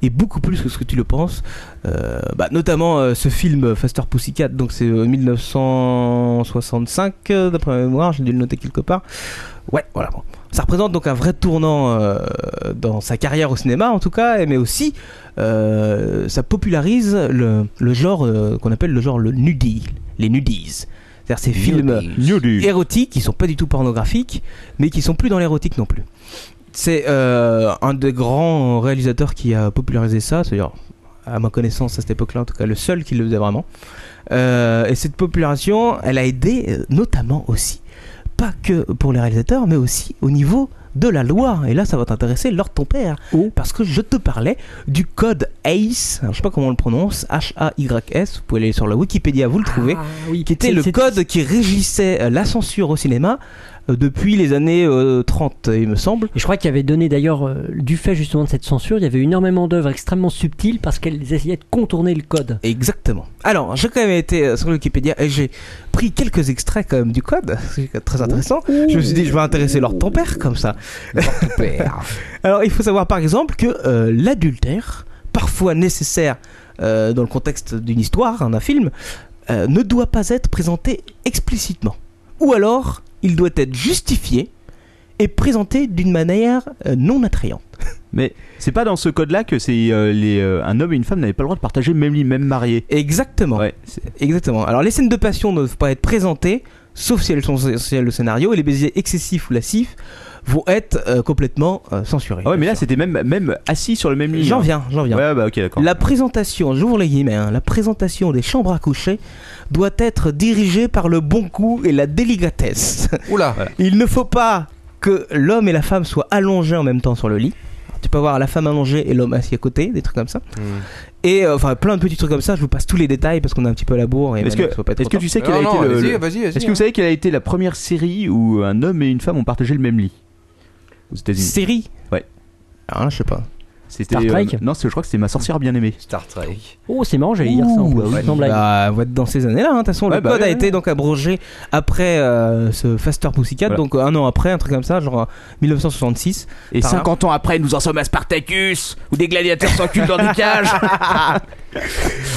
[SPEAKER 8] et beaucoup plus que ce que tu le penses. Euh, bah, notamment euh, ce film Faster Pussycat, donc c'est euh, 1965 euh, d'après ma mémoire, j'ai dû le noter quelque part. Ouais, voilà. bon. Ça représente donc un vrai tournant euh, dans sa carrière au cinéma en tout cas, et- mais aussi euh, ça popularise le, le genre euh, qu'on appelle le genre le nudie, les nudies. C'est-à-dire ces films érotiques qui sont pas du tout pornographiques, mais qui sont plus dans l'érotique non plus. C'est euh, un des grands réalisateurs qui a popularisé ça, c'est-à-dire à ma connaissance à cette époque-là, en tout cas le seul qui le faisait vraiment. Euh, et cette popularisation, elle a aidé euh, notamment aussi, pas que pour les réalisateurs, mais aussi au niveau de la loi. Et là, ça va t'intéresser, Lord ton père, parce que je te parlais du code ACE, alors, je sais pas comment on le prononce, H-A-Y-S, vous pouvez aller sur la Wikipédia, vous le trouvez, qui était
[SPEAKER 7] C'est-
[SPEAKER 8] le
[SPEAKER 7] c'est-
[SPEAKER 8] code qui régissait euh, la censure au cinéma euh, depuis les années euh, 30, il me semble.
[SPEAKER 7] Et je crois qu'il y avait donné d'ailleurs, euh, du fait justement de cette censure, il y avait énormément d'œuvres extrêmement subtiles parce qu'elles essayaient de contourner le code.
[SPEAKER 8] Exactement. Alors, j'ai quand même été euh, sur Wikipédia et j'ai pris quelques extraits quand même du code, c'est très intéressant. Je me suis dit, je vais intéresser leur ton père comme ça. Alors, il faut savoir par exemple que euh, l'adultère, parfois nécessaire euh, dans le contexte d'une histoire, hein, d'un film, euh, ne doit pas être présenté explicitement. Ou alors, il doit être justifié et présenté d'une manière euh, non attrayante.
[SPEAKER 6] Mais c'est pas dans ce code-là que c'est euh, les euh, un homme et une femme n'avaient pas le droit de partager même lit même marié.
[SPEAKER 8] Exactement. Exactement. Alors les scènes de passion ne doivent pas être présentées, sauf si elles sont essentielles au scénario, et les baisers excessifs ou lascifs vont être euh, complètement euh, censurés.
[SPEAKER 6] Ah ouais, mais là c'était même même assis sur le même lit.
[SPEAKER 8] J'en
[SPEAKER 6] hein.
[SPEAKER 8] viens, j'en viens.
[SPEAKER 6] Ouais, bah ok, d'accord.
[SPEAKER 8] La présentation, j'ouvre les guillemets, hein, la présentation des chambres à coucher doit être dirigée par le bon goût et la délicatesse.
[SPEAKER 9] Oula
[SPEAKER 8] Il ne faut pas que l'homme et la femme soient allongés en même temps sur le lit. Tu peux avoir la femme allongée et l'homme assis à côté, des trucs comme ça. Et euh, enfin plein de petits trucs comme ça, je vous passe tous les détails parce qu'on est un petit peu à la bourre et
[SPEAKER 6] Est-ce que,
[SPEAKER 8] Manu, ça va pas être
[SPEAKER 6] est-ce que
[SPEAKER 8] content.
[SPEAKER 6] tu sais quelle a été le- le- Est-ce
[SPEAKER 8] hein.
[SPEAKER 6] que vous savez quelle a été la première série où un homme et une femme ont partagé le même lit aux États-Unis
[SPEAKER 8] Série
[SPEAKER 6] Ouais.
[SPEAKER 8] Ah, je sais pas.
[SPEAKER 6] C'était
[SPEAKER 7] Star Trek
[SPEAKER 6] euh, Non, c'est- je crois que c'est ma sorcière bien aimée.
[SPEAKER 9] Star Trek.
[SPEAKER 7] Oh, c'est marrant, j'allais dire ça en
[SPEAKER 8] Ouh,
[SPEAKER 7] plus.
[SPEAKER 8] bah oui.
[SPEAKER 7] Sans blague.
[SPEAKER 8] Bah, on va être dans ces années-là. hein. De toute façon,
[SPEAKER 7] Ouais,
[SPEAKER 8] le
[SPEAKER 7] bah
[SPEAKER 8] code
[SPEAKER 7] ouais,
[SPEAKER 8] a
[SPEAKER 7] ouais.
[SPEAKER 8] été donc abrogé après euh, ce Faster Pussycat, donc euh, un an après, un truc comme ça, genre euh, 1966.
[SPEAKER 12] Et 50 ans après, nous en sommes à Spartacus, où des gladiateurs s'enculent dans des cages.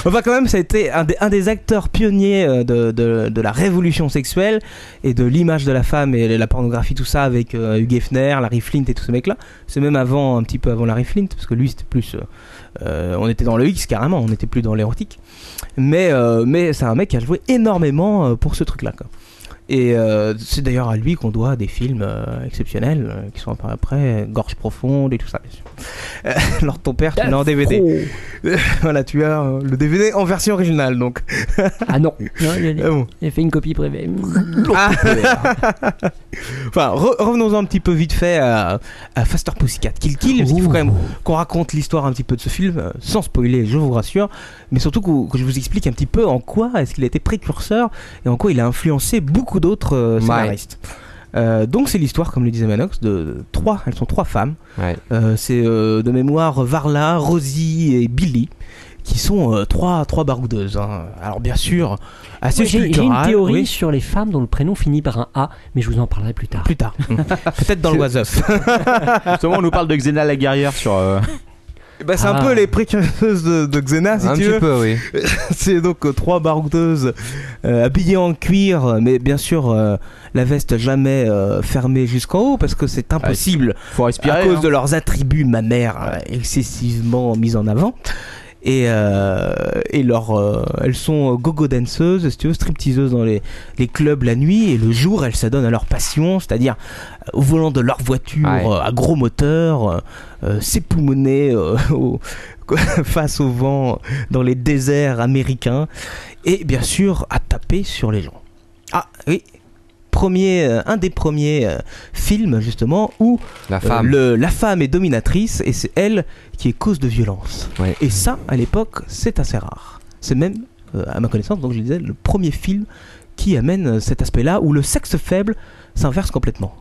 [SPEAKER 8] Enfin, quand même, ça a été un des, un des acteurs pionniers euh, de, de- de la révolution sexuelle et de l'image de la femme et la pornographie, tout ça, avec euh, Hugh Hefner, Larry Flint et tous ces mecs-là. C'est même avant, un petit peu avant Larry Flint, parce que lui, c'était plus. euh, euh, on était dans le X carrément, on n'était plus dans l'érotique. Mais, euh, mais c'est un mec qui a joué énormément euh, pour ce truc-là. quoi. Et euh, c'est d'ailleurs à lui qu'on doit des films euh, exceptionnels euh, qui sont apparus après, Gorge Profonde et tout ça, bien sûr. Euh, Lord ton père, tu l'as en DVD. voilà, tu as euh, le DVD en version originale donc.
[SPEAKER 7] ah non, Non, il a, il a fait une copie privée.
[SPEAKER 8] Ah. enfin, re- revenons-en un petit peu vite fait à, à Faster Pussycat Kill Kill. Parce qu'il faut quand même qu'on raconte l'histoire un petit peu de ce film, euh, sans spoiler, je vous rassure. Mais surtout qu'au- que, je vous explique un petit peu en quoi est-ce qu'il a été précurseur et en quoi il a influencé beaucoup d'autres euh, scénaristes. Euh, donc c'est l'histoire, comme le disait Manox, de, de trois, elles sont trois femmes. Euh, c'est euh, de mémoire Varla, Rosie et Billy, qui sont euh, trois, trois baroudeuses. hein. Alors bien sûr, assez
[SPEAKER 7] Ouais, j'ai, j'ai une
[SPEAKER 8] sculpturales,
[SPEAKER 7] théorie
[SPEAKER 8] oui.
[SPEAKER 7] sur les femmes dont le prénom finit par un A, mais je vous en parlerai plus tard.
[SPEAKER 8] Plus tard.
[SPEAKER 6] Mmh.
[SPEAKER 8] Peut-être dans le Wasaf.
[SPEAKER 6] Justement, on nous parle de Xena la guerrière sur. euh,
[SPEAKER 8] Bah, c'est
[SPEAKER 6] Ah.
[SPEAKER 8] un peu les précurseuses de, de Xena, si
[SPEAKER 6] Un
[SPEAKER 8] tu
[SPEAKER 6] petit
[SPEAKER 8] veux.
[SPEAKER 6] peu, oui.
[SPEAKER 8] c'est donc euh, trois baroudeuses euh, habillées en cuir, euh, mais bien sûr euh, la veste jamais euh, fermée jusqu'en haut parce que
[SPEAKER 6] Ah,
[SPEAKER 8] c'est impossible
[SPEAKER 6] faut respirer,
[SPEAKER 8] à cause
[SPEAKER 6] hein.
[SPEAKER 8] de leurs attributs mammaires euh, excessivement mis en avant. et, euh, et leur, euh, elles sont gogo danseuses, si tu veux, stripteaseuses dans les, les clubs la nuit et le jour elles s'adonnent à leur passion, c'est-à-dire euh, au volant de leur voiture
[SPEAKER 4] Ouais.
[SPEAKER 8] euh, à gros moteur, euh, euh, s'époumoner euh, au- face au vent dans les déserts américains et bien sûr à taper sur les gens. Ah oui, premier, euh, un des premiers euh, films justement où
[SPEAKER 9] La
[SPEAKER 8] euh,
[SPEAKER 9] femme.
[SPEAKER 8] le- la femme est dominatrice et c'est elle qui est cause de violence. Et ça, à l'époque, c'est assez rare. C'est même, euh, à ma connaissance, donc je le disais, le premier film qui amène euh, cet aspect-là où le sexe faible s'inverse complètement.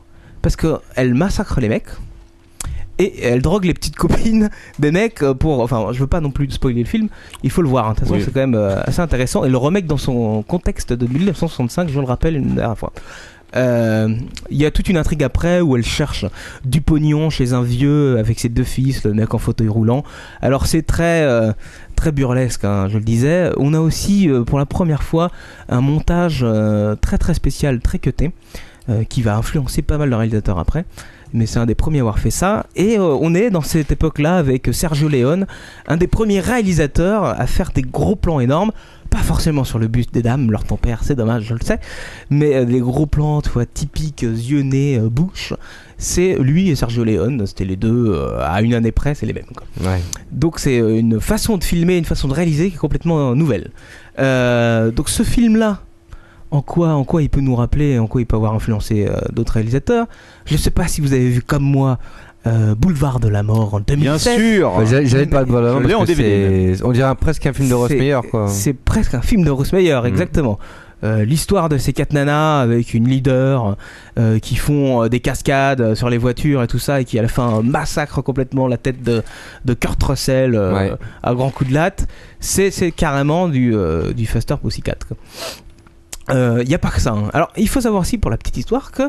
[SPEAKER 8] Parce qu'elle massacre les mecs. Et elle drogue les petites copines des mecs euh, pour. Enfin, je veux pas non plus spoiler le film, il faut le voir. hein. De toute façon,
[SPEAKER 4] Oui.
[SPEAKER 8] c'est quand même euh, assez intéressant. Et le remettre dans son contexte de 1965, je le rappelle une dernière fois. Euh, Il y a toute une intrigue après où elle cherche du pognon chez un vieux avec ses deux fils, le mec en fauteuil roulant. Alors c'est très euh, très burlesque, hein, je le disais. On a aussi euh, pour la première fois un montage euh, très très spécial, très cuté, euh, qui va influencer pas mal le réalisateur après mais c'est un des premiers à avoir fait ça. Et euh, on est dans cette époque-là avec Sergio Leone, un des premiers réalisateurs à faire des gros plans énormes. Pas forcément sur le buste des dames, leur tempère, c'est dommage, je le sais. Mais euh, des gros plans, tu vois, typiques, euh, yeux, nez, euh, bouche. C'est lui et Sergio Leone, c'était les deux, euh, à une année près, c'est les mêmes. quoi. Donc c'est euh, une façon de filmer, une façon de réaliser qui est complètement euh, nouvelle. Euh, donc ce film-là, en quoi, en quoi il peut nous rappeler, en quoi il peut avoir influencé euh, d'autres réalisateurs. Je ne sais pas si vous avez vu comme moi euh, Boulevard de la mort en 2007.
[SPEAKER 9] Bien sûr. Bah, j'allais- j'allais pas le voir là, Je l'ai parce en que DVD, c'est- même. on dirait presque un film de Rosemeyer,
[SPEAKER 8] C'est-
[SPEAKER 9] quoi. Mm.
[SPEAKER 8] C'est presque un film de Rosemeyer, exactement. Euh, L'histoire de ces quatre nanas avec une leader euh, qui font euh, des cascades euh, sur les voitures et tout ça et qui à la fin euh, massacre complètement la tête de, de Kurt Russell euh, à grands coups de latte. C'est c'est carrément du, euh, du Faster Pussycat. quoi. Il n'y a pas que ça. hein. Alors, il faut savoir aussi pour la petite histoire que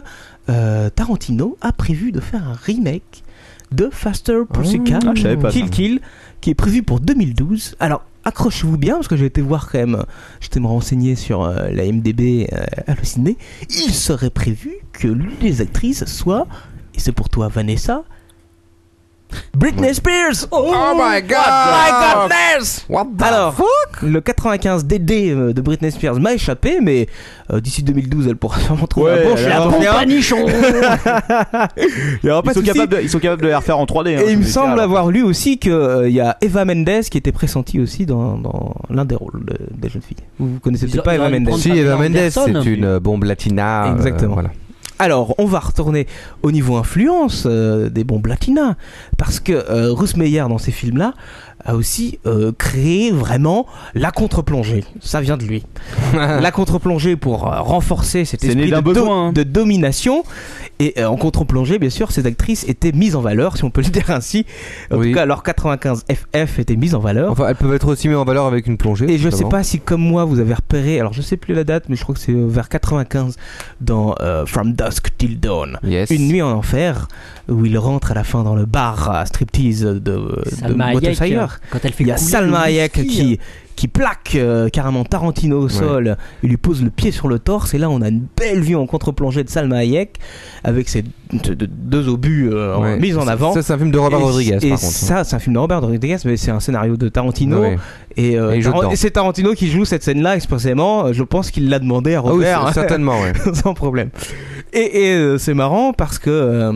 [SPEAKER 8] euh, Tarantino a prévu de faire un remake de Faster Pussycat
[SPEAKER 6] Ah, je savais pas
[SPEAKER 8] Kill
[SPEAKER 6] ça.
[SPEAKER 8] Kill qui est prévu pour 2012. Alors, accrochez-vous bien parce que j'ai été voir quand même, euh, j'étais me renseigner sur euh, la MDB euh, hallucinée. Il serait prévu que l'une des actrices soit, et c'est pour toi Vanessa, Britney Spears. Oh,
[SPEAKER 5] my God.
[SPEAKER 8] My goodness. Alors, le 95 DD euh, de Britney Spears m'a échappé, mais euh, d'ici 2012, elle pourra sûrement trouver un bon
[SPEAKER 6] elle
[SPEAKER 8] chez
[SPEAKER 6] a
[SPEAKER 8] la
[SPEAKER 6] un bon
[SPEAKER 8] pompe à
[SPEAKER 6] panier.
[SPEAKER 8] nichon. Il y aura pas
[SPEAKER 6] ils, sont
[SPEAKER 8] de souci.
[SPEAKER 6] capables de, ils sont capables de la refaire en 3D. hein,
[SPEAKER 8] Et il me
[SPEAKER 6] c'est
[SPEAKER 8] semble
[SPEAKER 6] littéral.
[SPEAKER 8] avoir lu aussi qu'il y a Eva Mendes qui était pressentie aussi dans, dans l'un des rôles de- des jeunes filles. Vous, vous connaissez peut-être pas Eva Mendes
[SPEAKER 9] Si, Eva Mendes, c'est une euh, bombe latina. euh,
[SPEAKER 8] Exactement.
[SPEAKER 9] voilà.
[SPEAKER 8] Alors, on va retourner au niveau influence euh, des bons latinas, parce que euh, Ruth Meyer, dans ces films-là, a aussi euh, créé vraiment la contre-plongée. Ça vient de lui. la contre-plongée pour euh, renforcer cet
[SPEAKER 6] C'est né
[SPEAKER 8] esprit de,
[SPEAKER 6] d'un
[SPEAKER 8] do-
[SPEAKER 6] besoin, hein.
[SPEAKER 8] de domination. Et euh, en contre-plongée, bien sûr, ces actrices étaient mises en valeur, si on peut le dire ainsi. En tout cas, leur 95 FF était mise en valeur.
[SPEAKER 9] Enfin, elles peuvent être aussi mises en valeur avec une plongée.
[SPEAKER 8] Et je sais
[SPEAKER 9] notamment.
[SPEAKER 8] pas si comme moi vous avez repéré, alors je sais plus la date, mais je crois que c'est euh, vers 95 dans euh, From Dusk Till Dawn, une nuit en enfer, où il rentre à la fin dans le bar à striptease de, de
[SPEAKER 7] Salma Hayek,
[SPEAKER 8] Motosayer.
[SPEAKER 7] euh, quand elle fait
[SPEAKER 8] il y a
[SPEAKER 7] couler
[SPEAKER 8] Salma
[SPEAKER 7] le
[SPEAKER 8] Hayek
[SPEAKER 7] whisky,
[SPEAKER 8] qui qui plaque euh, carrément Tarantino au sol, il lui pose le pied sur le torse et là on a une belle vue en contre-plongée de Salma Hayek avec ses de- de- deux obus euh, en-
[SPEAKER 9] Ouais.
[SPEAKER 8] mis en
[SPEAKER 9] Ça,
[SPEAKER 8] avant.
[SPEAKER 9] ça, c'est un film de Robert
[SPEAKER 8] Et-
[SPEAKER 9] Rodriguez,
[SPEAKER 8] Et
[SPEAKER 9] par contre.
[SPEAKER 8] ça c'est un film de Robert Rodriguez mais c'est un scénario de Tarantino
[SPEAKER 9] Ouais.
[SPEAKER 8] et, euh,
[SPEAKER 9] Et il joue
[SPEAKER 8] Taran-
[SPEAKER 9] dedans.
[SPEAKER 8] et c'est Tarantino qui joue cette scène là expressément, euh, je pense qu'il l'a demandé à
[SPEAKER 9] Ah oui,
[SPEAKER 8] Robert.
[SPEAKER 9] c'est- certainement, ouais.
[SPEAKER 8] Sans problème. Et, et, euh, c'est marrant parce que euh,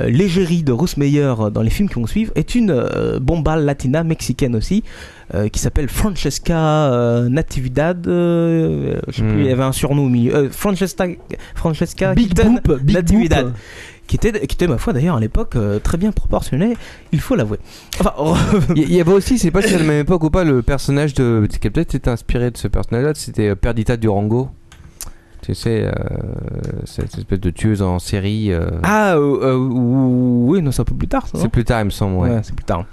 [SPEAKER 8] euh, l'égérie de Ruth Meyer euh, dans les films qui vont suivre est une euh, bombale latina mexicaine aussi euh, qui s'appelle Francesca euh, Natividad. euh, je sais
[SPEAKER 9] Hmm.
[SPEAKER 8] plus, il y avait un surnom au milieu. Euh, Francesca, Francesca
[SPEAKER 7] Big
[SPEAKER 8] Keaton
[SPEAKER 7] Boop, Big
[SPEAKER 8] Natividad.
[SPEAKER 7] Boop.
[SPEAKER 8] Qui était, qui était, ma foi d'ailleurs à l'époque euh, très bien proportionnée, il faut l'avouer. Enfin,
[SPEAKER 9] Il y- y avait aussi, je sais pas si c'est à la même époque ou pas, le personnage de. qui a peut-être été inspiré de ce personnage-là, c'était euh, Perdita Durango. Tu sais, euh, cette espèce de tueuse en série. euh,
[SPEAKER 8] Ah, euh, euh, oui, non, c'est un peu plus tard, ça. non
[SPEAKER 9] c'est plus tard, il me semble, ouais.
[SPEAKER 8] Ouais, c'est plus tard.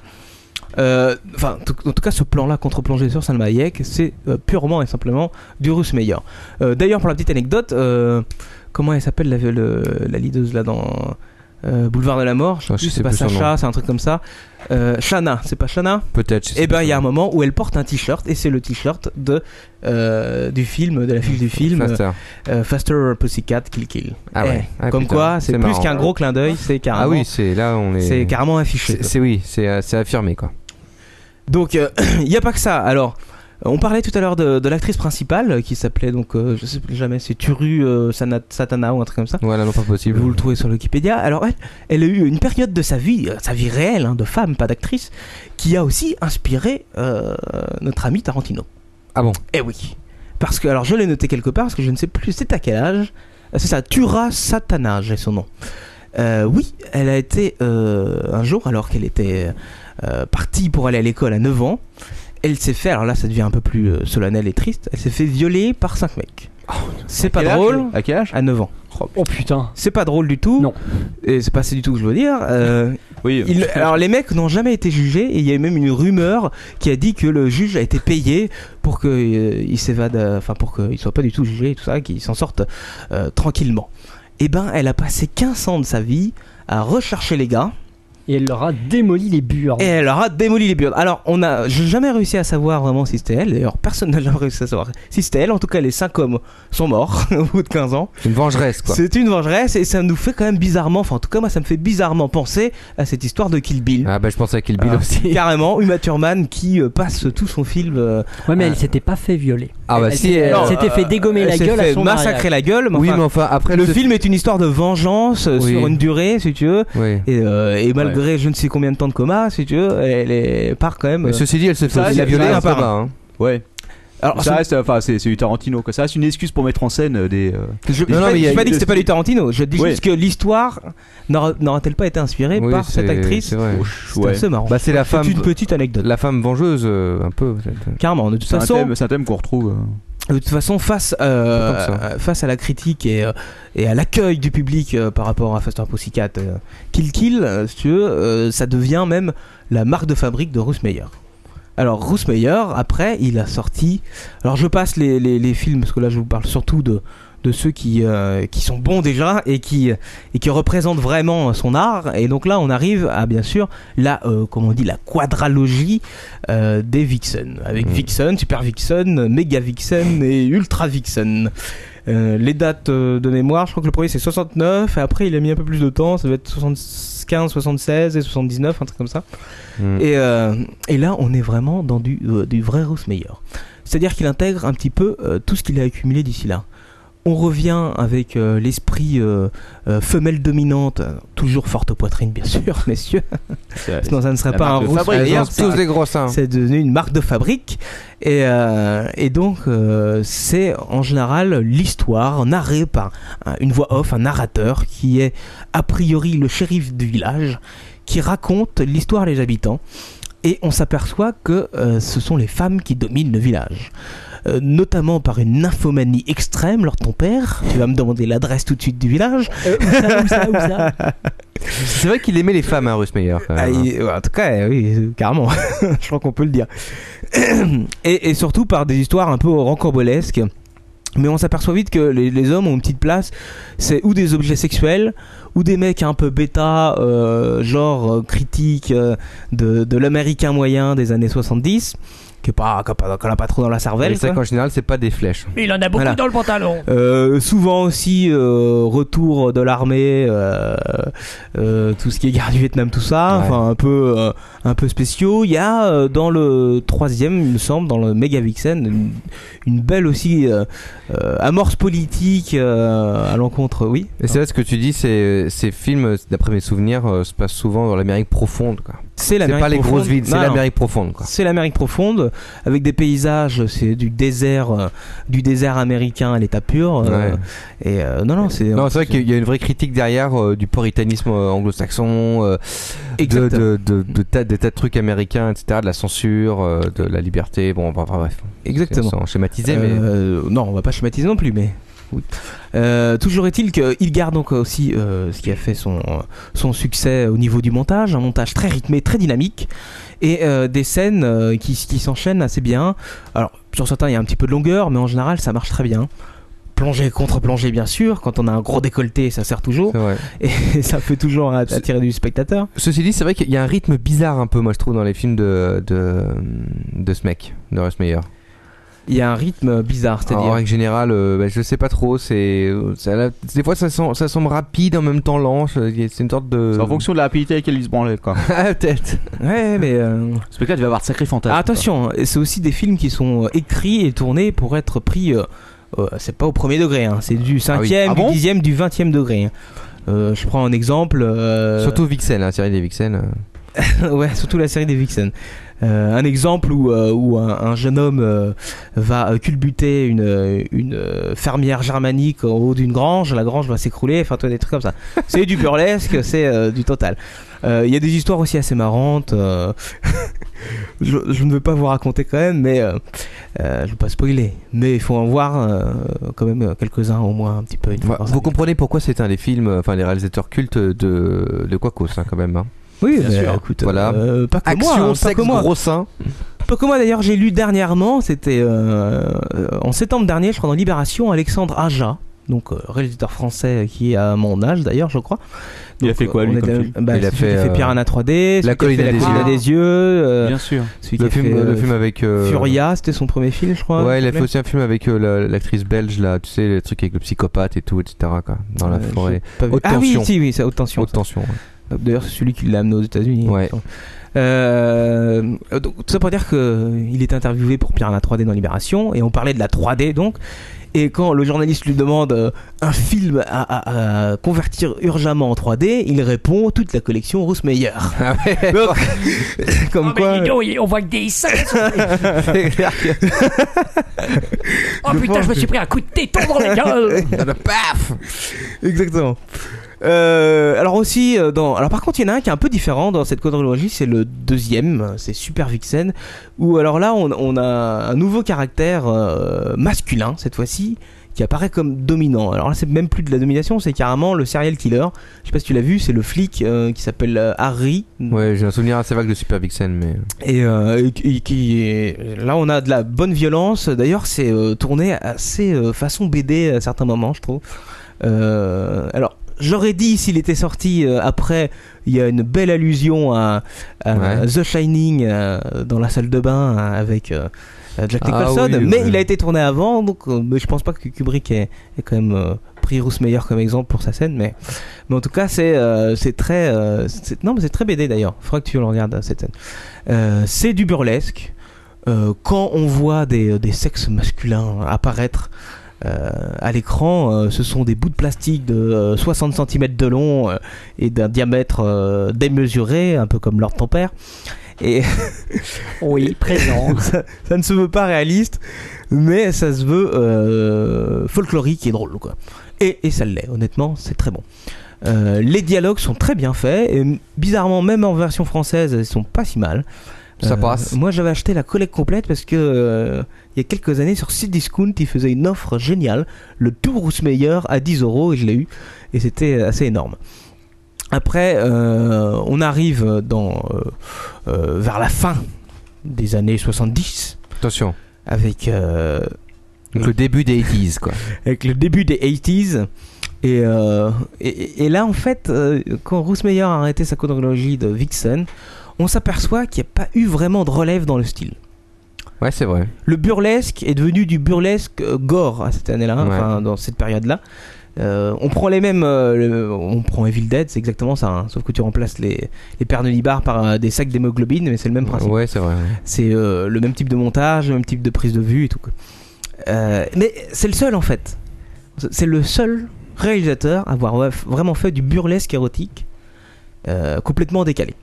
[SPEAKER 8] Euh, Enfin, en tout- en tout cas, ce plan-là contre-plongé sur Salma Hayek, c'est euh, purement et simplement du russe meilleur. Euh, D'ailleurs, pour la petite anecdote, euh, comment elle s'appelle la, le- la leaduse là dans euh, Boulevard de la Mort Je sais
[SPEAKER 9] Ah,
[SPEAKER 8] plus,
[SPEAKER 9] je sais
[SPEAKER 8] c'est pas
[SPEAKER 9] plus son
[SPEAKER 8] Sacha,
[SPEAKER 9] nom.
[SPEAKER 8] c'est un truc comme ça. Euh, Shana, c'est pas Shana
[SPEAKER 9] Peut-être.
[SPEAKER 8] Et ben, il y a un moment où elle porte un t-shirt et c'est le t-shirt de euh, du film, de l'affiche du film,
[SPEAKER 9] Faster.
[SPEAKER 8] euh, Faster Pussycat Kill Kill.
[SPEAKER 9] Ah ouais.
[SPEAKER 8] Eh,
[SPEAKER 9] Ah,
[SPEAKER 8] comme
[SPEAKER 9] putain,
[SPEAKER 8] quoi, c'est
[SPEAKER 9] c'est
[SPEAKER 8] plus
[SPEAKER 9] marrant.
[SPEAKER 8] qu'un gros clin d'œil, c'est carrément.
[SPEAKER 9] Ah oui, c'est là, on est.
[SPEAKER 8] c'est carrément affiché,
[SPEAKER 9] C'est-
[SPEAKER 8] quoi.
[SPEAKER 9] C'est oui, c'est euh, c'est affirmé, quoi.
[SPEAKER 8] Donc, il n'y a pas que ça. Alors, on parlait tout à l'heure de, de l'actrice principale euh, qui s'appelait donc, euh, je sais plus jamais, c'est Turu euh, Sana- Satana ou un truc comme ça.
[SPEAKER 9] Voilà, non, pas possible.
[SPEAKER 8] Vous le trouvez sur Wikipédia. Alors, elle, elle a eu une période de sa vie, euh, sa vie réelle, hein, de femme, pas d'actrice, qui a aussi inspiré euh, notre ami Tarantino.
[SPEAKER 9] Ah bon
[SPEAKER 8] Eh oui. Parce que, alors, je l'ai noté quelque part, parce que je ne sais plus, c'est à quel âge Ah, C'est ça, Tura Satana, j'ai son nom. Euh, oui, elle a été euh, un jour, alors qu'elle était euh, partie pour aller à l'école à 9 ans, elle s'est fait, alors là ça devient un peu plus euh, solennel et triste, elle s'est fait violer par 5 mecs. c'est pas
[SPEAKER 6] quel âge,
[SPEAKER 8] drôle.
[SPEAKER 6] Oh, À quel âge
[SPEAKER 8] Hein À 9 ans.
[SPEAKER 7] Oh putain.
[SPEAKER 8] C'est pas drôle du tout.
[SPEAKER 7] Non.
[SPEAKER 8] Et c'est pas c'est du tout que je veux dire. euh, il- alors les mecs n'ont jamais été jugés et il y a eu même une rumeur qui a dit que le juge a été payé pour qu'il s'évade, euh, enfin pour qu'il soit pas du tout jugé et tout ça, qu'il s'en sorte euh, tranquillement. Eh ben, elle a passé 15 ans de sa vie à rechercher les gars.
[SPEAKER 7] Et elle leur a démoli les burnes.
[SPEAKER 8] Et elle leur a démoli les burnes. Alors, on a, j'ai jamais réussi à savoir vraiment si c'était elle. D'ailleurs, personne n'a jamais réussi à savoir si c'était elle. En tout cas, les cinq hommes sont morts au bout de 15 ans.
[SPEAKER 9] Une vengeresse, quoi.
[SPEAKER 8] C'est une vengeresse et ça nous fait quand même bizarrement, enfin en tout cas moi ça me fait bizarrement penser à cette histoire de Kill Bill.
[SPEAKER 9] Ah bah je pensais à Kill Bill aussi.
[SPEAKER 8] Carrément, Uma Thurman qui euh, passe tout son film. euh,
[SPEAKER 7] ouais mais elle s'était pas fait violer.
[SPEAKER 9] Ah bah
[SPEAKER 8] Elle
[SPEAKER 9] si,
[SPEAKER 8] s'est-
[SPEAKER 9] elle-
[SPEAKER 8] non,
[SPEAKER 7] s'était fait dégommer la
[SPEAKER 8] elle s'est
[SPEAKER 7] gueule à
[SPEAKER 8] fait
[SPEAKER 7] son mariage.
[SPEAKER 8] massacrer la gueule.
[SPEAKER 9] Oui, mais enfin, après
[SPEAKER 8] le
[SPEAKER 9] ce-
[SPEAKER 8] film est une histoire de vengeance euh,
[SPEAKER 9] Oui.
[SPEAKER 8] sur une durée, si tu veux. Et, euh, et malgré je ne sais combien de temps de coma, si tu veux, elle est- part quand même. euh,
[SPEAKER 9] Mais ceci dit, elle se fait
[SPEAKER 8] Ça,
[SPEAKER 9] aussi
[SPEAKER 8] c'est-
[SPEAKER 9] violer
[SPEAKER 8] ça,
[SPEAKER 9] un hein.
[SPEAKER 8] par
[SPEAKER 9] par
[SPEAKER 8] un.
[SPEAKER 9] un.
[SPEAKER 6] Ouais.
[SPEAKER 8] Alors,
[SPEAKER 6] ça
[SPEAKER 8] c'est-
[SPEAKER 6] reste, enfin, c'est c'est du Tarantino. Quoi. Ça reste une excuse pour mettre en scène euh, des. euh,
[SPEAKER 8] Je
[SPEAKER 6] des-
[SPEAKER 8] n'ai pas,
[SPEAKER 6] des-
[SPEAKER 8] j'ai pas dit que
[SPEAKER 6] des-
[SPEAKER 8] c'était pas du Tarantino, je dis
[SPEAKER 6] Oui.
[SPEAKER 8] juste que l'histoire n'aura- n'aura-t-elle pas été inspirée
[SPEAKER 9] Oui,
[SPEAKER 8] par cette
[SPEAKER 9] c'est-
[SPEAKER 8] actrice
[SPEAKER 9] c'est vrai.
[SPEAKER 8] C'est assez marrant.
[SPEAKER 9] Bah, c'est la femme.
[SPEAKER 8] une petite anecdote.
[SPEAKER 9] La femme vengeuse, euh, un peu. peut-être.
[SPEAKER 8] Carrément, de toute
[SPEAKER 6] C'est un
[SPEAKER 8] façon.
[SPEAKER 6] thème- c'est un thème qu'on retrouve. euh.
[SPEAKER 8] De toute façon, face, euh,
[SPEAKER 6] Pas tant que
[SPEAKER 8] euh, face à la critique et, euh, et à l'accueil du public euh, par rapport à Faster Pussycat, euh, Kill Kill, euh, si tu veux, euh, ça devient même la marque de fabrique de Russ Meyer. Alors, Russ Meyer, après, il a sorti. Alors, je passe les, les- les films, parce que là, je vous parle surtout de, de ceux qui, euh, qui sont bons déjà et qui, et qui représentent vraiment son art. Et donc là, on arrive à, bien sûr, la, euh, comment on dit, la quadralogie euh, des Vixen. Avec Vixen, Super Vixen, Mega Vixen et Ultra Vixen. Euh, les dates euh, de mémoire, je crois que le premier c'est 69, et après il a mis un peu plus de temps, ça doit être 75, 76 et 79, un truc comme ça.
[SPEAKER 9] Mm.
[SPEAKER 8] Et, euh, et là, on est vraiment dans du, euh, du vrai Russ Meyer. C'est-à-dire qu'il intègre un petit peu euh, tout ce qu'il a accumulé d'ici là. On revient avec euh, l'esprit euh, euh, femelle dominante, euh, toujours forte poitrine bien sûr, messieurs. Sinon ça ne serait
[SPEAKER 9] la
[SPEAKER 8] pas un
[SPEAKER 9] marque de
[SPEAKER 8] Russ
[SPEAKER 9] fabrique. hein.
[SPEAKER 8] Meyer.
[SPEAKER 9] Elles ont tous
[SPEAKER 8] c'est-
[SPEAKER 9] les gros seins.
[SPEAKER 8] C'est devenu une marque de fabrique. Et, euh, et donc euh, c'est en général l'histoire narrée par un- une voix off, un narrateur qui est a priori le shérif du village, qui raconte l'histoire des habitants et on s'aperçoit que euh, ce sont les femmes qui dominent le village. Euh, notamment par une nymphomanie extrême, leur ton père. Tu vas me demander l'adresse tout de suite du village.
[SPEAKER 9] C'est vrai qu'il aimait les femmes, hein, Russ Meyer. quand même,
[SPEAKER 8] Ah,
[SPEAKER 9] hein.
[SPEAKER 8] il- ouais, en tout cas, euh, oui, euh, carrément. Je crois qu'on peut le dire. et, et surtout par des histoires un peu rancambolesques. Mais on s'aperçoit vite que les, les hommes ont une petite place. C'est ou des objets sexuels, ou des mecs un peu bêta, euh, genre euh, critique euh, de, de l'américain moyen des années 70, qui est pas- qu'on n'a pas trop dans la cervelle.
[SPEAKER 9] Et c'est vrai
[SPEAKER 8] quoi.
[SPEAKER 9] qu'en général, c'est pas des flèches.
[SPEAKER 12] Il en a beaucoup
[SPEAKER 8] Voilà.
[SPEAKER 12] dans le pantalon.
[SPEAKER 8] Euh, souvent aussi euh, retour de l'armée, euh, euh, tout ce qui est guerre du Vietnam, tout ça, enfin un peu euh, un peu spéciaux. Il y a euh, dans le troisième, il me semble, dans le Mega Vixen, une, une belle aussi euh, euh, amorce politique euh, à l'encontre, oui.
[SPEAKER 9] Et c'est vrai ce que tu dis, c'est euh, ces films, d'après mes souvenirs, euh, se passent souvent dans l'Amérique profonde. quoi.
[SPEAKER 8] C'est l'Amérique
[SPEAKER 9] pas les
[SPEAKER 8] profonde.
[SPEAKER 9] grosses villes, c'est
[SPEAKER 8] Non, non.
[SPEAKER 9] l'Amérique profonde. Quoi.
[SPEAKER 8] C'est l'Amérique profonde avec des paysages, c'est du désert, euh, du désert américain à l'état pur. euh,
[SPEAKER 9] Ouais.
[SPEAKER 8] Et euh, non, non, c'est
[SPEAKER 9] Non, c'est vrai qu'il y a une vraie critique derrière euh, du puritanisme euh, anglo-saxon, euh, de, de, de- de tas, des tas de trucs américains, etc., de la censure, euh, de la liberté. Bon, enfin, bref.
[SPEAKER 8] Exactement.
[SPEAKER 9] Sans schématiser, mais.
[SPEAKER 8] Euh, non, on va pas schématiser non plus, mais. oui. Euh, toujours est-il qu'il garde donc aussi euh, ce qui a fait son, son succès au niveau du montage, un montage très rythmé, très dynamique, et euh, des scènes euh, qui, qui s'enchaînent assez bien. Alors, sur certains, il y a un petit peu de longueur, mais en général, ça marche très bien. Plongée contre plongée, bien sûr, quand on a un gros décolleté, ça sert toujours, et ça peut toujours attirer du spectateur.
[SPEAKER 9] Ceci dit, c'est vrai qu'il y a un rythme bizarre un peu, moi je trouve, dans les films de, de, de ce mec, de Russ Meyer.
[SPEAKER 8] il y a un rythme bizarre.
[SPEAKER 9] En
[SPEAKER 8] C'est-à-dire,
[SPEAKER 9] règle générale, euh, bah, je sais pas trop. C'est ça- des fois ça semble, ça semble rapide en même temps lent. je- C'est une sorte de.
[SPEAKER 6] C'est en fonction de la rapidité avec laquelle ils se branlent, quoi.
[SPEAKER 9] ah peut-être.
[SPEAKER 8] Ouais, mais. euh,
[SPEAKER 6] Ce mec-là, il va avoir de sacrés fantasmes.
[SPEAKER 8] Ah, attention, c'est aussi des films qui sont euh, écrits et tournés pour être pris. euh, euh, c'est pas au premier degré, hein, c'est du 5 e
[SPEAKER 9] oui. Ah
[SPEAKER 8] du
[SPEAKER 9] bon
[SPEAKER 8] 10 e du 20 e degré. hein. Euh, je prends un exemple. euh,
[SPEAKER 9] Surtout Vixen, la série des Vixen. euh.
[SPEAKER 8] ouais, surtout la série des Vixen. Euh, un exemple où, euh, où un, un jeune homme euh, va euh, culbuter une, euh, une euh, fermière germanique en haut d'une grange, la grange va s'écrouler, enfin toi, des trucs comme ça. C'est du burlesque, c'est euh, du total. Euh, Il y a des histoires aussi assez marrantes. euh, je, je ne veux pas vous raconter quand même, mais euh, euh, je ne veux pas spoiler. Mais il faut en voir euh, quand même euh, quelques-uns au moins un petit peu. Une fois
[SPEAKER 9] Bah,
[SPEAKER 8] par
[SPEAKER 9] vous comprenez pourquoi c'est un des films, euh, enfin les réalisateurs cultes de de Quacos hein, quand même. hein.
[SPEAKER 8] Oui,
[SPEAKER 9] Bien
[SPEAKER 8] mais,
[SPEAKER 9] sûr.
[SPEAKER 8] écoute,
[SPEAKER 9] Voilà.
[SPEAKER 8] euh, pas que
[SPEAKER 9] Action,
[SPEAKER 8] moi, hein,
[SPEAKER 9] sexe,
[SPEAKER 8] pas que moi.
[SPEAKER 9] gros seins.
[SPEAKER 8] Pas que moi d'ailleurs, j'ai lu dernièrement, c'était euh, euh, en septembre dernier, je crois dans Libération, Alexandre Aja, donc euh, réalisateur français qui est à mon âge d'ailleurs, je crois.
[SPEAKER 6] Il a
[SPEAKER 8] Donc,
[SPEAKER 6] fait quoi,
[SPEAKER 8] euh,
[SPEAKER 6] lui,
[SPEAKER 8] on est
[SPEAKER 6] comme
[SPEAKER 8] dans-
[SPEAKER 6] film
[SPEAKER 8] bah,
[SPEAKER 9] Il a
[SPEAKER 8] celui qui
[SPEAKER 9] fait,
[SPEAKER 8] a fait
[SPEAKER 9] euh,
[SPEAKER 8] Piranha 3D,
[SPEAKER 9] La
[SPEAKER 8] celui qui a
[SPEAKER 9] colline
[SPEAKER 8] fait
[SPEAKER 9] à des
[SPEAKER 8] La
[SPEAKER 9] yeux.
[SPEAKER 8] colline à des yeux. euh,
[SPEAKER 6] Bien sûr.
[SPEAKER 8] Celui qui
[SPEAKER 9] Le
[SPEAKER 8] a fait,
[SPEAKER 9] film,
[SPEAKER 8] euh,
[SPEAKER 9] le film avec. euh,
[SPEAKER 8] Furia, c'était son premier film, je crois.
[SPEAKER 9] Ouais, il a fait aussi un film avec euh, la- l'actrice belge là, tu sais, le truc avec le psychopathe et tout, etc. Quoi, dans la
[SPEAKER 8] Euh, j'ai
[SPEAKER 9] forêt.
[SPEAKER 8] pas vu.
[SPEAKER 9] Haute
[SPEAKER 8] ah oui,
[SPEAKER 9] tension.
[SPEAKER 8] si, oui, c'est haute tension. Euh,
[SPEAKER 9] Haute tension. ouais.
[SPEAKER 8] D'ailleurs, c'est celui qui l'a amené aux États-Unis. hein,
[SPEAKER 9] Ouais.
[SPEAKER 8] Euh, donc, tout ça pour dire qu'il est interviewé pour Piranha 3D dans Libération, et on parlait de la 3D donc. Et quand le journaliste lui demande euh, un film à, à- à convertir urgemment en 3D, il répond toute la collection Rousmeyer.
[SPEAKER 9] Ah
[SPEAKER 8] Donc, comme
[SPEAKER 12] Oh,
[SPEAKER 8] quoi. euh,
[SPEAKER 12] on voit que des
[SPEAKER 8] C'est clair que-
[SPEAKER 12] Oh putain, je me suis pris un coup de téton dans la gueule
[SPEAKER 9] Paf
[SPEAKER 8] Exactement. Euh, alors aussi euh, dans alors par contre il y en a un qui est un peu différent dans cette quadrilogie c'est le deuxième c'est Super Vixen où alors là on, on a un nouveau caractère euh, masculin cette fois-ci qui apparaît comme dominant alors là c'est même plus de la domination c'est carrément le serial killer je sais pas si tu l'as vu c'est le flic euh, qui s'appelle euh, Harry
[SPEAKER 9] Ouais, j'ai un souvenir assez vague de Super Vixen, mais.
[SPEAKER 8] et, euh, et qui- qui est- là on a de la bonne violence d'ailleurs c'est euh, tourné assez euh, façon BD à certains moments je trouve Euh, alors j'aurais dit s'il était sorti euh, après il y a une belle allusion à, à
[SPEAKER 9] Ouais.
[SPEAKER 8] The Shining euh, dans la salle de bain euh, avec euh, Jack
[SPEAKER 9] Ah
[SPEAKER 8] Nicholson
[SPEAKER 9] oui,
[SPEAKER 8] mais
[SPEAKER 9] oui.
[SPEAKER 8] il a été tourné avant donc euh, mais je pense pas que Kubrick ait, ait quand même euh, pris Rousmeyer comme exemple pour sa scène mais mais en tout cas, c'est euh, c'est très. euh, c'est- non, mais c'est très BD d'ailleurs. Faudra que tu le regardes euh, cette scène. Euh, c'est du burlesque. Euh, quand on voit des, des sexes masculins apparaître euh, à l'écran, euh, ce sont des bouts de plastique de euh, 60 cm de long euh, et d'un diamètre euh, démesuré, un peu comme Lord ton père. Et
[SPEAKER 7] Oui, présent.
[SPEAKER 8] ça, ça ne se veut pas réaliste, mais ça se veut euh, folklorique et drôle, quoi. Et, et ça l'est, honnêtement, c'est très bon. Euh, les dialogues sont très bien faits, et m- bizarrement, même en version française, ils sont pas si mal.
[SPEAKER 9] Ça passe.
[SPEAKER 8] Euh, Moi, j'avais acheté la collecte complète parce que euh, il y a quelques années sur Cdiscount, ils faisaient une offre géniale, le tout rousse meilleur à 10 euros, et je l'ai eu, et c'était euh, assez énorme. Après, euh, on arrive dans, euh, euh, vers la fin des années 70.
[SPEAKER 9] Attention.
[SPEAKER 8] Avec, euh,
[SPEAKER 9] Donc le début des 80s, quoi.
[SPEAKER 8] avec le début des 80s. Et, euh, et, et là, en fait, euh, quand Ruth Meyer a arrêté sa chronologie de Vixen, on s'aperçoit qu'il n'y a pas eu vraiment de relève dans le style.
[SPEAKER 9] Ouais, c'est vrai.
[SPEAKER 8] Le burlesque est devenu du burlesque euh, gore à cette année-là, hein,
[SPEAKER 9] Ouais.
[SPEAKER 8] enfin, dans cette période-là. Euh, on prend les mêmes, euh, le- on prend Evil Dead, c'est exactement ça, hein, sauf que tu remplaces les, les pernolibars par euh, des sacs d'hémoglobine, mais c'est le même principe.
[SPEAKER 9] Ouais, c'est vrai. ouais.
[SPEAKER 8] C'est euh, le même type de montage, le même type de prise de vue et tout. quoi. Euh, mais c'est le seul en fait. C'est le seul réalisateur à avoir ouais, vraiment fait du burlesque érotique euh, complètement décalé.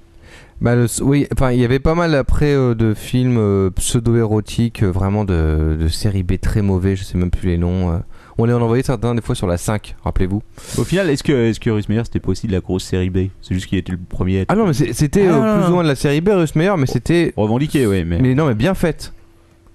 [SPEAKER 9] Bah, le- oui, enfin, il y avait pas mal après euh, de films euh, pseudo-érotiques, euh, vraiment de, de série B très mauvais, je sais même plus les noms. euh. On les en envoyait certains des fois sur la 5, rappelez-vous.
[SPEAKER 6] Au final, est-ce que, est-ce que Russ Meyer, c'était pas aussi de la grosse série B C'est juste qu'il était le premier à être
[SPEAKER 9] Ah non, mais c'est- c'était
[SPEAKER 8] Ah,
[SPEAKER 9] euh,
[SPEAKER 8] non, non,
[SPEAKER 9] plus
[SPEAKER 8] non.
[SPEAKER 9] ou moins de la série B, Russ Meyer, mais c'était.
[SPEAKER 6] revendiqué, ouais, mais.
[SPEAKER 9] Mais non, mais bien faite.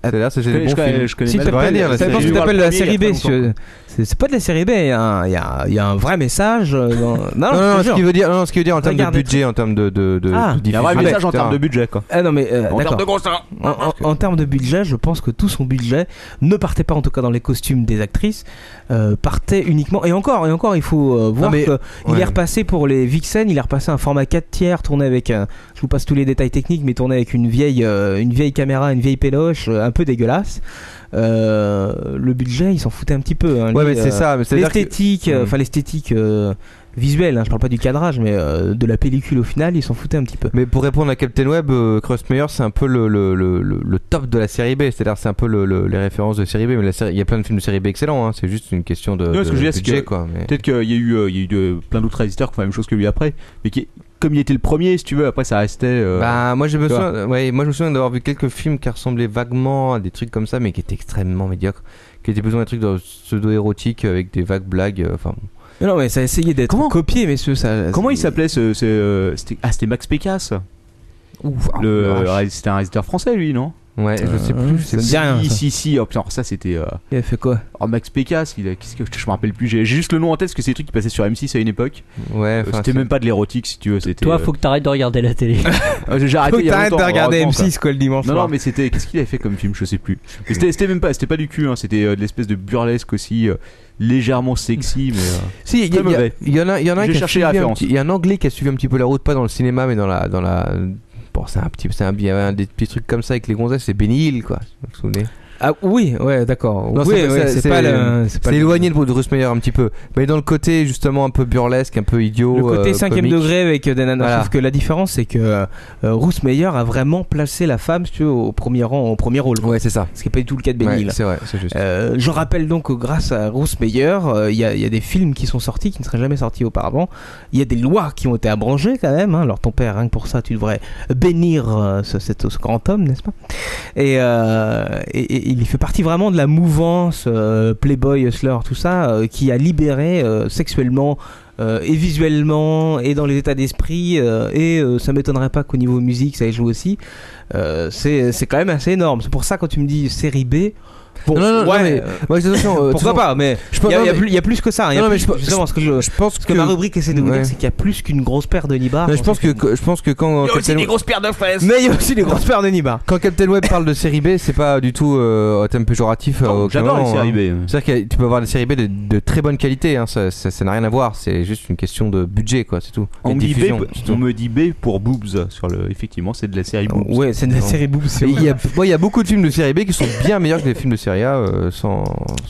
[SPEAKER 9] C'est-à-dire, c'était des
[SPEAKER 6] connais-
[SPEAKER 9] bons
[SPEAKER 6] Ah, je connais-
[SPEAKER 9] films.
[SPEAKER 6] je connais
[SPEAKER 9] Si,
[SPEAKER 6] pas
[SPEAKER 9] t'as
[SPEAKER 6] le-
[SPEAKER 9] pas à dire, la
[SPEAKER 8] Ça dépend
[SPEAKER 9] série
[SPEAKER 8] ce que
[SPEAKER 9] B.
[SPEAKER 8] t'appelles
[SPEAKER 6] le
[SPEAKER 8] la
[SPEAKER 6] premier, il y
[SPEAKER 8] série
[SPEAKER 6] a
[SPEAKER 8] B.
[SPEAKER 6] très
[SPEAKER 8] monsieur. C'est c'est pas de la série B, il y, a un- il y a- il y a un vrai message. euh, dans- Non,
[SPEAKER 9] Non, non,
[SPEAKER 8] je te
[SPEAKER 9] ce
[SPEAKER 8] jure.
[SPEAKER 9] qu'il veut dire, non, ce qu'il veut dire en termes de
[SPEAKER 8] Regarde les
[SPEAKER 9] budget, en termes de, de, de,
[SPEAKER 8] Ah.
[SPEAKER 9] de
[SPEAKER 6] Il y a un vrai
[SPEAKER 9] diffusion,
[SPEAKER 6] message en
[SPEAKER 9] etc.
[SPEAKER 6] termes de budget, quoi.
[SPEAKER 8] Ah non, mais euh,
[SPEAKER 6] En termes
[SPEAKER 8] d'accord.
[SPEAKER 6] de gros seins.
[SPEAKER 8] En, en- en termes de budget, je pense que tout son budget ne partait pas, en tout cas dans les costumes des actrices, euh, partait uniquement. Et encore, et encore, il faut euh, voir
[SPEAKER 9] mais-
[SPEAKER 8] que il
[SPEAKER 9] ouais.
[SPEAKER 8] est repassé pour les Vixen, il est repassé un format 4 tiers tourné avec un. Je vous passe tous les détails techniques, mais tourné avec une vieille, euh, une vieille caméra, une vieille péloche, euh, un un peu dégueulasse. Euh, le budget, ils s'en foutaient un petit peu. hein.
[SPEAKER 4] Ouais,
[SPEAKER 8] Lui,
[SPEAKER 4] mais c'est ça, mais c'est-à-dire que- Hmm.
[SPEAKER 8] L'esthétique, euh, enfin l'esthétique euh, visuelle, hein, je parle pas du cadrage, mais euh, de la pellicule au final, ils s'en foutaient un petit peu.
[SPEAKER 4] Mais pour répondre à Captain Web, euh, Meyer c'est un peu le, le- le- le- le top de la série B. C'est-à-dire, c'est un peu le- le- les références de série B. Mais la série- il y a plein de films de série B excellents. hein. C'est juste une question de,
[SPEAKER 6] Non,
[SPEAKER 4] de
[SPEAKER 6] ce que je veux dire, c'est
[SPEAKER 4] budget,
[SPEAKER 6] que
[SPEAKER 4] quoi. mais-
[SPEAKER 6] peut-être qu'il y a eu, euh, il y a eu de- plein d'autres réalisateurs qui font la même chose que lui après, mais qui, comme il était le premier, si tu veux, après ça restait. euh,
[SPEAKER 4] Bah, moi, j'ai
[SPEAKER 6] tu vois.
[SPEAKER 4] besoin, euh, ouais, moi, je me souviens d'avoir vu quelques films qui ressemblaient vaguement à des trucs comme ça, mais qui étaient extrêmement médiocres. Qui étaient plus ou moins des trucs de pseudo-érotique avec des vagues blagues. euh, Enfin,
[SPEAKER 8] Mais Non, mais ça a essayé d'être copié, messieurs. Ça,
[SPEAKER 6] Comment il s'appelait ce, ce, euh, c'était- Ah, c'était Max Pécasse. Le-
[SPEAKER 8] ah, la vache.
[SPEAKER 6] ré- c'était un réalisateur français, lui, non
[SPEAKER 4] Ouais,
[SPEAKER 8] je sais plus, je sais plus.
[SPEAKER 6] si,
[SPEAKER 8] Ça me dit rien, ça.
[SPEAKER 6] Si, si, oh, putain, alors ça c'était. euh,
[SPEAKER 8] Il a fait quoi
[SPEAKER 6] oh, Max Pécasse, il a- qu'est-ce que je me rappelle plus. J'ai j'ai juste le nom en tête parce que c'est des trucs qui passaient sur M6 à une époque. Euh,
[SPEAKER 4] Ouais,
[SPEAKER 7] enfin,
[SPEAKER 6] c'était
[SPEAKER 7] c'est-
[SPEAKER 6] même pas de l'érotique si tu veux. C'était.
[SPEAKER 7] Toi,
[SPEAKER 6] euh,
[SPEAKER 7] faut que t'arrêtes de regarder la télé.
[SPEAKER 6] Ah, j'ai- J'ai arrêté.
[SPEAKER 8] Faut que
[SPEAKER 6] il y a
[SPEAKER 8] t'arrêtes de
[SPEAKER 6] longtemps,
[SPEAKER 8] regarder
[SPEAKER 6] heureusement,
[SPEAKER 8] M6, quoi, le dimanche
[SPEAKER 6] Non, non,
[SPEAKER 8] soir.
[SPEAKER 6] mais c'était. Qu'est-ce qu'il avait fait comme film Je sais plus. Mais C'était c'était même pas. C'était pas du cul. hein, C'était euh, de l'espèce de burlesque aussi, euh, légèrement sexy, mais. euh,
[SPEAKER 4] Si, il y,
[SPEAKER 6] très
[SPEAKER 4] a- il y a-
[SPEAKER 6] mauvais.
[SPEAKER 4] il y en a, il y en a un
[SPEAKER 6] J'ai
[SPEAKER 4] qui a
[SPEAKER 6] cherché
[SPEAKER 4] suivi
[SPEAKER 6] la
[SPEAKER 4] un
[SPEAKER 6] référence.
[SPEAKER 4] petit- Il y a un anglais qui a suivi un petit peu la route, pas dans le cinéma, mais dans la, dans la. Bon, c'est un petit, c'est un, il y avait un des petits trucs comme ça avec les gonzesses, c'est Benny Hill, quoi. Vous vous souvenez
[SPEAKER 8] Ah oui, ouais, d'accord.
[SPEAKER 4] Non,
[SPEAKER 8] oui,
[SPEAKER 4] c'est-
[SPEAKER 8] ouais,
[SPEAKER 4] c'est-
[SPEAKER 8] c'est
[SPEAKER 4] c'est-
[SPEAKER 8] pas le.
[SPEAKER 4] C'est
[SPEAKER 8] pas le-
[SPEAKER 4] éloigné de Bruce Meyer un petit peu, mais dans le côté justement un peu burlesque, un peu idiot.
[SPEAKER 8] Le côté
[SPEAKER 4] euh,
[SPEAKER 8] cinquième
[SPEAKER 4] comique.
[SPEAKER 8] degré avec euh, des nanas.
[SPEAKER 4] Voilà.
[SPEAKER 8] Sauf que la différence, c'est que euh, Ruth Meyer a vraiment placé la femme, si tu veux, au premier rang, au premier rôle.
[SPEAKER 4] Ouais, c'est ça.
[SPEAKER 8] Ce qui n'est pas du tout le cas de
[SPEAKER 4] Ouais,
[SPEAKER 8] Benny. Hill.
[SPEAKER 4] c'est vrai, c'est juste.
[SPEAKER 8] Euh, je rappelle donc que grâce à Ruth Meyer, euh, il y, a- il y a des films qui sont sortis qui ne seraient jamais sortis auparavant. Il y a des lois qui ont été abrangées quand même. hein. Alors ton père, rien que pour ça, tu devrais bénir euh, ce, cet- ce grand homme, n'est-ce pas et, euh, et- et il fait partie vraiment de la mouvance euh, Playboy, Hustler, tout ça, euh, qui a libéré euh, sexuellement. euh, et visuellement, et dans les états d'esprit, euh, et euh, ça m'étonnerait pas qu'au niveau musique ça y joue aussi. Euh, c'est c'est quand même assez énorme. C'est pour ça quand tu me dis série B, Bon,
[SPEAKER 4] Non, non, non,
[SPEAKER 8] ouais,
[SPEAKER 4] mais-
[SPEAKER 8] euh,
[SPEAKER 4] ouais, c'est attention, euh,
[SPEAKER 8] pourquoi
[SPEAKER 4] toujours-
[SPEAKER 8] pas Mais
[SPEAKER 4] Je
[SPEAKER 8] il
[SPEAKER 4] peux-
[SPEAKER 8] y, a-
[SPEAKER 4] non,
[SPEAKER 8] y a
[SPEAKER 4] mais-
[SPEAKER 8] plus- y a plus que ça. hein, y a
[SPEAKER 4] Non, mais
[SPEAKER 8] plus-
[SPEAKER 4] je pense-
[SPEAKER 8] justement, ce que je,
[SPEAKER 4] pense
[SPEAKER 8] ce que, ma rubrique essaie de vous
[SPEAKER 4] Ouais.
[SPEAKER 8] dire, c'est qu'il y a plus qu'une grosse paire de nibards.
[SPEAKER 4] Non, je pense que, que- je pense que quand. Captain-
[SPEAKER 12] paires de fesses.
[SPEAKER 8] Mais il y a aussi des grosses paires de nibards.
[SPEAKER 4] Quand Captain Web parle de série B, c'est pas du tout euh, un thème péjoratif. euh, aucun
[SPEAKER 6] j'adore les
[SPEAKER 4] moment,
[SPEAKER 6] séries
[SPEAKER 4] hein.
[SPEAKER 6] B, ouais.
[SPEAKER 4] C'est-à-dire que tu peux avoir des séries B de, de très bonne qualité, hein, ça ça- ça n'a rien à voir, c'est juste une question de budget, quoi, c'est tout.
[SPEAKER 6] On
[SPEAKER 4] Et
[SPEAKER 6] me, dit
[SPEAKER 4] diffusion,
[SPEAKER 6] B, bah,
[SPEAKER 4] c'est tout.
[SPEAKER 6] on me dit B pour boobs sur le. Effectivement, c'est de la série boobs.
[SPEAKER 8] Ouais, c'est de la
[SPEAKER 4] Non.
[SPEAKER 8] série boob. c'est
[SPEAKER 4] Mais
[SPEAKER 8] vrai.
[SPEAKER 4] Il y a, moi, il y a beaucoup de films de série B qui sont bien meilleurs que les films de série A, euh, sans,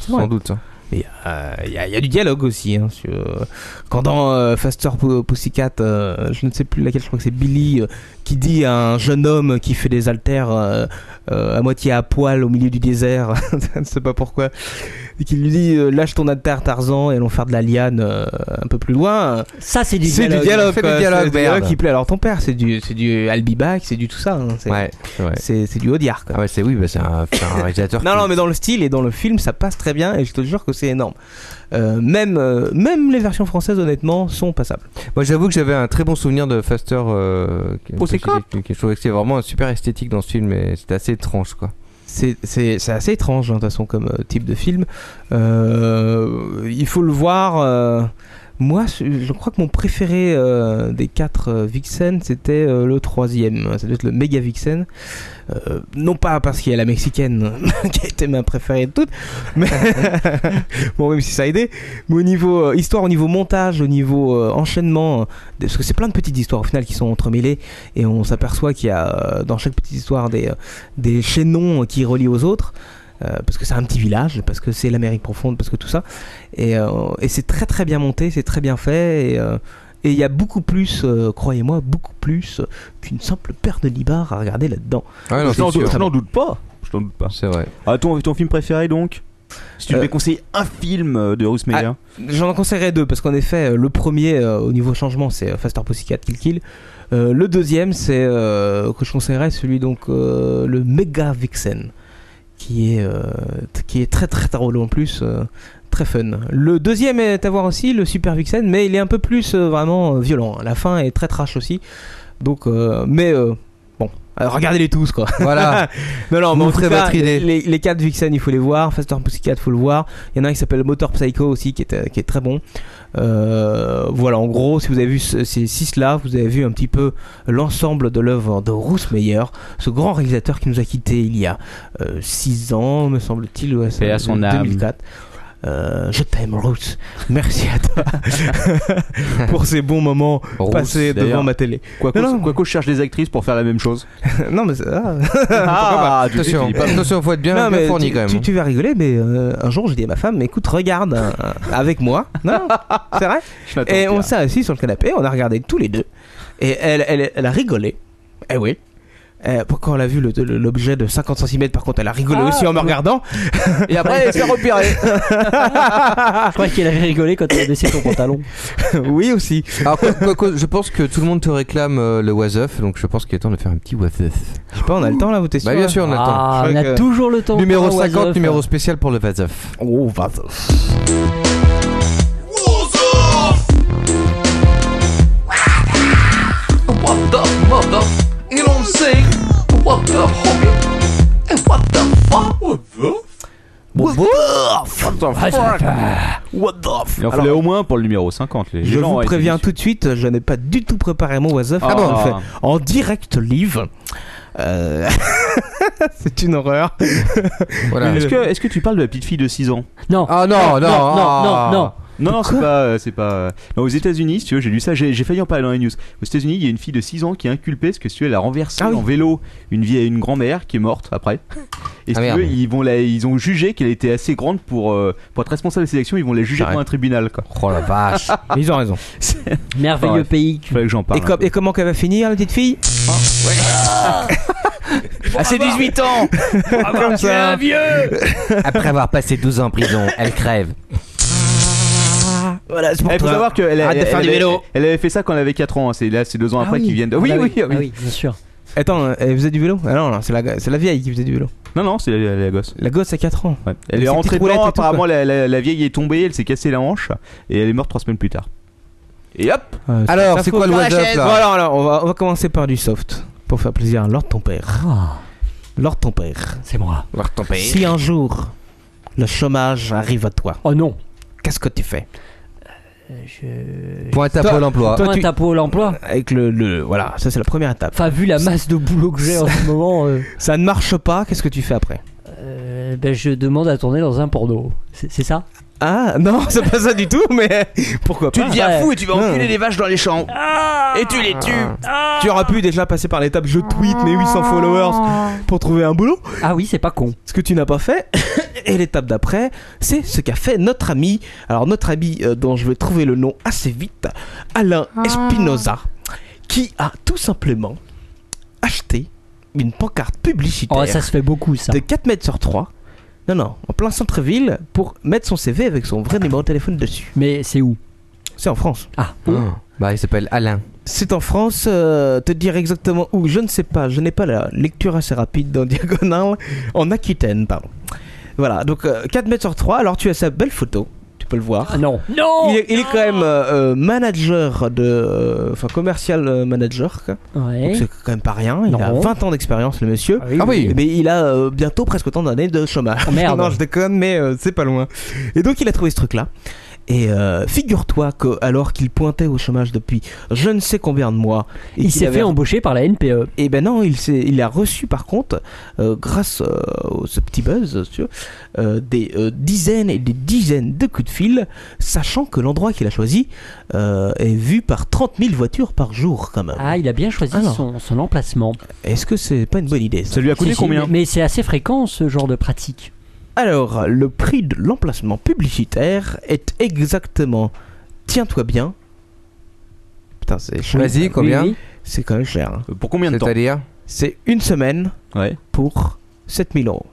[SPEAKER 8] vrai.
[SPEAKER 4] sans doute. hein.
[SPEAKER 8] Mais, euh, Il y, a- il y a du dialogue aussi. hein, sur, euh, quand dans euh, Faster P- Pussycat, euh, je ne sais plus laquelle, je crois que c'est Billy, euh, qui dit à un jeune homme qui fait des haltères euh, euh, à moitié à poil au milieu du désert, je ne sais pas pourquoi, et qui lui dit euh, Lâche ton haltère, Tarzan, et allons faire de la liane euh, un peu plus loin.
[SPEAKER 7] Ça, c'est du
[SPEAKER 8] C'est
[SPEAKER 7] dialogue.
[SPEAKER 8] du dialogue,
[SPEAKER 4] C'est du
[SPEAKER 8] quoi,
[SPEAKER 4] dialogue, merde.
[SPEAKER 8] qui plaît. Alors ton père, c'est du, c'est du I'll be back, c'est du tout ça. hein, c'est,
[SPEAKER 4] Ouais, c'est vrai.
[SPEAKER 8] c'est, c'est du Audiard. quoi.
[SPEAKER 4] Ah ouais, c'est oui, bah, c'est un, c'est un réalisateur.
[SPEAKER 8] Non,
[SPEAKER 4] qui-
[SPEAKER 8] non, mais dans le style et dans le film, ça passe très bien et je te jure que c'est énorme. Euh, même, euh, même les versions françaises, honnêtement, sont passables.
[SPEAKER 4] Moi, j'avoue que j'avais un très bon souvenir de Faster. Euh, qui-
[SPEAKER 8] Oh, c'est
[SPEAKER 4] qui- qui- qui- Je trouvais que c'était vraiment super esthétique dans ce film, et c'était assez étrange, quoi.
[SPEAKER 8] C'est- C'est c'est assez étrange, hein, de toute façon, comme euh, type de film. Euh, il faut le voir. euh, moi, je je crois que mon préféré euh, des quatre euh, Vixen, c'était euh, le troisième. Ça doit être le Mega Vixen. Euh, non pas parce qu'il y a la mexicaine qui a été ma préférée de toutes, mais bon même si ça a aidé. Mais au niveau euh, histoire, au niveau montage, au niveau euh, enchaînement, euh, parce que c'est plein de petites histoires au final qui sont entremêlées et on s'aperçoit qu'il y a euh, dans chaque petite histoire des euh, des chaînons qui relient aux autres. euh, parce que c'est un petit village, parce que c'est l'Amérique profonde, parce que tout ça. Et, euh, et c'est très très bien monté, c'est très bien fait. Et euh, et il y a beaucoup plus, euh, croyez-moi, beaucoup plus qu'une simple paire de libards à regarder là-dedans.
[SPEAKER 4] Ah,
[SPEAKER 6] je n'en doute, je n'en doute pas. Je n'en doute pas.
[SPEAKER 4] C'est vrai.
[SPEAKER 6] Ah, ton, ton film préféré donc Si tu
[SPEAKER 8] Euh,
[SPEAKER 6] devais conseiller un film euh, de Russ Meyer.
[SPEAKER 8] Ah, J'en conseillerais deux parce qu'en effet, euh, le premier euh, au niveau changement, c'est euh, Faster Pussycat Kill Kill. Euh, le deuxième, c'est euh, que je conseillerais celui donc euh, le Mega Vixen, qui est euh, t- qui est très très très drôle en plus, euh, très fun. Le deuxième est à voir aussi le Super Vixen, mais il est un peu plus euh, vraiment euh, violent. La fin est très trash aussi, donc euh, mais euh, bon, euh, regardez-les tous quoi.
[SPEAKER 4] Voilà.
[SPEAKER 8] non non,
[SPEAKER 4] Vous
[SPEAKER 8] mais en
[SPEAKER 4] ferez
[SPEAKER 8] tout cas,
[SPEAKER 4] votre idée.
[SPEAKER 8] Les, les quatre Vixen, il faut les voir. Faster Pussycat, il faut le voir. Il y en a un qui s'appelle Motor Psycho aussi, qui est, qui est très bon. Euh, voilà, en gros, si vous avez vu ce- ces six-là, vous avez vu un petit peu l'ensemble de l'œuvre de Russ Meyer, ce grand réalisateur qui nous a quittés il y a euh, six ans, me semble-t-il, ouais,
[SPEAKER 6] Paix à
[SPEAKER 8] c'est
[SPEAKER 6] son âme.
[SPEAKER 8] 2004. euh, je t'aime, Ruth. Merci à toi pour ces bons moments
[SPEAKER 6] Ruth,
[SPEAKER 8] passés devant
[SPEAKER 6] d'ailleurs.
[SPEAKER 8] ma télé.
[SPEAKER 6] Quoique
[SPEAKER 8] Non, non.
[SPEAKER 6] quoique je cherche des actrices pour faire la même chose.
[SPEAKER 8] non, mais c'est- ah.
[SPEAKER 6] Ah, tu-
[SPEAKER 4] attention,
[SPEAKER 6] tu dis pas-
[SPEAKER 4] attention, faut être bien,
[SPEAKER 8] Non,
[SPEAKER 4] bien
[SPEAKER 8] mais
[SPEAKER 4] fourni
[SPEAKER 8] tu,
[SPEAKER 4] quand même.
[SPEAKER 8] Tu, tu vas rigoler, mais euh, un jour, j'ai dit à ma femme écoute, regarde euh, avec moi. Non, c'est vrai
[SPEAKER 6] m'attends
[SPEAKER 8] Et
[SPEAKER 6] au
[SPEAKER 8] on
[SPEAKER 6] pire.
[SPEAKER 8] s'est assis sur le canapé, on a regardé tous les deux. Et elle, elle, elle a rigolé. Eh oui. Euh, quand elle a vu le- le- l'objet de 50 cm, par contre, elle a rigolé
[SPEAKER 6] Ah.
[SPEAKER 8] aussi en me regardant.
[SPEAKER 6] Et après, elle s'est repérée.
[SPEAKER 7] Je croyais qu'il avait rigolé quand il a baissé ton pantalon.
[SPEAKER 8] oui aussi.
[SPEAKER 4] Alors, quoi- quoi- quoi- je pense que tout le monde te réclame euh, le was Up, donc je pense qu'il est temps de faire un petit was Up.
[SPEAKER 8] Je sais pas, on a le temps là, vous
[SPEAKER 4] Bah bien sûr, on a le temps.
[SPEAKER 7] Ah,
[SPEAKER 4] Je
[SPEAKER 7] on
[SPEAKER 4] crois
[SPEAKER 7] a
[SPEAKER 4] que-
[SPEAKER 7] toujours le temps.
[SPEAKER 4] Numéro
[SPEAKER 7] pour un
[SPEAKER 4] 50,
[SPEAKER 7] was-of.
[SPEAKER 4] numéro spécial pour le was Up.
[SPEAKER 8] Oh, vas-y.
[SPEAKER 5] What the mother? You don't say what the hobby? And what the fuck? What the?
[SPEAKER 6] What the fuck What the fuck Il en fallait au moins pour le numéro 50. Les
[SPEAKER 8] Je
[SPEAKER 6] gens
[SPEAKER 8] vous
[SPEAKER 6] auraient été
[SPEAKER 8] préviens
[SPEAKER 6] déçus.
[SPEAKER 8] tout de suite, je n'ai pas du tout préparé mon WhatsApp.
[SPEAKER 6] Ah
[SPEAKER 8] Je
[SPEAKER 6] bon
[SPEAKER 8] le fais En direct live. Euh, C'est une horreur.
[SPEAKER 4] Voilà.
[SPEAKER 6] Est-ce que, est-ce que tu parles de la petite fille de 6 ans
[SPEAKER 7] Non.
[SPEAKER 4] Ah non, non, ah.
[SPEAKER 6] Non, non, c'est pas. euh, c'est pas euh, non, aux États-Unis, si tu veux, j'ai lu ça, j'ai j'ai failli en parler dans les news. Aux États-Unis, il y a une fille de 6 ans qui est inculpée parce que si tu veux, elle a renversé
[SPEAKER 8] Ah oui.
[SPEAKER 6] en vélo une vieille, une grand-mère qui est morte après. Et si
[SPEAKER 4] Ah,
[SPEAKER 6] tu
[SPEAKER 4] merde.
[SPEAKER 6] veux, ils, vont la, ils ont jugé qu'elle était assez grande pour, euh, pour être responsable de ses actions, ils vont la juger
[SPEAKER 4] J'arrête.
[SPEAKER 6] devant un tribunal quoi.
[SPEAKER 4] Oh la vache.
[SPEAKER 8] Mais ils ont raison.
[SPEAKER 7] Merveilleux
[SPEAKER 6] Bref.
[SPEAKER 7] pays.
[SPEAKER 6] Il fallait que j'en parle.
[SPEAKER 8] Et,
[SPEAKER 6] un
[SPEAKER 8] com-
[SPEAKER 6] peu.
[SPEAKER 8] et comment qu'elle va finir, la petite fille Ah. bah.
[SPEAKER 12] Ah, c'est 18 ans
[SPEAKER 8] Comme ça.
[SPEAKER 4] Après avoir passé 12 ans en prison, elle crève.
[SPEAKER 8] Voilà, c'est pour
[SPEAKER 6] Eh, faut
[SPEAKER 8] toi.
[SPEAKER 6] savoir qu'elle a-
[SPEAKER 8] Arrête de
[SPEAKER 6] elle
[SPEAKER 8] faire du
[SPEAKER 6] avait-
[SPEAKER 8] vélo.
[SPEAKER 6] elle avait fait ça quand elle avait 4 ans, hein, c'est là c'est 2 ans après qu'ils viennent de.
[SPEAKER 7] Ah
[SPEAKER 6] Oui,
[SPEAKER 7] bah
[SPEAKER 6] oui,
[SPEAKER 7] ah
[SPEAKER 6] oui.
[SPEAKER 7] bien sûr.
[SPEAKER 8] Attends, elle faisait du vélo Ah non, non, c'est la, c'est la vieille qui faisait du vélo.
[SPEAKER 6] Non, non, c'est la, la gosse.
[SPEAKER 8] La gosse à 4 ans.
[SPEAKER 6] Ouais. Elle
[SPEAKER 8] Mais
[SPEAKER 6] est
[SPEAKER 8] c'est
[SPEAKER 6] rentrée
[SPEAKER 8] petite roulette
[SPEAKER 6] dedans,
[SPEAKER 8] et tout,
[SPEAKER 6] apparemment la, la- la vieille est tombée, elle s'est cassée la hanche et elle est morte 3 semaines plus tard. Et hop
[SPEAKER 8] Euh,
[SPEAKER 4] Alors,
[SPEAKER 8] ta
[SPEAKER 4] c'est
[SPEAKER 8] faute.
[SPEAKER 4] quoi le
[SPEAKER 8] Sur la
[SPEAKER 4] WhatsApp,
[SPEAKER 8] chaise.
[SPEAKER 4] là
[SPEAKER 8] Bon, alors, alors, on va, on va commencer par du soft. Pour faire plaisir à Lord ton père. Lord ton père.
[SPEAKER 7] Ah. C'est moi.
[SPEAKER 8] Si un jour le chômage arrive à toi,
[SPEAKER 7] Oh non. Euh,
[SPEAKER 8] qu'est-ce que tu fais
[SPEAKER 7] Je.
[SPEAKER 4] Point à
[SPEAKER 8] Toi-
[SPEAKER 4] Pôle emploi.
[SPEAKER 8] toi,
[SPEAKER 7] Point
[SPEAKER 8] tu-
[SPEAKER 7] à Pôle emploi.
[SPEAKER 8] Avec le, le- Voilà, ça c'est la première étape.
[SPEAKER 7] Enfin, vu la masse de boulot que j'ai en ce moment, euh,
[SPEAKER 8] Ça ne marche pas, qu'est-ce que tu fais après
[SPEAKER 7] euh, ben, je demande à tourner dans un porno. C'est c'est ça
[SPEAKER 8] Ah non, c'est pas ça du tout, mais pourquoi
[SPEAKER 12] Tu
[SPEAKER 8] pas
[SPEAKER 12] deviens
[SPEAKER 7] Ouais.
[SPEAKER 12] fou et tu vas
[SPEAKER 8] Non.
[SPEAKER 12] enculer les vaches dans les champs. Et tu les tues.
[SPEAKER 8] Tu auras pu déjà passer par l'étape je tweet mes 800 followers pour trouver un boulot,
[SPEAKER 7] Ah oui, c'est pas con.
[SPEAKER 8] ce que tu n'as pas fait. Et l'étape d'après, c'est ce qu'a fait notre ami, alors notre ami euh, dont je vais trouver le nom assez vite, Alain Espinoza, qui a tout simplement acheté une pancarte publicitaire.
[SPEAKER 7] Oh, ça se fait beaucoup ça.
[SPEAKER 8] de 4 mètres sur 3. Non, non, en plein centre-ville pour mettre son CV avec son vrai numéro de téléphone dessus.
[SPEAKER 7] Mais c'est où
[SPEAKER 8] C'est en France.
[SPEAKER 4] Ah. Bah, il s'appelle Alain.
[SPEAKER 8] C'est en France, euh, te dire exactement où, je ne sais pas, je n'ai pas la lecture assez rapide dans Diagonale, en Aquitaine, pardon. Voilà, donc euh, 4 mètres sur 3, alors tu as sa belle photo, tu peux le voir.
[SPEAKER 7] Ah non. Non
[SPEAKER 8] Il est, il est quand même euh, euh, manager de. euh, Enfin, commercial euh, manager, quoi.
[SPEAKER 7] Ouais.
[SPEAKER 8] Donc c'est quand même pas rien, il a
[SPEAKER 7] Non.
[SPEAKER 8] 20 ans d'expérience, le monsieur.
[SPEAKER 4] Ah oui.
[SPEAKER 8] Mais il a euh, bientôt presque autant d'années de chômage.
[SPEAKER 7] Oh, merde.
[SPEAKER 8] non, je déconne, mais euh, c'est pas loin. Et donc il a trouvé ce truc-là. Et euh, figure-toi que alors qu'il pointait au chômage depuis je ne sais combien de mois, et
[SPEAKER 7] Il
[SPEAKER 8] qu'il
[SPEAKER 7] s'est
[SPEAKER 8] avait-
[SPEAKER 7] fait embaucher par la E. NPE.
[SPEAKER 8] Et ben non, il s'est, il a reçu par contre, euh, grâce euh, au- ce petit buzz, si tu veux, euh, des euh, dizaines et des dizaines de coups de fil, sachant que l'endroit qu'il a choisi euh, est vu par 30 000 voitures par jour quand même.
[SPEAKER 7] Ah, il a bien choisi
[SPEAKER 8] Alors.
[SPEAKER 7] son, son emplacement.
[SPEAKER 8] Est-ce que c'est pas une bonne idée ça
[SPEAKER 6] Ça lui a coûté
[SPEAKER 7] Si, si,
[SPEAKER 6] combien
[SPEAKER 7] mais- Mais c'est assez fréquent ce genre de pratique.
[SPEAKER 8] Alors, le prix de l'emplacement publicitaire est exactement. Tiens-toi bien. Putain, c'est cher.
[SPEAKER 4] Vas-y, combien
[SPEAKER 7] Oui, oui.
[SPEAKER 8] C'est quand même cher. hein.
[SPEAKER 6] Euh, Pour combien de temps
[SPEAKER 4] C'est-à-dire
[SPEAKER 8] C'est une semaine
[SPEAKER 6] Ouais.
[SPEAKER 8] pour 7000 euros.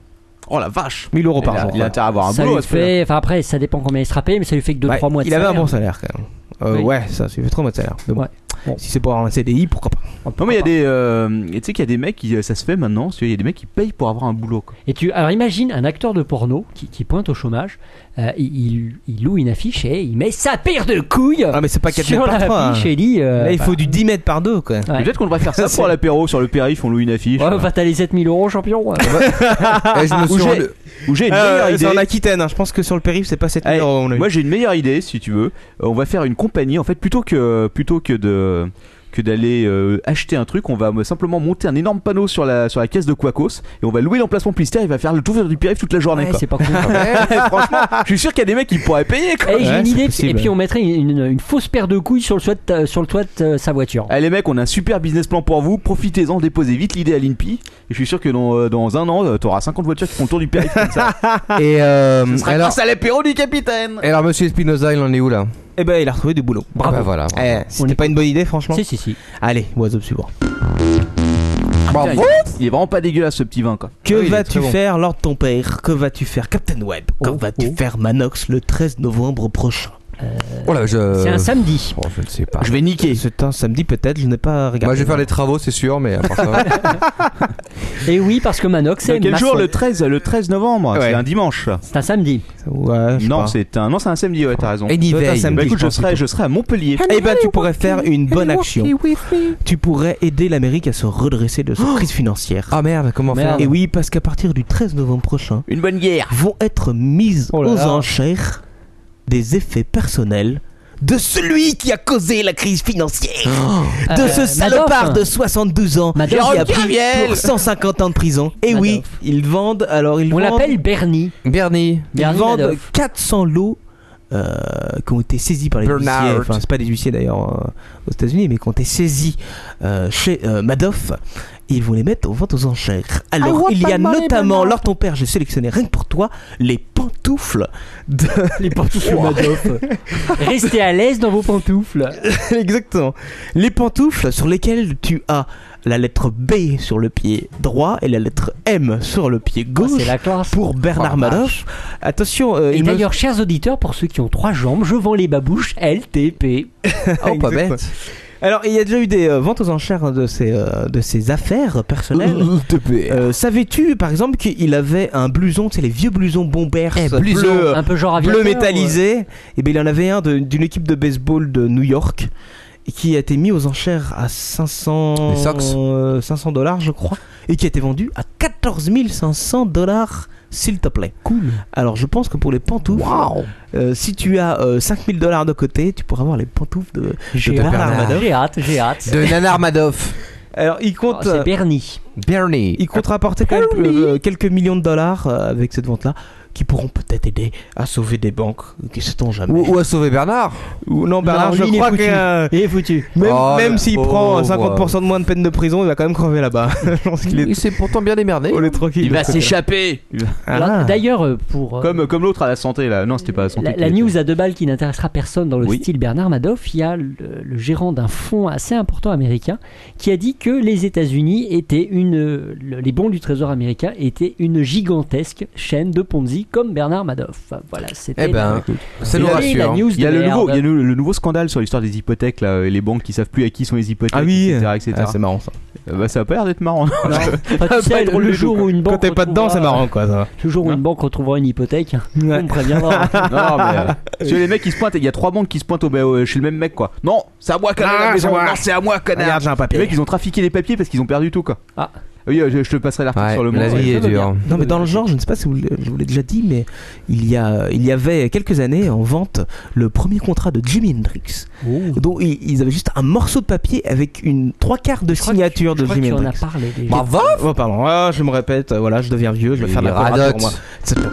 [SPEAKER 6] Oh la vache
[SPEAKER 8] 1000 euros
[SPEAKER 6] Il
[SPEAKER 8] par
[SPEAKER 6] a,
[SPEAKER 8] jour.
[SPEAKER 6] il a intérêt à avoir un
[SPEAKER 7] ça
[SPEAKER 6] boulot à
[SPEAKER 7] lui
[SPEAKER 6] ce prix-là.
[SPEAKER 7] fait. Enfin, après, ça dépend combien il se rappelle, mais ça lui fait que 2-3
[SPEAKER 8] Ouais,
[SPEAKER 7] mois de
[SPEAKER 8] Il avait
[SPEAKER 7] salaire.
[SPEAKER 8] un bon salaire quand même. Euh,
[SPEAKER 7] Oui.
[SPEAKER 8] Ouais, ça, ça fait 3 mois de salaire. Mais bon.
[SPEAKER 7] Ouais. Bon.
[SPEAKER 8] Si c'est pour avoir un CDI, pourquoi pas
[SPEAKER 6] Non mais il y a des, euh, et tu sais qu'il y a des mecs qui, euh, ça se fait maintenant, il y a des mecs qui payent pour avoir un boulot. Quoi.
[SPEAKER 7] Et tu, alors imagine un acteur de porno qui, qui pointe au chômage, euh, il, il- il loue une affiche et il met sa paire de couilles
[SPEAKER 8] Ah, mais c'est pas 4
[SPEAKER 7] sur
[SPEAKER 8] mètres par 3.
[SPEAKER 7] l'affiche et dit. euh,
[SPEAKER 8] Là, il
[SPEAKER 7] bah,
[SPEAKER 8] faut du 10 mètres par 2 quoi.
[SPEAKER 7] Ouais.
[SPEAKER 6] Peut-être qu'on devrait faire ça
[SPEAKER 8] C'est-
[SPEAKER 6] pour l'apéro sur le périph, on loue une affiche.
[SPEAKER 7] Ouais, enfin, t'as les 7000 euros, champion.
[SPEAKER 4] Eh, je me suis
[SPEAKER 6] Ou j'ai-
[SPEAKER 4] rendu-
[SPEAKER 6] Ou j'ai une meilleure
[SPEAKER 8] Euh, c'est
[SPEAKER 6] idée.
[SPEAKER 8] en Aquitaine, hein. je pense que sur le périph' c'est pas 7000
[SPEAKER 6] Allez,
[SPEAKER 8] euros. à mon avis.
[SPEAKER 6] Moi j'ai une meilleure idée si tu veux. Euh, On va faire une compagnie en fait plutôt que plutôt que de que d'aller euh, acheter un truc. On va euh, simplement monter un énorme panneau sur la, sur la caisse de Quacos et on va louer l'emplacement Plister. Il va faire le tour du périph' toute la journée.
[SPEAKER 7] Ouais,
[SPEAKER 6] quoi.
[SPEAKER 7] c'est pas cool.
[SPEAKER 6] Ouais, franchement, je suis sûr qu'il y a des mecs qui pourraient payer. Quoi.
[SPEAKER 7] Eh, j'ai une idée, et puis on mettrait une, une- une fausse paire de couilles sur le toit de, ta- sur le toit de euh, sa voiture.
[SPEAKER 6] Eh, les mecs, on a un super business plan pour vous. Profitez-en, déposez vite l'idée à l'INPI. Et je suis sûr que dans, euh, dans un an, euh, t'auras 50 voitures qui font le tour du périph' comme ça.
[SPEAKER 4] Et euh,
[SPEAKER 6] Ce sera
[SPEAKER 4] alors,
[SPEAKER 6] grâce à l'apéro du capitaine.
[SPEAKER 4] et alors, monsieur Espinoza, il en est où là
[SPEAKER 8] Eh ben, il a retrouvé du boulot.
[SPEAKER 4] Bravo. voilà.
[SPEAKER 8] Eh, c'était pas une bonne idée, franchement.
[SPEAKER 7] Si, si, si.
[SPEAKER 8] Allez, oiseau suivant.
[SPEAKER 6] Putain, Ah, il- Il est vraiment pas dégueulasse ce petit vin quoi.
[SPEAKER 8] Que
[SPEAKER 6] Ah oui, il est
[SPEAKER 8] vas-tu
[SPEAKER 6] très bon.
[SPEAKER 8] faire, Lord ton père Que vas-tu faire, Captain Web Que vas-tu faire, Manox, le 13 novembre prochain
[SPEAKER 4] Oh
[SPEAKER 8] Euh,
[SPEAKER 4] là, je-
[SPEAKER 7] C'est un samedi.
[SPEAKER 4] Oh, je ne sais pas.
[SPEAKER 6] Je vais niquer.
[SPEAKER 8] C'est un samedi peut-être, je n'ai pas regardé.
[SPEAKER 4] Moi, je vais faire les travaux, c'est sûr, mais à part ça.
[SPEAKER 7] Et oui, parce que Manox,
[SPEAKER 6] Dans
[SPEAKER 7] c'est
[SPEAKER 6] quel jour
[SPEAKER 7] maçon.
[SPEAKER 6] le 13 le 13 novembre
[SPEAKER 4] Ouais.
[SPEAKER 6] C'est un dimanche.
[SPEAKER 7] C'est un samedi.
[SPEAKER 8] Ouais, je sais
[SPEAKER 6] Non,
[SPEAKER 8] pas.
[SPEAKER 6] c'est un non, c'est un samedi, ouais, t'as raison.
[SPEAKER 4] Et
[SPEAKER 6] Ça
[SPEAKER 4] n'y
[SPEAKER 6] doit être un
[SPEAKER 4] veille.
[SPEAKER 6] samedi,
[SPEAKER 4] Bah,
[SPEAKER 6] écoute,
[SPEAKER 4] je
[SPEAKER 6] je
[SPEAKER 4] pense
[SPEAKER 6] serai
[SPEAKER 4] plutôt.
[SPEAKER 6] je serai à Montpellier.
[SPEAKER 8] Eh ben, tu pourrais faire une bonne action. Tu pourrais aider l'Amérique à se redresser de sa crise financière.
[SPEAKER 4] Ah merde, comment
[SPEAKER 8] Et
[SPEAKER 4] faire
[SPEAKER 8] oui, parce qu'à partir du 13 novembre prochain,
[SPEAKER 6] Une bonne guerre.
[SPEAKER 8] vont être mises
[SPEAKER 7] là
[SPEAKER 8] aux
[SPEAKER 7] là.
[SPEAKER 8] enchères des effets personnels de celui qui a causé la crise financière. de
[SPEAKER 7] Euh,
[SPEAKER 8] ce
[SPEAKER 7] Madoff.
[SPEAKER 8] salopard de 72 ans
[SPEAKER 7] Madoff.
[SPEAKER 8] qui a
[SPEAKER 7] Jérôme
[SPEAKER 8] pris pour 150 ans de prison. Et
[SPEAKER 7] Madoff.
[SPEAKER 8] oui, ils vendent. Alors ils
[SPEAKER 7] On
[SPEAKER 8] vendent.
[SPEAKER 7] l'appelle Bernie.
[SPEAKER 4] Bernie.
[SPEAKER 8] Ils
[SPEAKER 7] Bernie
[SPEAKER 8] vendent
[SPEAKER 7] Madoff.
[SPEAKER 8] 400 lots euh, qui ont été saisis par les
[SPEAKER 4] Bernard.
[SPEAKER 8] huissiers. Enfin, c'est pas des huissiers d'ailleurs euh, aux États-Unis, mais qui ont été saisis euh, chez euh, Madoff. Et ils vont les mettre en vente aux enchères.
[SPEAKER 7] Ah,
[SPEAKER 8] Alors, il y a notamment, lors ton père, j'ai sélectionné rien que pour toi, les pantoufles de.
[SPEAKER 7] Les pantoufles Madoff. Restez à l'aise dans vos pantoufles.
[SPEAKER 8] Exactement. Les pantoufles sur lesquelles tu as la lettre B sur le pied droit et la lettre M sur le pied
[SPEAKER 7] Oh,
[SPEAKER 8] gauche.
[SPEAKER 7] c'est la classe.
[SPEAKER 8] pour Bernard
[SPEAKER 7] Oh, la
[SPEAKER 8] Madoff. Attention, euh,
[SPEAKER 7] Et
[SPEAKER 8] il me-
[SPEAKER 7] d'ailleurs, chers auditeurs, pour ceux qui ont trois jambes, je vends les babouches LTP.
[SPEAKER 4] Oh, pas
[SPEAKER 8] Exactement.
[SPEAKER 4] bête.
[SPEAKER 8] Alors, il y a déjà eu des euh, ventes aux enchères de ces, euh, de ces affaires personnelles. Euh, Savais-tu, par exemple, qu'il avait un blouson, c'est les vieux blousons bombers
[SPEAKER 4] Eh,
[SPEAKER 8] bleu,
[SPEAKER 4] blouson,
[SPEAKER 8] euh,
[SPEAKER 7] Un peu genre aviateur.
[SPEAKER 8] bleu métallisé Et bien, eh ben, il en avait un de- d'une équipe de baseball de New York et qui a été mis aux enchères à 500
[SPEAKER 4] Les Sox
[SPEAKER 8] euh, 500 dollars, je crois, et qui a été vendu à 14 500 dollars, s'il te plaît. Cool. Alors, je pense que pour les pantoufles, euh, si tu as 5000 dollars de côté, tu pourras avoir les pantoufles de,
[SPEAKER 7] J'ai
[SPEAKER 8] de Bernard
[SPEAKER 7] hâte,
[SPEAKER 8] Madoff.
[SPEAKER 7] j'ai hâte, j'ai hâte.
[SPEAKER 4] De Nanar Madoff.
[SPEAKER 8] Alors, il
[SPEAKER 7] Oh,
[SPEAKER 8] compte, euh,
[SPEAKER 7] c'est Bernie.
[SPEAKER 4] Bernie.
[SPEAKER 8] il compte rapporter quand même euh, quelques millions de dollars euh, avec cette vente-là, qui pourront peut-être aider à sauver des banques, qui sait-on jamais.
[SPEAKER 4] Ou, ou à sauver Bernard
[SPEAKER 8] Ou- non, Bernard,
[SPEAKER 7] Non,
[SPEAKER 8] je
[SPEAKER 7] lui, il est
[SPEAKER 8] crois
[SPEAKER 7] foutu.
[SPEAKER 8] que. euh,
[SPEAKER 7] Il est foutu.
[SPEAKER 8] Même,
[SPEAKER 4] Oh,
[SPEAKER 8] même
[SPEAKER 4] le
[SPEAKER 8] s'il prend euh,
[SPEAKER 4] pauvre.
[SPEAKER 8] 50% de moins de peine de prison, il va quand même crever là-bas. Je pense qu'il est,
[SPEAKER 4] Il s'est pourtant bien démerdé.
[SPEAKER 8] on est tranquille.
[SPEAKER 12] Il va s'échapper.
[SPEAKER 8] Ah.
[SPEAKER 7] Alors, D'ailleurs, euh, pour. euh,
[SPEAKER 6] Comme comme l'autre à la santé là. Non, c'était pas à la santé.
[SPEAKER 7] La,
[SPEAKER 6] qui
[SPEAKER 7] la
[SPEAKER 6] était-
[SPEAKER 7] news à deux balles qui n'intéressera personne dans le
[SPEAKER 6] Oui.
[SPEAKER 7] style Bernard Madoff, il y a le, le gérant d'un fonds assez important américain qui a dit que les États-Unis étaient une. le- les bons du Trésor américain étaient une gigantesque chaîne de Ponzi comme Bernard Madoff. Voilà, c'était.
[SPEAKER 4] Eh ben, ça
[SPEAKER 7] la-
[SPEAKER 4] nous
[SPEAKER 7] c'était la
[SPEAKER 4] rassure.
[SPEAKER 7] news
[SPEAKER 6] hein. Il y a
[SPEAKER 7] de
[SPEAKER 6] le nouveau, il
[SPEAKER 7] merde.
[SPEAKER 6] y a le, le nouveau scandale sur l'histoire des hypothèques là, et les banques qui savent plus à qui sont les hypothèques,
[SPEAKER 8] Ah oui,
[SPEAKER 6] etc., etc.
[SPEAKER 8] Ah, c'est marrant ça.
[SPEAKER 6] Euh, bah, ça a pas l'air d'être marrant.
[SPEAKER 7] Non, enfin, tu sais,
[SPEAKER 6] drôle
[SPEAKER 7] le
[SPEAKER 6] du
[SPEAKER 7] jour
[SPEAKER 6] tout,
[SPEAKER 7] où une banque.
[SPEAKER 8] Quand t'es pas dedans,
[SPEAKER 7] retrouvera-
[SPEAKER 8] c'est marrant quoi. Ça.
[SPEAKER 7] Le jour où une banque retrouvera une hypothèque, on me préviendra.
[SPEAKER 6] non, mais euh, tu vois, les mecs qui se pointent, il y a trois banques qui se pointent au, bah, euh, chez le même mec quoi. Non,
[SPEAKER 12] C'est à moi, connard.
[SPEAKER 8] Ah,
[SPEAKER 12] la maison.
[SPEAKER 8] c'est moi.
[SPEAKER 12] Non, c'est à moi, connard.
[SPEAKER 8] Regarde, j'ai un
[SPEAKER 6] les mecs
[SPEAKER 8] papier.
[SPEAKER 6] ils ont trafiqué les papiers parce qu'ils ont perdu tout quoi.
[SPEAKER 7] Ah.
[SPEAKER 6] Oui, euh, je, je te passerai l'article
[SPEAKER 4] Ouais,
[SPEAKER 6] sur le monde.
[SPEAKER 4] la vie est dure.
[SPEAKER 8] Non mais dans le genre, je ne sais pas si vous l'avez- je vous l'ai déjà dit, mais il y, a, il y avait quelques années en vente le premier contrat de Jimi Hendrix.
[SPEAKER 7] Oh.
[SPEAKER 8] dont ils, ils avaient juste un morceau de papier avec une trois quarts de
[SPEAKER 7] crois que-
[SPEAKER 8] signature
[SPEAKER 7] Je
[SPEAKER 8] de
[SPEAKER 7] crois que
[SPEAKER 8] Jimi
[SPEAKER 7] tu en as
[SPEAKER 8] Hendrix.
[SPEAKER 7] parlé déjà.
[SPEAKER 4] Bravo
[SPEAKER 8] Oh pardon, Ah, je me répète, euh, voilà, je deviens vieux, je vais
[SPEAKER 4] Il
[SPEAKER 8] faire de la
[SPEAKER 4] radote.
[SPEAKER 8] quadrature, moi. C'est tout.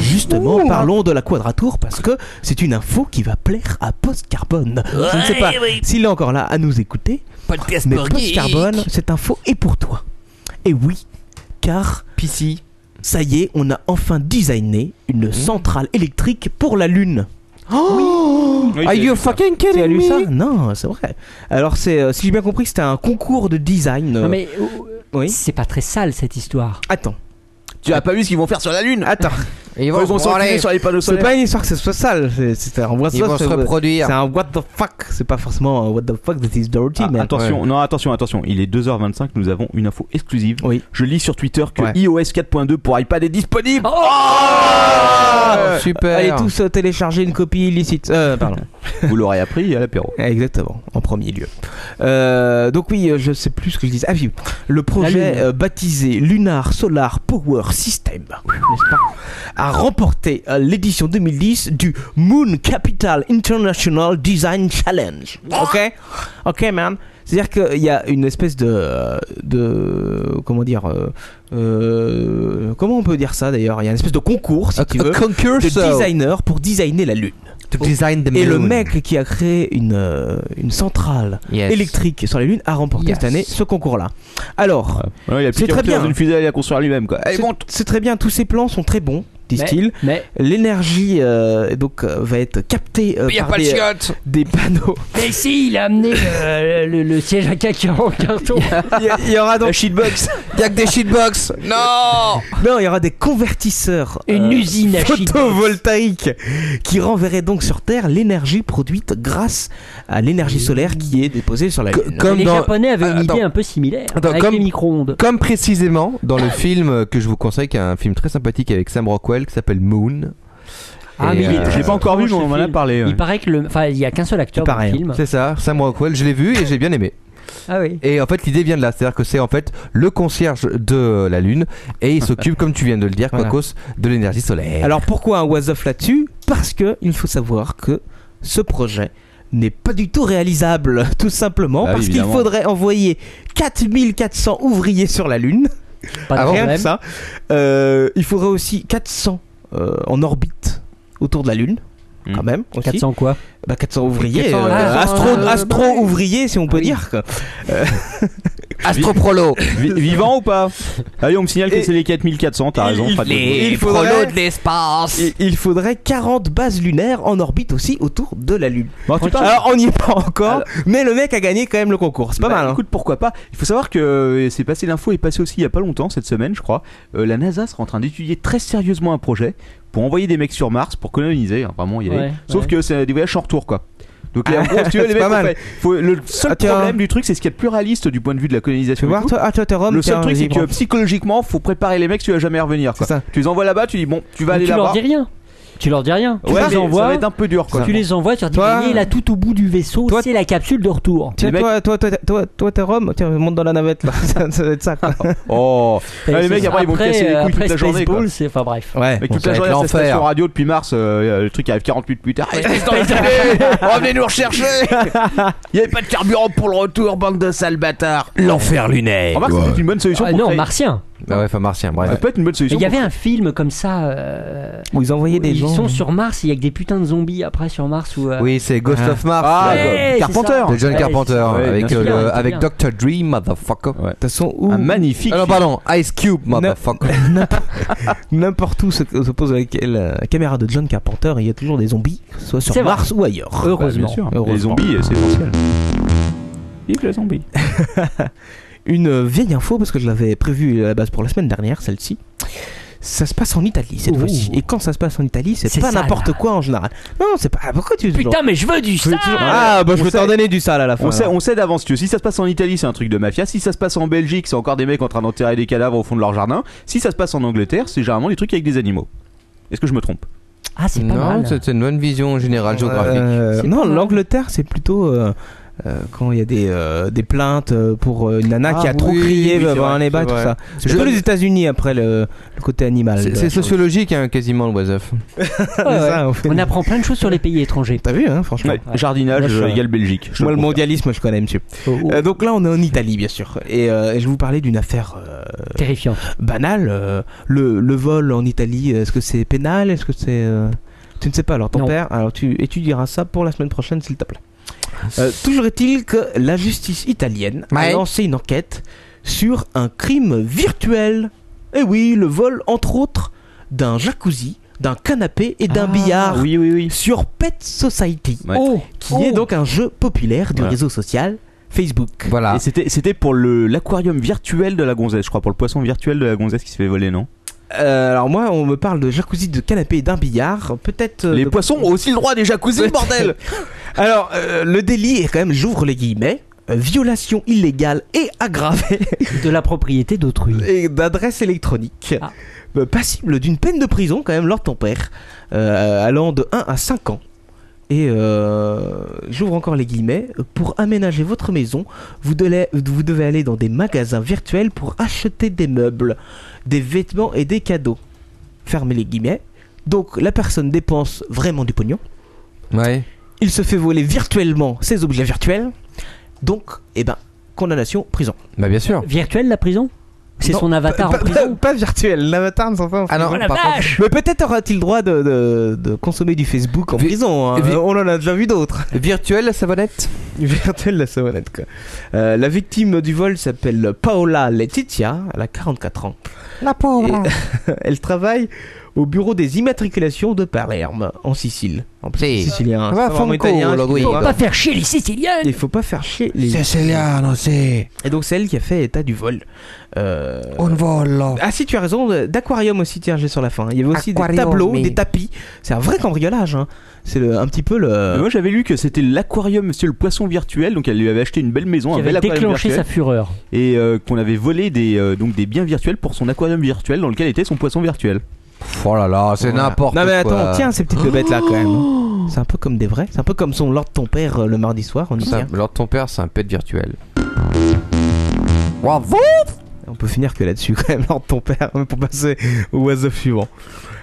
[SPEAKER 8] Justement, parlons de la quadrature parce que c'est une info qui va plaire à Post Carbone. je ne sais pas s'il est encore là à nous écouter,
[SPEAKER 12] Podcast
[SPEAKER 8] mais
[SPEAKER 12] pour
[SPEAKER 8] Post
[SPEAKER 12] geek.
[SPEAKER 8] Carbone, cette info est pour toi. Et oui, car
[SPEAKER 4] PC.
[SPEAKER 8] ça y est, on a enfin designé une
[SPEAKER 7] Mmh.
[SPEAKER 8] centrale électrique pour la Lune. Oh
[SPEAKER 4] Are you fucking
[SPEAKER 8] Tu as
[SPEAKER 4] kidding
[SPEAKER 8] lu
[SPEAKER 4] me
[SPEAKER 8] ça Non, c'est vrai. Alors, c'est, euh, si j'ai bien compris, c'était un concours de design. euh,
[SPEAKER 7] Non, mais euh,
[SPEAKER 8] Oui.
[SPEAKER 7] c'est pas très sale cette histoire.
[SPEAKER 8] Attends,
[SPEAKER 6] Tu as pas vu ce qu'ils vont faire sur la lune
[SPEAKER 8] attends.
[SPEAKER 4] Ils
[SPEAKER 6] Ils vont s'enculer sur les panneaux
[SPEAKER 8] C'est
[SPEAKER 6] solaires.
[SPEAKER 8] pas une histoire que ce soit sale. C'est, c'est un what
[SPEAKER 4] Ils vont se
[SPEAKER 8] c'est-
[SPEAKER 4] reproduire.
[SPEAKER 8] C'est un what the fuck. C'est pas forcément un what the fuck that is dirty,
[SPEAKER 6] Ah,
[SPEAKER 8] mais
[SPEAKER 6] attention, non, attention, attention. Il est 2h25, nous avons une info exclusive.
[SPEAKER 8] Oui.
[SPEAKER 6] Je lis sur Twitter que
[SPEAKER 8] Ouais.
[SPEAKER 6] iOS 4.2 pour iPad est disponible.
[SPEAKER 3] Ah.
[SPEAKER 4] Oh,
[SPEAKER 8] Allez
[SPEAKER 4] Super.
[SPEAKER 8] tous euh, télécharger une copie illicite. Euh, pardon.
[SPEAKER 6] Vous l'aurez appris à l'apéro.
[SPEAKER 8] Exactement, en premier lieu. Euh, donc oui, euh, je sais plus ce que je disais. Ah oui, le projet
[SPEAKER 7] Lune.
[SPEAKER 8] euh, baptisé Lunar Solar Power System a remporté euh, l'édition 2010 du Moon Capital International Design Challenge. Ok Ok, man. C'est-à-dire qu'il y a une espèce de. euh, de comment dire euh, euh, Comment on peut dire ça d'ailleurs Il y a une espèce de concours, si
[SPEAKER 9] A-
[SPEAKER 8] tu
[SPEAKER 9] a
[SPEAKER 8] veux,
[SPEAKER 9] concurso.
[SPEAKER 8] de designer pour designer la Lune.
[SPEAKER 9] To design the
[SPEAKER 8] Et le
[SPEAKER 9] moon.
[SPEAKER 8] mec qui a créé une, euh, une centrale
[SPEAKER 9] Yes.
[SPEAKER 8] électrique sur la Lune a remporté
[SPEAKER 9] Yes.
[SPEAKER 8] cette année ce concours-là. Alors,
[SPEAKER 6] Ouais, il a
[SPEAKER 8] c'est très bien.
[SPEAKER 6] dans une fusée, il a construit lui-même quoi.
[SPEAKER 8] C'est- C'est très bien, tous ces plans sont très bons, disent-ils.
[SPEAKER 7] Mais,
[SPEAKER 8] L'énergie euh, donc euh, va être captée euh,
[SPEAKER 12] Mais y a
[SPEAKER 8] par
[SPEAKER 12] pas le
[SPEAKER 8] des, euh,
[SPEAKER 12] chiotte.
[SPEAKER 8] des panneaux.
[SPEAKER 7] mais si, il a amené euh, le, le siège à caca en carton.
[SPEAKER 8] Il y a- il y aura donc
[SPEAKER 6] La shitbox.
[SPEAKER 9] Y'a que des shitbox
[SPEAKER 12] Non
[SPEAKER 8] non, il y aura des convertisseurs euh,
[SPEAKER 7] Une usine à shitbox.
[SPEAKER 8] photovoltaïques qui renverraient donc sur Terre l'énergie produite grâce à l'énergie solaire qui est déposée sur la
[SPEAKER 9] Co-
[SPEAKER 8] Lune.
[SPEAKER 9] comme
[SPEAKER 7] les
[SPEAKER 9] dans-
[SPEAKER 7] Japonais avaient une
[SPEAKER 9] Attends.
[SPEAKER 7] idée un peu similaire
[SPEAKER 9] Attends,
[SPEAKER 7] avec
[SPEAKER 9] comme-
[SPEAKER 7] les micro-ondes.
[SPEAKER 9] Comme précisément dans le film euh, que je vous conseille, qui est un film très sympathique avec Sam Rockwell qui s'appelle Moon.
[SPEAKER 7] Ah,
[SPEAKER 9] Et,
[SPEAKER 7] mais il est
[SPEAKER 9] euh,
[SPEAKER 6] Je l'ai pas encore vu, mais
[SPEAKER 7] Franchement,
[SPEAKER 6] on
[SPEAKER 7] ce
[SPEAKER 6] m'en a
[SPEAKER 7] film,
[SPEAKER 6] parlé. ouais.
[SPEAKER 7] Il paraît que le, enfin, il y a qu'un seul acteur dans le
[SPEAKER 8] paraît, hein.
[SPEAKER 7] film.
[SPEAKER 9] C'est ça, Sam Rockwell, je l'ai vu et j'ai bien aimé.
[SPEAKER 7] Ah oui.
[SPEAKER 9] Et en fait, l'idée vient de là, c'est-à-dire que c'est en fait le concierge de euh, la Lune et il s'occupe, comme tu viens de le dire,
[SPEAKER 8] Voilà.
[SPEAKER 9] Quacos, de l'énergie solaire.
[SPEAKER 8] Alors pourquoi un was-off là-dessus Parce que il faut savoir que ce projet n'est pas du tout réalisable, tout simplement,
[SPEAKER 6] Bah oui,
[SPEAKER 8] parce qu'il
[SPEAKER 6] évidemment.
[SPEAKER 8] faudrait envoyer 4400 ouvriers sur la Lune,
[SPEAKER 7] Pas de
[SPEAKER 9] Ah bon
[SPEAKER 8] rien que
[SPEAKER 7] problème.
[SPEAKER 8] ça. Euh, il faudrait aussi 400 euh, en orbite autour de la Lune,
[SPEAKER 9] Hmm.
[SPEAKER 8] quand même. aussi.
[SPEAKER 7] 400 quoi
[SPEAKER 8] Bah, 400 ouvriers,
[SPEAKER 9] 400,
[SPEAKER 8] euh,
[SPEAKER 9] ah,
[SPEAKER 8] astro,
[SPEAKER 9] euh,
[SPEAKER 8] astro ouvriers si on peut
[SPEAKER 9] oui.
[SPEAKER 8] dire. quoi.
[SPEAKER 9] Astroprolo
[SPEAKER 6] Vi- Vivant ou pas Allez, on me signale que
[SPEAKER 8] Et-
[SPEAKER 6] c'est les 4400, t'as raison. Fred.
[SPEAKER 12] Les
[SPEAKER 8] Il faudrait-
[SPEAKER 12] prolos de l'espace
[SPEAKER 8] Et il faudrait 40 bases lunaires en orbite aussi autour de la Lune.
[SPEAKER 6] Bon, tu parles-
[SPEAKER 8] Alors on n'y est pas encore, mais le mec a gagné quand même le concours, c'est pas
[SPEAKER 6] Bah,
[SPEAKER 8] mal. hein.
[SPEAKER 6] Écoute, pourquoi pas Il faut savoir que euh, c'est passé l'info est passée aussi il y a pas longtemps cette semaine, je crois. Euh, la NASA sera en train d'étudier très sérieusement un projet pour envoyer des mecs sur Mars pour coloniser, hein, vraiment y aller.
[SPEAKER 7] Ouais,
[SPEAKER 6] Sauf
[SPEAKER 7] ouais.
[SPEAKER 6] que c'est des voyages en retour quoi.
[SPEAKER 8] Ah,
[SPEAKER 6] Donc là, en gros, si tu veux, les
[SPEAKER 8] c'est
[SPEAKER 6] mecs,
[SPEAKER 8] pas
[SPEAKER 6] on
[SPEAKER 8] mal.
[SPEAKER 6] fait- faut- le seul
[SPEAKER 8] Ah, tiens.
[SPEAKER 6] problème du truc, c'est ce qu'il y a de plus réaliste du point de vue de la
[SPEAKER 8] Tu
[SPEAKER 6] colonisation.
[SPEAKER 8] veux
[SPEAKER 6] et
[SPEAKER 8] voir
[SPEAKER 6] tout.
[SPEAKER 8] toi Ah, toi, t'es Rome,
[SPEAKER 6] le seul
[SPEAKER 8] tiens,
[SPEAKER 6] truc,
[SPEAKER 8] vas-y,
[SPEAKER 6] c'est que
[SPEAKER 8] prends.
[SPEAKER 6] psychologiquement, faut préparer les mecs, tu vas jamais y revenir. Quoi.
[SPEAKER 8] C'est ça.
[SPEAKER 6] Tu les envoies là-bas, tu dis bon, tu vas
[SPEAKER 7] Donc,
[SPEAKER 6] aller
[SPEAKER 7] Tu leur
[SPEAKER 6] là-bas.
[SPEAKER 7] dis rien. Tu leur dis rien. Tu
[SPEAKER 6] Ouais, mais
[SPEAKER 7] les
[SPEAKER 6] ça va
[SPEAKER 7] envoies.
[SPEAKER 6] être un peu dur quoi.
[SPEAKER 7] Tu les envoies, tu leur dis
[SPEAKER 8] Toi-
[SPEAKER 7] voyez là tout au bout du vaisseau,
[SPEAKER 8] Toi-
[SPEAKER 7] c'est la capsule de retour.
[SPEAKER 8] Tiens,
[SPEAKER 6] Les mecs-
[SPEAKER 8] toi, toi, toi, toi, toi, t'es Rome, tiens, monte dans la navette là, ça, ça doit être ça quoi.
[SPEAKER 6] Oh,
[SPEAKER 8] Ah,
[SPEAKER 7] Et
[SPEAKER 6] les
[SPEAKER 7] c'est
[SPEAKER 6] mecs,
[SPEAKER 7] ça.
[SPEAKER 6] après, ils vont te casser les
[SPEAKER 7] euh,
[SPEAKER 6] couilles toute
[SPEAKER 7] après
[SPEAKER 6] la journée, quoi.
[SPEAKER 7] Spaceball, c'est enfin bref.
[SPEAKER 8] Ouais.
[SPEAKER 6] Avec
[SPEAKER 9] Bon,
[SPEAKER 6] toute
[SPEAKER 9] ça
[SPEAKER 6] la
[SPEAKER 9] va être
[SPEAKER 6] journée, la
[SPEAKER 9] l'enfer.
[SPEAKER 6] station radio depuis mars, euh, le truc arrive 48 minutes plus tard.
[SPEAKER 12] Espèce d'enculé Revenez-nous rechercher Il n'y avait pas de carburant pour le retour, bande de sales bâtards
[SPEAKER 3] L'enfer lunaire.
[SPEAKER 6] Remarque, ça peut être une bonne solution
[SPEAKER 7] Ah
[SPEAKER 6] pour
[SPEAKER 7] non,
[SPEAKER 6] créer-
[SPEAKER 7] martien.
[SPEAKER 9] Bah ouais, enfin martien, bref.
[SPEAKER 6] Ça peut être une bonne
[SPEAKER 7] Mais
[SPEAKER 6] solution.
[SPEAKER 7] il y
[SPEAKER 6] pour-
[SPEAKER 7] avait un film comme ça. euh,
[SPEAKER 8] Où ils envoyaient
[SPEAKER 7] où
[SPEAKER 8] des
[SPEAKER 7] ils
[SPEAKER 8] gens.
[SPEAKER 7] sont sur Mars, il y a que des putains de zombies après sur Mars euh, ou.
[SPEAKER 9] Oui, c'est Ghost
[SPEAKER 8] Ah.
[SPEAKER 9] of Mars.
[SPEAKER 6] Ah,
[SPEAKER 9] là,
[SPEAKER 6] ouais. Carpenter.
[SPEAKER 9] de John Carpenter
[SPEAKER 6] Ouais,
[SPEAKER 9] avec,
[SPEAKER 6] bien
[SPEAKER 9] euh,
[SPEAKER 7] sûr,
[SPEAKER 9] le-
[SPEAKER 7] c'est
[SPEAKER 9] avec
[SPEAKER 7] bien.
[SPEAKER 9] Dr. Dream, motherfucker.
[SPEAKER 8] De toute façon, où
[SPEAKER 6] un magnifique.
[SPEAKER 9] Ah non, pardon, Ice Cube, motherfucker.
[SPEAKER 8] n'importe où se, se pose avec la caméra de John Carpenter, il y a toujours des zombies, que ce soit sur
[SPEAKER 7] C'est vrai.
[SPEAKER 8] Mars ou ailleurs.
[SPEAKER 6] Bah, bien
[SPEAKER 7] Heureusement.
[SPEAKER 6] sûr.
[SPEAKER 8] Heureusement.
[SPEAKER 6] Les zombies, euh, c'est essentiel. Vive les zombies.
[SPEAKER 8] Une euh, vieille info, parce que je l'avais prévue à la base pour la semaine dernière, celle-ci. Ça se passe en Italie cette
[SPEAKER 7] Ouh.
[SPEAKER 8] fois-ci. Et quand ça se passe en Italie, c'est
[SPEAKER 7] C'est
[SPEAKER 8] pas
[SPEAKER 7] ça,
[SPEAKER 8] n'importe
[SPEAKER 7] là.
[SPEAKER 8] quoi en général. Non, c'est pas. ah, Pourquoi tu.
[SPEAKER 7] Putain, mais je veux du ça
[SPEAKER 8] Ah, bah je
[SPEAKER 6] On
[SPEAKER 8] vais t'en
[SPEAKER 6] sait-
[SPEAKER 8] donner du sale à la fin.
[SPEAKER 6] On sait,
[SPEAKER 8] alors.
[SPEAKER 6] on sait d'avance, tu vois. Si ça se passe en Italie, c'est un truc de mafia. Si ça se passe en Belgique, c'est encore des mecs en train d'enterrer des cadavres au fond de leur jardin. Si ça se passe en Angleterre, c'est généralement des trucs avec des animaux. Est-ce que je me trompe
[SPEAKER 7] Ah, c'est pas
[SPEAKER 9] Non,
[SPEAKER 7] mal.
[SPEAKER 9] c'est c'est une bonne vision
[SPEAKER 6] Ah,
[SPEAKER 9] générale géographique.
[SPEAKER 8] Euh,
[SPEAKER 7] C'est
[SPEAKER 8] non,
[SPEAKER 7] pas mal.
[SPEAKER 8] l'Angleterre, c'est plutôt euh, euh, quand il y a des, euh, des plaintes euh, pour euh, une nana
[SPEAKER 9] Ah
[SPEAKER 8] qui a trop
[SPEAKER 9] oui,
[SPEAKER 8] crié
[SPEAKER 9] oui, c'est
[SPEAKER 8] avant
[SPEAKER 9] vrai,
[SPEAKER 8] un débat,
[SPEAKER 9] c'est
[SPEAKER 8] tout
[SPEAKER 9] vrai.
[SPEAKER 8] ça. C'est
[SPEAKER 9] Je-
[SPEAKER 8] plutôt les États-Unis après le, Ah, le côté animal.
[SPEAKER 9] C'est-
[SPEAKER 8] de
[SPEAKER 9] C'est
[SPEAKER 8] la chose.
[SPEAKER 9] sociologique, hein, quasiment, le was-of.
[SPEAKER 8] C'est ça, au final.
[SPEAKER 7] On apprend plein de choses sur les pays étrangers.
[SPEAKER 8] T'as vu, hein, franchement.
[SPEAKER 7] Ouais.
[SPEAKER 6] Jardinage
[SPEAKER 8] Moi, je-
[SPEAKER 6] euh, égale Belgique. Je te
[SPEAKER 8] Moi, le
[SPEAKER 6] confirme.
[SPEAKER 8] mondialisme, je connais, monsieur.
[SPEAKER 7] Oh, oh,
[SPEAKER 8] Euh, donc là, on est en Italie, bien sûr. Et euh, je vous parlais d'une affaire euh,
[SPEAKER 7] Terrifiant.
[SPEAKER 8] banale. euh, le, le vol en Italie, euh, est-ce que c'est pénal Est-ce que c'est. euh, Tu ne sais pas, alors ton
[SPEAKER 7] Non.
[SPEAKER 8] père, alors tu étudieras ça pour la semaine prochaine, s'il te plaît. Euh, toujours est-il que la justice italienne a
[SPEAKER 9] Ouais.
[SPEAKER 8] lancé une enquête sur un crime virtuel. Eh oui, le vol, entre autres, d'un jacuzzi, d'un canapé et d'un
[SPEAKER 7] Ah,
[SPEAKER 8] billard
[SPEAKER 6] Oui, oui, oui.
[SPEAKER 8] sur Pet Society,
[SPEAKER 6] Ouais.
[SPEAKER 7] Oh,
[SPEAKER 8] qui est donc un jeu populaire du
[SPEAKER 6] Voilà.
[SPEAKER 8] réseau social Facebook.
[SPEAKER 9] Voilà.
[SPEAKER 6] Et c'était c'était pour le- l'aquarium virtuel de la gonzesse, je crois, pour le poisson virtuel de la gonzesse qui se fait voler, non
[SPEAKER 8] Euh, alors moi, on me parle de jacuzzi, de canapé et d'un billard. Peut-être. euh,
[SPEAKER 6] Les
[SPEAKER 8] de-
[SPEAKER 6] poissons ont aussi le droit à des jacuzzi, bordel
[SPEAKER 8] Alors euh, le délit est quand même, j'ouvre les guillemets, euh, violation illégale et aggravée
[SPEAKER 7] de la propriété d'autrui.
[SPEAKER 8] et d'adresse électronique,
[SPEAKER 7] Ah.
[SPEAKER 8] Euh, passible d'une peine de prison quand même lors ton père, euh, allant de 1 à 5 ans. Et euh, j'ouvre encore les guillemets. Pour aménager votre maison, vous devez, vous devez aller dans des magasins virtuels pour acheter des meubles, des vêtements et des cadeaux. Fermez les guillemets. Donc la personne dépense vraiment du pognon.
[SPEAKER 9] Ouais.
[SPEAKER 8] Il se fait voler virtuellement ses objets virtuels. Donc, eh ben, condamnation, prison.
[SPEAKER 9] Bah bien sûr.
[SPEAKER 7] Virtuel la prison C'est
[SPEAKER 8] Non,
[SPEAKER 7] son avatar
[SPEAKER 8] pas,
[SPEAKER 7] en prison
[SPEAKER 8] Pas, pas virtuel, l'avatar ne s'en fait en
[SPEAKER 9] Ah non,
[SPEAKER 8] prison.
[SPEAKER 9] Oh la par contre- vache
[SPEAKER 8] Mais peut-être aura-t-il droit de, de- de consommer du Facebook en
[SPEAKER 9] Vi-
[SPEAKER 8] prison. hein.
[SPEAKER 9] vi-
[SPEAKER 8] On en a déjà vu d'autres.
[SPEAKER 9] Virtuel la savonnette
[SPEAKER 8] Virtuel la savonnette, quoi. Euh, la victime du vol s'appelle Paola Letizia, elle a 44 ans.
[SPEAKER 5] La pauvre.
[SPEAKER 8] Et- elle travaille au bureau des immatriculations de Palerme, en Sicile. En plus, c'est sicilien. hein,
[SPEAKER 9] Ah
[SPEAKER 8] c'est
[SPEAKER 9] bah,
[SPEAKER 8] pas vraiment
[SPEAKER 9] Franco,
[SPEAKER 8] italien,
[SPEAKER 9] lo
[SPEAKER 8] c'est
[SPEAKER 9] guido.
[SPEAKER 8] pas-
[SPEAKER 9] Faut pas
[SPEAKER 7] faire chier les Siciliennes
[SPEAKER 8] Il faut pas faire chier les
[SPEAKER 10] Siciliano, si.
[SPEAKER 8] Et donc, c'est elle qui a fait état du vol. Euh,
[SPEAKER 10] Un volo.
[SPEAKER 8] Ah si tu as raison, euh, d'aquarium aussi, tiens, j'ai sur la fin. Il y avait aussi des
[SPEAKER 10] Aquarium,
[SPEAKER 8] tableaux,
[SPEAKER 10] mais-
[SPEAKER 8] des tapis. C'est un vrai cambriolage. hein. C'est le- un petit peu
[SPEAKER 9] Euh.
[SPEAKER 6] Mais
[SPEAKER 8] le...
[SPEAKER 6] moi j'avais lu que c'était l'aquarium Monsieur le Poisson virtuel, donc elle lui avait acheté une belle maison,
[SPEAKER 7] Qui
[SPEAKER 6] un bel
[SPEAKER 7] avait
[SPEAKER 6] aquarium
[SPEAKER 7] déclenché
[SPEAKER 6] virtuel,
[SPEAKER 7] sa fureur.
[SPEAKER 6] et euh, qu'on avait volé des, euh, donc des biens virtuels pour son aquarium virtuel dans lequel était son poisson virtuel.
[SPEAKER 9] Oh là là, c'est
[SPEAKER 8] Voilà.
[SPEAKER 9] n'importe quoi.
[SPEAKER 8] Non mais attends, tiens ces petites bêtes là quand même. C'est un peu comme des vrais. C'est un peu comme son Lord ton père euh, le mardi soir, on y
[SPEAKER 9] Ça,
[SPEAKER 8] vient.
[SPEAKER 9] alors ton père, c'est un pet virtuel.
[SPEAKER 8] On peut finir que là-dessus quand même, Lord ton père, hein, pour passer au was of suivant.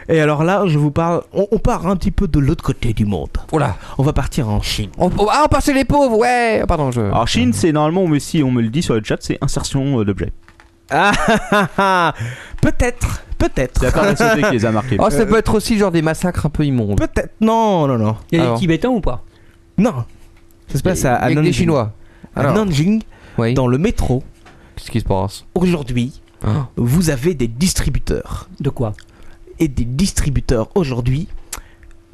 [SPEAKER 8] Et alors là, je vous parle, on, on part un petit peu de l'autre côté du monde.
[SPEAKER 9] Oula.
[SPEAKER 8] On va partir en Chine.
[SPEAKER 6] Oh.
[SPEAKER 9] On, on- ah, on passe chez les pauvres, ouais. Ah, Pardon, je.
[SPEAKER 6] Alors Chine, c'est normalement, mais si on me le dit sur le chat, c'est insertion euh, d'objets.
[SPEAKER 8] Ah ah, ah, ah. peut-être, peut-être. Euh,
[SPEAKER 6] C'est la part de la société qui les a marqués.
[SPEAKER 9] Oh, ça peut être aussi genre des massacres un peu immondes.
[SPEAKER 8] Peut-être. Non, non, non.
[SPEAKER 7] Il y a
[SPEAKER 9] Alors.
[SPEAKER 7] des Tibétains ou pas
[SPEAKER 8] Non. Ça se passe à, à
[SPEAKER 9] Avec des
[SPEAKER 8] Nanjing.
[SPEAKER 9] Chinois.
[SPEAKER 8] À
[SPEAKER 9] Alors.
[SPEAKER 8] Nanjing,
[SPEAKER 9] Oui.
[SPEAKER 8] dans le métro,
[SPEAKER 9] Qu'est-ce qui se passe
[SPEAKER 8] aujourd'hui,
[SPEAKER 9] Ah.
[SPEAKER 8] vous avez des distributeurs.
[SPEAKER 7] De quoi
[SPEAKER 8] et des distributeurs aujourd'hui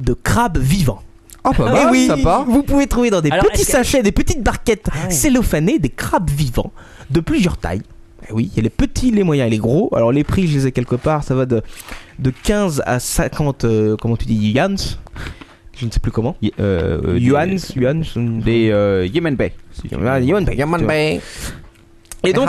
[SPEAKER 8] de crabes vivants.
[SPEAKER 9] Ah,
[SPEAKER 6] bah,
[SPEAKER 9] pas
[SPEAKER 8] Eh
[SPEAKER 9] mal,
[SPEAKER 8] oui,
[SPEAKER 9] sympa.
[SPEAKER 8] vous pouvez trouver dans des
[SPEAKER 7] Alors,
[SPEAKER 8] petits
[SPEAKER 7] est-ce que-
[SPEAKER 8] sachets, des petites barquettes
[SPEAKER 7] Ah ouais.
[SPEAKER 8] cellophanées des crabes vivants de plusieurs tailles. Eh oui, il y a les petits, les moyens et les gros. Alors les prix, je les ai quelque part, ça va de, de 15 à 50, euh, comment tu dis, yuans Je ne sais plus comment.
[SPEAKER 6] Y- euh, euh, des-
[SPEAKER 8] Yuans, yuans, je ne-
[SPEAKER 6] Des euh, Yemen Bay. si tu veux.
[SPEAKER 8] Ah, yuan, bah,
[SPEAKER 9] Yaman
[SPEAKER 8] tu vois.
[SPEAKER 9] Bay.
[SPEAKER 8] Et donc,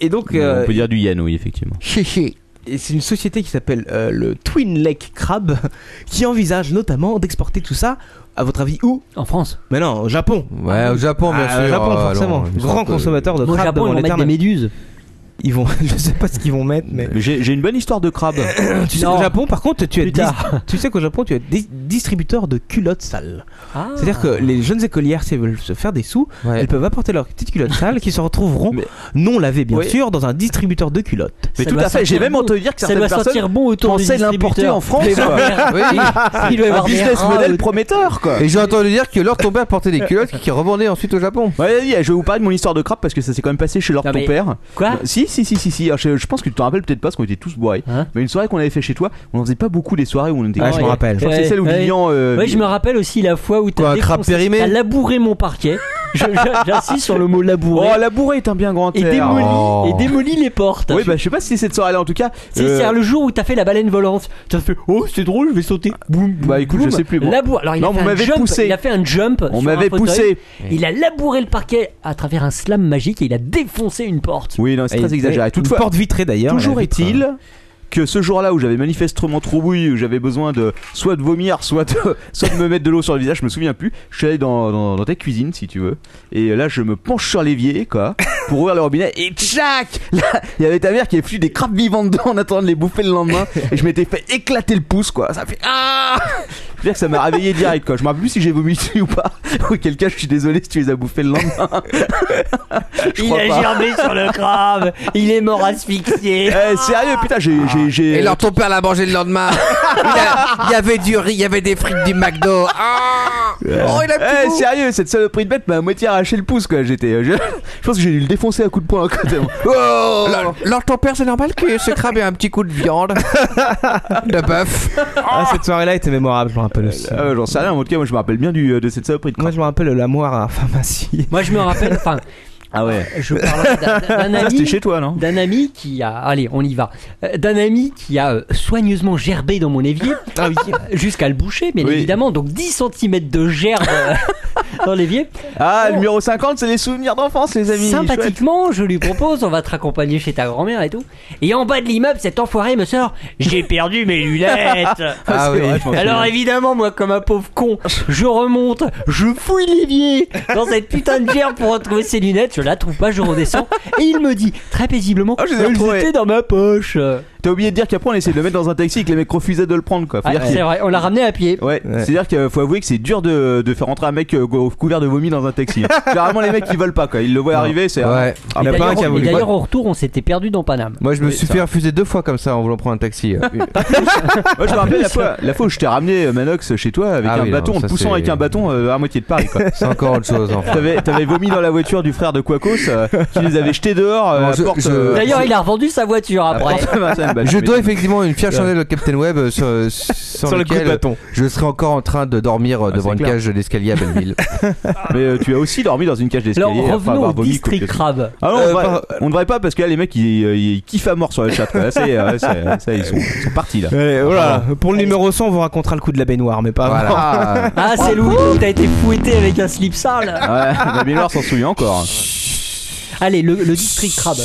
[SPEAKER 8] et donc euh,
[SPEAKER 6] On peut dire du Yen, oui, effectivement.
[SPEAKER 9] Chichi.
[SPEAKER 8] Et c'est une société qui s'appelle euh, le Twin Lake Crab qui envisage notamment d'exporter tout ça. À votre avis où
[SPEAKER 7] En France
[SPEAKER 8] Mais non, au Japon.
[SPEAKER 9] Ouais, au Japon, bien
[SPEAKER 8] Ah,
[SPEAKER 9] sûr.
[SPEAKER 8] au Japon,
[SPEAKER 9] euh,
[SPEAKER 8] forcément.
[SPEAKER 9] alors, il me
[SPEAKER 8] Grand
[SPEAKER 9] semble que-
[SPEAKER 8] consommateur de
[SPEAKER 7] Au
[SPEAKER 8] crabes
[SPEAKER 7] Japon,
[SPEAKER 8] dans
[SPEAKER 7] ils vont
[SPEAKER 8] les
[SPEAKER 7] mettre des
[SPEAKER 8] termes.
[SPEAKER 7] méduses.
[SPEAKER 8] Ils vont, je sais pas ce qu'ils vont mettre, mais.
[SPEAKER 6] Mais J'ai j'ai une bonne histoire de crabe.
[SPEAKER 8] Tu sais
[SPEAKER 7] Non.
[SPEAKER 8] qu'au Japon, par contre, tu es
[SPEAKER 7] Plus tard.
[SPEAKER 8] tu sais qu'au Japon, tu es dis- distributeur de culottes sales.
[SPEAKER 7] Ah.
[SPEAKER 8] C'est-à-dire que les jeunes écolières, si elles veulent se faire des sous,
[SPEAKER 9] Ouais.
[SPEAKER 8] elles peuvent apporter leurs petites culottes sales qui se retrouveront
[SPEAKER 6] Mais-
[SPEAKER 8] non lavées, bien
[SPEAKER 6] Oui.
[SPEAKER 8] sûr, dans un distributeur de culottes.
[SPEAKER 6] Mais
[SPEAKER 7] Ça
[SPEAKER 6] tout
[SPEAKER 7] doit
[SPEAKER 6] à fait, j'ai
[SPEAKER 7] sentir
[SPEAKER 6] même
[SPEAKER 7] bon.
[SPEAKER 6] entendu dire que
[SPEAKER 7] ça doit
[SPEAKER 6] certaines personnes
[SPEAKER 7] sortir bon autour du
[SPEAKER 6] pensaient l'importer
[SPEAKER 7] distributeur.
[SPEAKER 6] en France. quoi.
[SPEAKER 9] Oui.
[SPEAKER 7] Il doit y
[SPEAKER 6] Un
[SPEAKER 7] avoir des
[SPEAKER 6] business
[SPEAKER 7] reins,
[SPEAKER 6] model
[SPEAKER 7] euh,
[SPEAKER 6] prometteur, quoi.
[SPEAKER 9] Et j'ai entendu dire que leur ton père portait des culottes qui revendaient ensuite au Japon.
[SPEAKER 6] Ouais, vas-y, je vais vous parler de mon histoire de crabe parce que ça s'est quand même passé chez leur
[SPEAKER 7] Non,
[SPEAKER 6] ton
[SPEAKER 7] mais-
[SPEAKER 6] père.
[SPEAKER 7] Quoi
[SPEAKER 6] Si, si, si, si, si. Alors, je, je pense que tu t'en rappelles peut-être pas parce qu'on était tous bourrés.
[SPEAKER 7] Hein
[SPEAKER 6] mais une soirée qu'on avait fait chez toi, on en faisait pas beaucoup des soirées où on était.
[SPEAKER 8] Ah, je
[SPEAKER 7] ouais.
[SPEAKER 8] me rappelle.
[SPEAKER 6] Je crois que
[SPEAKER 7] Ouais,
[SPEAKER 6] c'est celle où
[SPEAKER 7] ouais.
[SPEAKER 6] Lilian. euh,
[SPEAKER 7] Ouais, je me rappelle aussi la fois où
[SPEAKER 9] Quoi,
[SPEAKER 7] t'as
[SPEAKER 9] un crabe
[SPEAKER 7] défoncé-
[SPEAKER 9] périmé
[SPEAKER 7] t'as labouré mon parquet. Je- je- J'insiste sur le mot labourer.
[SPEAKER 6] Oh, la bourrée est un bien grand
[SPEAKER 7] et
[SPEAKER 6] air.
[SPEAKER 7] démoli
[SPEAKER 9] Oh.
[SPEAKER 7] et démoli les portes.
[SPEAKER 6] Oui, bah je sais pas si c'est cette soirée-là en tout cas.
[SPEAKER 7] Tu sais,
[SPEAKER 6] euh,
[SPEAKER 7] c'est le jour où t'as fait la baleine volante. T'as fait oh c'est drôle, je vais sauter. Boum.
[SPEAKER 6] Bah écoute, je
[SPEAKER 7] boum.
[SPEAKER 6] sais plus. bon.
[SPEAKER 7] Labou- Alors il
[SPEAKER 6] Non,
[SPEAKER 7] a fait
[SPEAKER 6] on
[SPEAKER 7] un
[SPEAKER 6] m'avait
[SPEAKER 7] jump,
[SPEAKER 6] poussé.
[SPEAKER 7] Il a fait un jump. sur
[SPEAKER 6] On
[SPEAKER 7] un
[SPEAKER 6] m'avait
[SPEAKER 7] fauteuil.
[SPEAKER 6] poussé.
[SPEAKER 7] Il a labouré le parquet à travers un slam magique et il a défoncé une porte.
[SPEAKER 6] Oui, non, c'est
[SPEAKER 8] Et-
[SPEAKER 6] très
[SPEAKER 8] et-
[SPEAKER 6] exagéré.
[SPEAKER 8] Une
[SPEAKER 6] Toutefois,
[SPEAKER 8] porte vitrée d'ailleurs.
[SPEAKER 6] toujours
[SPEAKER 8] la vitre,
[SPEAKER 6] est-il que ce jour-là où j'avais manifestement trop bouilli, où j'avais besoin de soit de vomir, soit de, soit de me mettre de l'eau sur le visage, je me souviens plus. Je suis allé dans, dans, dans ta cuisine, si tu veux, et là je me penche sur l'évier, quoi, pour ouvrir le robinet, et tchac Là, il y avait ta mère qui avait fui des crabes vivantes dedans en attendant de les bouffer le lendemain, et je m'étais fait éclater le pouce, quoi. Ça fait ah Je veux dire que ça m'a réveillé direct, quoi. Je me rappelle plus si j'ai vomi dessus ou pas. Auquel cas, je suis désolé si tu les as bouffés le lendemain.
[SPEAKER 7] il
[SPEAKER 6] crois
[SPEAKER 7] a
[SPEAKER 6] pas.
[SPEAKER 7] germé sur le crabe. Il est mort asphyxié.
[SPEAKER 6] Eh, sérieux, putain, j'ai,
[SPEAKER 8] Ah.
[SPEAKER 6] j'ai, j'ai.
[SPEAKER 9] Et leur ton père l'a mangé le lendemain. Il a- Il y avait du riz, il y avait des frites du McDo. Ah oh, il a
[SPEAKER 6] Eh
[SPEAKER 9] plus
[SPEAKER 6] sérieux, cette saloperie de bête m'a à moitié arraché le pouce quoi. J'étais, euh, je... je pense que j'ai dû le défoncer à coups de poing à côté.
[SPEAKER 9] Oh leur, leur ton père, c'est normal que ce crabe ait un petit coup de viande, de bœuf.
[SPEAKER 8] Ah, cette soirée-là était mémorable, je me rappelle aussi.
[SPEAKER 6] Euh, J'en sais rien. En tout cas, moi je me rappelle bien du, euh, de cette saloperie de
[SPEAKER 8] Moi, je me rappelle la moire à la pharmacie.
[SPEAKER 7] Moi je me rappelle. Enfin, euh,
[SPEAKER 6] Ah ouais.
[SPEAKER 7] je parle d'un d'un
[SPEAKER 6] C'était
[SPEAKER 7] ami.
[SPEAKER 6] chez toi non
[SPEAKER 7] d'un ami qui a allez on y va Euh, d'un ami qui a euh, soigneusement gerbé dans mon évier Euh, jusqu'à le boucher bien
[SPEAKER 6] Ah Oui.
[SPEAKER 7] évidemment donc 10 cm de gerbe euh, dans l'évier
[SPEAKER 9] Oh.
[SPEAKER 6] Ah, le
[SPEAKER 7] Bon.
[SPEAKER 6] numéro 50, c'est les souvenirs d'enfance, les amis. Chouette.
[SPEAKER 7] sympathiquement je lui propose on va te raccompagner chez ta grand-mère et tout et en bas de l'immeuble cet enfoiré me sort j'ai perdu mes lunettes
[SPEAKER 9] Ah
[SPEAKER 6] c'est
[SPEAKER 9] oui.
[SPEAKER 6] vrai, je m'en
[SPEAKER 7] alors
[SPEAKER 6] souviens.
[SPEAKER 7] évidemment moi comme un pauvre con je remonte je fouille l'évier dans cette putain de gerbe pour retrouver ses lunettes je la trouve pas je redescends et il me dit très paisiblement
[SPEAKER 6] Ah, je les ai
[SPEAKER 7] elles
[SPEAKER 6] retrouvées.
[SPEAKER 7] étaient dans ma poche
[SPEAKER 6] T'as oublié de dire qu'après on essayait de le mettre dans un taxi et que les mecs refusaient de le prendre quoi. Faut
[SPEAKER 7] Ah,
[SPEAKER 6] dire qu'il-
[SPEAKER 7] c'est vrai, on l'a ramené à pied.
[SPEAKER 6] Ouais, c'est-à-dire qu'il faut avouer que c'est dur de, de faire rentrer un mec euh, cou- couvert de vomi dans un taxi. Généralement, les mecs ils veulent pas quoi. Ils le voient arriver, c'est. Ah,
[SPEAKER 4] Ouais.
[SPEAKER 7] Et
[SPEAKER 6] bah,
[SPEAKER 7] d'ailleurs,
[SPEAKER 6] pas un qui a
[SPEAKER 7] on- et
[SPEAKER 6] voulu.
[SPEAKER 7] d'ailleurs, au retour, on s'était perdu dans Paname.
[SPEAKER 4] Moi, je me
[SPEAKER 6] Oui,
[SPEAKER 4] suis
[SPEAKER 6] ça.
[SPEAKER 4] fait refuser deux fois comme ça en voulant prendre un taxi. hein.
[SPEAKER 6] Moi, je me rappelle la fois, la fois où je t'ai ramené euh, Manox chez toi avec
[SPEAKER 4] Ah
[SPEAKER 6] un
[SPEAKER 4] oui, non,
[SPEAKER 6] bâton, en
[SPEAKER 4] ça,
[SPEAKER 6] te poussant
[SPEAKER 4] c'est-
[SPEAKER 6] avec un bâton euh, à moitié de Paris quoi.
[SPEAKER 4] C'est encore autre chose. Enfin.
[SPEAKER 6] T'avais t'avais vomi dans la voiture du frère de Quacos euh, qui les avait jetés dehors euh,
[SPEAKER 4] Non,
[SPEAKER 6] à
[SPEAKER 4] je-
[SPEAKER 6] porte.
[SPEAKER 4] je-
[SPEAKER 6] euh,
[SPEAKER 7] D'ailleurs, il a revendu sa voiture après.
[SPEAKER 6] porte Vincennes. Bah,
[SPEAKER 4] je
[SPEAKER 6] tu
[SPEAKER 4] dois
[SPEAKER 6] m'étonnes.
[SPEAKER 4] effectivement une fière chandelle au Captain Web euh, sur, euh, sans
[SPEAKER 6] Sur le coup de
[SPEAKER 4] lequel
[SPEAKER 6] bâton.
[SPEAKER 4] je serais encore en train de dormir
[SPEAKER 8] Ah,
[SPEAKER 4] euh, devant
[SPEAKER 6] c'est
[SPEAKER 4] une
[SPEAKER 6] clair.
[SPEAKER 4] cage d'escalier à Belleville.
[SPEAKER 6] Mais euh, tu as aussi dormi dans une cage
[SPEAKER 7] Alors,
[SPEAKER 6] d'escalier. après
[SPEAKER 7] revenons
[SPEAKER 6] avoir
[SPEAKER 7] au
[SPEAKER 6] vomi,
[SPEAKER 7] district
[SPEAKER 6] quoi que ce
[SPEAKER 7] crabe.
[SPEAKER 6] Ah non, on,
[SPEAKER 4] Euh,
[SPEAKER 6] devrait,
[SPEAKER 4] par-
[SPEAKER 6] on devrait pas parce que là les mecs ils, euh, ils kiffent à mort sur le chat. quoi. Là, c'est, euh, c'est- ça, ils, sont, ils sont partis là.
[SPEAKER 8] Allez, voilà.
[SPEAKER 6] Ah.
[SPEAKER 8] Pour le numéro 100, on vous racontera le coup de la baignoire, mais pas avant.
[SPEAKER 4] Voilà.
[SPEAKER 7] Ah, c'est Louis, t'as été fouetté avec un slip sale.
[SPEAKER 6] Ouais, la mémoire s'en souvient encore.
[SPEAKER 7] Allez, le, le district crabe.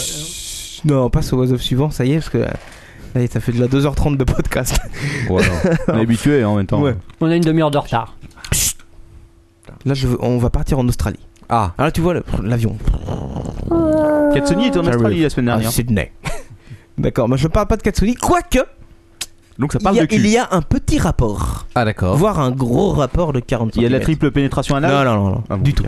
[SPEAKER 8] Non, on passe au was of suivant, ça y est, parce que là, là, ça fait déjà 2h30 de podcast.
[SPEAKER 6] Ouais, on est habitué hein, en même temps.
[SPEAKER 8] Ouais.
[SPEAKER 7] On a une demi-heure de retard.
[SPEAKER 8] Là, je veux- on va partir en Australie.
[SPEAKER 4] Ah.
[SPEAKER 8] Alors, tu vois le- l'avion.
[SPEAKER 6] Katsuni était en
[SPEAKER 8] J'arrive.
[SPEAKER 6] Australie la semaine
[SPEAKER 8] À
[SPEAKER 6] dernière.
[SPEAKER 8] Sydney. D'accord, mais je parle pas de Katsuni, quoique
[SPEAKER 6] Donc ça
[SPEAKER 8] il
[SPEAKER 6] parle
[SPEAKER 8] y,
[SPEAKER 6] de
[SPEAKER 8] a, il
[SPEAKER 6] cul.
[SPEAKER 8] y a un petit rapport,
[SPEAKER 4] Ah d'accord.
[SPEAKER 8] voire un gros rapport de 40
[SPEAKER 6] Il y a de la
[SPEAKER 8] centimètres.
[SPEAKER 6] triple pénétration anale.
[SPEAKER 8] Non, non, non, non,
[SPEAKER 6] Ah bon,
[SPEAKER 8] du
[SPEAKER 6] ok.
[SPEAKER 8] tout.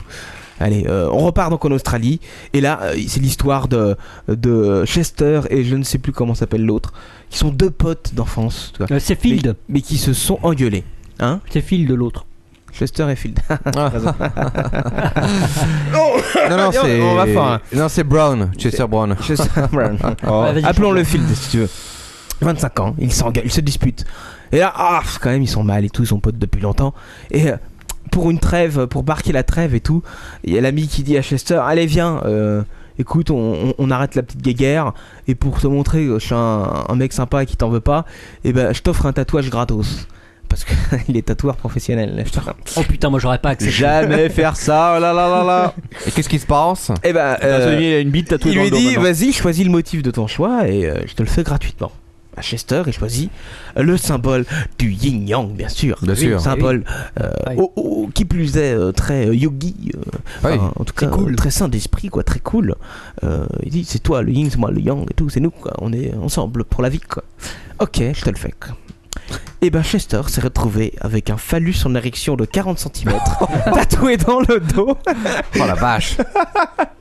[SPEAKER 8] Allez, euh, on repart donc en Australie. Et là, euh, c'est l'histoire de, de Chester et je ne sais plus comment s'appelle l'autre, qui sont deux potes d'enfance, tu vois,
[SPEAKER 7] Euh, c'est
[SPEAKER 8] mais,
[SPEAKER 7] Field.
[SPEAKER 8] mais qui se sont engueulés. Hein
[SPEAKER 7] C'est Field de l'autre.
[SPEAKER 8] Chester et Field.
[SPEAKER 4] Non, non, c'est.
[SPEAKER 8] on va fort, hein.
[SPEAKER 4] Non, c'est Brown, Chester Brown. Ah, Oh.
[SPEAKER 8] Chester Brown.
[SPEAKER 7] Ouais, vas-y,
[SPEAKER 8] Appelons-le Field si tu veux. 25 ans, ils s'engueulent, ils se disputent. Et là, ah, pff, quand même, ils sont mal et tout, ils sont potes depuis longtemps. Et euh, pour une trêve, pour marquer la trêve et tout, il y a l'ami qui dit à Chester Allez, viens, euh, écoute, on, on- on arrête la petite guéguerre. Et pour te montrer que je suis un, un mec sympa et qui t'en veut pas, et ben, je t'offre un tatouage gratos. Parce qu'il est tatoueur professionnel. Chester.
[SPEAKER 7] Oh putain, moi j'aurais pas accepté.
[SPEAKER 6] Jamais faire ça. Oh là là là là.
[SPEAKER 4] Et qu'est-ce qui se passe
[SPEAKER 8] Et ben,
[SPEAKER 6] Katsuni,
[SPEAKER 8] euh,
[SPEAKER 6] il a une bite tatouée
[SPEAKER 8] il
[SPEAKER 6] dans
[SPEAKER 8] lui
[SPEAKER 6] le dos
[SPEAKER 8] dit
[SPEAKER 6] maintenant.
[SPEAKER 8] vas-y choisis le motif de ton choix et euh, je te le fais gratuitement à Chester il choisit le symbole du yin yang bien sûr
[SPEAKER 4] Bien
[SPEAKER 8] Oui,
[SPEAKER 4] sûr.
[SPEAKER 8] symbole euh,
[SPEAKER 7] Ouais.
[SPEAKER 8] oh, oh, qui plus est euh, très euh, yogi euh,
[SPEAKER 4] Oui.
[SPEAKER 8] enfin, en tout cas euh, très sain d'esprit quoi très cool Euh, il dit c'est toi le yin c'est moi le yang et tout c'est nous quoi on est ensemble pour la vie quoi ok je te le fais quoi. et ben Chester s'est retrouvé avec un phallus en érection de 40 cm tatoué dans le dos
[SPEAKER 4] Oh la vache.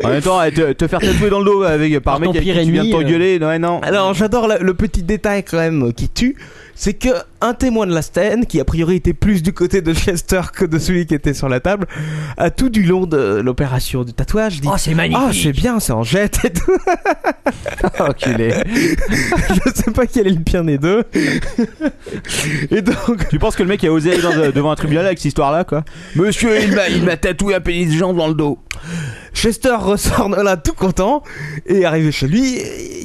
[SPEAKER 6] En même temps, eh, te, te faire tatouer dans le dos avec par
[SPEAKER 7] Par
[SPEAKER 6] mec
[SPEAKER 7] ton
[SPEAKER 6] avec qui
[SPEAKER 7] pire
[SPEAKER 6] tu viens de
[SPEAKER 7] ennemi,
[SPEAKER 6] t'engueuler. Non, ouais, non.
[SPEAKER 8] euh. Alors j'adore la- le petit détail quand même euh, qui tue, c'est que un témoin de la scène, qui a priori était plus du côté de Chester que de celui qui était sur la table, a tout du long de l'opération du tatouage dit
[SPEAKER 7] Oh, c'est
[SPEAKER 8] Ah
[SPEAKER 7] magnifique.
[SPEAKER 8] c'est bien, ça en jette et tout.
[SPEAKER 6] enculé.
[SPEAKER 8] Je sais pas quel est le pire des deux. Et donc
[SPEAKER 6] Tu penses que le mec a osé aller dans- euh, devant un tribunal avec cette histoire-là, quoi
[SPEAKER 12] Monsieur, il m'a, il m'a tatoué un pénis de jambe dans le dos.
[SPEAKER 8] Chester ressort de là tout content et arrivé chez lui,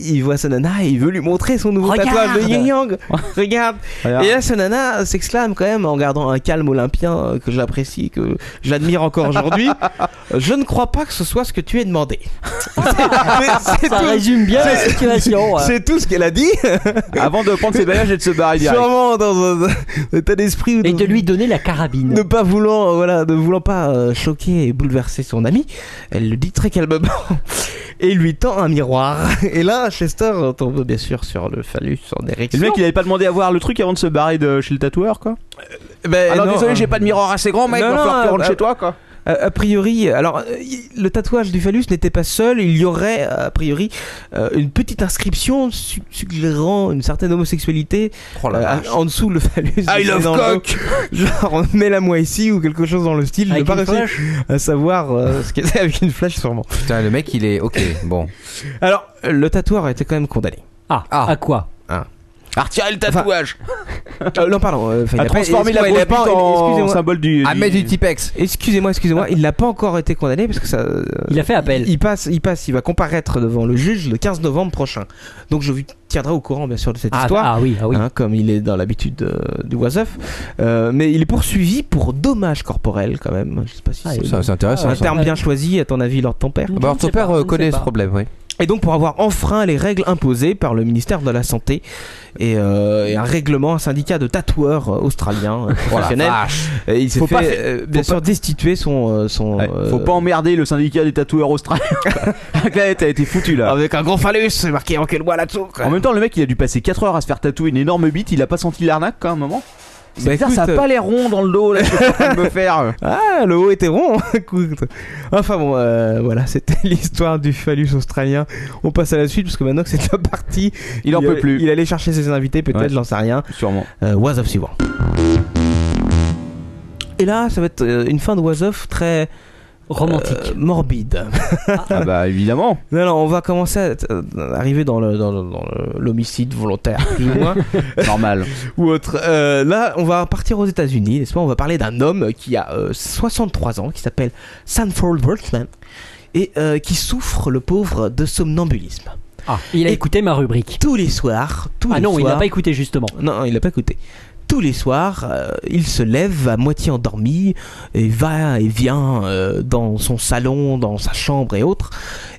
[SPEAKER 8] il voit sa nana et il veut lui montrer son nouveau
[SPEAKER 7] Regarde.
[SPEAKER 8] tatouage de Yin Yang. Regarde.
[SPEAKER 6] Regarde.
[SPEAKER 8] Et là, sa nana s'exclame quand même en gardant un calme olympien euh, que j'apprécie, que j'admire encore aujourd'hui. Je ne crois pas que ce soit ce que tu es demandé. C'est- c'est- c'est
[SPEAKER 7] Ça
[SPEAKER 8] tout-
[SPEAKER 7] résume bien la situation. hein. ouais.
[SPEAKER 8] C'est tout ce qu'elle a dit.
[SPEAKER 6] Avant de prendre ses bagages et de se barrer direct.
[SPEAKER 8] Sûrement dans un un état d'esprit. où-
[SPEAKER 7] Et de lui donner la carabine.
[SPEAKER 8] ne pas voulant, euh, voilà, ne voulant pas euh, choquer et bouleverser son ami, elle le dit très calmement et lui tend un miroir. Et là, Chester euh, tombe bien sûr sur le phallus en
[SPEAKER 6] Et
[SPEAKER 8] érection.
[SPEAKER 6] le mec, il avait pas demandé à voir le truc avant de se barrer de chez le tatoueur, quoi. Ah
[SPEAKER 8] Ben, non, euh,
[SPEAKER 6] pas de miroir assez grand,
[SPEAKER 8] Non, non, euh, euh,
[SPEAKER 6] toi, quoi.
[SPEAKER 8] A, a priori, alors euh, y- le tatouage du phallus n'était pas seul. Il y aurait a priori euh, une petite inscription su- suggérant une certaine homosexualité
[SPEAKER 4] Oh la
[SPEAKER 8] euh,
[SPEAKER 4] vache.
[SPEAKER 8] en dessous le phallus.
[SPEAKER 12] I
[SPEAKER 8] Dans
[SPEAKER 12] love
[SPEAKER 8] le dos.
[SPEAKER 12] cock.
[SPEAKER 8] Genre mets-la moi ici ou quelque chose dans le style. Je n'ai
[SPEAKER 7] Avec
[SPEAKER 8] pas
[SPEAKER 7] une
[SPEAKER 8] réussi à savoir euh, ce qu'était avec une flèche sûrement.
[SPEAKER 4] Putain, le mec, il est. Ok, bon.
[SPEAKER 8] Alors, euh, le tatoueur était quand même condamné.
[SPEAKER 7] Ah,
[SPEAKER 4] Ah.
[SPEAKER 7] à quoi
[SPEAKER 12] À retirer le tatouage.
[SPEAKER 8] Euh, non, pardon. euh, enfin, il
[SPEAKER 6] A
[SPEAKER 8] a pas-
[SPEAKER 6] transformé la
[SPEAKER 8] excuse-moi, il
[SPEAKER 6] grosse
[SPEAKER 8] a pas-
[SPEAKER 6] bite en
[SPEAKER 8] Excusez-moi,
[SPEAKER 6] symbole du.
[SPEAKER 4] Ah,
[SPEAKER 6] du-
[SPEAKER 4] mais du Tipex.
[SPEAKER 8] excusez-moi, excusez-moi. Il n'a pas encore été condamné parce que ça. euh,
[SPEAKER 7] Il a fait appel.
[SPEAKER 8] Il passe, il passe, il va comparaître devant le juge le 15 novembre prochain. Donc je vous tiendrai au courant bien sûr de cette
[SPEAKER 7] Ah,
[SPEAKER 8] histoire,
[SPEAKER 7] ah oui, ah oui.
[SPEAKER 8] hein, comme il est dans l'habitude euh, du Wasoff. Euh, mais il est poursuivi pour dommage corporel quand même. Je sais pas si
[SPEAKER 7] Ah,
[SPEAKER 8] c'est
[SPEAKER 7] et-
[SPEAKER 4] Ça, C'est intéressant.
[SPEAKER 8] un
[SPEAKER 4] ça.
[SPEAKER 8] terme bien choisi à ton avis, Lord ton père.
[SPEAKER 4] Bah, alors,
[SPEAKER 7] Je ne
[SPEAKER 4] ton
[SPEAKER 7] sais pas,
[SPEAKER 4] père euh,
[SPEAKER 7] je ne
[SPEAKER 4] connaît
[SPEAKER 7] sais
[SPEAKER 4] ce
[SPEAKER 7] pas.
[SPEAKER 4] problème, oui.
[SPEAKER 8] Et donc pour avoir enfreint les règles imposées par le ministère de la Santé et, euh, et un règlement, un syndicat de tatoueurs euh,
[SPEAKER 4] Oh
[SPEAKER 8] australiens euh, professionnels, et il s'est
[SPEAKER 6] Faut
[SPEAKER 8] fait,
[SPEAKER 6] pas fa-
[SPEAKER 8] euh,
[SPEAKER 6] faut
[SPEAKER 8] bien
[SPEAKER 6] pas-
[SPEAKER 8] sûr destituer son... euh, son euh,
[SPEAKER 6] Faut pas emmerder le syndicat des tatoueurs australiens. Avec la tête, t'as été foutu là.
[SPEAKER 8] Avec un gros phallus, c'est marqué en quel bois là-dessous. quoi.
[SPEAKER 6] En même temps, le mec il a dû passer 4 heures à se faire tatouer une énorme bite, il a pas senti l'arnaque quand même, un moment C'est
[SPEAKER 8] Bah,
[SPEAKER 6] bizarre,
[SPEAKER 8] écoute,
[SPEAKER 6] ça a
[SPEAKER 8] euh,
[SPEAKER 6] pas l'air rond dans le dos là, ce que je suis en train de me faire.
[SPEAKER 8] Ah, le haut était rond. écoute. Enfin bon, euh, voilà, c'était l'histoire du phallus australien. On passe à la suite parce que maintenant que c'est déjà parti,
[SPEAKER 6] Il en peut plus.
[SPEAKER 8] Il allait chercher ses invités, peut-être,
[SPEAKER 6] Ouais.
[SPEAKER 8] j'en sais rien.
[SPEAKER 6] Sûrement.
[SPEAKER 8] Euh, Was of suivant. Et là, ça va être euh, une fin de Was of très
[SPEAKER 7] Romantique.
[SPEAKER 8] euh, morbide.
[SPEAKER 6] Ah bah évidemment.
[SPEAKER 8] Non, non, on va commencer à t- euh, arriver dans le- dans le- dans le- l'homicide volontaire, plus ou moins,
[SPEAKER 6] Normal.
[SPEAKER 8] ou autre. Euh, là, on va partir aux États-Unis, n'est-ce pas On va parler d'un homme qui a euh, 63 ans, qui s'appelle Sanford Wortman, et euh, qui souffre, le pauvre, de somnambulisme.
[SPEAKER 7] Ah, Il a
[SPEAKER 8] Et-
[SPEAKER 7] écouté ma rubrique.
[SPEAKER 8] Tous les soirs, tous
[SPEAKER 7] Ah
[SPEAKER 8] les
[SPEAKER 7] non, il n'a
[SPEAKER 8] soirs-
[SPEAKER 7] pas écouté justement.
[SPEAKER 8] non, il n'a pas écouté. Tous les soirs, euh, il se lève à moitié endormi et va et vient euh, dans son salon, dans sa chambre et autres.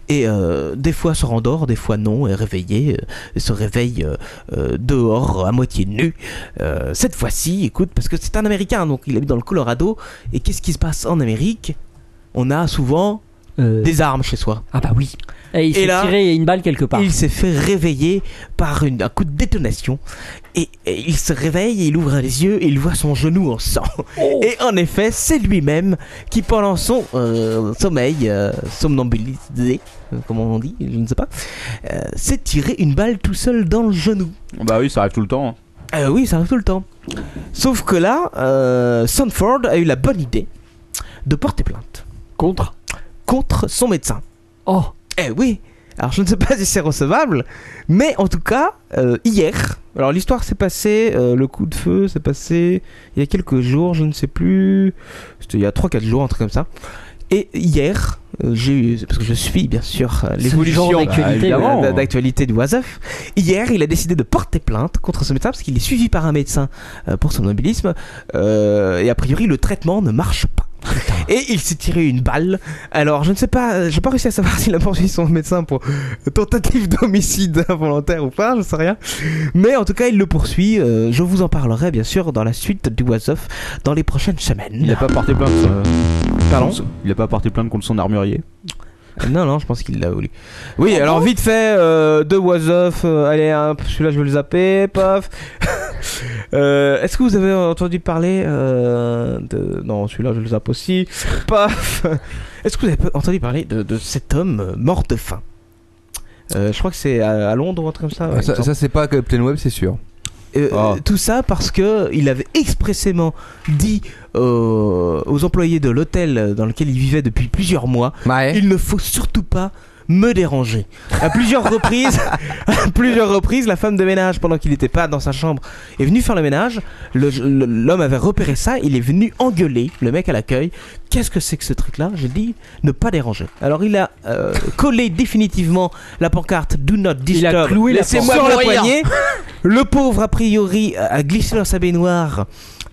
[SPEAKER 8] Et euh, des fois se rendort, des fois non, est réveillé, euh, et se réveille euh, euh, dehors à moitié nu. Euh, cette fois-ci, écoute, parce que c'est un Américain, donc il habite dans le Colorado. Et qu'est-ce qui se passe en Amérique On a souvent
[SPEAKER 7] Euh,
[SPEAKER 8] des armes chez soi.
[SPEAKER 7] Ah bah oui. Et il
[SPEAKER 8] Et
[SPEAKER 7] s'est
[SPEAKER 8] là-
[SPEAKER 7] tiré une balle quelque part.
[SPEAKER 8] Il s'est fait réveiller par une- un coup de détonation. Et, et il se réveille, et il ouvre les yeux et il voit son genou en sang.
[SPEAKER 7] Oh.
[SPEAKER 8] Et en effet, c'est lui-même qui, pendant son euh, sommeil, euh, somnambulisé, euh, comment on dit, je ne sais pas, euh, s'est tiré une balle tout seul dans le genou.
[SPEAKER 6] Bah oui, ça arrive tout le temps. hein.
[SPEAKER 8] Euh, oui, ça arrive tout le temps. Sauf que là, euh, Sanford a eu la bonne idée de porter plainte
[SPEAKER 7] Contre.
[SPEAKER 8] contre son médecin.
[SPEAKER 7] Oh.
[SPEAKER 8] Eh oui Alors je ne sais pas si c'est recevable, mais en tout cas, euh, hier, alors l'histoire s'est passée, euh, le coup de feu s'est passé il y a quelques jours, je ne sais plus, c'était il y a 3-4 jours, un truc comme ça. Et hier, euh, j'ai eu, parce que je suis bien sûr euh, l'évolution
[SPEAKER 7] genre d'actualité,
[SPEAKER 8] euh,
[SPEAKER 6] évidemment.
[SPEAKER 8] d'a- d'actualité du WhatsApp, hier il a décidé de porter plainte contre ce médecin parce qu'il est suivi par un médecin euh, pour somnambulisme, euh, et a priori le traitement ne marche pas. Et il s'est tiré une balle. Alors, je ne sais pas, euh, j'ai pas réussi à savoir s'il a poursuivi son médecin pour euh, tentative d'homicide involontaire ou pas, je sais rien. Mais en tout cas, il le poursuit. Euh, je vous en parlerai bien sûr dans la suite du What's Off dans les prochaines semaines.
[SPEAKER 6] Il a pas porté plainte. euh,
[SPEAKER 8] Pardon
[SPEAKER 6] contre- Il a pas porté plainte contre son armurier.
[SPEAKER 8] Non, non, je pense qu'il l'a voulu. Oui, alors vite fait, euh, deux was off. euh, allez, hop, celui-là, je vais le zapper. Paf. Euh, Est-ce que vous avez entendu parler euh, de. Non, celui-là, je le zappe aussi. Paf. Est-ce que vous avez entendu parler de, de cet homme euh, mort de faim Euh, Je crois que c'est à, à Londres ou un truc comme ça.
[SPEAKER 9] Ah,
[SPEAKER 8] ouais, il me
[SPEAKER 9] ça,
[SPEAKER 8] semble.
[SPEAKER 9] ça, c'est pas Captain Web, c'est sûr.
[SPEAKER 8] Euh,
[SPEAKER 6] Ah.
[SPEAKER 8] Tout ça parce que il avait expressément dit euh, aux employés de l'hôtel dans lequel il vivait depuis plusieurs mois
[SPEAKER 9] Ouais.
[SPEAKER 8] il ne faut surtout pas me déranger. À plusieurs reprises, à plusieurs reprises, la femme de ménage, pendant qu'il n'était pas dans sa chambre, est venue faire le ménage. Le- le- L'homme avait repéré ça, il est venu engueuler le mec à l'accueil. Qu'est-ce que c'est que ce truc-là J'ai dit ne pas déranger. Alors il a euh, collé définitivement la pancarte Do not
[SPEAKER 7] Il
[SPEAKER 8] disturb.
[SPEAKER 7] a cloué la
[SPEAKER 8] Laissez-moi
[SPEAKER 7] porte.
[SPEAKER 8] sur la
[SPEAKER 7] Mourir.
[SPEAKER 8] poignée. Le pauvre a priori euh, a glissé dans sa baignoire.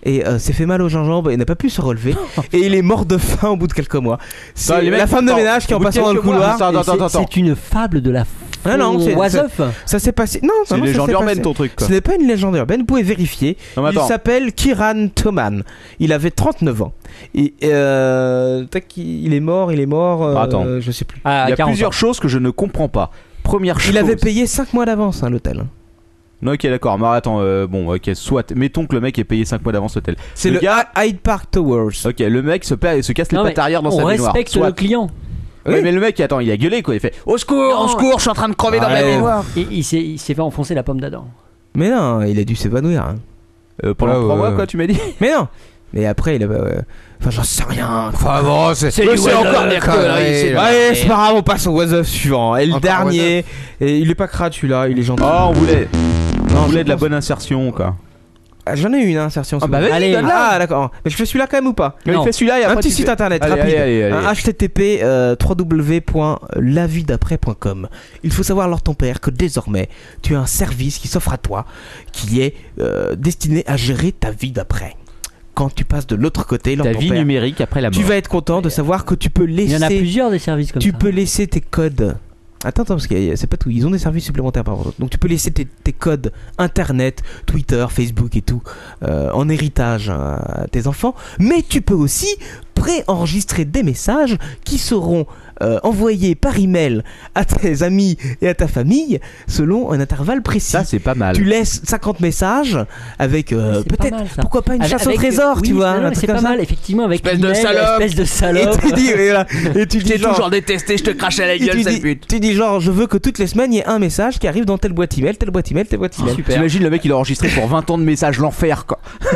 [SPEAKER 8] Et euh, s'est fait mal aux gingembre et n'a pas pu se relever. et il est mort de faim au bout de quelques mois.
[SPEAKER 6] Ah,
[SPEAKER 8] C'est
[SPEAKER 6] les mecs,
[SPEAKER 8] la femme de
[SPEAKER 6] attends,
[SPEAKER 8] ménage qui
[SPEAKER 6] au
[SPEAKER 8] en
[SPEAKER 6] bout de
[SPEAKER 8] passant dans le
[SPEAKER 6] quelques mois,
[SPEAKER 8] couloir.
[SPEAKER 6] Attends, attends,
[SPEAKER 7] C'est-
[SPEAKER 6] attends, attends.
[SPEAKER 7] C'est une fable de la
[SPEAKER 8] Ah non, c'est-
[SPEAKER 7] Was
[SPEAKER 8] c'est-
[SPEAKER 7] Off.
[SPEAKER 8] Ça s'est passé. Non,
[SPEAKER 6] C'est
[SPEAKER 8] non,
[SPEAKER 6] une
[SPEAKER 8] ça
[SPEAKER 6] légende
[SPEAKER 8] s'est
[SPEAKER 6] urbaine
[SPEAKER 8] passé.
[SPEAKER 6] ton truc quoi.
[SPEAKER 8] Ce n'est pas une légende urbaine, vous pouvez vérifier.
[SPEAKER 6] Non mais
[SPEAKER 8] Il
[SPEAKER 6] attends.
[SPEAKER 8] s'appelle Kiran Thoman. Il avait 39 ans. Et euh, tac, il est mort, il est mort. euh,
[SPEAKER 6] Attends.
[SPEAKER 8] Je sais plus.
[SPEAKER 7] Ah,
[SPEAKER 6] Il y a
[SPEAKER 7] 40 ans.
[SPEAKER 6] plusieurs choses que je ne comprends pas. Première chose.
[SPEAKER 8] Il avait payé 5 mois d'avance hein, l'hôtel.
[SPEAKER 6] Non, ok, d'accord. Mais attends, euh, bon, ok, soit. Mettons que le mec ait payé 5 mois d'avance l'hôtel.
[SPEAKER 8] C'est
[SPEAKER 6] Le
[SPEAKER 8] le,
[SPEAKER 6] gars-
[SPEAKER 8] Hy- Hyde Park Towers.
[SPEAKER 6] Ok, le mec se, perd- se casse les
[SPEAKER 7] Non, mais
[SPEAKER 6] pattes arrière dans
[SPEAKER 7] On
[SPEAKER 6] sa baignoire.
[SPEAKER 7] respecte
[SPEAKER 6] Soit.
[SPEAKER 7] le client.
[SPEAKER 6] Ouais, mais le mec, attends, il a gueulé quoi. Il fait Au secours,
[SPEAKER 7] Non.
[SPEAKER 6] au secours, je suis en train de crever dans ma
[SPEAKER 8] Ouais.
[SPEAKER 6] baignoire.
[SPEAKER 7] Et il s'est il s'est fait enfoncer la pomme d'Adam.
[SPEAKER 8] Mais non, il a dû s'évanouir. hein.
[SPEAKER 6] Euh, pendant
[SPEAKER 9] Ah,
[SPEAKER 6] 3
[SPEAKER 9] ouais.
[SPEAKER 6] mois quoi, tu m'as dit
[SPEAKER 8] Mais non. Mais après, il a. euh, Enfin, j'en sais rien.
[SPEAKER 9] Enfin bon, c'est
[SPEAKER 12] C'est du What's Up,
[SPEAKER 9] conneries,
[SPEAKER 12] c'est-
[SPEAKER 9] là.
[SPEAKER 8] Ouais, c'est pas grave, on passe au was suivant. Et le
[SPEAKER 9] Encore
[SPEAKER 8] dernier. Et il est pas crade celui-là, il est gentil.
[SPEAKER 6] Oh, on voulait,
[SPEAKER 8] Non,
[SPEAKER 6] on voulait
[SPEAKER 8] je
[SPEAKER 6] de la
[SPEAKER 8] pense-
[SPEAKER 6] bonne insertion quoi.
[SPEAKER 8] Ah, J'en ai une hein, insertion.
[SPEAKER 6] Ah bah vas-y,
[SPEAKER 8] Allez,
[SPEAKER 6] donne-la.
[SPEAKER 8] ah d'accord. Mais je fais celui-là quand même ou pas
[SPEAKER 6] Mais
[SPEAKER 7] Non.
[SPEAKER 6] il fait celui-là et
[SPEAKER 8] Un
[SPEAKER 6] après,
[SPEAKER 8] petit
[SPEAKER 6] tu
[SPEAKER 8] site
[SPEAKER 6] fais-
[SPEAKER 8] internet
[SPEAKER 6] Allez,
[SPEAKER 8] rapide.
[SPEAKER 6] allez, allez, allez.
[SPEAKER 8] Un http euh, www.lavid'après.com. Il faut savoir, Lord ton père, que désormais, tu as un service qui s'offre à toi, qui est euh, destiné à gérer ta vie d'après. Quand tu passes de l'autre côté, Lord
[SPEAKER 12] Ta
[SPEAKER 8] ton
[SPEAKER 12] vie
[SPEAKER 8] père,
[SPEAKER 12] numérique après la mort.
[SPEAKER 8] tu vas être content de savoir que tu peux
[SPEAKER 7] Il y en a
[SPEAKER 8] laisser,
[SPEAKER 7] plusieurs des services comme
[SPEAKER 8] tu
[SPEAKER 7] ça.
[SPEAKER 8] peux laisser tes codes Attends, attends, parce que euh, c'est pas tout. Ils ont des services supplémentaires par contre. Donc tu peux laisser tes, tes codes internet, Twitter, Facebook et tout euh, en héritage à tes enfants. Mais tu peux aussi préenregistrer des messages qui seront euh, envoyés par email à tes amis et à ta famille selon un intervalle précis. Ça,
[SPEAKER 6] c'est pas mal.
[SPEAKER 8] Tu laisses 50 messages avec euh,
[SPEAKER 7] C'est pas
[SPEAKER 8] peut-être
[SPEAKER 7] mal, ça.
[SPEAKER 8] pourquoi pas une
[SPEAKER 7] Avec-
[SPEAKER 8] chasse au
[SPEAKER 7] avec-
[SPEAKER 8] trésor,
[SPEAKER 7] oui,
[SPEAKER 8] tu vois.
[SPEAKER 7] non,
[SPEAKER 8] un
[SPEAKER 7] mais
[SPEAKER 8] truc
[SPEAKER 7] C'est
[SPEAKER 8] comme
[SPEAKER 7] pas
[SPEAKER 8] ça.
[SPEAKER 7] mal, effectivement, avec
[SPEAKER 8] Espèce de
[SPEAKER 7] email,
[SPEAKER 8] salope.
[SPEAKER 7] espèce de salope.
[SPEAKER 8] Et tu dis, et voilà. Et tu
[SPEAKER 12] Je t'ai
[SPEAKER 8] dis genre-
[SPEAKER 12] toujours détesté, je te crache à la
[SPEAKER 8] et
[SPEAKER 12] gueule,
[SPEAKER 8] tu
[SPEAKER 12] sale
[SPEAKER 8] dis-
[SPEAKER 12] pute.
[SPEAKER 8] Tu dis genre, je veux que toutes les semaines il y ait un message qui arrive dans telle boîte email, telle boîte email, telle boîte email.
[SPEAKER 6] T'imagines le mec il a enregistré pour 20 ans de messages l'enfer quoi.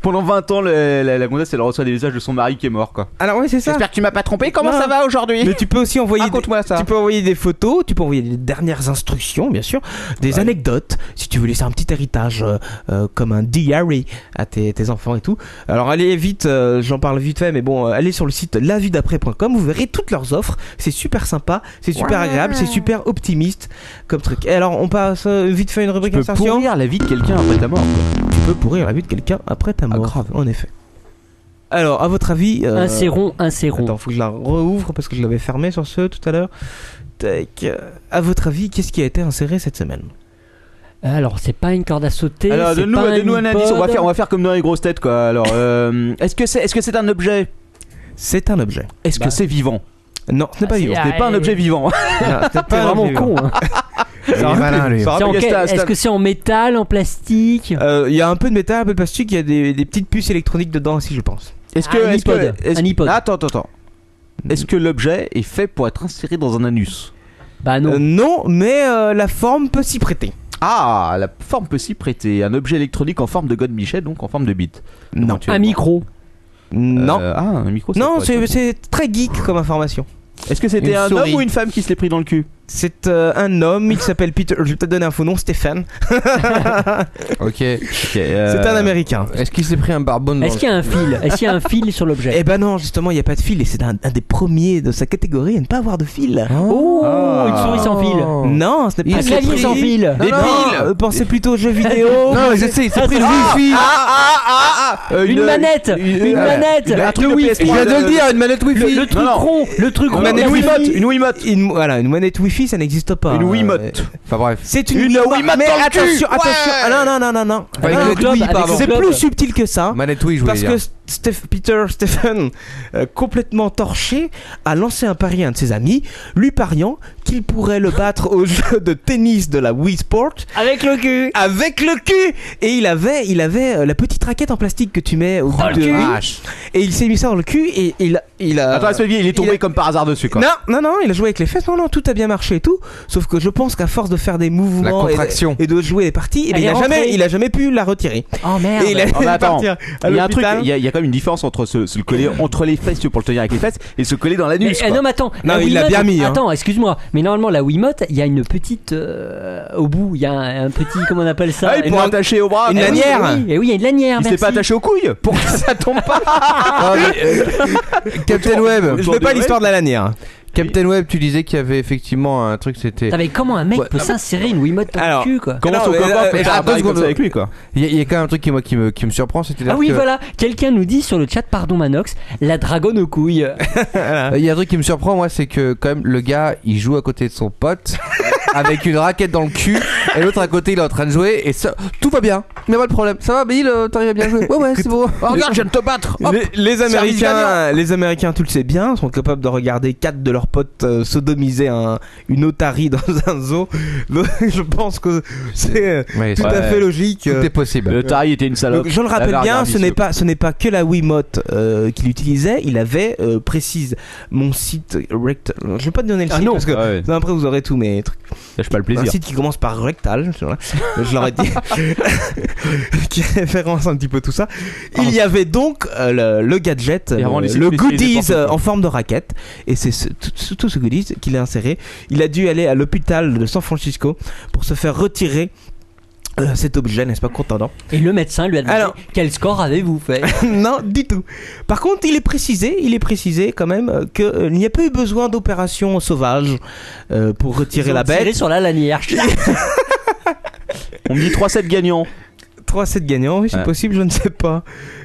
[SPEAKER 6] Pendant 20 ans le- la, la gonzesse elle reçoit des messages de son mari qui est mort quoi.
[SPEAKER 8] Alors ouais, c'est ça.
[SPEAKER 6] J'espère que tu m'as pas trompé. Comment
[SPEAKER 8] Non.
[SPEAKER 6] ça va aujourd'hui
[SPEAKER 8] Mais tu peux aussi envoyer. des-
[SPEAKER 6] Raconte-moi ça.
[SPEAKER 8] Tu peux envoyer des photos, tu peux envoyer des dernières instructions, bien sûr, des anecdotes, si tu veux laisser un petit héritage euh, euh, comme un diary à tes, tes enfants et tout. Alors allez vite, euh, j'en parle vite fait, mais bon, euh, allez sur le site lavuedaprès.com, vous verrez toutes leurs offres. C'est super sympa, c'est super agréable, c'est super optimiste comme truc. Et alors on passe euh, vite fait une rubrique
[SPEAKER 6] Tu peux
[SPEAKER 8] insertion.
[SPEAKER 6] pourrir la vie de quelqu'un après ta mort. Ah, quoi.
[SPEAKER 8] Tu peux pourrir la vie de quelqu'un après ta mort. grave. En effet. Alors, à votre avis. euh,
[SPEAKER 7] Un séron, un séron.
[SPEAKER 8] Attends, faut que je la rouvre parce que je l'avais fermée sur ce tout à l'heure. Tac. Euh, À votre avis, qu'est-ce qui a été inséré cette semaine
[SPEAKER 7] Euh, Alors, c'est pas une corde à sauter.
[SPEAKER 6] Alors
[SPEAKER 7] c'est
[SPEAKER 6] donne-nous
[SPEAKER 7] pas
[SPEAKER 6] donne-nous un indice. On va
[SPEAKER 7] iPod.
[SPEAKER 6] faire on va faire comme dans les grosses têtes quoi. Alors euh, est-ce que c'est est-ce que c'est un objet
[SPEAKER 8] C'est un objet.
[SPEAKER 6] Est-ce que c'est vivant
[SPEAKER 8] Non, ce n'est pas
[SPEAKER 7] c'est-
[SPEAKER 8] vivant.
[SPEAKER 7] ah,
[SPEAKER 6] Ce n'est pas un objet vivant.
[SPEAKER 8] Non, ce n'est
[SPEAKER 7] T'es
[SPEAKER 8] un
[SPEAKER 7] vraiment
[SPEAKER 8] objet
[SPEAKER 7] con.
[SPEAKER 8] vivant.
[SPEAKER 7] hein.
[SPEAKER 4] Il est malin, lui.
[SPEAKER 6] Ça
[SPEAKER 7] C'est en
[SPEAKER 6] rappelle
[SPEAKER 7] quel-
[SPEAKER 6] Stan-
[SPEAKER 7] Est-ce
[SPEAKER 6] Stan-
[SPEAKER 7] que c'est en métal, en plastique
[SPEAKER 8] Euh, Il y a un peu de métal, un peu de plastique, il y a des, des petites puces électroniques dedans aussi, je pense.
[SPEAKER 6] Est-ce que
[SPEAKER 7] Un
[SPEAKER 6] est-ce que-
[SPEAKER 7] iPod.
[SPEAKER 6] est-ce- Ah,
[SPEAKER 7] Un iPod.
[SPEAKER 6] Attends attends attends. Est-ce que l'objet est fait pour être inséré dans un anus
[SPEAKER 7] Bah non.
[SPEAKER 8] Euh, non, mais euh, la forme peut s'y prêter.
[SPEAKER 6] Ah, la forme peut s'y prêter. Un objet électronique en forme de God Michel, donc en forme de bite.
[SPEAKER 8] Non.
[SPEAKER 7] Un micro.
[SPEAKER 8] Non.
[SPEAKER 6] Euh, ah, un micro. ça
[SPEAKER 8] non,
[SPEAKER 6] pourrait
[SPEAKER 8] c'est
[SPEAKER 6] être-
[SPEAKER 8] c'est très geek comme information.
[SPEAKER 6] Est-ce que c'était
[SPEAKER 8] une
[SPEAKER 6] un
[SPEAKER 8] souris.
[SPEAKER 6] homme ou une femme qui se l'est pris dans le cul
[SPEAKER 8] C'est euh, un homme, il s'appelle Peter. Je vais peut-être donner un faux nom, Stéphane.
[SPEAKER 9] Ok. euh, Est-ce
[SPEAKER 4] Euh,
[SPEAKER 8] C'est un américain.
[SPEAKER 9] qu'il s'est pris un barbone dans
[SPEAKER 7] Est-ce qu'il y a un fil Est-ce qu'il y a un fil sur l'objet
[SPEAKER 8] Eh ben non, justement, il n'y a pas de fil et c'est un, un des premiers de sa catégorie à ne pas avoir de fil.
[SPEAKER 7] Oh,
[SPEAKER 9] Ah.
[SPEAKER 7] une souris sans fil.
[SPEAKER 8] Non, ce n'est pas
[SPEAKER 7] Un
[SPEAKER 8] une
[SPEAKER 7] clavier
[SPEAKER 8] souris.
[SPEAKER 7] sans fil.
[SPEAKER 8] Des piles. euh, Pensez plutôt aux jeux vidéo.
[SPEAKER 9] Non, mais je sais, il s'est pris le
[SPEAKER 7] Ah,
[SPEAKER 9] wifi.
[SPEAKER 7] Une manette. Une manette.
[SPEAKER 6] Un truc de
[SPEAKER 9] Je
[SPEAKER 6] PS3,
[SPEAKER 9] viens de le
[SPEAKER 6] euh,
[SPEAKER 9] dire, une manette wifi.
[SPEAKER 7] Le truc
[SPEAKER 6] non.
[SPEAKER 7] rond. Le truc rond.
[SPEAKER 8] manette
[SPEAKER 7] la
[SPEAKER 8] Wiimote,
[SPEAKER 7] souris.
[SPEAKER 8] une Wiimote. Une, voilà, une manette Wi-Fi, ça n'existe pas.
[SPEAKER 6] Une
[SPEAKER 8] Euh,
[SPEAKER 6] Wiimote.
[SPEAKER 9] Enfin bref.
[SPEAKER 8] C'est une,
[SPEAKER 6] Une Wiimote
[SPEAKER 8] Mais
[SPEAKER 6] dans le cul.
[SPEAKER 8] attention, attention.
[SPEAKER 6] Ouais.
[SPEAKER 8] Ah, non, non, non, non, non.
[SPEAKER 9] Enfin, une
[SPEAKER 8] Ah, non.
[SPEAKER 9] manette
[SPEAKER 7] globe,
[SPEAKER 9] Wii,
[SPEAKER 7] avec
[SPEAKER 9] pardon.
[SPEAKER 7] son
[SPEAKER 8] C'est
[SPEAKER 7] globe.
[SPEAKER 8] plus subtil que ça.
[SPEAKER 9] Manette Wii, je voulais
[SPEAKER 8] Parce
[SPEAKER 9] dire.
[SPEAKER 8] que Steph- Peter Stephen, euh, complètement torché, a lancé un pari à un de ses amis, lui pariant qu'il pourrait le battre au jeu de tennis de la Wii Sport
[SPEAKER 7] Avec le cul.
[SPEAKER 8] avec le cul. Et il avait, il avait euh, la petite raquette en plastique que tu mets au bout de
[SPEAKER 9] vache.
[SPEAKER 8] Et il s'est mis ça dans le cul et il, a- il a.
[SPEAKER 6] Attends, Sylvie, il est tombé
[SPEAKER 8] il a-
[SPEAKER 6] comme par hasard dessus, quoi.
[SPEAKER 8] non, non, non, il a joué avec les fesses. Non, non, tout a bien marché et tout. Sauf que je pense qu'à force de faire des
[SPEAKER 9] La
[SPEAKER 8] mouvements et-
[SPEAKER 9] contraction.
[SPEAKER 8] et, de jouer les parties, eh ben,
[SPEAKER 7] Elle
[SPEAKER 8] il,
[SPEAKER 7] est
[SPEAKER 8] a jamais,
[SPEAKER 7] rentrée.
[SPEAKER 8] il a jamais pu la retirer.
[SPEAKER 7] Oh merde.
[SPEAKER 8] Et il a
[SPEAKER 6] Ah, mais attends.
[SPEAKER 8] partir à
[SPEAKER 6] Il y a un truc,
[SPEAKER 8] l'hôpital.
[SPEAKER 6] il y, a- il y a quand même une différence entre se, se le coller entre les fesses tu vois, pour le tenir avec les fesses et se coller dans
[SPEAKER 7] Mais,
[SPEAKER 6] l'anus.
[SPEAKER 7] eh,
[SPEAKER 6] quoi.
[SPEAKER 7] non mais attends,
[SPEAKER 8] Non,
[SPEAKER 7] la
[SPEAKER 8] il l'a
[SPEAKER 7] Wiimote-
[SPEAKER 8] bien mis, hein.
[SPEAKER 7] Attends, excuse-moi, mais normalement la Wiimote, il y a une petite euh, au bout, il y a un, un petit comment on appelle ça
[SPEAKER 6] Ah, il
[SPEAKER 7] Une
[SPEAKER 6] pourrait
[SPEAKER 7] lan-
[SPEAKER 6] attacher au bras.
[SPEAKER 8] une
[SPEAKER 7] Eh
[SPEAKER 6] quoi.
[SPEAKER 7] oui,
[SPEAKER 8] lanière.
[SPEAKER 7] eh oui, eh oui, il y a une lanière.
[SPEAKER 6] Il s'est
[SPEAKER 7] merci.
[SPEAKER 6] pas attaché aux couilles pour que ça tombe pas.
[SPEAKER 9] Captain Web.
[SPEAKER 8] Je veux pas
[SPEAKER 6] Web.
[SPEAKER 8] l'histoire de la lanière.
[SPEAKER 9] Captain Web, tu disais qu'il y avait effectivement un truc, c'était.
[SPEAKER 7] Attends, mais comment un mec peut s'insérer une Wiimote dans
[SPEAKER 8] Alors,
[SPEAKER 7] le cul quoi
[SPEAKER 6] Ah Comment
[SPEAKER 8] Non,
[SPEAKER 6] son
[SPEAKER 8] mais,
[SPEAKER 6] copain
[SPEAKER 8] euh,
[SPEAKER 6] peut
[SPEAKER 8] euh,
[SPEAKER 6] faire un
[SPEAKER 8] attends
[SPEAKER 6] bail
[SPEAKER 8] une
[SPEAKER 6] comme
[SPEAKER 8] seconde.
[SPEAKER 6] ça avec lui, quoi.
[SPEAKER 9] Il y, a- il y a quand même un truc qui, moi, qui, me, qui me surprend, c'était
[SPEAKER 7] Ah oui,
[SPEAKER 9] que...
[SPEAKER 7] voilà, quelqu'un nous dit sur le chat pardon Manox, la dragonne aux couilles.
[SPEAKER 9] Il y a un truc qui me surprend, moi, c'est que quand même le gars, il joue à côté de son pote avec une raquette dans le cul, et l'autre à côté, il est en train de jouer, et ça, tout va bien. Il n'y a pas de problème. Ça va, Bill, euh, t'arrives à bien jouer. Ouais, ouais, c'est bon.
[SPEAKER 12] Oh, regarde, je viens de te battre. Hop.
[SPEAKER 8] Les, les
[SPEAKER 12] Service
[SPEAKER 8] Américains, les Américains, tu le sais bien, sont capables de regarder quatre de leurs potes euh, sodomiser un- une otarie dans un zoo. Donc, je pense que c'est euh,
[SPEAKER 9] Ouais,
[SPEAKER 8] tout à
[SPEAKER 6] Ouais.
[SPEAKER 8] fait logique.
[SPEAKER 9] tout
[SPEAKER 8] euh.
[SPEAKER 9] est possible.
[SPEAKER 6] Le tari était une salope.
[SPEAKER 8] Donc, je le rappelle
[SPEAKER 6] La
[SPEAKER 8] bien,
[SPEAKER 6] garde,
[SPEAKER 8] ce n'est
[SPEAKER 6] monsieur.
[SPEAKER 8] pas, ce n'est pas que la Wiimote euh, qu'il utilisait. Il avait, euh, précise, mon site rectal. Je vais pas te donner le site parce que
[SPEAKER 6] Ah ouais.
[SPEAKER 8] non, après vous aurez tous mes trucs.
[SPEAKER 6] Lâche pas le
[SPEAKER 8] Un
[SPEAKER 6] plaisir.
[SPEAKER 8] site qui commence par rectal, je l'aurais- je l'aurais dit, qui référence un petit peu tout ça. Il
[SPEAKER 7] Ah.
[SPEAKER 8] y avait donc euh, le, le gadget,
[SPEAKER 6] Et rend les
[SPEAKER 8] le,
[SPEAKER 6] sites
[SPEAKER 8] le
[SPEAKER 6] spécialisés
[SPEAKER 8] goodies
[SPEAKER 6] pour
[SPEAKER 8] euh,
[SPEAKER 6] tout.
[SPEAKER 8] en forme de raquette, et c'est ce- tout, ce- tout ce goodies qu'il a inséré. Il a dû aller à l'hôpital de San Francisco pour se faire retirer. euh, cet objet, n'est-ce pas, contendant
[SPEAKER 7] Et le médecin lui a demandé
[SPEAKER 8] Alors-
[SPEAKER 7] quel score avez-vous fait
[SPEAKER 8] Non, du tout. Par contre, il est précisé, il est précisé quand même euh, qu'il n'y a pas eu besoin d'opération sauvage euh, pour retirer
[SPEAKER 7] Ils ont
[SPEAKER 8] la
[SPEAKER 7] tiré
[SPEAKER 8] bête.
[SPEAKER 7] sur la lanière.
[SPEAKER 6] 3-7 gagnants.
[SPEAKER 8] 3-7 gagnants, oui, c'est
[SPEAKER 6] Ouais.
[SPEAKER 8] possible, je ne sais pas.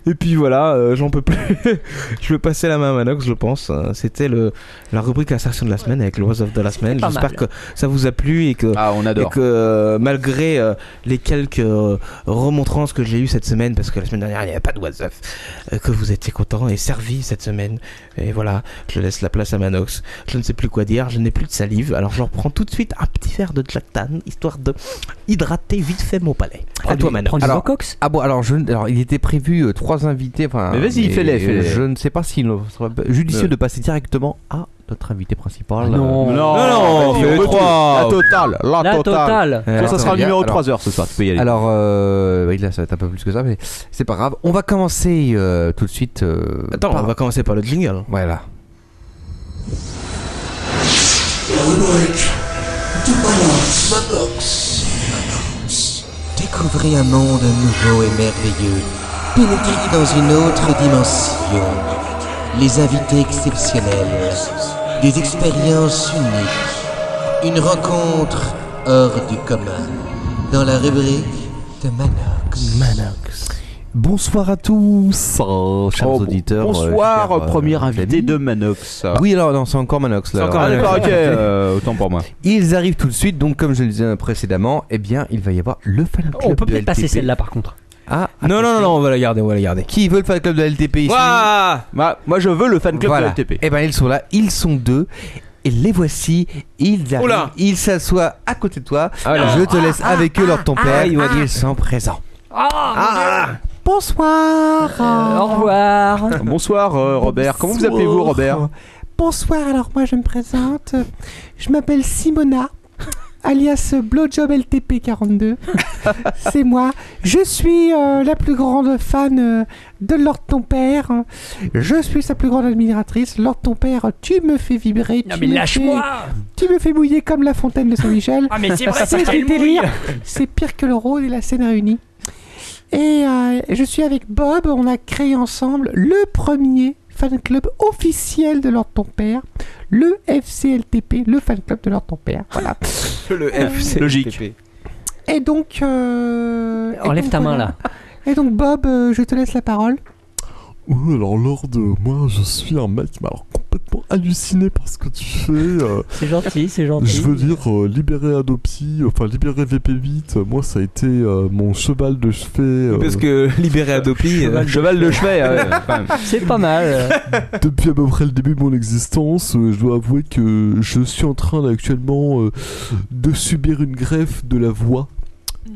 [SPEAKER 8] Et puis voilà, euh, j'en peux plus. je vais passer la main à Manox, je pense. Euh, C'était le la rubrique insertion de la semaine avec le was of de la semaine.
[SPEAKER 6] pas
[SPEAKER 8] J'espère
[SPEAKER 6] mal.
[SPEAKER 8] que ça vous a plu et que
[SPEAKER 6] Ah, on adore.
[SPEAKER 8] et que euh, malgré euh, les quelques euh, remontrances que j'ai eues cette semaine parce que la semaine dernière il n'y avait pas de was of, euh, que vous étiez content et servi cette semaine. Et voilà, je laisse la place à Manox. Je ne sais plus quoi dire, je n'ai plus de salive. Alors je reprends tout de suite un petit verre de Jack Tan histoire de hydrater vite fait mon palais. À toi Manox.
[SPEAKER 4] alors, ah bon, alors, je, alors, il était prévu euh, trois invités. Enfin,
[SPEAKER 8] Mais vas-y,
[SPEAKER 4] et-
[SPEAKER 8] fais-les, fais-les.
[SPEAKER 4] Je ne sais pas s'il nous sera pas- judicieux
[SPEAKER 8] Ouais.
[SPEAKER 4] de passer directement à notre invité principal.
[SPEAKER 8] Non.
[SPEAKER 4] Euh,
[SPEAKER 8] Non, non,
[SPEAKER 4] vas-y,
[SPEAKER 8] on fait
[SPEAKER 4] peut
[SPEAKER 8] trois.
[SPEAKER 4] tout.
[SPEAKER 6] La totale. Ça, ça
[SPEAKER 4] attends,
[SPEAKER 6] sera le
[SPEAKER 4] il y a-
[SPEAKER 6] numéro
[SPEAKER 4] alors-
[SPEAKER 6] 3 heures ce soir, tu peux y aller.
[SPEAKER 4] Alors, euh, oui, là, ça va être un peu plus que ça, mais c'est pas grave. On va commencer euh, tout de suite.
[SPEAKER 8] Attends, on va commencer par le jingle.
[SPEAKER 4] Voilà.
[SPEAKER 3] Découvrez un monde nouveau et merveilleux. Pénétrez dans une autre dimension. Les invités exceptionnels. Des expériences uniques. Une rencontre hors du commun. Dans la rubrique de Manox. Manox.
[SPEAKER 4] Bonsoir à tous, euh, chers
[SPEAKER 6] Oh, bon-
[SPEAKER 4] auditeurs.
[SPEAKER 6] bonsoir, euh,
[SPEAKER 4] chers,
[SPEAKER 6] premier invité
[SPEAKER 4] amis.
[SPEAKER 6] de Manox.
[SPEAKER 4] Oui, alors non, Ah. c'est encore Manox. là,
[SPEAKER 6] C'est
[SPEAKER 4] alors.
[SPEAKER 6] encore Ah, Manox. d'accord, ok, euh, autant pour moi.
[SPEAKER 4] Ils arrivent tout de suite, donc comme je le disais précédemment, eh bien, il va y avoir le fan club.
[SPEAKER 7] Oh, On peut
[SPEAKER 4] de
[SPEAKER 7] peut-être passer
[SPEAKER 4] LTP.
[SPEAKER 7] celle-là par contre.
[SPEAKER 4] Ah,
[SPEAKER 8] non, non, non, on va la garder, on va la garder.
[SPEAKER 4] Qui veut le fan club de LTP ici Bah,
[SPEAKER 6] Moi, je veux le fan club
[SPEAKER 4] Voilà.
[SPEAKER 6] de LTP.
[SPEAKER 4] Eh ben, ils sont là, ils sont deux. Et les voici, ils arrivent,
[SPEAKER 6] Oula.
[SPEAKER 4] ils s'assoient à côté de toi.
[SPEAKER 6] Ah là.
[SPEAKER 4] je te laisse avec eux, leur ton
[SPEAKER 6] ah,
[SPEAKER 4] père.
[SPEAKER 6] ah,
[SPEAKER 4] ils vont
[SPEAKER 6] ah.
[SPEAKER 4] dire, ils sont présents.
[SPEAKER 5] Bonsoir.
[SPEAKER 7] Euh, au revoir.
[SPEAKER 6] Bonsoir euh, Robert, comment vous appelez-vous Robert
[SPEAKER 5] Bonsoir, alors moi je me présente. Je m'appelle Simona, alias Blowjob LTP42. C'est moi. Je suis euh, la plus grande fan euh, de Lord Ton Père. Je suis sa plus grande admiratrice. Lord Ton Père, tu me fais vibrer.
[SPEAKER 7] Non,
[SPEAKER 5] tu
[SPEAKER 7] mais
[SPEAKER 5] me
[SPEAKER 7] lâche-moi.
[SPEAKER 5] fais- Tu me fais mouiller comme la fontaine de Saint-Michel.
[SPEAKER 7] Ah, mais c'est vrai, ça,
[SPEAKER 5] du
[SPEAKER 7] qu'elle mouille.
[SPEAKER 5] délire. C'est pire que le rôle et la scène réunie. Et euh, je suis avec Bob, on a créé ensemble le premier fan club officiel de Lord Ton Père, le FCLTP, le fan club de Lord Ton Père. Voilà.
[SPEAKER 8] Le F, logique.
[SPEAKER 5] Et donc. euh, et
[SPEAKER 7] Enlève
[SPEAKER 5] donc,
[SPEAKER 7] ta main,
[SPEAKER 5] voilà. Et donc, Bob, euh, je te laisse la parole.
[SPEAKER 10] Oui, alors Lord, euh, moi je suis un mec mais alors, complètement halluciné par ce que tu fais. euh.
[SPEAKER 7] C'est gentil, c'est gentil.
[SPEAKER 10] Je veux dire, euh, libérer Adopsy, enfin libérer VP8, euh, moi ça a été euh, mon cheval de chevet. euh,
[SPEAKER 8] Parce que libérer Adopi.
[SPEAKER 10] Cheval de
[SPEAKER 8] euh,
[SPEAKER 10] chevet.
[SPEAKER 7] C'est pas mal.
[SPEAKER 10] Depuis à peu près le début de mon existence, euh, je dois avouer que je suis en train là, actuellement euh, de subir une greffe de la voix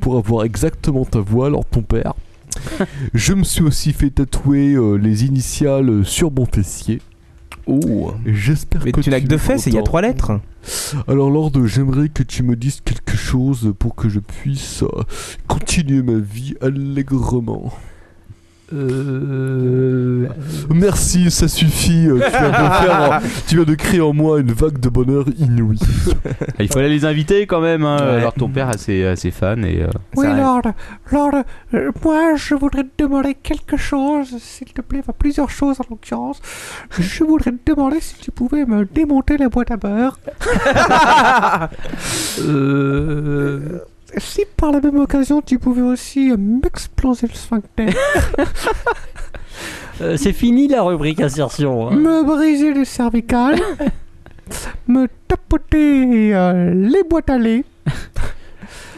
[SPEAKER 10] pour avoir exactement ta voix, alors ton père. je me suis aussi fait tatouer euh, les initiales sur mon fessier. Oh. J'espère
[SPEAKER 8] Mais
[SPEAKER 10] que
[SPEAKER 8] tu n'as que deux
[SPEAKER 10] es
[SPEAKER 8] fesses, il y a
[SPEAKER 10] content.
[SPEAKER 8] trois lettres.
[SPEAKER 10] Alors Lord, j'aimerais que tu me dises quelque chose pour que je puisse euh, continuer ma vie allègrement. Euh... Merci, ça suffit. euh, Tu viens, de faire, euh, tu viens de créer en moi une vague de bonheur inouïe.
[SPEAKER 6] Il fallait les inviter quand même. hein,
[SPEAKER 10] Ouais.
[SPEAKER 6] Alors ton père a ses, a ses fans et. euh,
[SPEAKER 5] Oui,
[SPEAKER 6] ça-
[SPEAKER 5] Lord. Lord, euh, moi, je voudrais te demander quelque chose, s'il te plaît, enfin plusieurs choses en l'occurrence. Je voudrais te demander si tu pouvais me démonter la boîte à beurre.
[SPEAKER 8] Euh...
[SPEAKER 5] Si par la même occasion, tu pouvais aussi euh, m'exploser le sphincter.
[SPEAKER 7] Euh, c'est fini la rubrique insertion. hein.
[SPEAKER 5] me briser le cervical, me tapoter euh, les boîtes à lait.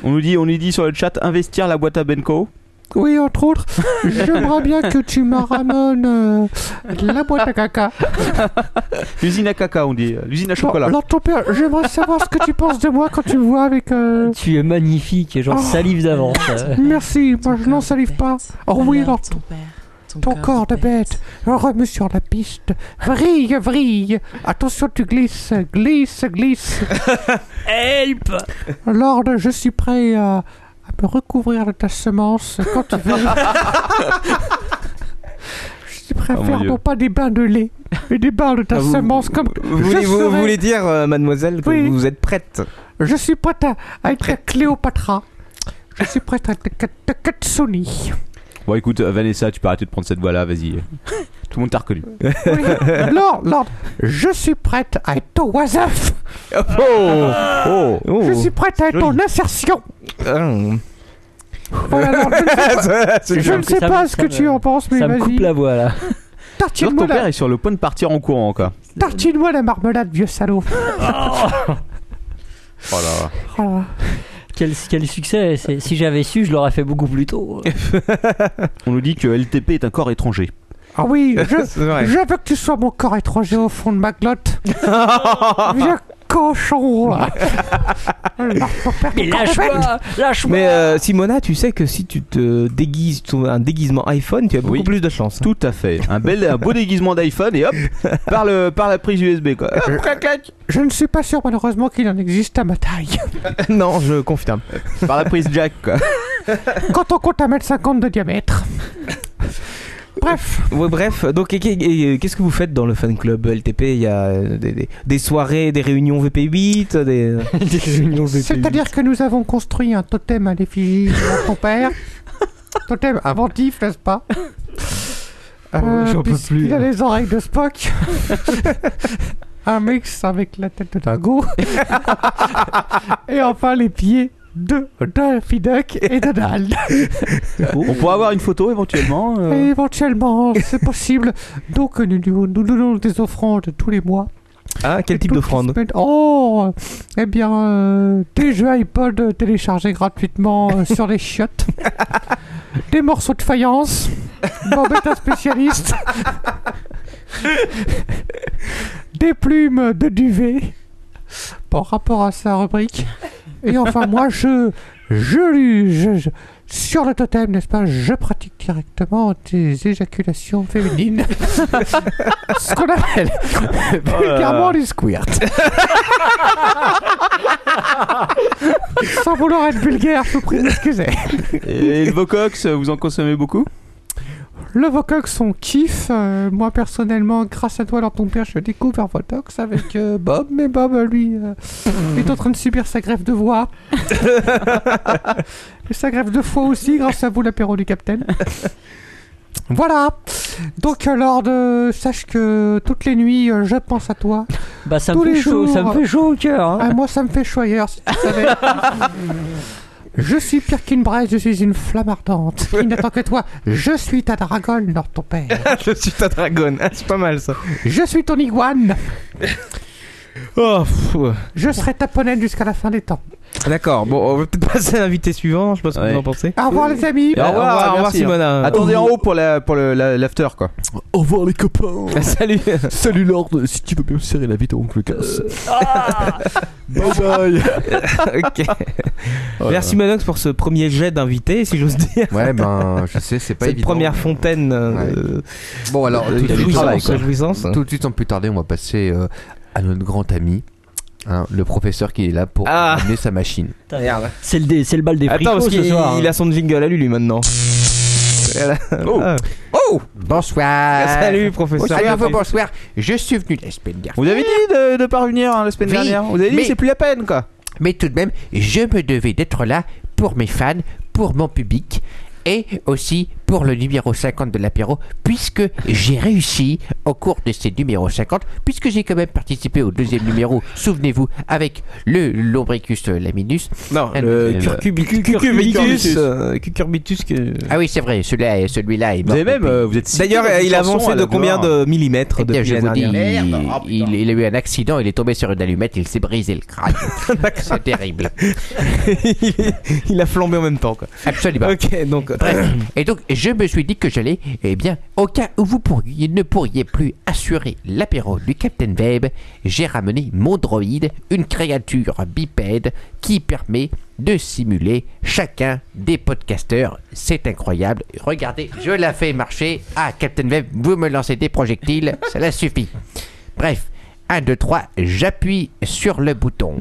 [SPEAKER 6] On nous dit, on nous dit sur le chat investir la boîte à Benko.
[SPEAKER 5] Oui, entre autres, j'aimerais bien que tu me ramènes euh, la boîte à caca.
[SPEAKER 6] L'usine à caca, on dit. L'usine à
[SPEAKER 5] Bon,
[SPEAKER 6] chocolat.
[SPEAKER 5] alors, ton père, j'aimerais savoir ce que tu penses de moi quand tu me vois avec. euh,
[SPEAKER 7] Tu es magnifique, genre
[SPEAKER 5] Oh.
[SPEAKER 7] salive d'avance.
[SPEAKER 5] Merci, moi je n'en salive pas. Oh oui, alors ton, ton corps de bête, remue sur la piste. Vrille, vrille. Attention, tu glisses, glisse, glisse.
[SPEAKER 7] Help
[SPEAKER 5] Lord, je suis prêt à, à me recouvrir de ta semence quand tu veux. je suis prêt à
[SPEAKER 8] Oh, mon
[SPEAKER 5] faire
[SPEAKER 8] Dieu.
[SPEAKER 5] non pas des bains de lait, mais des bains de ta
[SPEAKER 8] Ah, vous-
[SPEAKER 5] semence comme.
[SPEAKER 8] Vous,
[SPEAKER 5] je,
[SPEAKER 8] voulez- vous- vous
[SPEAKER 5] serai-
[SPEAKER 8] voulez dire, euh, mademoiselle, que
[SPEAKER 5] Oui.
[SPEAKER 8] vous êtes prête
[SPEAKER 5] je suis prête à, à être Cléopatra. Je suis prête à être Kat- Katsuni.
[SPEAKER 6] Bon, écoute, euh, Vanessa, tu peux arrêter de prendre cette voix-là, vas-y. Tout le monde t'a reconnu.
[SPEAKER 5] Lord, Lord, je suis prête à être ton wasaf.
[SPEAKER 6] Oh, oh,
[SPEAKER 5] je suis prête à être ton insertion. Voilà, alors, Oh je ne sais pas,
[SPEAKER 6] C'est
[SPEAKER 5] je
[SPEAKER 6] bien.
[SPEAKER 5] ne sais
[SPEAKER 6] Ça
[SPEAKER 5] pas
[SPEAKER 6] me-
[SPEAKER 5] ce
[SPEAKER 6] ça
[SPEAKER 5] que
[SPEAKER 6] me-
[SPEAKER 5] tu en penses, mais vas-y.
[SPEAKER 7] voix là.
[SPEAKER 6] Genre,
[SPEAKER 5] Tartine-moi
[SPEAKER 6] ton père
[SPEAKER 5] la...
[SPEAKER 6] est sur le point de partir en courant, quoi.
[SPEAKER 5] tartine-moi la marmelade, vieux salaud.
[SPEAKER 6] Oh là.
[SPEAKER 5] Voilà.
[SPEAKER 7] Quel, quel succès c'est- Si j'avais su, je l'aurais fait beaucoup plus tôt.
[SPEAKER 6] On nous dit que LTP est un corps étranger.
[SPEAKER 5] Ah oui, je,
[SPEAKER 6] C'est vrai.
[SPEAKER 5] je veux que tu sois mon corps étranger au fond de ma glotte. Vieux cochon. là. Alors, mon père,
[SPEAKER 7] Mais
[SPEAKER 5] comment
[SPEAKER 7] lâche-moi Lâche-moi
[SPEAKER 8] Mais euh, Simona, tu sais que si tu te déguises ton- un déguisement iPhone, tu as beaucoup
[SPEAKER 6] Oui.
[SPEAKER 8] plus de chance. hein.
[SPEAKER 6] Tout à fait. Un, bel, un beau déguisement d'iPhone et hop, par, le, par la prise USB, quoi. Hop,
[SPEAKER 8] Euh,
[SPEAKER 6] clac, clac.
[SPEAKER 5] Je ne suis pas sûr, malheureusement, qu'il en existe à ma taille.
[SPEAKER 8] non, je confirme.
[SPEAKER 6] Par la prise jack, quoi.
[SPEAKER 5] Quand on compte 1m50 de diamètre. Bref.
[SPEAKER 8] Ouais, bref, donc et- et- et qu'est-ce que vous faites dans le fan club LTP Il y a euh, des, des- des soirées, des réunions VP8, euh, des, des réunions VP8.
[SPEAKER 5] C'est-à-dire que nous avons construit un totem à l'effigie de mon père. totem inventif, n'est-ce pas Euh,
[SPEAKER 8] j'en peux
[SPEAKER 5] puisqu'il
[SPEAKER 8] plus. hein.
[SPEAKER 5] a les oreilles de Spock. un mix avec la tête de dingo. et enfin les pieds de Daffy Duck et de Donald.
[SPEAKER 6] On pourra avoir une photo éventuellement.
[SPEAKER 5] Et
[SPEAKER 6] euh.
[SPEAKER 5] éventuellement, c'est possible. Donc, nous, nous, nous donnons des offrandes tous les mois.
[SPEAKER 8] Ah, quel type
[SPEAKER 5] Toutes les
[SPEAKER 8] d'offrande
[SPEAKER 5] semaines. Oh Eh bien, euh, des jeux iPod téléchargés gratuitement euh, sur les chiottes. des morceaux de faïence. Bobette un spécialiste. des plumes de duvet. Par rapport à sa rubrique. Et enfin, moi, je... Je lui... je- je- sur le totem, n'est-ce pas, je pratique directement des éjaculations féminines. Ce qu'on appelle
[SPEAKER 3] Oh
[SPEAKER 5] vulgairement du squirt. Sans vouloir être vulgaire, je vous prie d'excuser.
[SPEAKER 6] Et le Vocox, vous en consommez beaucoup
[SPEAKER 5] Le Vocox, on kiffe. Euh, moi, personnellement, grâce à toi, alors ton père, je découvre Votox avec euh, Bob. Mais Bob, euh, lui, euh, est en train de subir sa grève de voix. Et sa grève de foie aussi, grâce à vous, l'apéro du Capitaine. Voilà. Donc, euh, Lord, euh, sache que toutes les nuits, euh, je pense à toi.
[SPEAKER 7] Bah ça
[SPEAKER 5] Tous
[SPEAKER 7] me fait
[SPEAKER 5] les
[SPEAKER 7] chaud, ça me
[SPEAKER 5] jours.
[SPEAKER 7] fait chaud au cœur. hein.
[SPEAKER 5] Ah, moi, ça me fait chaud ailleurs, si tu savais. Je suis pire qu'une braise, je suis une flamme ardente qui n'attend que toi. Je suis ta dragonne, Lord ton père.
[SPEAKER 8] je suis ta dragonne, Ah, c'est pas mal ça.
[SPEAKER 5] Je suis ton iguane.
[SPEAKER 8] Oh, pff, ouais.
[SPEAKER 5] Je serai ta ponette jusqu'à la fin des temps.
[SPEAKER 8] D'accord, bon, on va peut-être passer à l'invité suivant, je sais pas ce que
[SPEAKER 6] Ouais.
[SPEAKER 8] vous en pensez.
[SPEAKER 5] Au revoir, les amis.
[SPEAKER 6] Et Au revoir,
[SPEAKER 8] au revoir,
[SPEAKER 6] merci,
[SPEAKER 8] Simona.
[SPEAKER 6] hein. Attendez en haut pour la pour le- la- l'after quoi.
[SPEAKER 10] Au revoir les copains
[SPEAKER 8] Salut
[SPEAKER 10] Salut Lord, si tu veux bien me serrer la vie de oncle Cass. bye bye
[SPEAKER 8] Ok.
[SPEAKER 6] Oh
[SPEAKER 8] Merci Manox pour ce premier jet d'invité, si j'ose dire.
[SPEAKER 9] Ouais, ben, je sais, c'est pas
[SPEAKER 8] Cette
[SPEAKER 9] évident.
[SPEAKER 8] première fontaine euh, de-
[SPEAKER 9] Bon, alors, tout
[SPEAKER 8] de
[SPEAKER 9] de suite,
[SPEAKER 8] jouissance,
[SPEAKER 9] quoi.
[SPEAKER 8] jouissance.
[SPEAKER 9] Tout de suite, sans plus tarder, on va passer euh, à notre grand ami, hein, le professeur qui est là pour
[SPEAKER 8] Ah.
[SPEAKER 9] amener sa machine.
[SPEAKER 7] C'est le, dé- c'est le bal des
[SPEAKER 8] Attends,
[SPEAKER 7] fricots
[SPEAKER 8] parce
[SPEAKER 7] ce
[SPEAKER 8] qu'il
[SPEAKER 7] soir.
[SPEAKER 8] il a son jingle à lui, lui maintenant.
[SPEAKER 9] Oh.
[SPEAKER 8] Ah.
[SPEAKER 9] Oh Bonsoir Oh,
[SPEAKER 8] Salut, professeur.
[SPEAKER 9] Salut, un peu bonsoir Je suis venu la semaine dernière.
[SPEAKER 6] Vous avez dit de, de pas revenir hein, la semaine
[SPEAKER 9] Oui,
[SPEAKER 6] dernière. Vous avez dit
[SPEAKER 9] mais-
[SPEAKER 6] c'est plus la peine quoi.
[SPEAKER 9] Mais tout de même, je me devais d'être là pour mes fans, pour mon public et aussi pour le numéro 50 de l'apéro, puisque j'ai réussi au cours de ces numéros 50, puisque j'ai quand même participé au deuxième numéro, souvenez-vous, avec le lombricus laminus. Euh,
[SPEAKER 8] Non,
[SPEAKER 9] Et
[SPEAKER 8] le
[SPEAKER 9] le-
[SPEAKER 8] curcubi- cucurbitus. euh, Cucurbitus. que-
[SPEAKER 9] Ah oui, c'est vrai, celui-là est, celui est
[SPEAKER 6] Vous
[SPEAKER 9] mort
[SPEAKER 6] avez même
[SPEAKER 9] depuis.
[SPEAKER 6] euh, vous êtes.
[SPEAKER 8] D'ailleurs,
[SPEAKER 6] cité dans une
[SPEAKER 8] il a
[SPEAKER 6] chanson
[SPEAKER 8] avancé
[SPEAKER 6] à
[SPEAKER 8] de
[SPEAKER 6] la
[SPEAKER 8] combien
[SPEAKER 6] gloire.
[SPEAKER 8] de millimètres
[SPEAKER 9] Eh bien,
[SPEAKER 8] depuis
[SPEAKER 9] je
[SPEAKER 8] la
[SPEAKER 9] vous dis,
[SPEAKER 8] dernière Oh,
[SPEAKER 9] il, il- il a eu un accident, il est tombé sur une allumette, il s'est brisé le crâne. c'est terrible.
[SPEAKER 8] Il a flambé en même temps. Quoi.
[SPEAKER 9] Absolument.
[SPEAKER 8] Ok, donc.
[SPEAKER 9] Bref. Et donc, je me suis dit que j'allais, eh bien, au cas où vous pourriez- ne pourriez plus assurer l'apéro du Captain Web, j'ai ramené mon droïde, une créature bipède qui permet de simuler chacun des podcasteurs. C'est incroyable. Regardez, je la fais marcher. Ah, Captain Web, vous me lancez des projectiles, cela suffit. Bref, 1, 2, 3, j'appuie sur le bouton.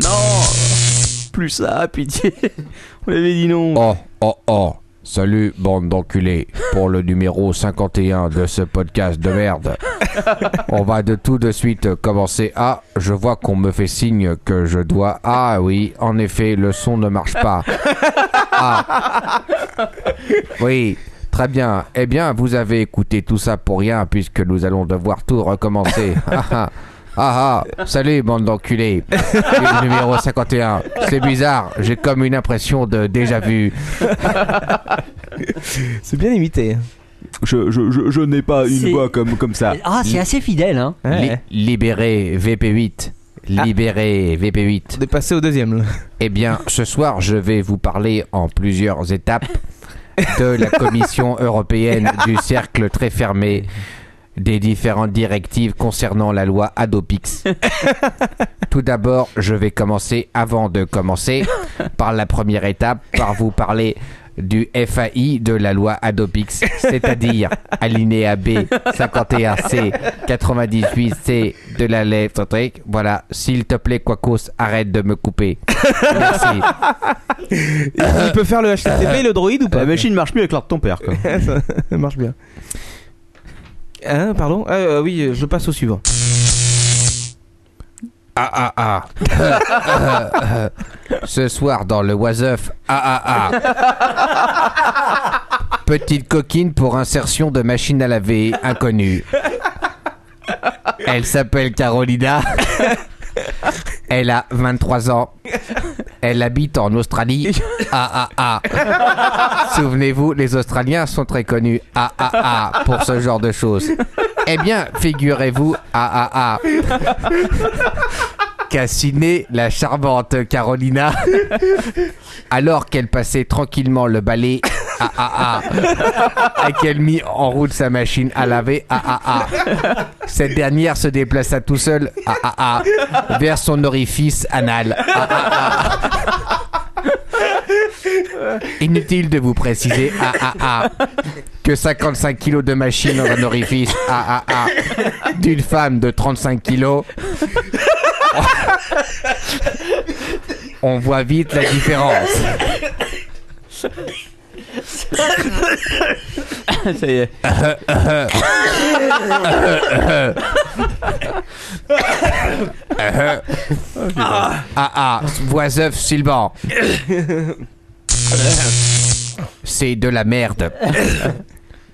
[SPEAKER 6] Plus ça, pitié. On avait dit non.
[SPEAKER 9] Oh, oh, oh. Salut, bande d'enculés, pour le numéro 51 de ce podcast de merde. On va de tout de suite commencer. Ah, je vois qu'on me fait signe que je dois. Ah oui, en effet, le son ne marche pas. Ah. Oui. Très bien. Eh bien, vous avez écouté tout ça pour rien puisque nous allons devoir tout recommencer. Ah, ah. Ah ah, salut bande d'enculés. C'est le numéro 51. C'est bizarre, j'ai comme une impression de déjà vu.
[SPEAKER 8] C'est bien imité.
[SPEAKER 6] Je, je, je, je n'ai pas
[SPEAKER 7] C'est-
[SPEAKER 6] une voix comme, comme ça.
[SPEAKER 7] Ah, c'est assez fidèle, hein.
[SPEAKER 9] Li- libéré VP8. Libéré VP8. On est
[SPEAKER 8] Ah. passé au deuxième.
[SPEAKER 9] Eh bien, ce soir, je vais vous parler en plusieurs étapes de la Commission européenne du cercle très fermé des différentes directives concernant la loi Adopix. Tout d'abord, je vais commencer, avant de commencer, par la première étape, par vous parler du FAI de la loi Adopix, c'est-à-dire alinéa B 51C 98C de la lettre truc. Voilà, s'il te plaît, Quacos, arrête de me couper. Merci.
[SPEAKER 8] Il peut faire le HTTP, le droïde ou pas
[SPEAKER 6] La machine marche mieux avec l'art de ton père. quoi.
[SPEAKER 8] Ça marche bien. Hein, pardon Ah, euh, Oui, je passe au suivant.
[SPEAKER 9] Ah ah ah. Ce soir dans le Oiseuf. Ah ah ah. Petite coquine pour insertion de machine à laver inconnue. Elle s'appelle Carolina. Elle a 23 ans. Elle habite en Australie. Ah ah ah. Souvenez-vous, les Australiens sont très connus. Ah ah ah pour ce genre de choses. Eh bien, figurez-vous. Ah ah ah. Cassiné, la charmante Carolina, alors qu'elle passait tranquillement le balai, ah ah ah, et qu'elle mit en route sa machine à laver, ah ah ah, cette dernière se déplaça tout seul, ah ah ah, vers son orifice anal, ah ah ah. Inutile de vous préciser, ah ah ah, que 55 kilos de machine dans un orifice, ah ah ah, d'une femme de 35 kilos.
[SPEAKER 3] ah.
[SPEAKER 9] On voit vite la différence.
[SPEAKER 12] Ça y est.
[SPEAKER 9] Euh, ah ah, voiseuf Sylvan. C'est de la merde.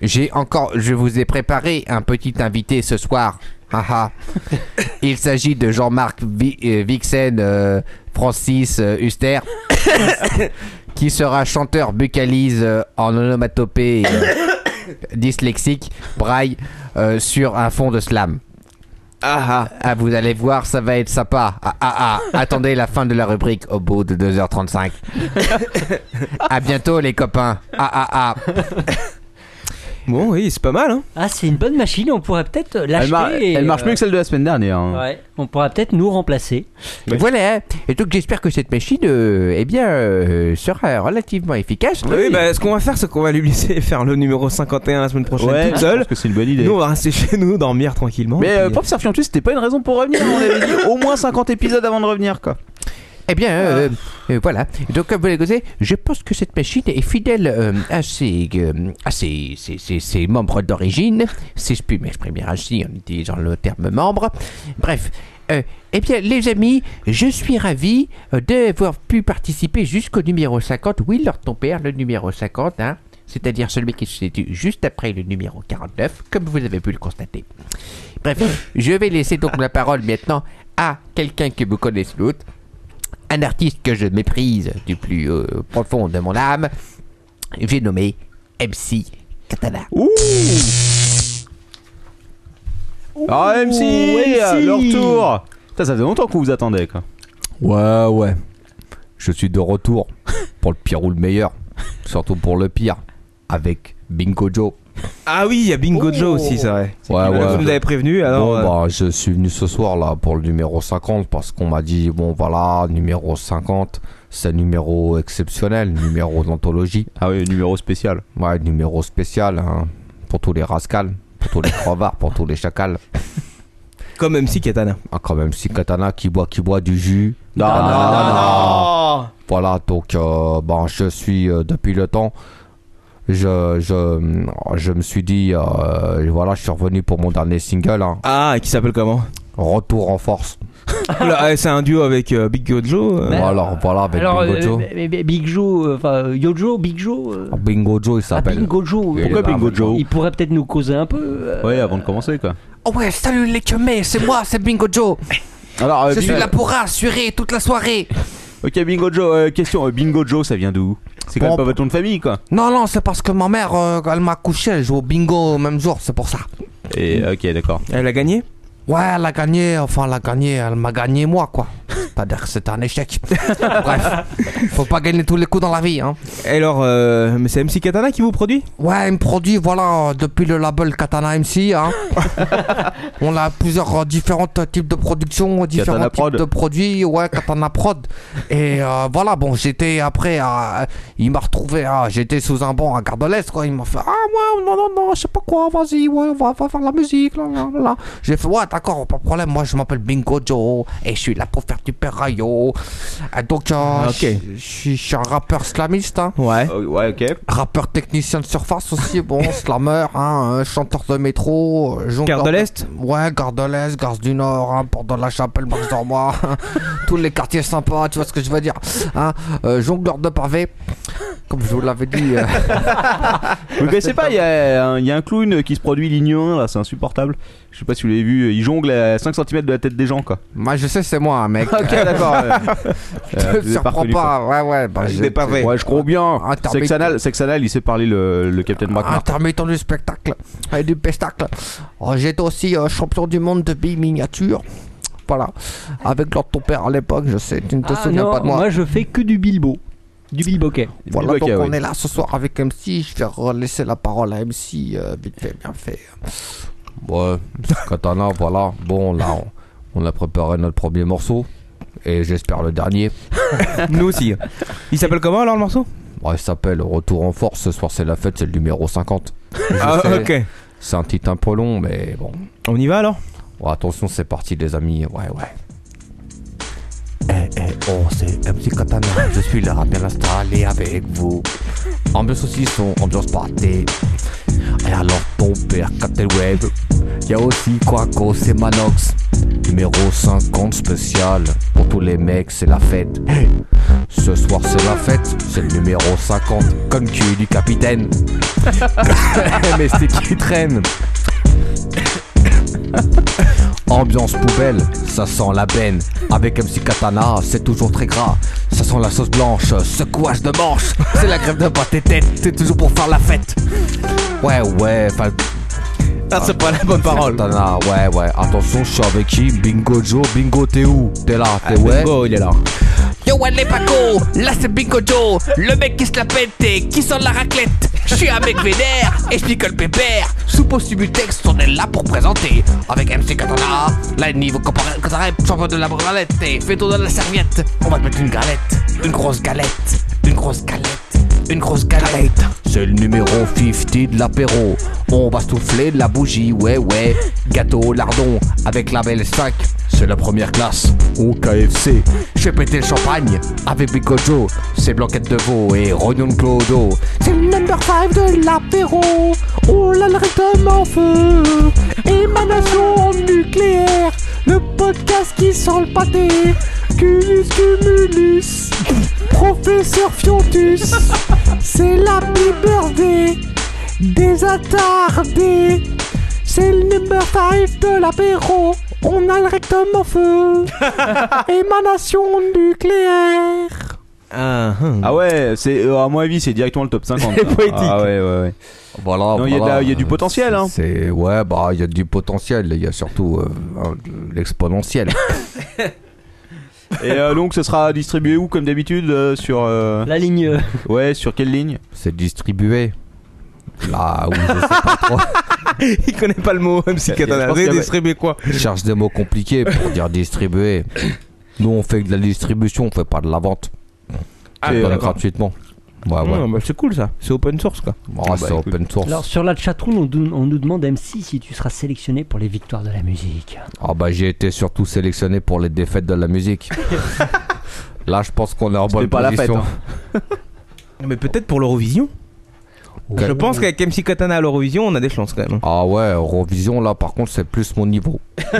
[SPEAKER 9] J'ai encore, je vous ai préparé un petit invité ce soir. Ah ah. Il s'agit de Jean-Marc Vi- euh, Vixen, euh, Francis euh, Huster, qui sera chanteur bucalise euh, en onomatopée euh, dyslexique, braille, euh, sur un fond de slam. Ah, ah ah, vous allez voir, ça va être sympa. Ah ah ah, attendez la fin de la rubrique au bout de 2h35. à bientôt les copains. Ah ah ah.
[SPEAKER 8] Bon, oui, c'est pas mal. Hein.
[SPEAKER 7] Ah, c'est une bonne machine, on pourrait peut-être l'acheter.
[SPEAKER 6] Elle, mar-
[SPEAKER 7] et,
[SPEAKER 6] elle marche
[SPEAKER 7] euh,
[SPEAKER 6] mieux que celle de la semaine dernière. hein.
[SPEAKER 7] Ouais, on pourra peut-être nous remplacer.
[SPEAKER 9] Voilà, et donc j'espère que cette machine, euh, eh bien, euh, sera relativement efficace.
[SPEAKER 8] Oui, bah, ce qu'on va faire, c'est qu'on va lui laisser faire le numéro 51 la semaine prochaine
[SPEAKER 6] Ouais,
[SPEAKER 8] toute
[SPEAKER 6] je
[SPEAKER 8] seule.
[SPEAKER 6] pense que c'est une bonne idée.
[SPEAKER 8] Nous, on va rester chez nous, dormir tranquillement.
[SPEAKER 6] Mais
[SPEAKER 8] et
[SPEAKER 6] euh,
[SPEAKER 8] puis-
[SPEAKER 6] professeur Fiantus, c'était pas une raison pour revenir. On avait dit au moins 50 épisodes avant de revenir, quoi.
[SPEAKER 9] Eh bien, euh, euh, voilà. Donc, comme vous l'avez dit, je pense que cette machine est fidèle euh, à, ses, euh, à ses, ses- ses- ses membres d'origine, si je puis m'exprimer ainsi en utilisant le terme membre. Bref. euh, eh bien, les amis, je suis ravi euh, d'avoir pu participer jusqu'au numéro 50. Oui, leur ton père, le numéro 50, hein, c'est-à-dire celui qui se situe juste après le numéro 49, comme vous avez pu le constater. Bref, je vais laisser donc la parole maintenant à quelqu'un que vous connaissez l'autre, un artiste que je méprise du plus euh, profond de mon âme. J'ai nommé MC Katana.
[SPEAKER 6] Ah, MC,
[SPEAKER 5] MC.
[SPEAKER 6] le retour. Putain, ça faisait longtemps qu'on vous attendait, quoi.
[SPEAKER 9] Ouais, ouais. Je suis de retour pour le pire ou le meilleur, surtout pour le pire, avec Bingo Joe.
[SPEAKER 8] Ah oui, il y a Bingo
[SPEAKER 6] Oh.
[SPEAKER 8] Joe aussi, c'est vrai. C'est
[SPEAKER 9] Ouais,
[SPEAKER 8] qui,
[SPEAKER 9] ouais.
[SPEAKER 8] Vous nous avez prévenu, alors.
[SPEAKER 9] Bon,
[SPEAKER 8] euh,
[SPEAKER 9] bah, je suis venu ce soir là pour le numéro 50 parce qu'on m'a dit bon voilà numéro 50 c'est un numéro exceptionnel, numéro d'anthologie.
[SPEAKER 6] Ah oui, numéro spécial.
[SPEAKER 9] Ouais, numéro spécial hein, pour tous les rascals, pour tous les crevards, pour tous les chacals.
[SPEAKER 8] Comme MC Katana.
[SPEAKER 9] Ah, quand même si Katana qui boit qui boit du jus. Ah,
[SPEAKER 6] Non, non, non, non.
[SPEAKER 9] Voilà, donc euh, ben, je suis euh, depuis le temps. Je, je, je me suis dit, euh, voilà, je suis revenu pour mon dernier single. hein.
[SPEAKER 8] Ah, qui s'appelle comment
[SPEAKER 9] Retour en force.
[SPEAKER 8] Oula, eh, c'est un duo avec euh, Big Joe. euh.
[SPEAKER 9] Voilà, alors,
[SPEAKER 13] Oh,
[SPEAKER 9] voilà, avec
[SPEAKER 7] Ben Alors,
[SPEAKER 9] Bingo
[SPEAKER 7] euh,
[SPEAKER 9] Joe.
[SPEAKER 7] mais- mais Big Joe, euh, enfin Yojo, Big Joe. euh,
[SPEAKER 9] Bingo Joe, il
[SPEAKER 7] ah,
[SPEAKER 9] s'appelle.
[SPEAKER 7] Bingo Joe.
[SPEAKER 9] Il est
[SPEAKER 7] Pourquoi
[SPEAKER 9] là,
[SPEAKER 7] Bingo
[SPEAKER 9] maintenant.
[SPEAKER 6] Joe
[SPEAKER 7] Il pourrait peut-être nous causer un peu. euh,
[SPEAKER 6] Ouais, avant de commencer, quoi.
[SPEAKER 13] Oh ouais, salut les chumets, c'est moi, c'est Bingo Joe.
[SPEAKER 6] Alors, euh,
[SPEAKER 13] Je suis
[SPEAKER 6] Bingo-
[SPEAKER 13] là pour rassurer toute la soirée.
[SPEAKER 6] Ok, Bingo Joe, euh, question. euh, Bingo Joe, ça vient d'où C'est quand même pas votre nom de famille, quoi.
[SPEAKER 13] Non, non, c'est parce que ma mère, euh, elle m'a couché, elle joue au bingo au même jour, c'est pour ça. Mm.
[SPEAKER 6] Et euh, ok, d'accord.
[SPEAKER 13] Elle a gagné Ouais, elle a gagné, enfin elle a gagné, elle m'a gagné moi quoi. C'est-à-dire que c'est un échec. Bref, faut pas gagner tous les coups dans la vie. Hein.
[SPEAKER 8] Et alors, euh, mais c'est MC Katana qui vous produit
[SPEAKER 13] Ouais, il me produit, voilà, euh, depuis le label Katana MC. hein. On a plusieurs euh, différents types de productions, différents
[SPEAKER 6] Katana
[SPEAKER 13] types
[SPEAKER 6] Prod.
[SPEAKER 13] de produits, ouais, Katana Prod. Et euh, voilà, bon, j'étais après, euh, il m'a retrouvé, euh, j'étais sous un banc à Gardolès, quoi. Il m'a fait, ah, ouais, non, non, non, je sais pas quoi, vas-y, ouais, on va, va faire de la musique, là, là, là, là. J'ai fait, ouais, d'accord, pas de problème, moi je m'appelle Bingo Joe, et je suis là pour faire du perraillot. Et Donc, euh,
[SPEAKER 8] Ah, Ok.
[SPEAKER 13] je- je suis- je suis un rappeur slamiste, hein.
[SPEAKER 8] Ouais.
[SPEAKER 6] Euh, ouais, ok.
[SPEAKER 13] Rappeur technicien de surface aussi, bon, slammer, hein, euh, chanteur de métro, euh, jongleur.
[SPEAKER 8] Gare de l'Est
[SPEAKER 13] Ouais, Gare de l'Est, Gare du Nord, hein, Porte de la Chapelle, Marche d'Ormois, tous les quartiers sympas, tu vois ce que je veux dire. Hein, euh, jongleur de pavé, comme je vous l'avais dit. euh,
[SPEAKER 6] Vous connaissez pas, il y, a un- il y a un clown qui se produit ligne 1, là, c'est insupportable. Je sais pas si vous l'avez vu, euh, il jongle à 5 cm de la tête des gens, quoi.
[SPEAKER 13] Moi, je sais, c'est moi, mec.
[SPEAKER 6] ok, d'accord. ouais.
[SPEAKER 13] Je te
[SPEAKER 6] Euh, vous êtes
[SPEAKER 13] surprends
[SPEAKER 6] reconnu,
[SPEAKER 13] pas,
[SPEAKER 6] quoi.
[SPEAKER 13] ouais, ouais, bah,
[SPEAKER 6] Ah,
[SPEAKER 13] je-
[SPEAKER 6] je l'ai pas
[SPEAKER 13] c'est-
[SPEAKER 6] Ouais, je crois bien.
[SPEAKER 13] Intermittent.
[SPEAKER 6] Sexanal, Sexanal, il sait parler le, le Captain
[SPEAKER 13] Ah,
[SPEAKER 6] Magma.
[SPEAKER 13] Intermittent du spectacle et du pestacle. Euh, J'étais aussi euh, champion du monde de billes miniature. Voilà. Avec Lord ton père à l'époque, je sais, tu ne te
[SPEAKER 7] Ah
[SPEAKER 13] souviens
[SPEAKER 7] non,
[SPEAKER 13] pas de moi.
[SPEAKER 7] moi, je fais que du Bilbo. Du Bilboquet.
[SPEAKER 13] Voilà, donc
[SPEAKER 7] Bilboquet,
[SPEAKER 13] on
[SPEAKER 7] ah oui.
[SPEAKER 13] est là ce soir avec MC. Je vais relaisser la parole à MC, euh, vite fait, bien fait. Ouais, Katana, voilà. Bon, là, on, on a préparé notre premier morceau. Et j'espère le dernier.
[SPEAKER 8] Nous aussi. Il s'appelle comment alors le morceau
[SPEAKER 13] Ouais, il s'appelle Retour en force. Ce soir, c'est la fête, c'est le numéro 50. Je
[SPEAKER 8] Ah,
[SPEAKER 13] sais,
[SPEAKER 8] ok.
[SPEAKER 13] C'est un titre un peu long, mais bon.
[SPEAKER 8] On y va alors
[SPEAKER 13] Ouais, Attention, c'est parti, les amis. Ouais, ouais. Eh, eh, oh, c'est MC Katana. Je suis là, bien installé avec vous. Ambiance saucisson, ambiance pâté. Et alors, ton père, Captain Web. Y'a aussi Quaco, c'est Manox. Numéro 50 spécial. Pour tous les mecs, c'est la fête. Eh, Ce soir, c'est la fête. C'est le numéro 50. Comme cul du capitaine. Mais c'est qui traîne. Ambiance poubelle, ça sent la benne. Avec MC Katana, c'est toujours très gras. Ça sent la sauce blanche, secouage de manche. C'est la grève de bas tes têtes, c'est toujours pour faire la fête. Ouais, ouais, enfin.
[SPEAKER 8] Ah, c'est pas la bonne parole.
[SPEAKER 13] Katana, ouais, ouais. Attention, je suis avec qui Bingo Joe, bingo, t'es où T'es là, t'es ouais
[SPEAKER 8] Ah, Bingo, il est là.
[SPEAKER 3] Yo, elle est Paco, là c'est Bingo Joe, le mec qui se la pète et qui sent la raclette. Je suis un mec vénère et je pique le pépère. Sous post-subutex, on est là pour présenter. Avec MC Katana, là niveau comparé, champion de la branlette et fais tour de la serviette. On va te mettre une galette, une grosse galette, une grosse galette, une grosse galette.
[SPEAKER 13] C'est le numéro 50 de l'apéro. On va souffler de la bougie, ouais, ouais. Gâteau au lardon avec la belle 5. C'est la première classe au KFC. Je vais péter le champagne avec Bicojo. C'est Blanquette de Veau et Rognon de Clodo.
[SPEAKER 5] C'est le number 5 de l'apéro. Oh là le rythme en feu. Émanation nucléaire. Le podcast qui sent le pâté. Cumulus cumulus. Professeur Fiontus. C'est la birthday des attardés. C'est le number 5 de l'apéro. On a le rectum en feu. Émanation nucléaire.
[SPEAKER 8] Ah,
[SPEAKER 6] ouais, c'est euh, à mon avis, c'est directement le top 50.
[SPEAKER 13] C'est
[SPEAKER 6] ça.
[SPEAKER 13] poétique.
[SPEAKER 6] Ah ouais, ouais, ouais.
[SPEAKER 4] Oh,
[SPEAKER 13] Voilà,
[SPEAKER 6] Non, il y a
[SPEAKER 4] bah,
[SPEAKER 6] de la- il y a
[SPEAKER 4] euh,
[SPEAKER 6] du potentiel, hein.
[SPEAKER 13] C'est, ouais, bah, il y a du potentiel. Il y a surtout euh, hein, l'exponentiel.
[SPEAKER 6] Et euh, donc, ce sera distribué où, comme d'habitude euh, Sur.
[SPEAKER 7] La ligne.
[SPEAKER 6] Ouais, sur quelle ligne
[SPEAKER 13] C'est distribué. Là où je sais pas trop.
[SPEAKER 8] Il connaît pas le mot
[SPEAKER 6] Eh,
[SPEAKER 8] MC
[SPEAKER 13] Je
[SPEAKER 8] Katana.
[SPEAKER 13] pense qu'il y
[SPEAKER 8] C'est
[SPEAKER 13] avait-
[SPEAKER 8] distribué quoi
[SPEAKER 13] Je Cherche des mots compliqués pour dire distribuer. Nous, on fait de la distribution, on fait pas de la vente.
[SPEAKER 8] Ah,
[SPEAKER 13] C'est
[SPEAKER 8] d'accord.
[SPEAKER 13] gratuitement. Ouais, ouais.
[SPEAKER 8] Ouais, bah, c'est cool ça, c'est open source quoi. bah,
[SPEAKER 13] Ah, c'est open source.
[SPEAKER 7] Alors sur la chatroom, on, dou- on nous demande MC si tu seras sélectionné pour les victoires de la musique.
[SPEAKER 13] Ah bah j'ai été surtout sélectionné pour les défaites de la musique. Là, je pense qu'on est en bonne
[SPEAKER 8] pas la
[SPEAKER 13] position.
[SPEAKER 8] fête, hein. Mais peut-être pour l'Eurovision
[SPEAKER 13] Ouais.
[SPEAKER 8] Je pense qu'avec MC Katana à l'Eurovision, on a des chances quand même.
[SPEAKER 13] Ah ouais, Eurovision là, par contre, c'est plus mon niveau. Ouais.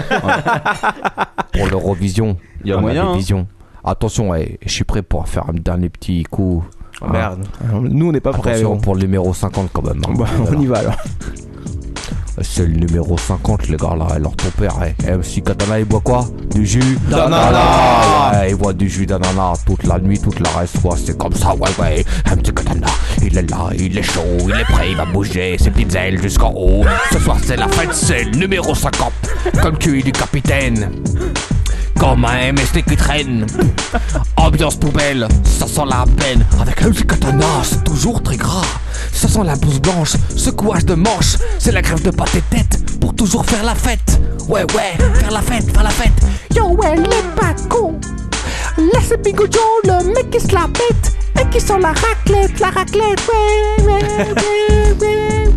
[SPEAKER 13] Pour l'Eurovision,
[SPEAKER 6] Il y a
[SPEAKER 13] dans la
[SPEAKER 6] moyen, hein.
[SPEAKER 13] division. Attention, ouais, je suis prêt pour faire un dernier petit coup.
[SPEAKER 8] Ah, merde. Nous, on n'est pas prêts,
[SPEAKER 13] Attention
[SPEAKER 8] mais bon.
[SPEAKER 13] pour le numéro 50 quand même. hein.
[SPEAKER 8] Bah, on y va alors.
[SPEAKER 13] C'est le numéro 50, les gars, là. Alors, ton père, eh, eh, si Katana, il boit quoi Du jus
[SPEAKER 14] D'ananas
[SPEAKER 13] Ouais, Il boit du jus d'ananas toute la nuit, toute la reste, ouais, c'est comme ça, ouais, ouais. Un petit Katana, il est là, il est chaud, il est prêt, il va bouger ses petites ailes jusqu'en haut. Ce soir, c'est la fête, c'est le numéro 50. Comme tu du capitaine. Comme un MST qui traîne. Ambiance poubelle, ça sent la peine. Avec un petit katana, c'est toujours très gras. Ça sent la blouse blanche, secouage de manche. C'est la grève de pâté tête pour toujours faire la fête. Ouais, ouais, faire la fête, faire la fête.
[SPEAKER 5] Yo, elle est pas con. Laisse Bigoudjo, le mec qui se la pète et qui sent la raclette, la raclette. Ouais, ouais, ouais, ouais, ouais.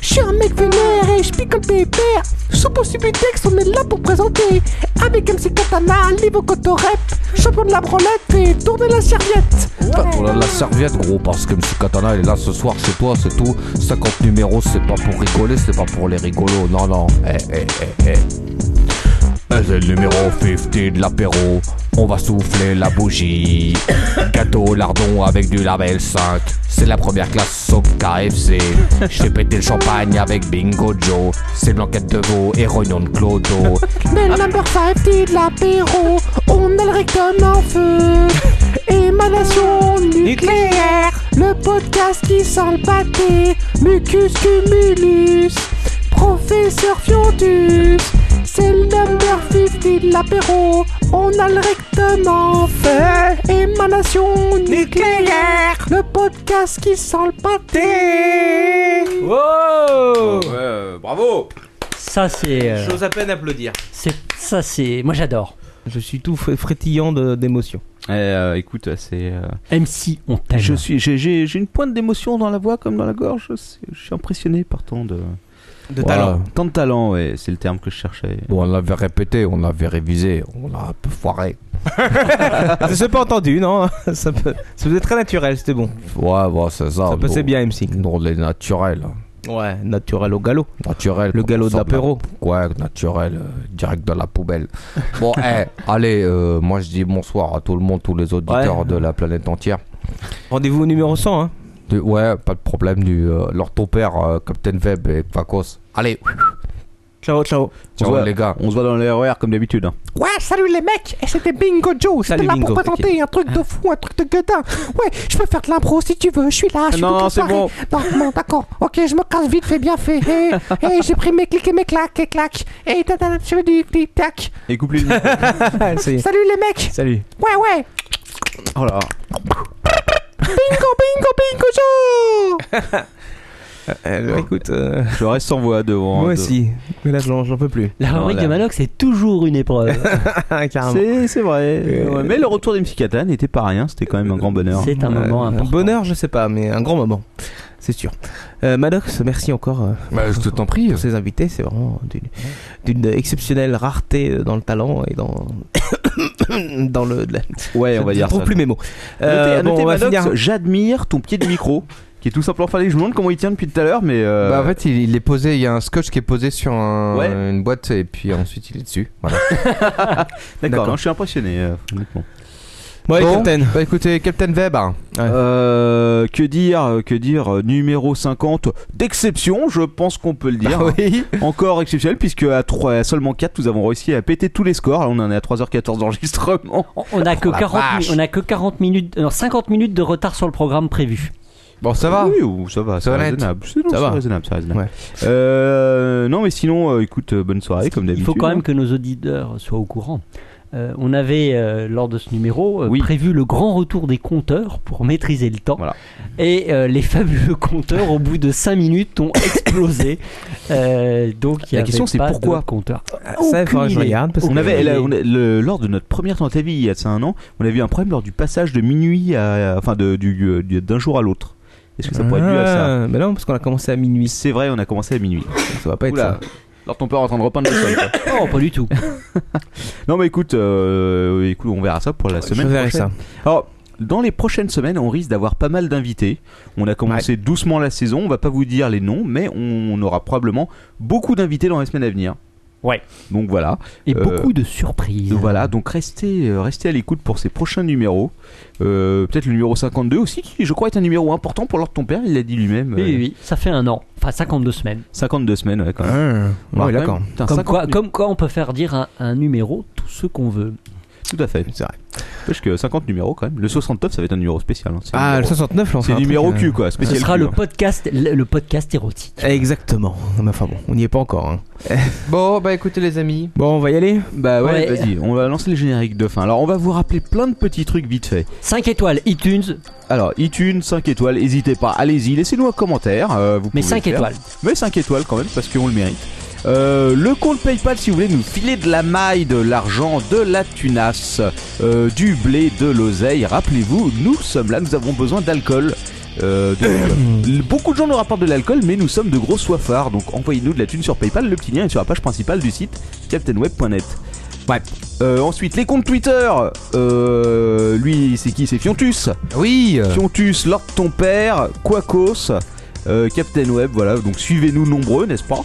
[SPEAKER 5] Je suis un mec vénère et je pique comme pépère. Sous possibilité que on est là pour présenter. Avec MC Katana, Livo Cotorep, champion de la branlette et tourner la serviette.
[SPEAKER 13] Putain, on a de la serviette, gros, parce que Monsieur Katana, il est là ce soir chez toi, c'est tout. 50 numéros, c'est pas pour rigoler, c'est pas pour les rigolos, non, non. Eh, eh, eh, eh. Eh, C'est le numéro 50 de l'apéro. On va souffler la bougie. Gâteau lardon avec du label 5. C'est la première classe au KFC. Je fais péter le champagne avec Bingo Joe. C'est blanquette de veau et rognon de clodo.
[SPEAKER 5] Mais le number 5 dit de l'apéro, on a le rectum en feu. Émanation nucléaire, le podcast qui sent le pâté. Mucus cumulus, professeur Fiontus. C'est le number 50 de l'apéro, on a le rectum en feu. Émanation nucléaire, le podcast qui sent le pâté.
[SPEAKER 8] Wow
[SPEAKER 6] euh,
[SPEAKER 4] Bravo
[SPEAKER 7] Ça, c'est. euh,
[SPEAKER 8] Chose à peine applaudir.
[SPEAKER 7] c'est- ça, c'est. Moi, j'adore.
[SPEAKER 8] Je suis tout fr- frétillant de- d'émotion.
[SPEAKER 6] Eh, euh,
[SPEAKER 4] écoute, c'est.
[SPEAKER 7] MC, on t'aime.
[SPEAKER 6] Je suis, j'ai, j'ai- j'ai une pointe d'émotion dans la voix comme dans la gorge. C'est- Je suis impressionné par tant de.
[SPEAKER 8] De
[SPEAKER 6] Voilà.
[SPEAKER 13] talent.
[SPEAKER 6] Tant de talent, ouais, c'est le terme que je cherchais.
[SPEAKER 13] Bon, on l'avait répété, on l'avait révisé, on l'a un peu foiré.
[SPEAKER 8] Je sais pas entendu, non ça, peut... ça faisait très naturel, c'était bon.
[SPEAKER 13] Ouais, bon, c'est ça.
[SPEAKER 8] Ça passait bien, MC.
[SPEAKER 13] Non, les naturels.
[SPEAKER 8] Ouais, naturel au galop.
[SPEAKER 13] Naturel.
[SPEAKER 8] Le galop
[SPEAKER 13] sort de
[SPEAKER 8] d'apéro.
[SPEAKER 13] la- Ouais, naturel, euh, direct de la poubelle. Bon, eh, allez, euh, moi je dis bonsoir à tout le monde, tous les auditeurs
[SPEAKER 8] Ouais.
[SPEAKER 13] de la planète entière.
[SPEAKER 8] Rendez-vous au numéro 100, hein.
[SPEAKER 13] Du- ouais, pas de problème du euh, leur ton père, euh, Captain Web et Pacos. Allez,
[SPEAKER 8] Ciao, ciao.
[SPEAKER 13] ciao
[SPEAKER 6] voit-
[SPEAKER 13] les gars.
[SPEAKER 6] On se voit dans le RER comme d'habitude. hein.
[SPEAKER 5] Ouais, salut les mecs, et c'était Bingo Joe, c'était
[SPEAKER 6] Salut,
[SPEAKER 5] là
[SPEAKER 6] Bingo, Hein.
[SPEAKER 5] pour
[SPEAKER 6] ok.
[SPEAKER 5] présenter un truc de fou, un truc de gueudin. Ouais, je peux faire de l'impro si tu veux, je suis là, je suis
[SPEAKER 6] Non,
[SPEAKER 5] toute la
[SPEAKER 6] c'est
[SPEAKER 5] soirée.
[SPEAKER 6] bon.
[SPEAKER 5] Non, non, d'accord, ok, je me casse vite, fais bien fait. Hé, hé, j'ai pris mes clics et mes claques, et claques, Eh, et tata, je fais du tic-tac.
[SPEAKER 6] Et coupe les
[SPEAKER 5] Salut les mecs
[SPEAKER 8] Salut.
[SPEAKER 5] Ouais, ouais
[SPEAKER 6] Oh là.
[SPEAKER 5] Bingo, bingo, bingo Joe
[SPEAKER 8] Euh, écoute, euh,
[SPEAKER 6] Je reste sans voix devant. hein,
[SPEAKER 8] moi
[SPEAKER 6] de-
[SPEAKER 8] aussi. Mais là, j'en j'en peux plus.
[SPEAKER 7] La
[SPEAKER 6] Non,
[SPEAKER 7] rubrique
[SPEAKER 6] là-
[SPEAKER 7] de Manox, c'est toujours une épreuve.
[SPEAKER 8] Carrément.
[SPEAKER 6] C'est, c'est vrai.
[SPEAKER 8] Euh,
[SPEAKER 6] Ouais, mais le retour d'MC Katan n'était pas rien, c'était quand même un grand bonheur.
[SPEAKER 7] C'est un moment important.
[SPEAKER 8] Euh, Bonheur, je sais pas, mais un grand moment, c'est sûr. Euh, Maddox, merci encore. euh,
[SPEAKER 13] Bah, je t'en prie.
[SPEAKER 8] pour ces invités, c'est vraiment d'une- d'une exceptionnelle rareté euh, dans le talent et dans dans le. de la-
[SPEAKER 6] Ouais,
[SPEAKER 8] je
[SPEAKER 6] on va
[SPEAKER 8] ne
[SPEAKER 6] dire
[SPEAKER 8] trouve
[SPEAKER 6] ça.
[SPEAKER 8] plus mes mots.
[SPEAKER 6] Notez-
[SPEAKER 8] Euh, bon,
[SPEAKER 6] notez,
[SPEAKER 8] on va
[SPEAKER 6] Maddox,
[SPEAKER 8] finir.
[SPEAKER 6] J'admire ton pied de micro, qui est tout simplement fallait. Je me demande comment il tient depuis tout à l'heure, mais. euh,
[SPEAKER 4] Bah, en fait, il, il est posé, il y a un scotch qui est posé sur un-
[SPEAKER 6] Ouais.
[SPEAKER 4] une boîte et puis ensuite il est dessus. Voilà.
[SPEAKER 6] d'accord,
[SPEAKER 4] d'accord.
[SPEAKER 6] non, je suis impressionné. euh, honnêtement.
[SPEAKER 8] Ouais,
[SPEAKER 4] Bon,
[SPEAKER 8] Captain.
[SPEAKER 4] Bah écoutez, Captain Web. hein.
[SPEAKER 6] Euh, que dire, euh, que dire, euh, numéro 50 d'exception, je pense qu'on peut le dire.
[SPEAKER 4] Ah oui.
[SPEAKER 6] Encore exceptionnel, puisque à, trois- à seulement 4, nous avons réussi à péter tous les scores. Là, on en est à 3h14 d'enregistrement.
[SPEAKER 7] On n'a que,
[SPEAKER 6] la
[SPEAKER 7] 40
[SPEAKER 6] vache.
[SPEAKER 7] mi- on a que 40 minutes, euh, non, 50 minutes de retard sur le programme prévu.
[SPEAKER 4] Bon, ça va.
[SPEAKER 6] Oui, ou- ça va, c'est
[SPEAKER 4] va net.
[SPEAKER 6] raisonnable. C'est non,
[SPEAKER 8] Ça
[SPEAKER 6] c'est
[SPEAKER 8] va.
[SPEAKER 6] raisonnable, c'est raisonnable.
[SPEAKER 8] Ouais.
[SPEAKER 6] Euh, non, mais sinon, euh, écoute, euh, bonne soirée, comme
[SPEAKER 7] Il
[SPEAKER 6] d'habitude. hein.
[SPEAKER 7] faut quand même que nos auditeurs soient au courant. Euh, on avait, euh, lors de ce numéro, euh,
[SPEAKER 6] Oui.
[SPEAKER 7] prévu le grand retour des compteurs pour maîtriser le temps.
[SPEAKER 6] Voilà.
[SPEAKER 7] Et euh, les fabuleux compteurs, au bout de 5 minutes, ont explosé. Euh, donc, il y
[SPEAKER 6] La question,
[SPEAKER 7] avait
[SPEAKER 6] c'est
[SPEAKER 7] pas
[SPEAKER 6] pourquoi
[SPEAKER 7] de compteur.
[SPEAKER 8] Ah, Ça, il faudra que je
[SPEAKER 7] Aucune idée.
[SPEAKER 8] regarde parce
[SPEAKER 6] On
[SPEAKER 8] que-
[SPEAKER 6] avait, là, on a- le- lors de notre première tentative il y a de ça un an, on avait eu un problème lors du passage de minuit à, enfin de- du- euh, du- d'un jour à l'autre. Est-ce que ça pourrait être dû à ça
[SPEAKER 8] Ah, Mais non, parce qu'on a commencé à minuit.
[SPEAKER 6] C'est vrai, on a commencé à minuit.
[SPEAKER 8] Ça va pas être
[SPEAKER 6] Oula.
[SPEAKER 8] ça.
[SPEAKER 6] Lors ton père en train de repeindre le sol. quoi.
[SPEAKER 7] Oh, pas du tout.
[SPEAKER 6] Non, mais écoute, euh, écoute, on verra ça pour la
[SPEAKER 8] Je
[SPEAKER 6] semaine
[SPEAKER 8] verrai
[SPEAKER 6] prochaine.
[SPEAKER 8] ça.
[SPEAKER 6] Alors, dans les prochaines semaines, on risque d'avoir pas mal d'invités. On a commencé doucement la saison, on va pas vous dire les noms, mais on aura probablement beaucoup d'invités dans les semaines à venir.
[SPEAKER 7] Ouais.
[SPEAKER 6] Donc voilà.
[SPEAKER 7] Et beaucoup de surprises.
[SPEAKER 6] Voilà, donc restez, euh, restez à l'écoute pour ces prochains numéros. Euh, Peut-être le numéro 52 aussi, qui je crois est un numéro important pour l'ordre de ton père, il l'a dit lui-même.
[SPEAKER 7] Oui, oui, oui, ça fait un an. Enfin, 52 semaines.
[SPEAKER 6] 52 semaines, ouais, quand même.
[SPEAKER 7] Ouais,
[SPEAKER 6] Ouais, quand
[SPEAKER 7] Ah, d'accord.
[SPEAKER 6] même. Putain,
[SPEAKER 7] Comme,
[SPEAKER 6] 50
[SPEAKER 7] quoi, comme quoi, on peut faire dire à un numéro tout ce qu'on veut.
[SPEAKER 6] Tout à fait, c'est vrai. Parce que 50 numéros quand même. Le 69, ça va être un numéro spécial. hein. C'est
[SPEAKER 7] Ah,
[SPEAKER 6] un
[SPEAKER 7] le
[SPEAKER 8] 69, là, on
[SPEAKER 6] C'est
[SPEAKER 8] fait un
[SPEAKER 6] numéro
[SPEAKER 8] truc, euh,
[SPEAKER 6] cul, quoi. Spécial
[SPEAKER 7] Ce sera
[SPEAKER 6] cul,
[SPEAKER 7] le
[SPEAKER 6] hein.
[SPEAKER 7] podcast, le, le podcast érotique.
[SPEAKER 8] Exactement. Mais Enfin bon, on n'y est pas encore. hein.
[SPEAKER 9] Bon, bah écoutez les amis.
[SPEAKER 8] Bon, on va y aller
[SPEAKER 6] Bah ouais,
[SPEAKER 9] Ouais.
[SPEAKER 6] vas-y, on va lancer le générique de fin. Alors, on va vous rappeler plein de petits trucs vite fait.
[SPEAKER 7] 5 étoiles, iTunes.
[SPEAKER 6] Alors, iTunes, 5 étoiles, n'hésitez pas, allez-y, laissez-nous un commentaire. euh, vous
[SPEAKER 7] Mais
[SPEAKER 6] pouvez
[SPEAKER 7] cinq
[SPEAKER 6] le faire.
[SPEAKER 7] étoiles.
[SPEAKER 6] Mais 5 étoiles quand même, parce qu'on le mérite. Euh, le compte PayPal, si vous voulez nous filer de la maille, de l'argent, de la tunasse, euh, du blé, de l'oseille, rappelez-vous, nous sommes là, nous avons besoin d'alcool. Euh, de- Beaucoup de gens nous rapportent de l'alcool, mais nous sommes de gros soifards, donc envoyez-nous de la thune sur PayPal. Le petit lien est sur la page principale du site captainweb.net. Ouais. Euh, ensuite, les comptes Twitter. Euh, lui, c'est qui C'est Fiontus.
[SPEAKER 9] Oui.
[SPEAKER 6] Fiontus, Lord ton père, Quacos, euh, Captain Web. Voilà. Donc suivez-nous nombreux, n'est-ce pas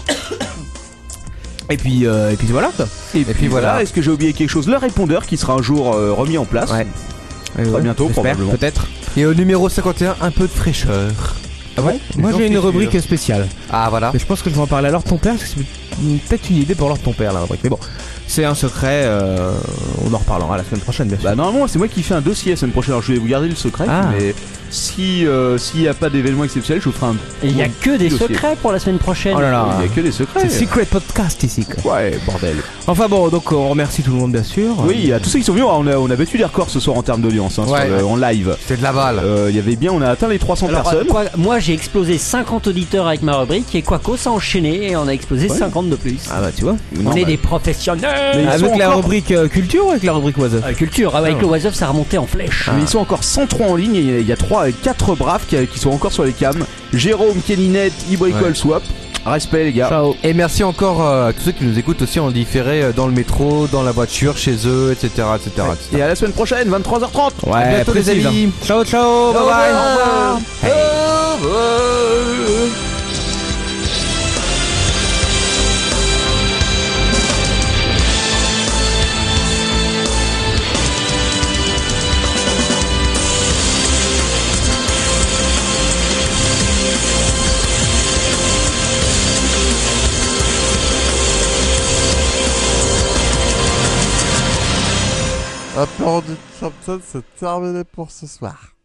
[SPEAKER 6] Et puis, euh, et puis voilà. quoi. Et, puis, voilà. Est-ce que j'ai oublié quelque chose Le répondeur qui sera un jour euh, remis en place. Très
[SPEAKER 9] ouais,
[SPEAKER 6] bientôt,
[SPEAKER 9] j'espère,
[SPEAKER 6] probablement.
[SPEAKER 9] peut-être. Et au numéro 51, un peu de fraîcheur. Ah bon
[SPEAKER 8] Moi, j'ai une rubrique
[SPEAKER 4] euh,
[SPEAKER 8] spéciale.
[SPEAKER 9] Ah voilà.
[SPEAKER 8] Mais je pense que je vais en parler à Lord ton père, parce que c'est peut-être une idée pour Lord ton père, la rubrique. Mais bon, c'est un secret, euh, on en reparlera la semaine prochaine, bien sûr.
[SPEAKER 6] Bah normalement c'est moi qui fais un dossier la semaine prochaine, alors je vais vous garder le secret,
[SPEAKER 8] Ah.
[SPEAKER 6] mais si euh, s'il n'y a pas d'événement exceptionnel, je vous ferai un...
[SPEAKER 7] Et il n'y a
[SPEAKER 6] un
[SPEAKER 7] que des
[SPEAKER 6] dossier.
[SPEAKER 7] secrets pour la semaine prochaine.
[SPEAKER 6] Oh là là. Il y a que des secrets.
[SPEAKER 8] C'est Secret Podcast ici, quoi.
[SPEAKER 6] Ouais, bordel.
[SPEAKER 8] Enfin bon, donc on remercie tout le monde, bien sûr.
[SPEAKER 6] Oui, à tous ceux qui sont venus, on a, on a battu des records ce soir en termes d'audience, hein, sur
[SPEAKER 8] Ouais.
[SPEAKER 6] le- en live. Euh,
[SPEAKER 9] C'est de la balle.
[SPEAKER 6] Il y avait bien, on a atteint les 300
[SPEAKER 7] Alors,
[SPEAKER 6] personnes.
[SPEAKER 7] euh, quoi- moi j'ai explosé 50 auditeurs avec ma rubrique et Quaco ça a enchaîné et on a explosé 50 de plus.
[SPEAKER 8] Ah bah tu vois.
[SPEAKER 7] on
[SPEAKER 8] Non,
[SPEAKER 7] est
[SPEAKER 8] bah-
[SPEAKER 7] des professionnels.
[SPEAKER 8] Mais ils Avec sont la encore- rubrique, euh, culture ou avec la rubrique oiseau
[SPEAKER 7] Culture, ah ouais, avec le oiseau ça a remonté en flèche.
[SPEAKER 6] Ah. Mais ils sont encore 103 en ligne, et il y a- il y a 3 4 braves qui, qui sont encore sur les cams. Jérôme, Keninette, Ibricol,
[SPEAKER 9] Ouais.
[SPEAKER 6] Swap. Respect les gars.
[SPEAKER 9] Et merci encore euh, à tous ceux qui nous écoutent aussi en différé euh, dans le métro, dans la voiture, chez eux, etc. etc., etc.
[SPEAKER 6] Et à la semaine prochaine, 23h30.
[SPEAKER 9] Ouais, à bientôt, les amis.
[SPEAKER 8] hein. Ciao, ciao,
[SPEAKER 9] bye bye.
[SPEAKER 15] Un plan de Champion, c'est terminé pour ce soir.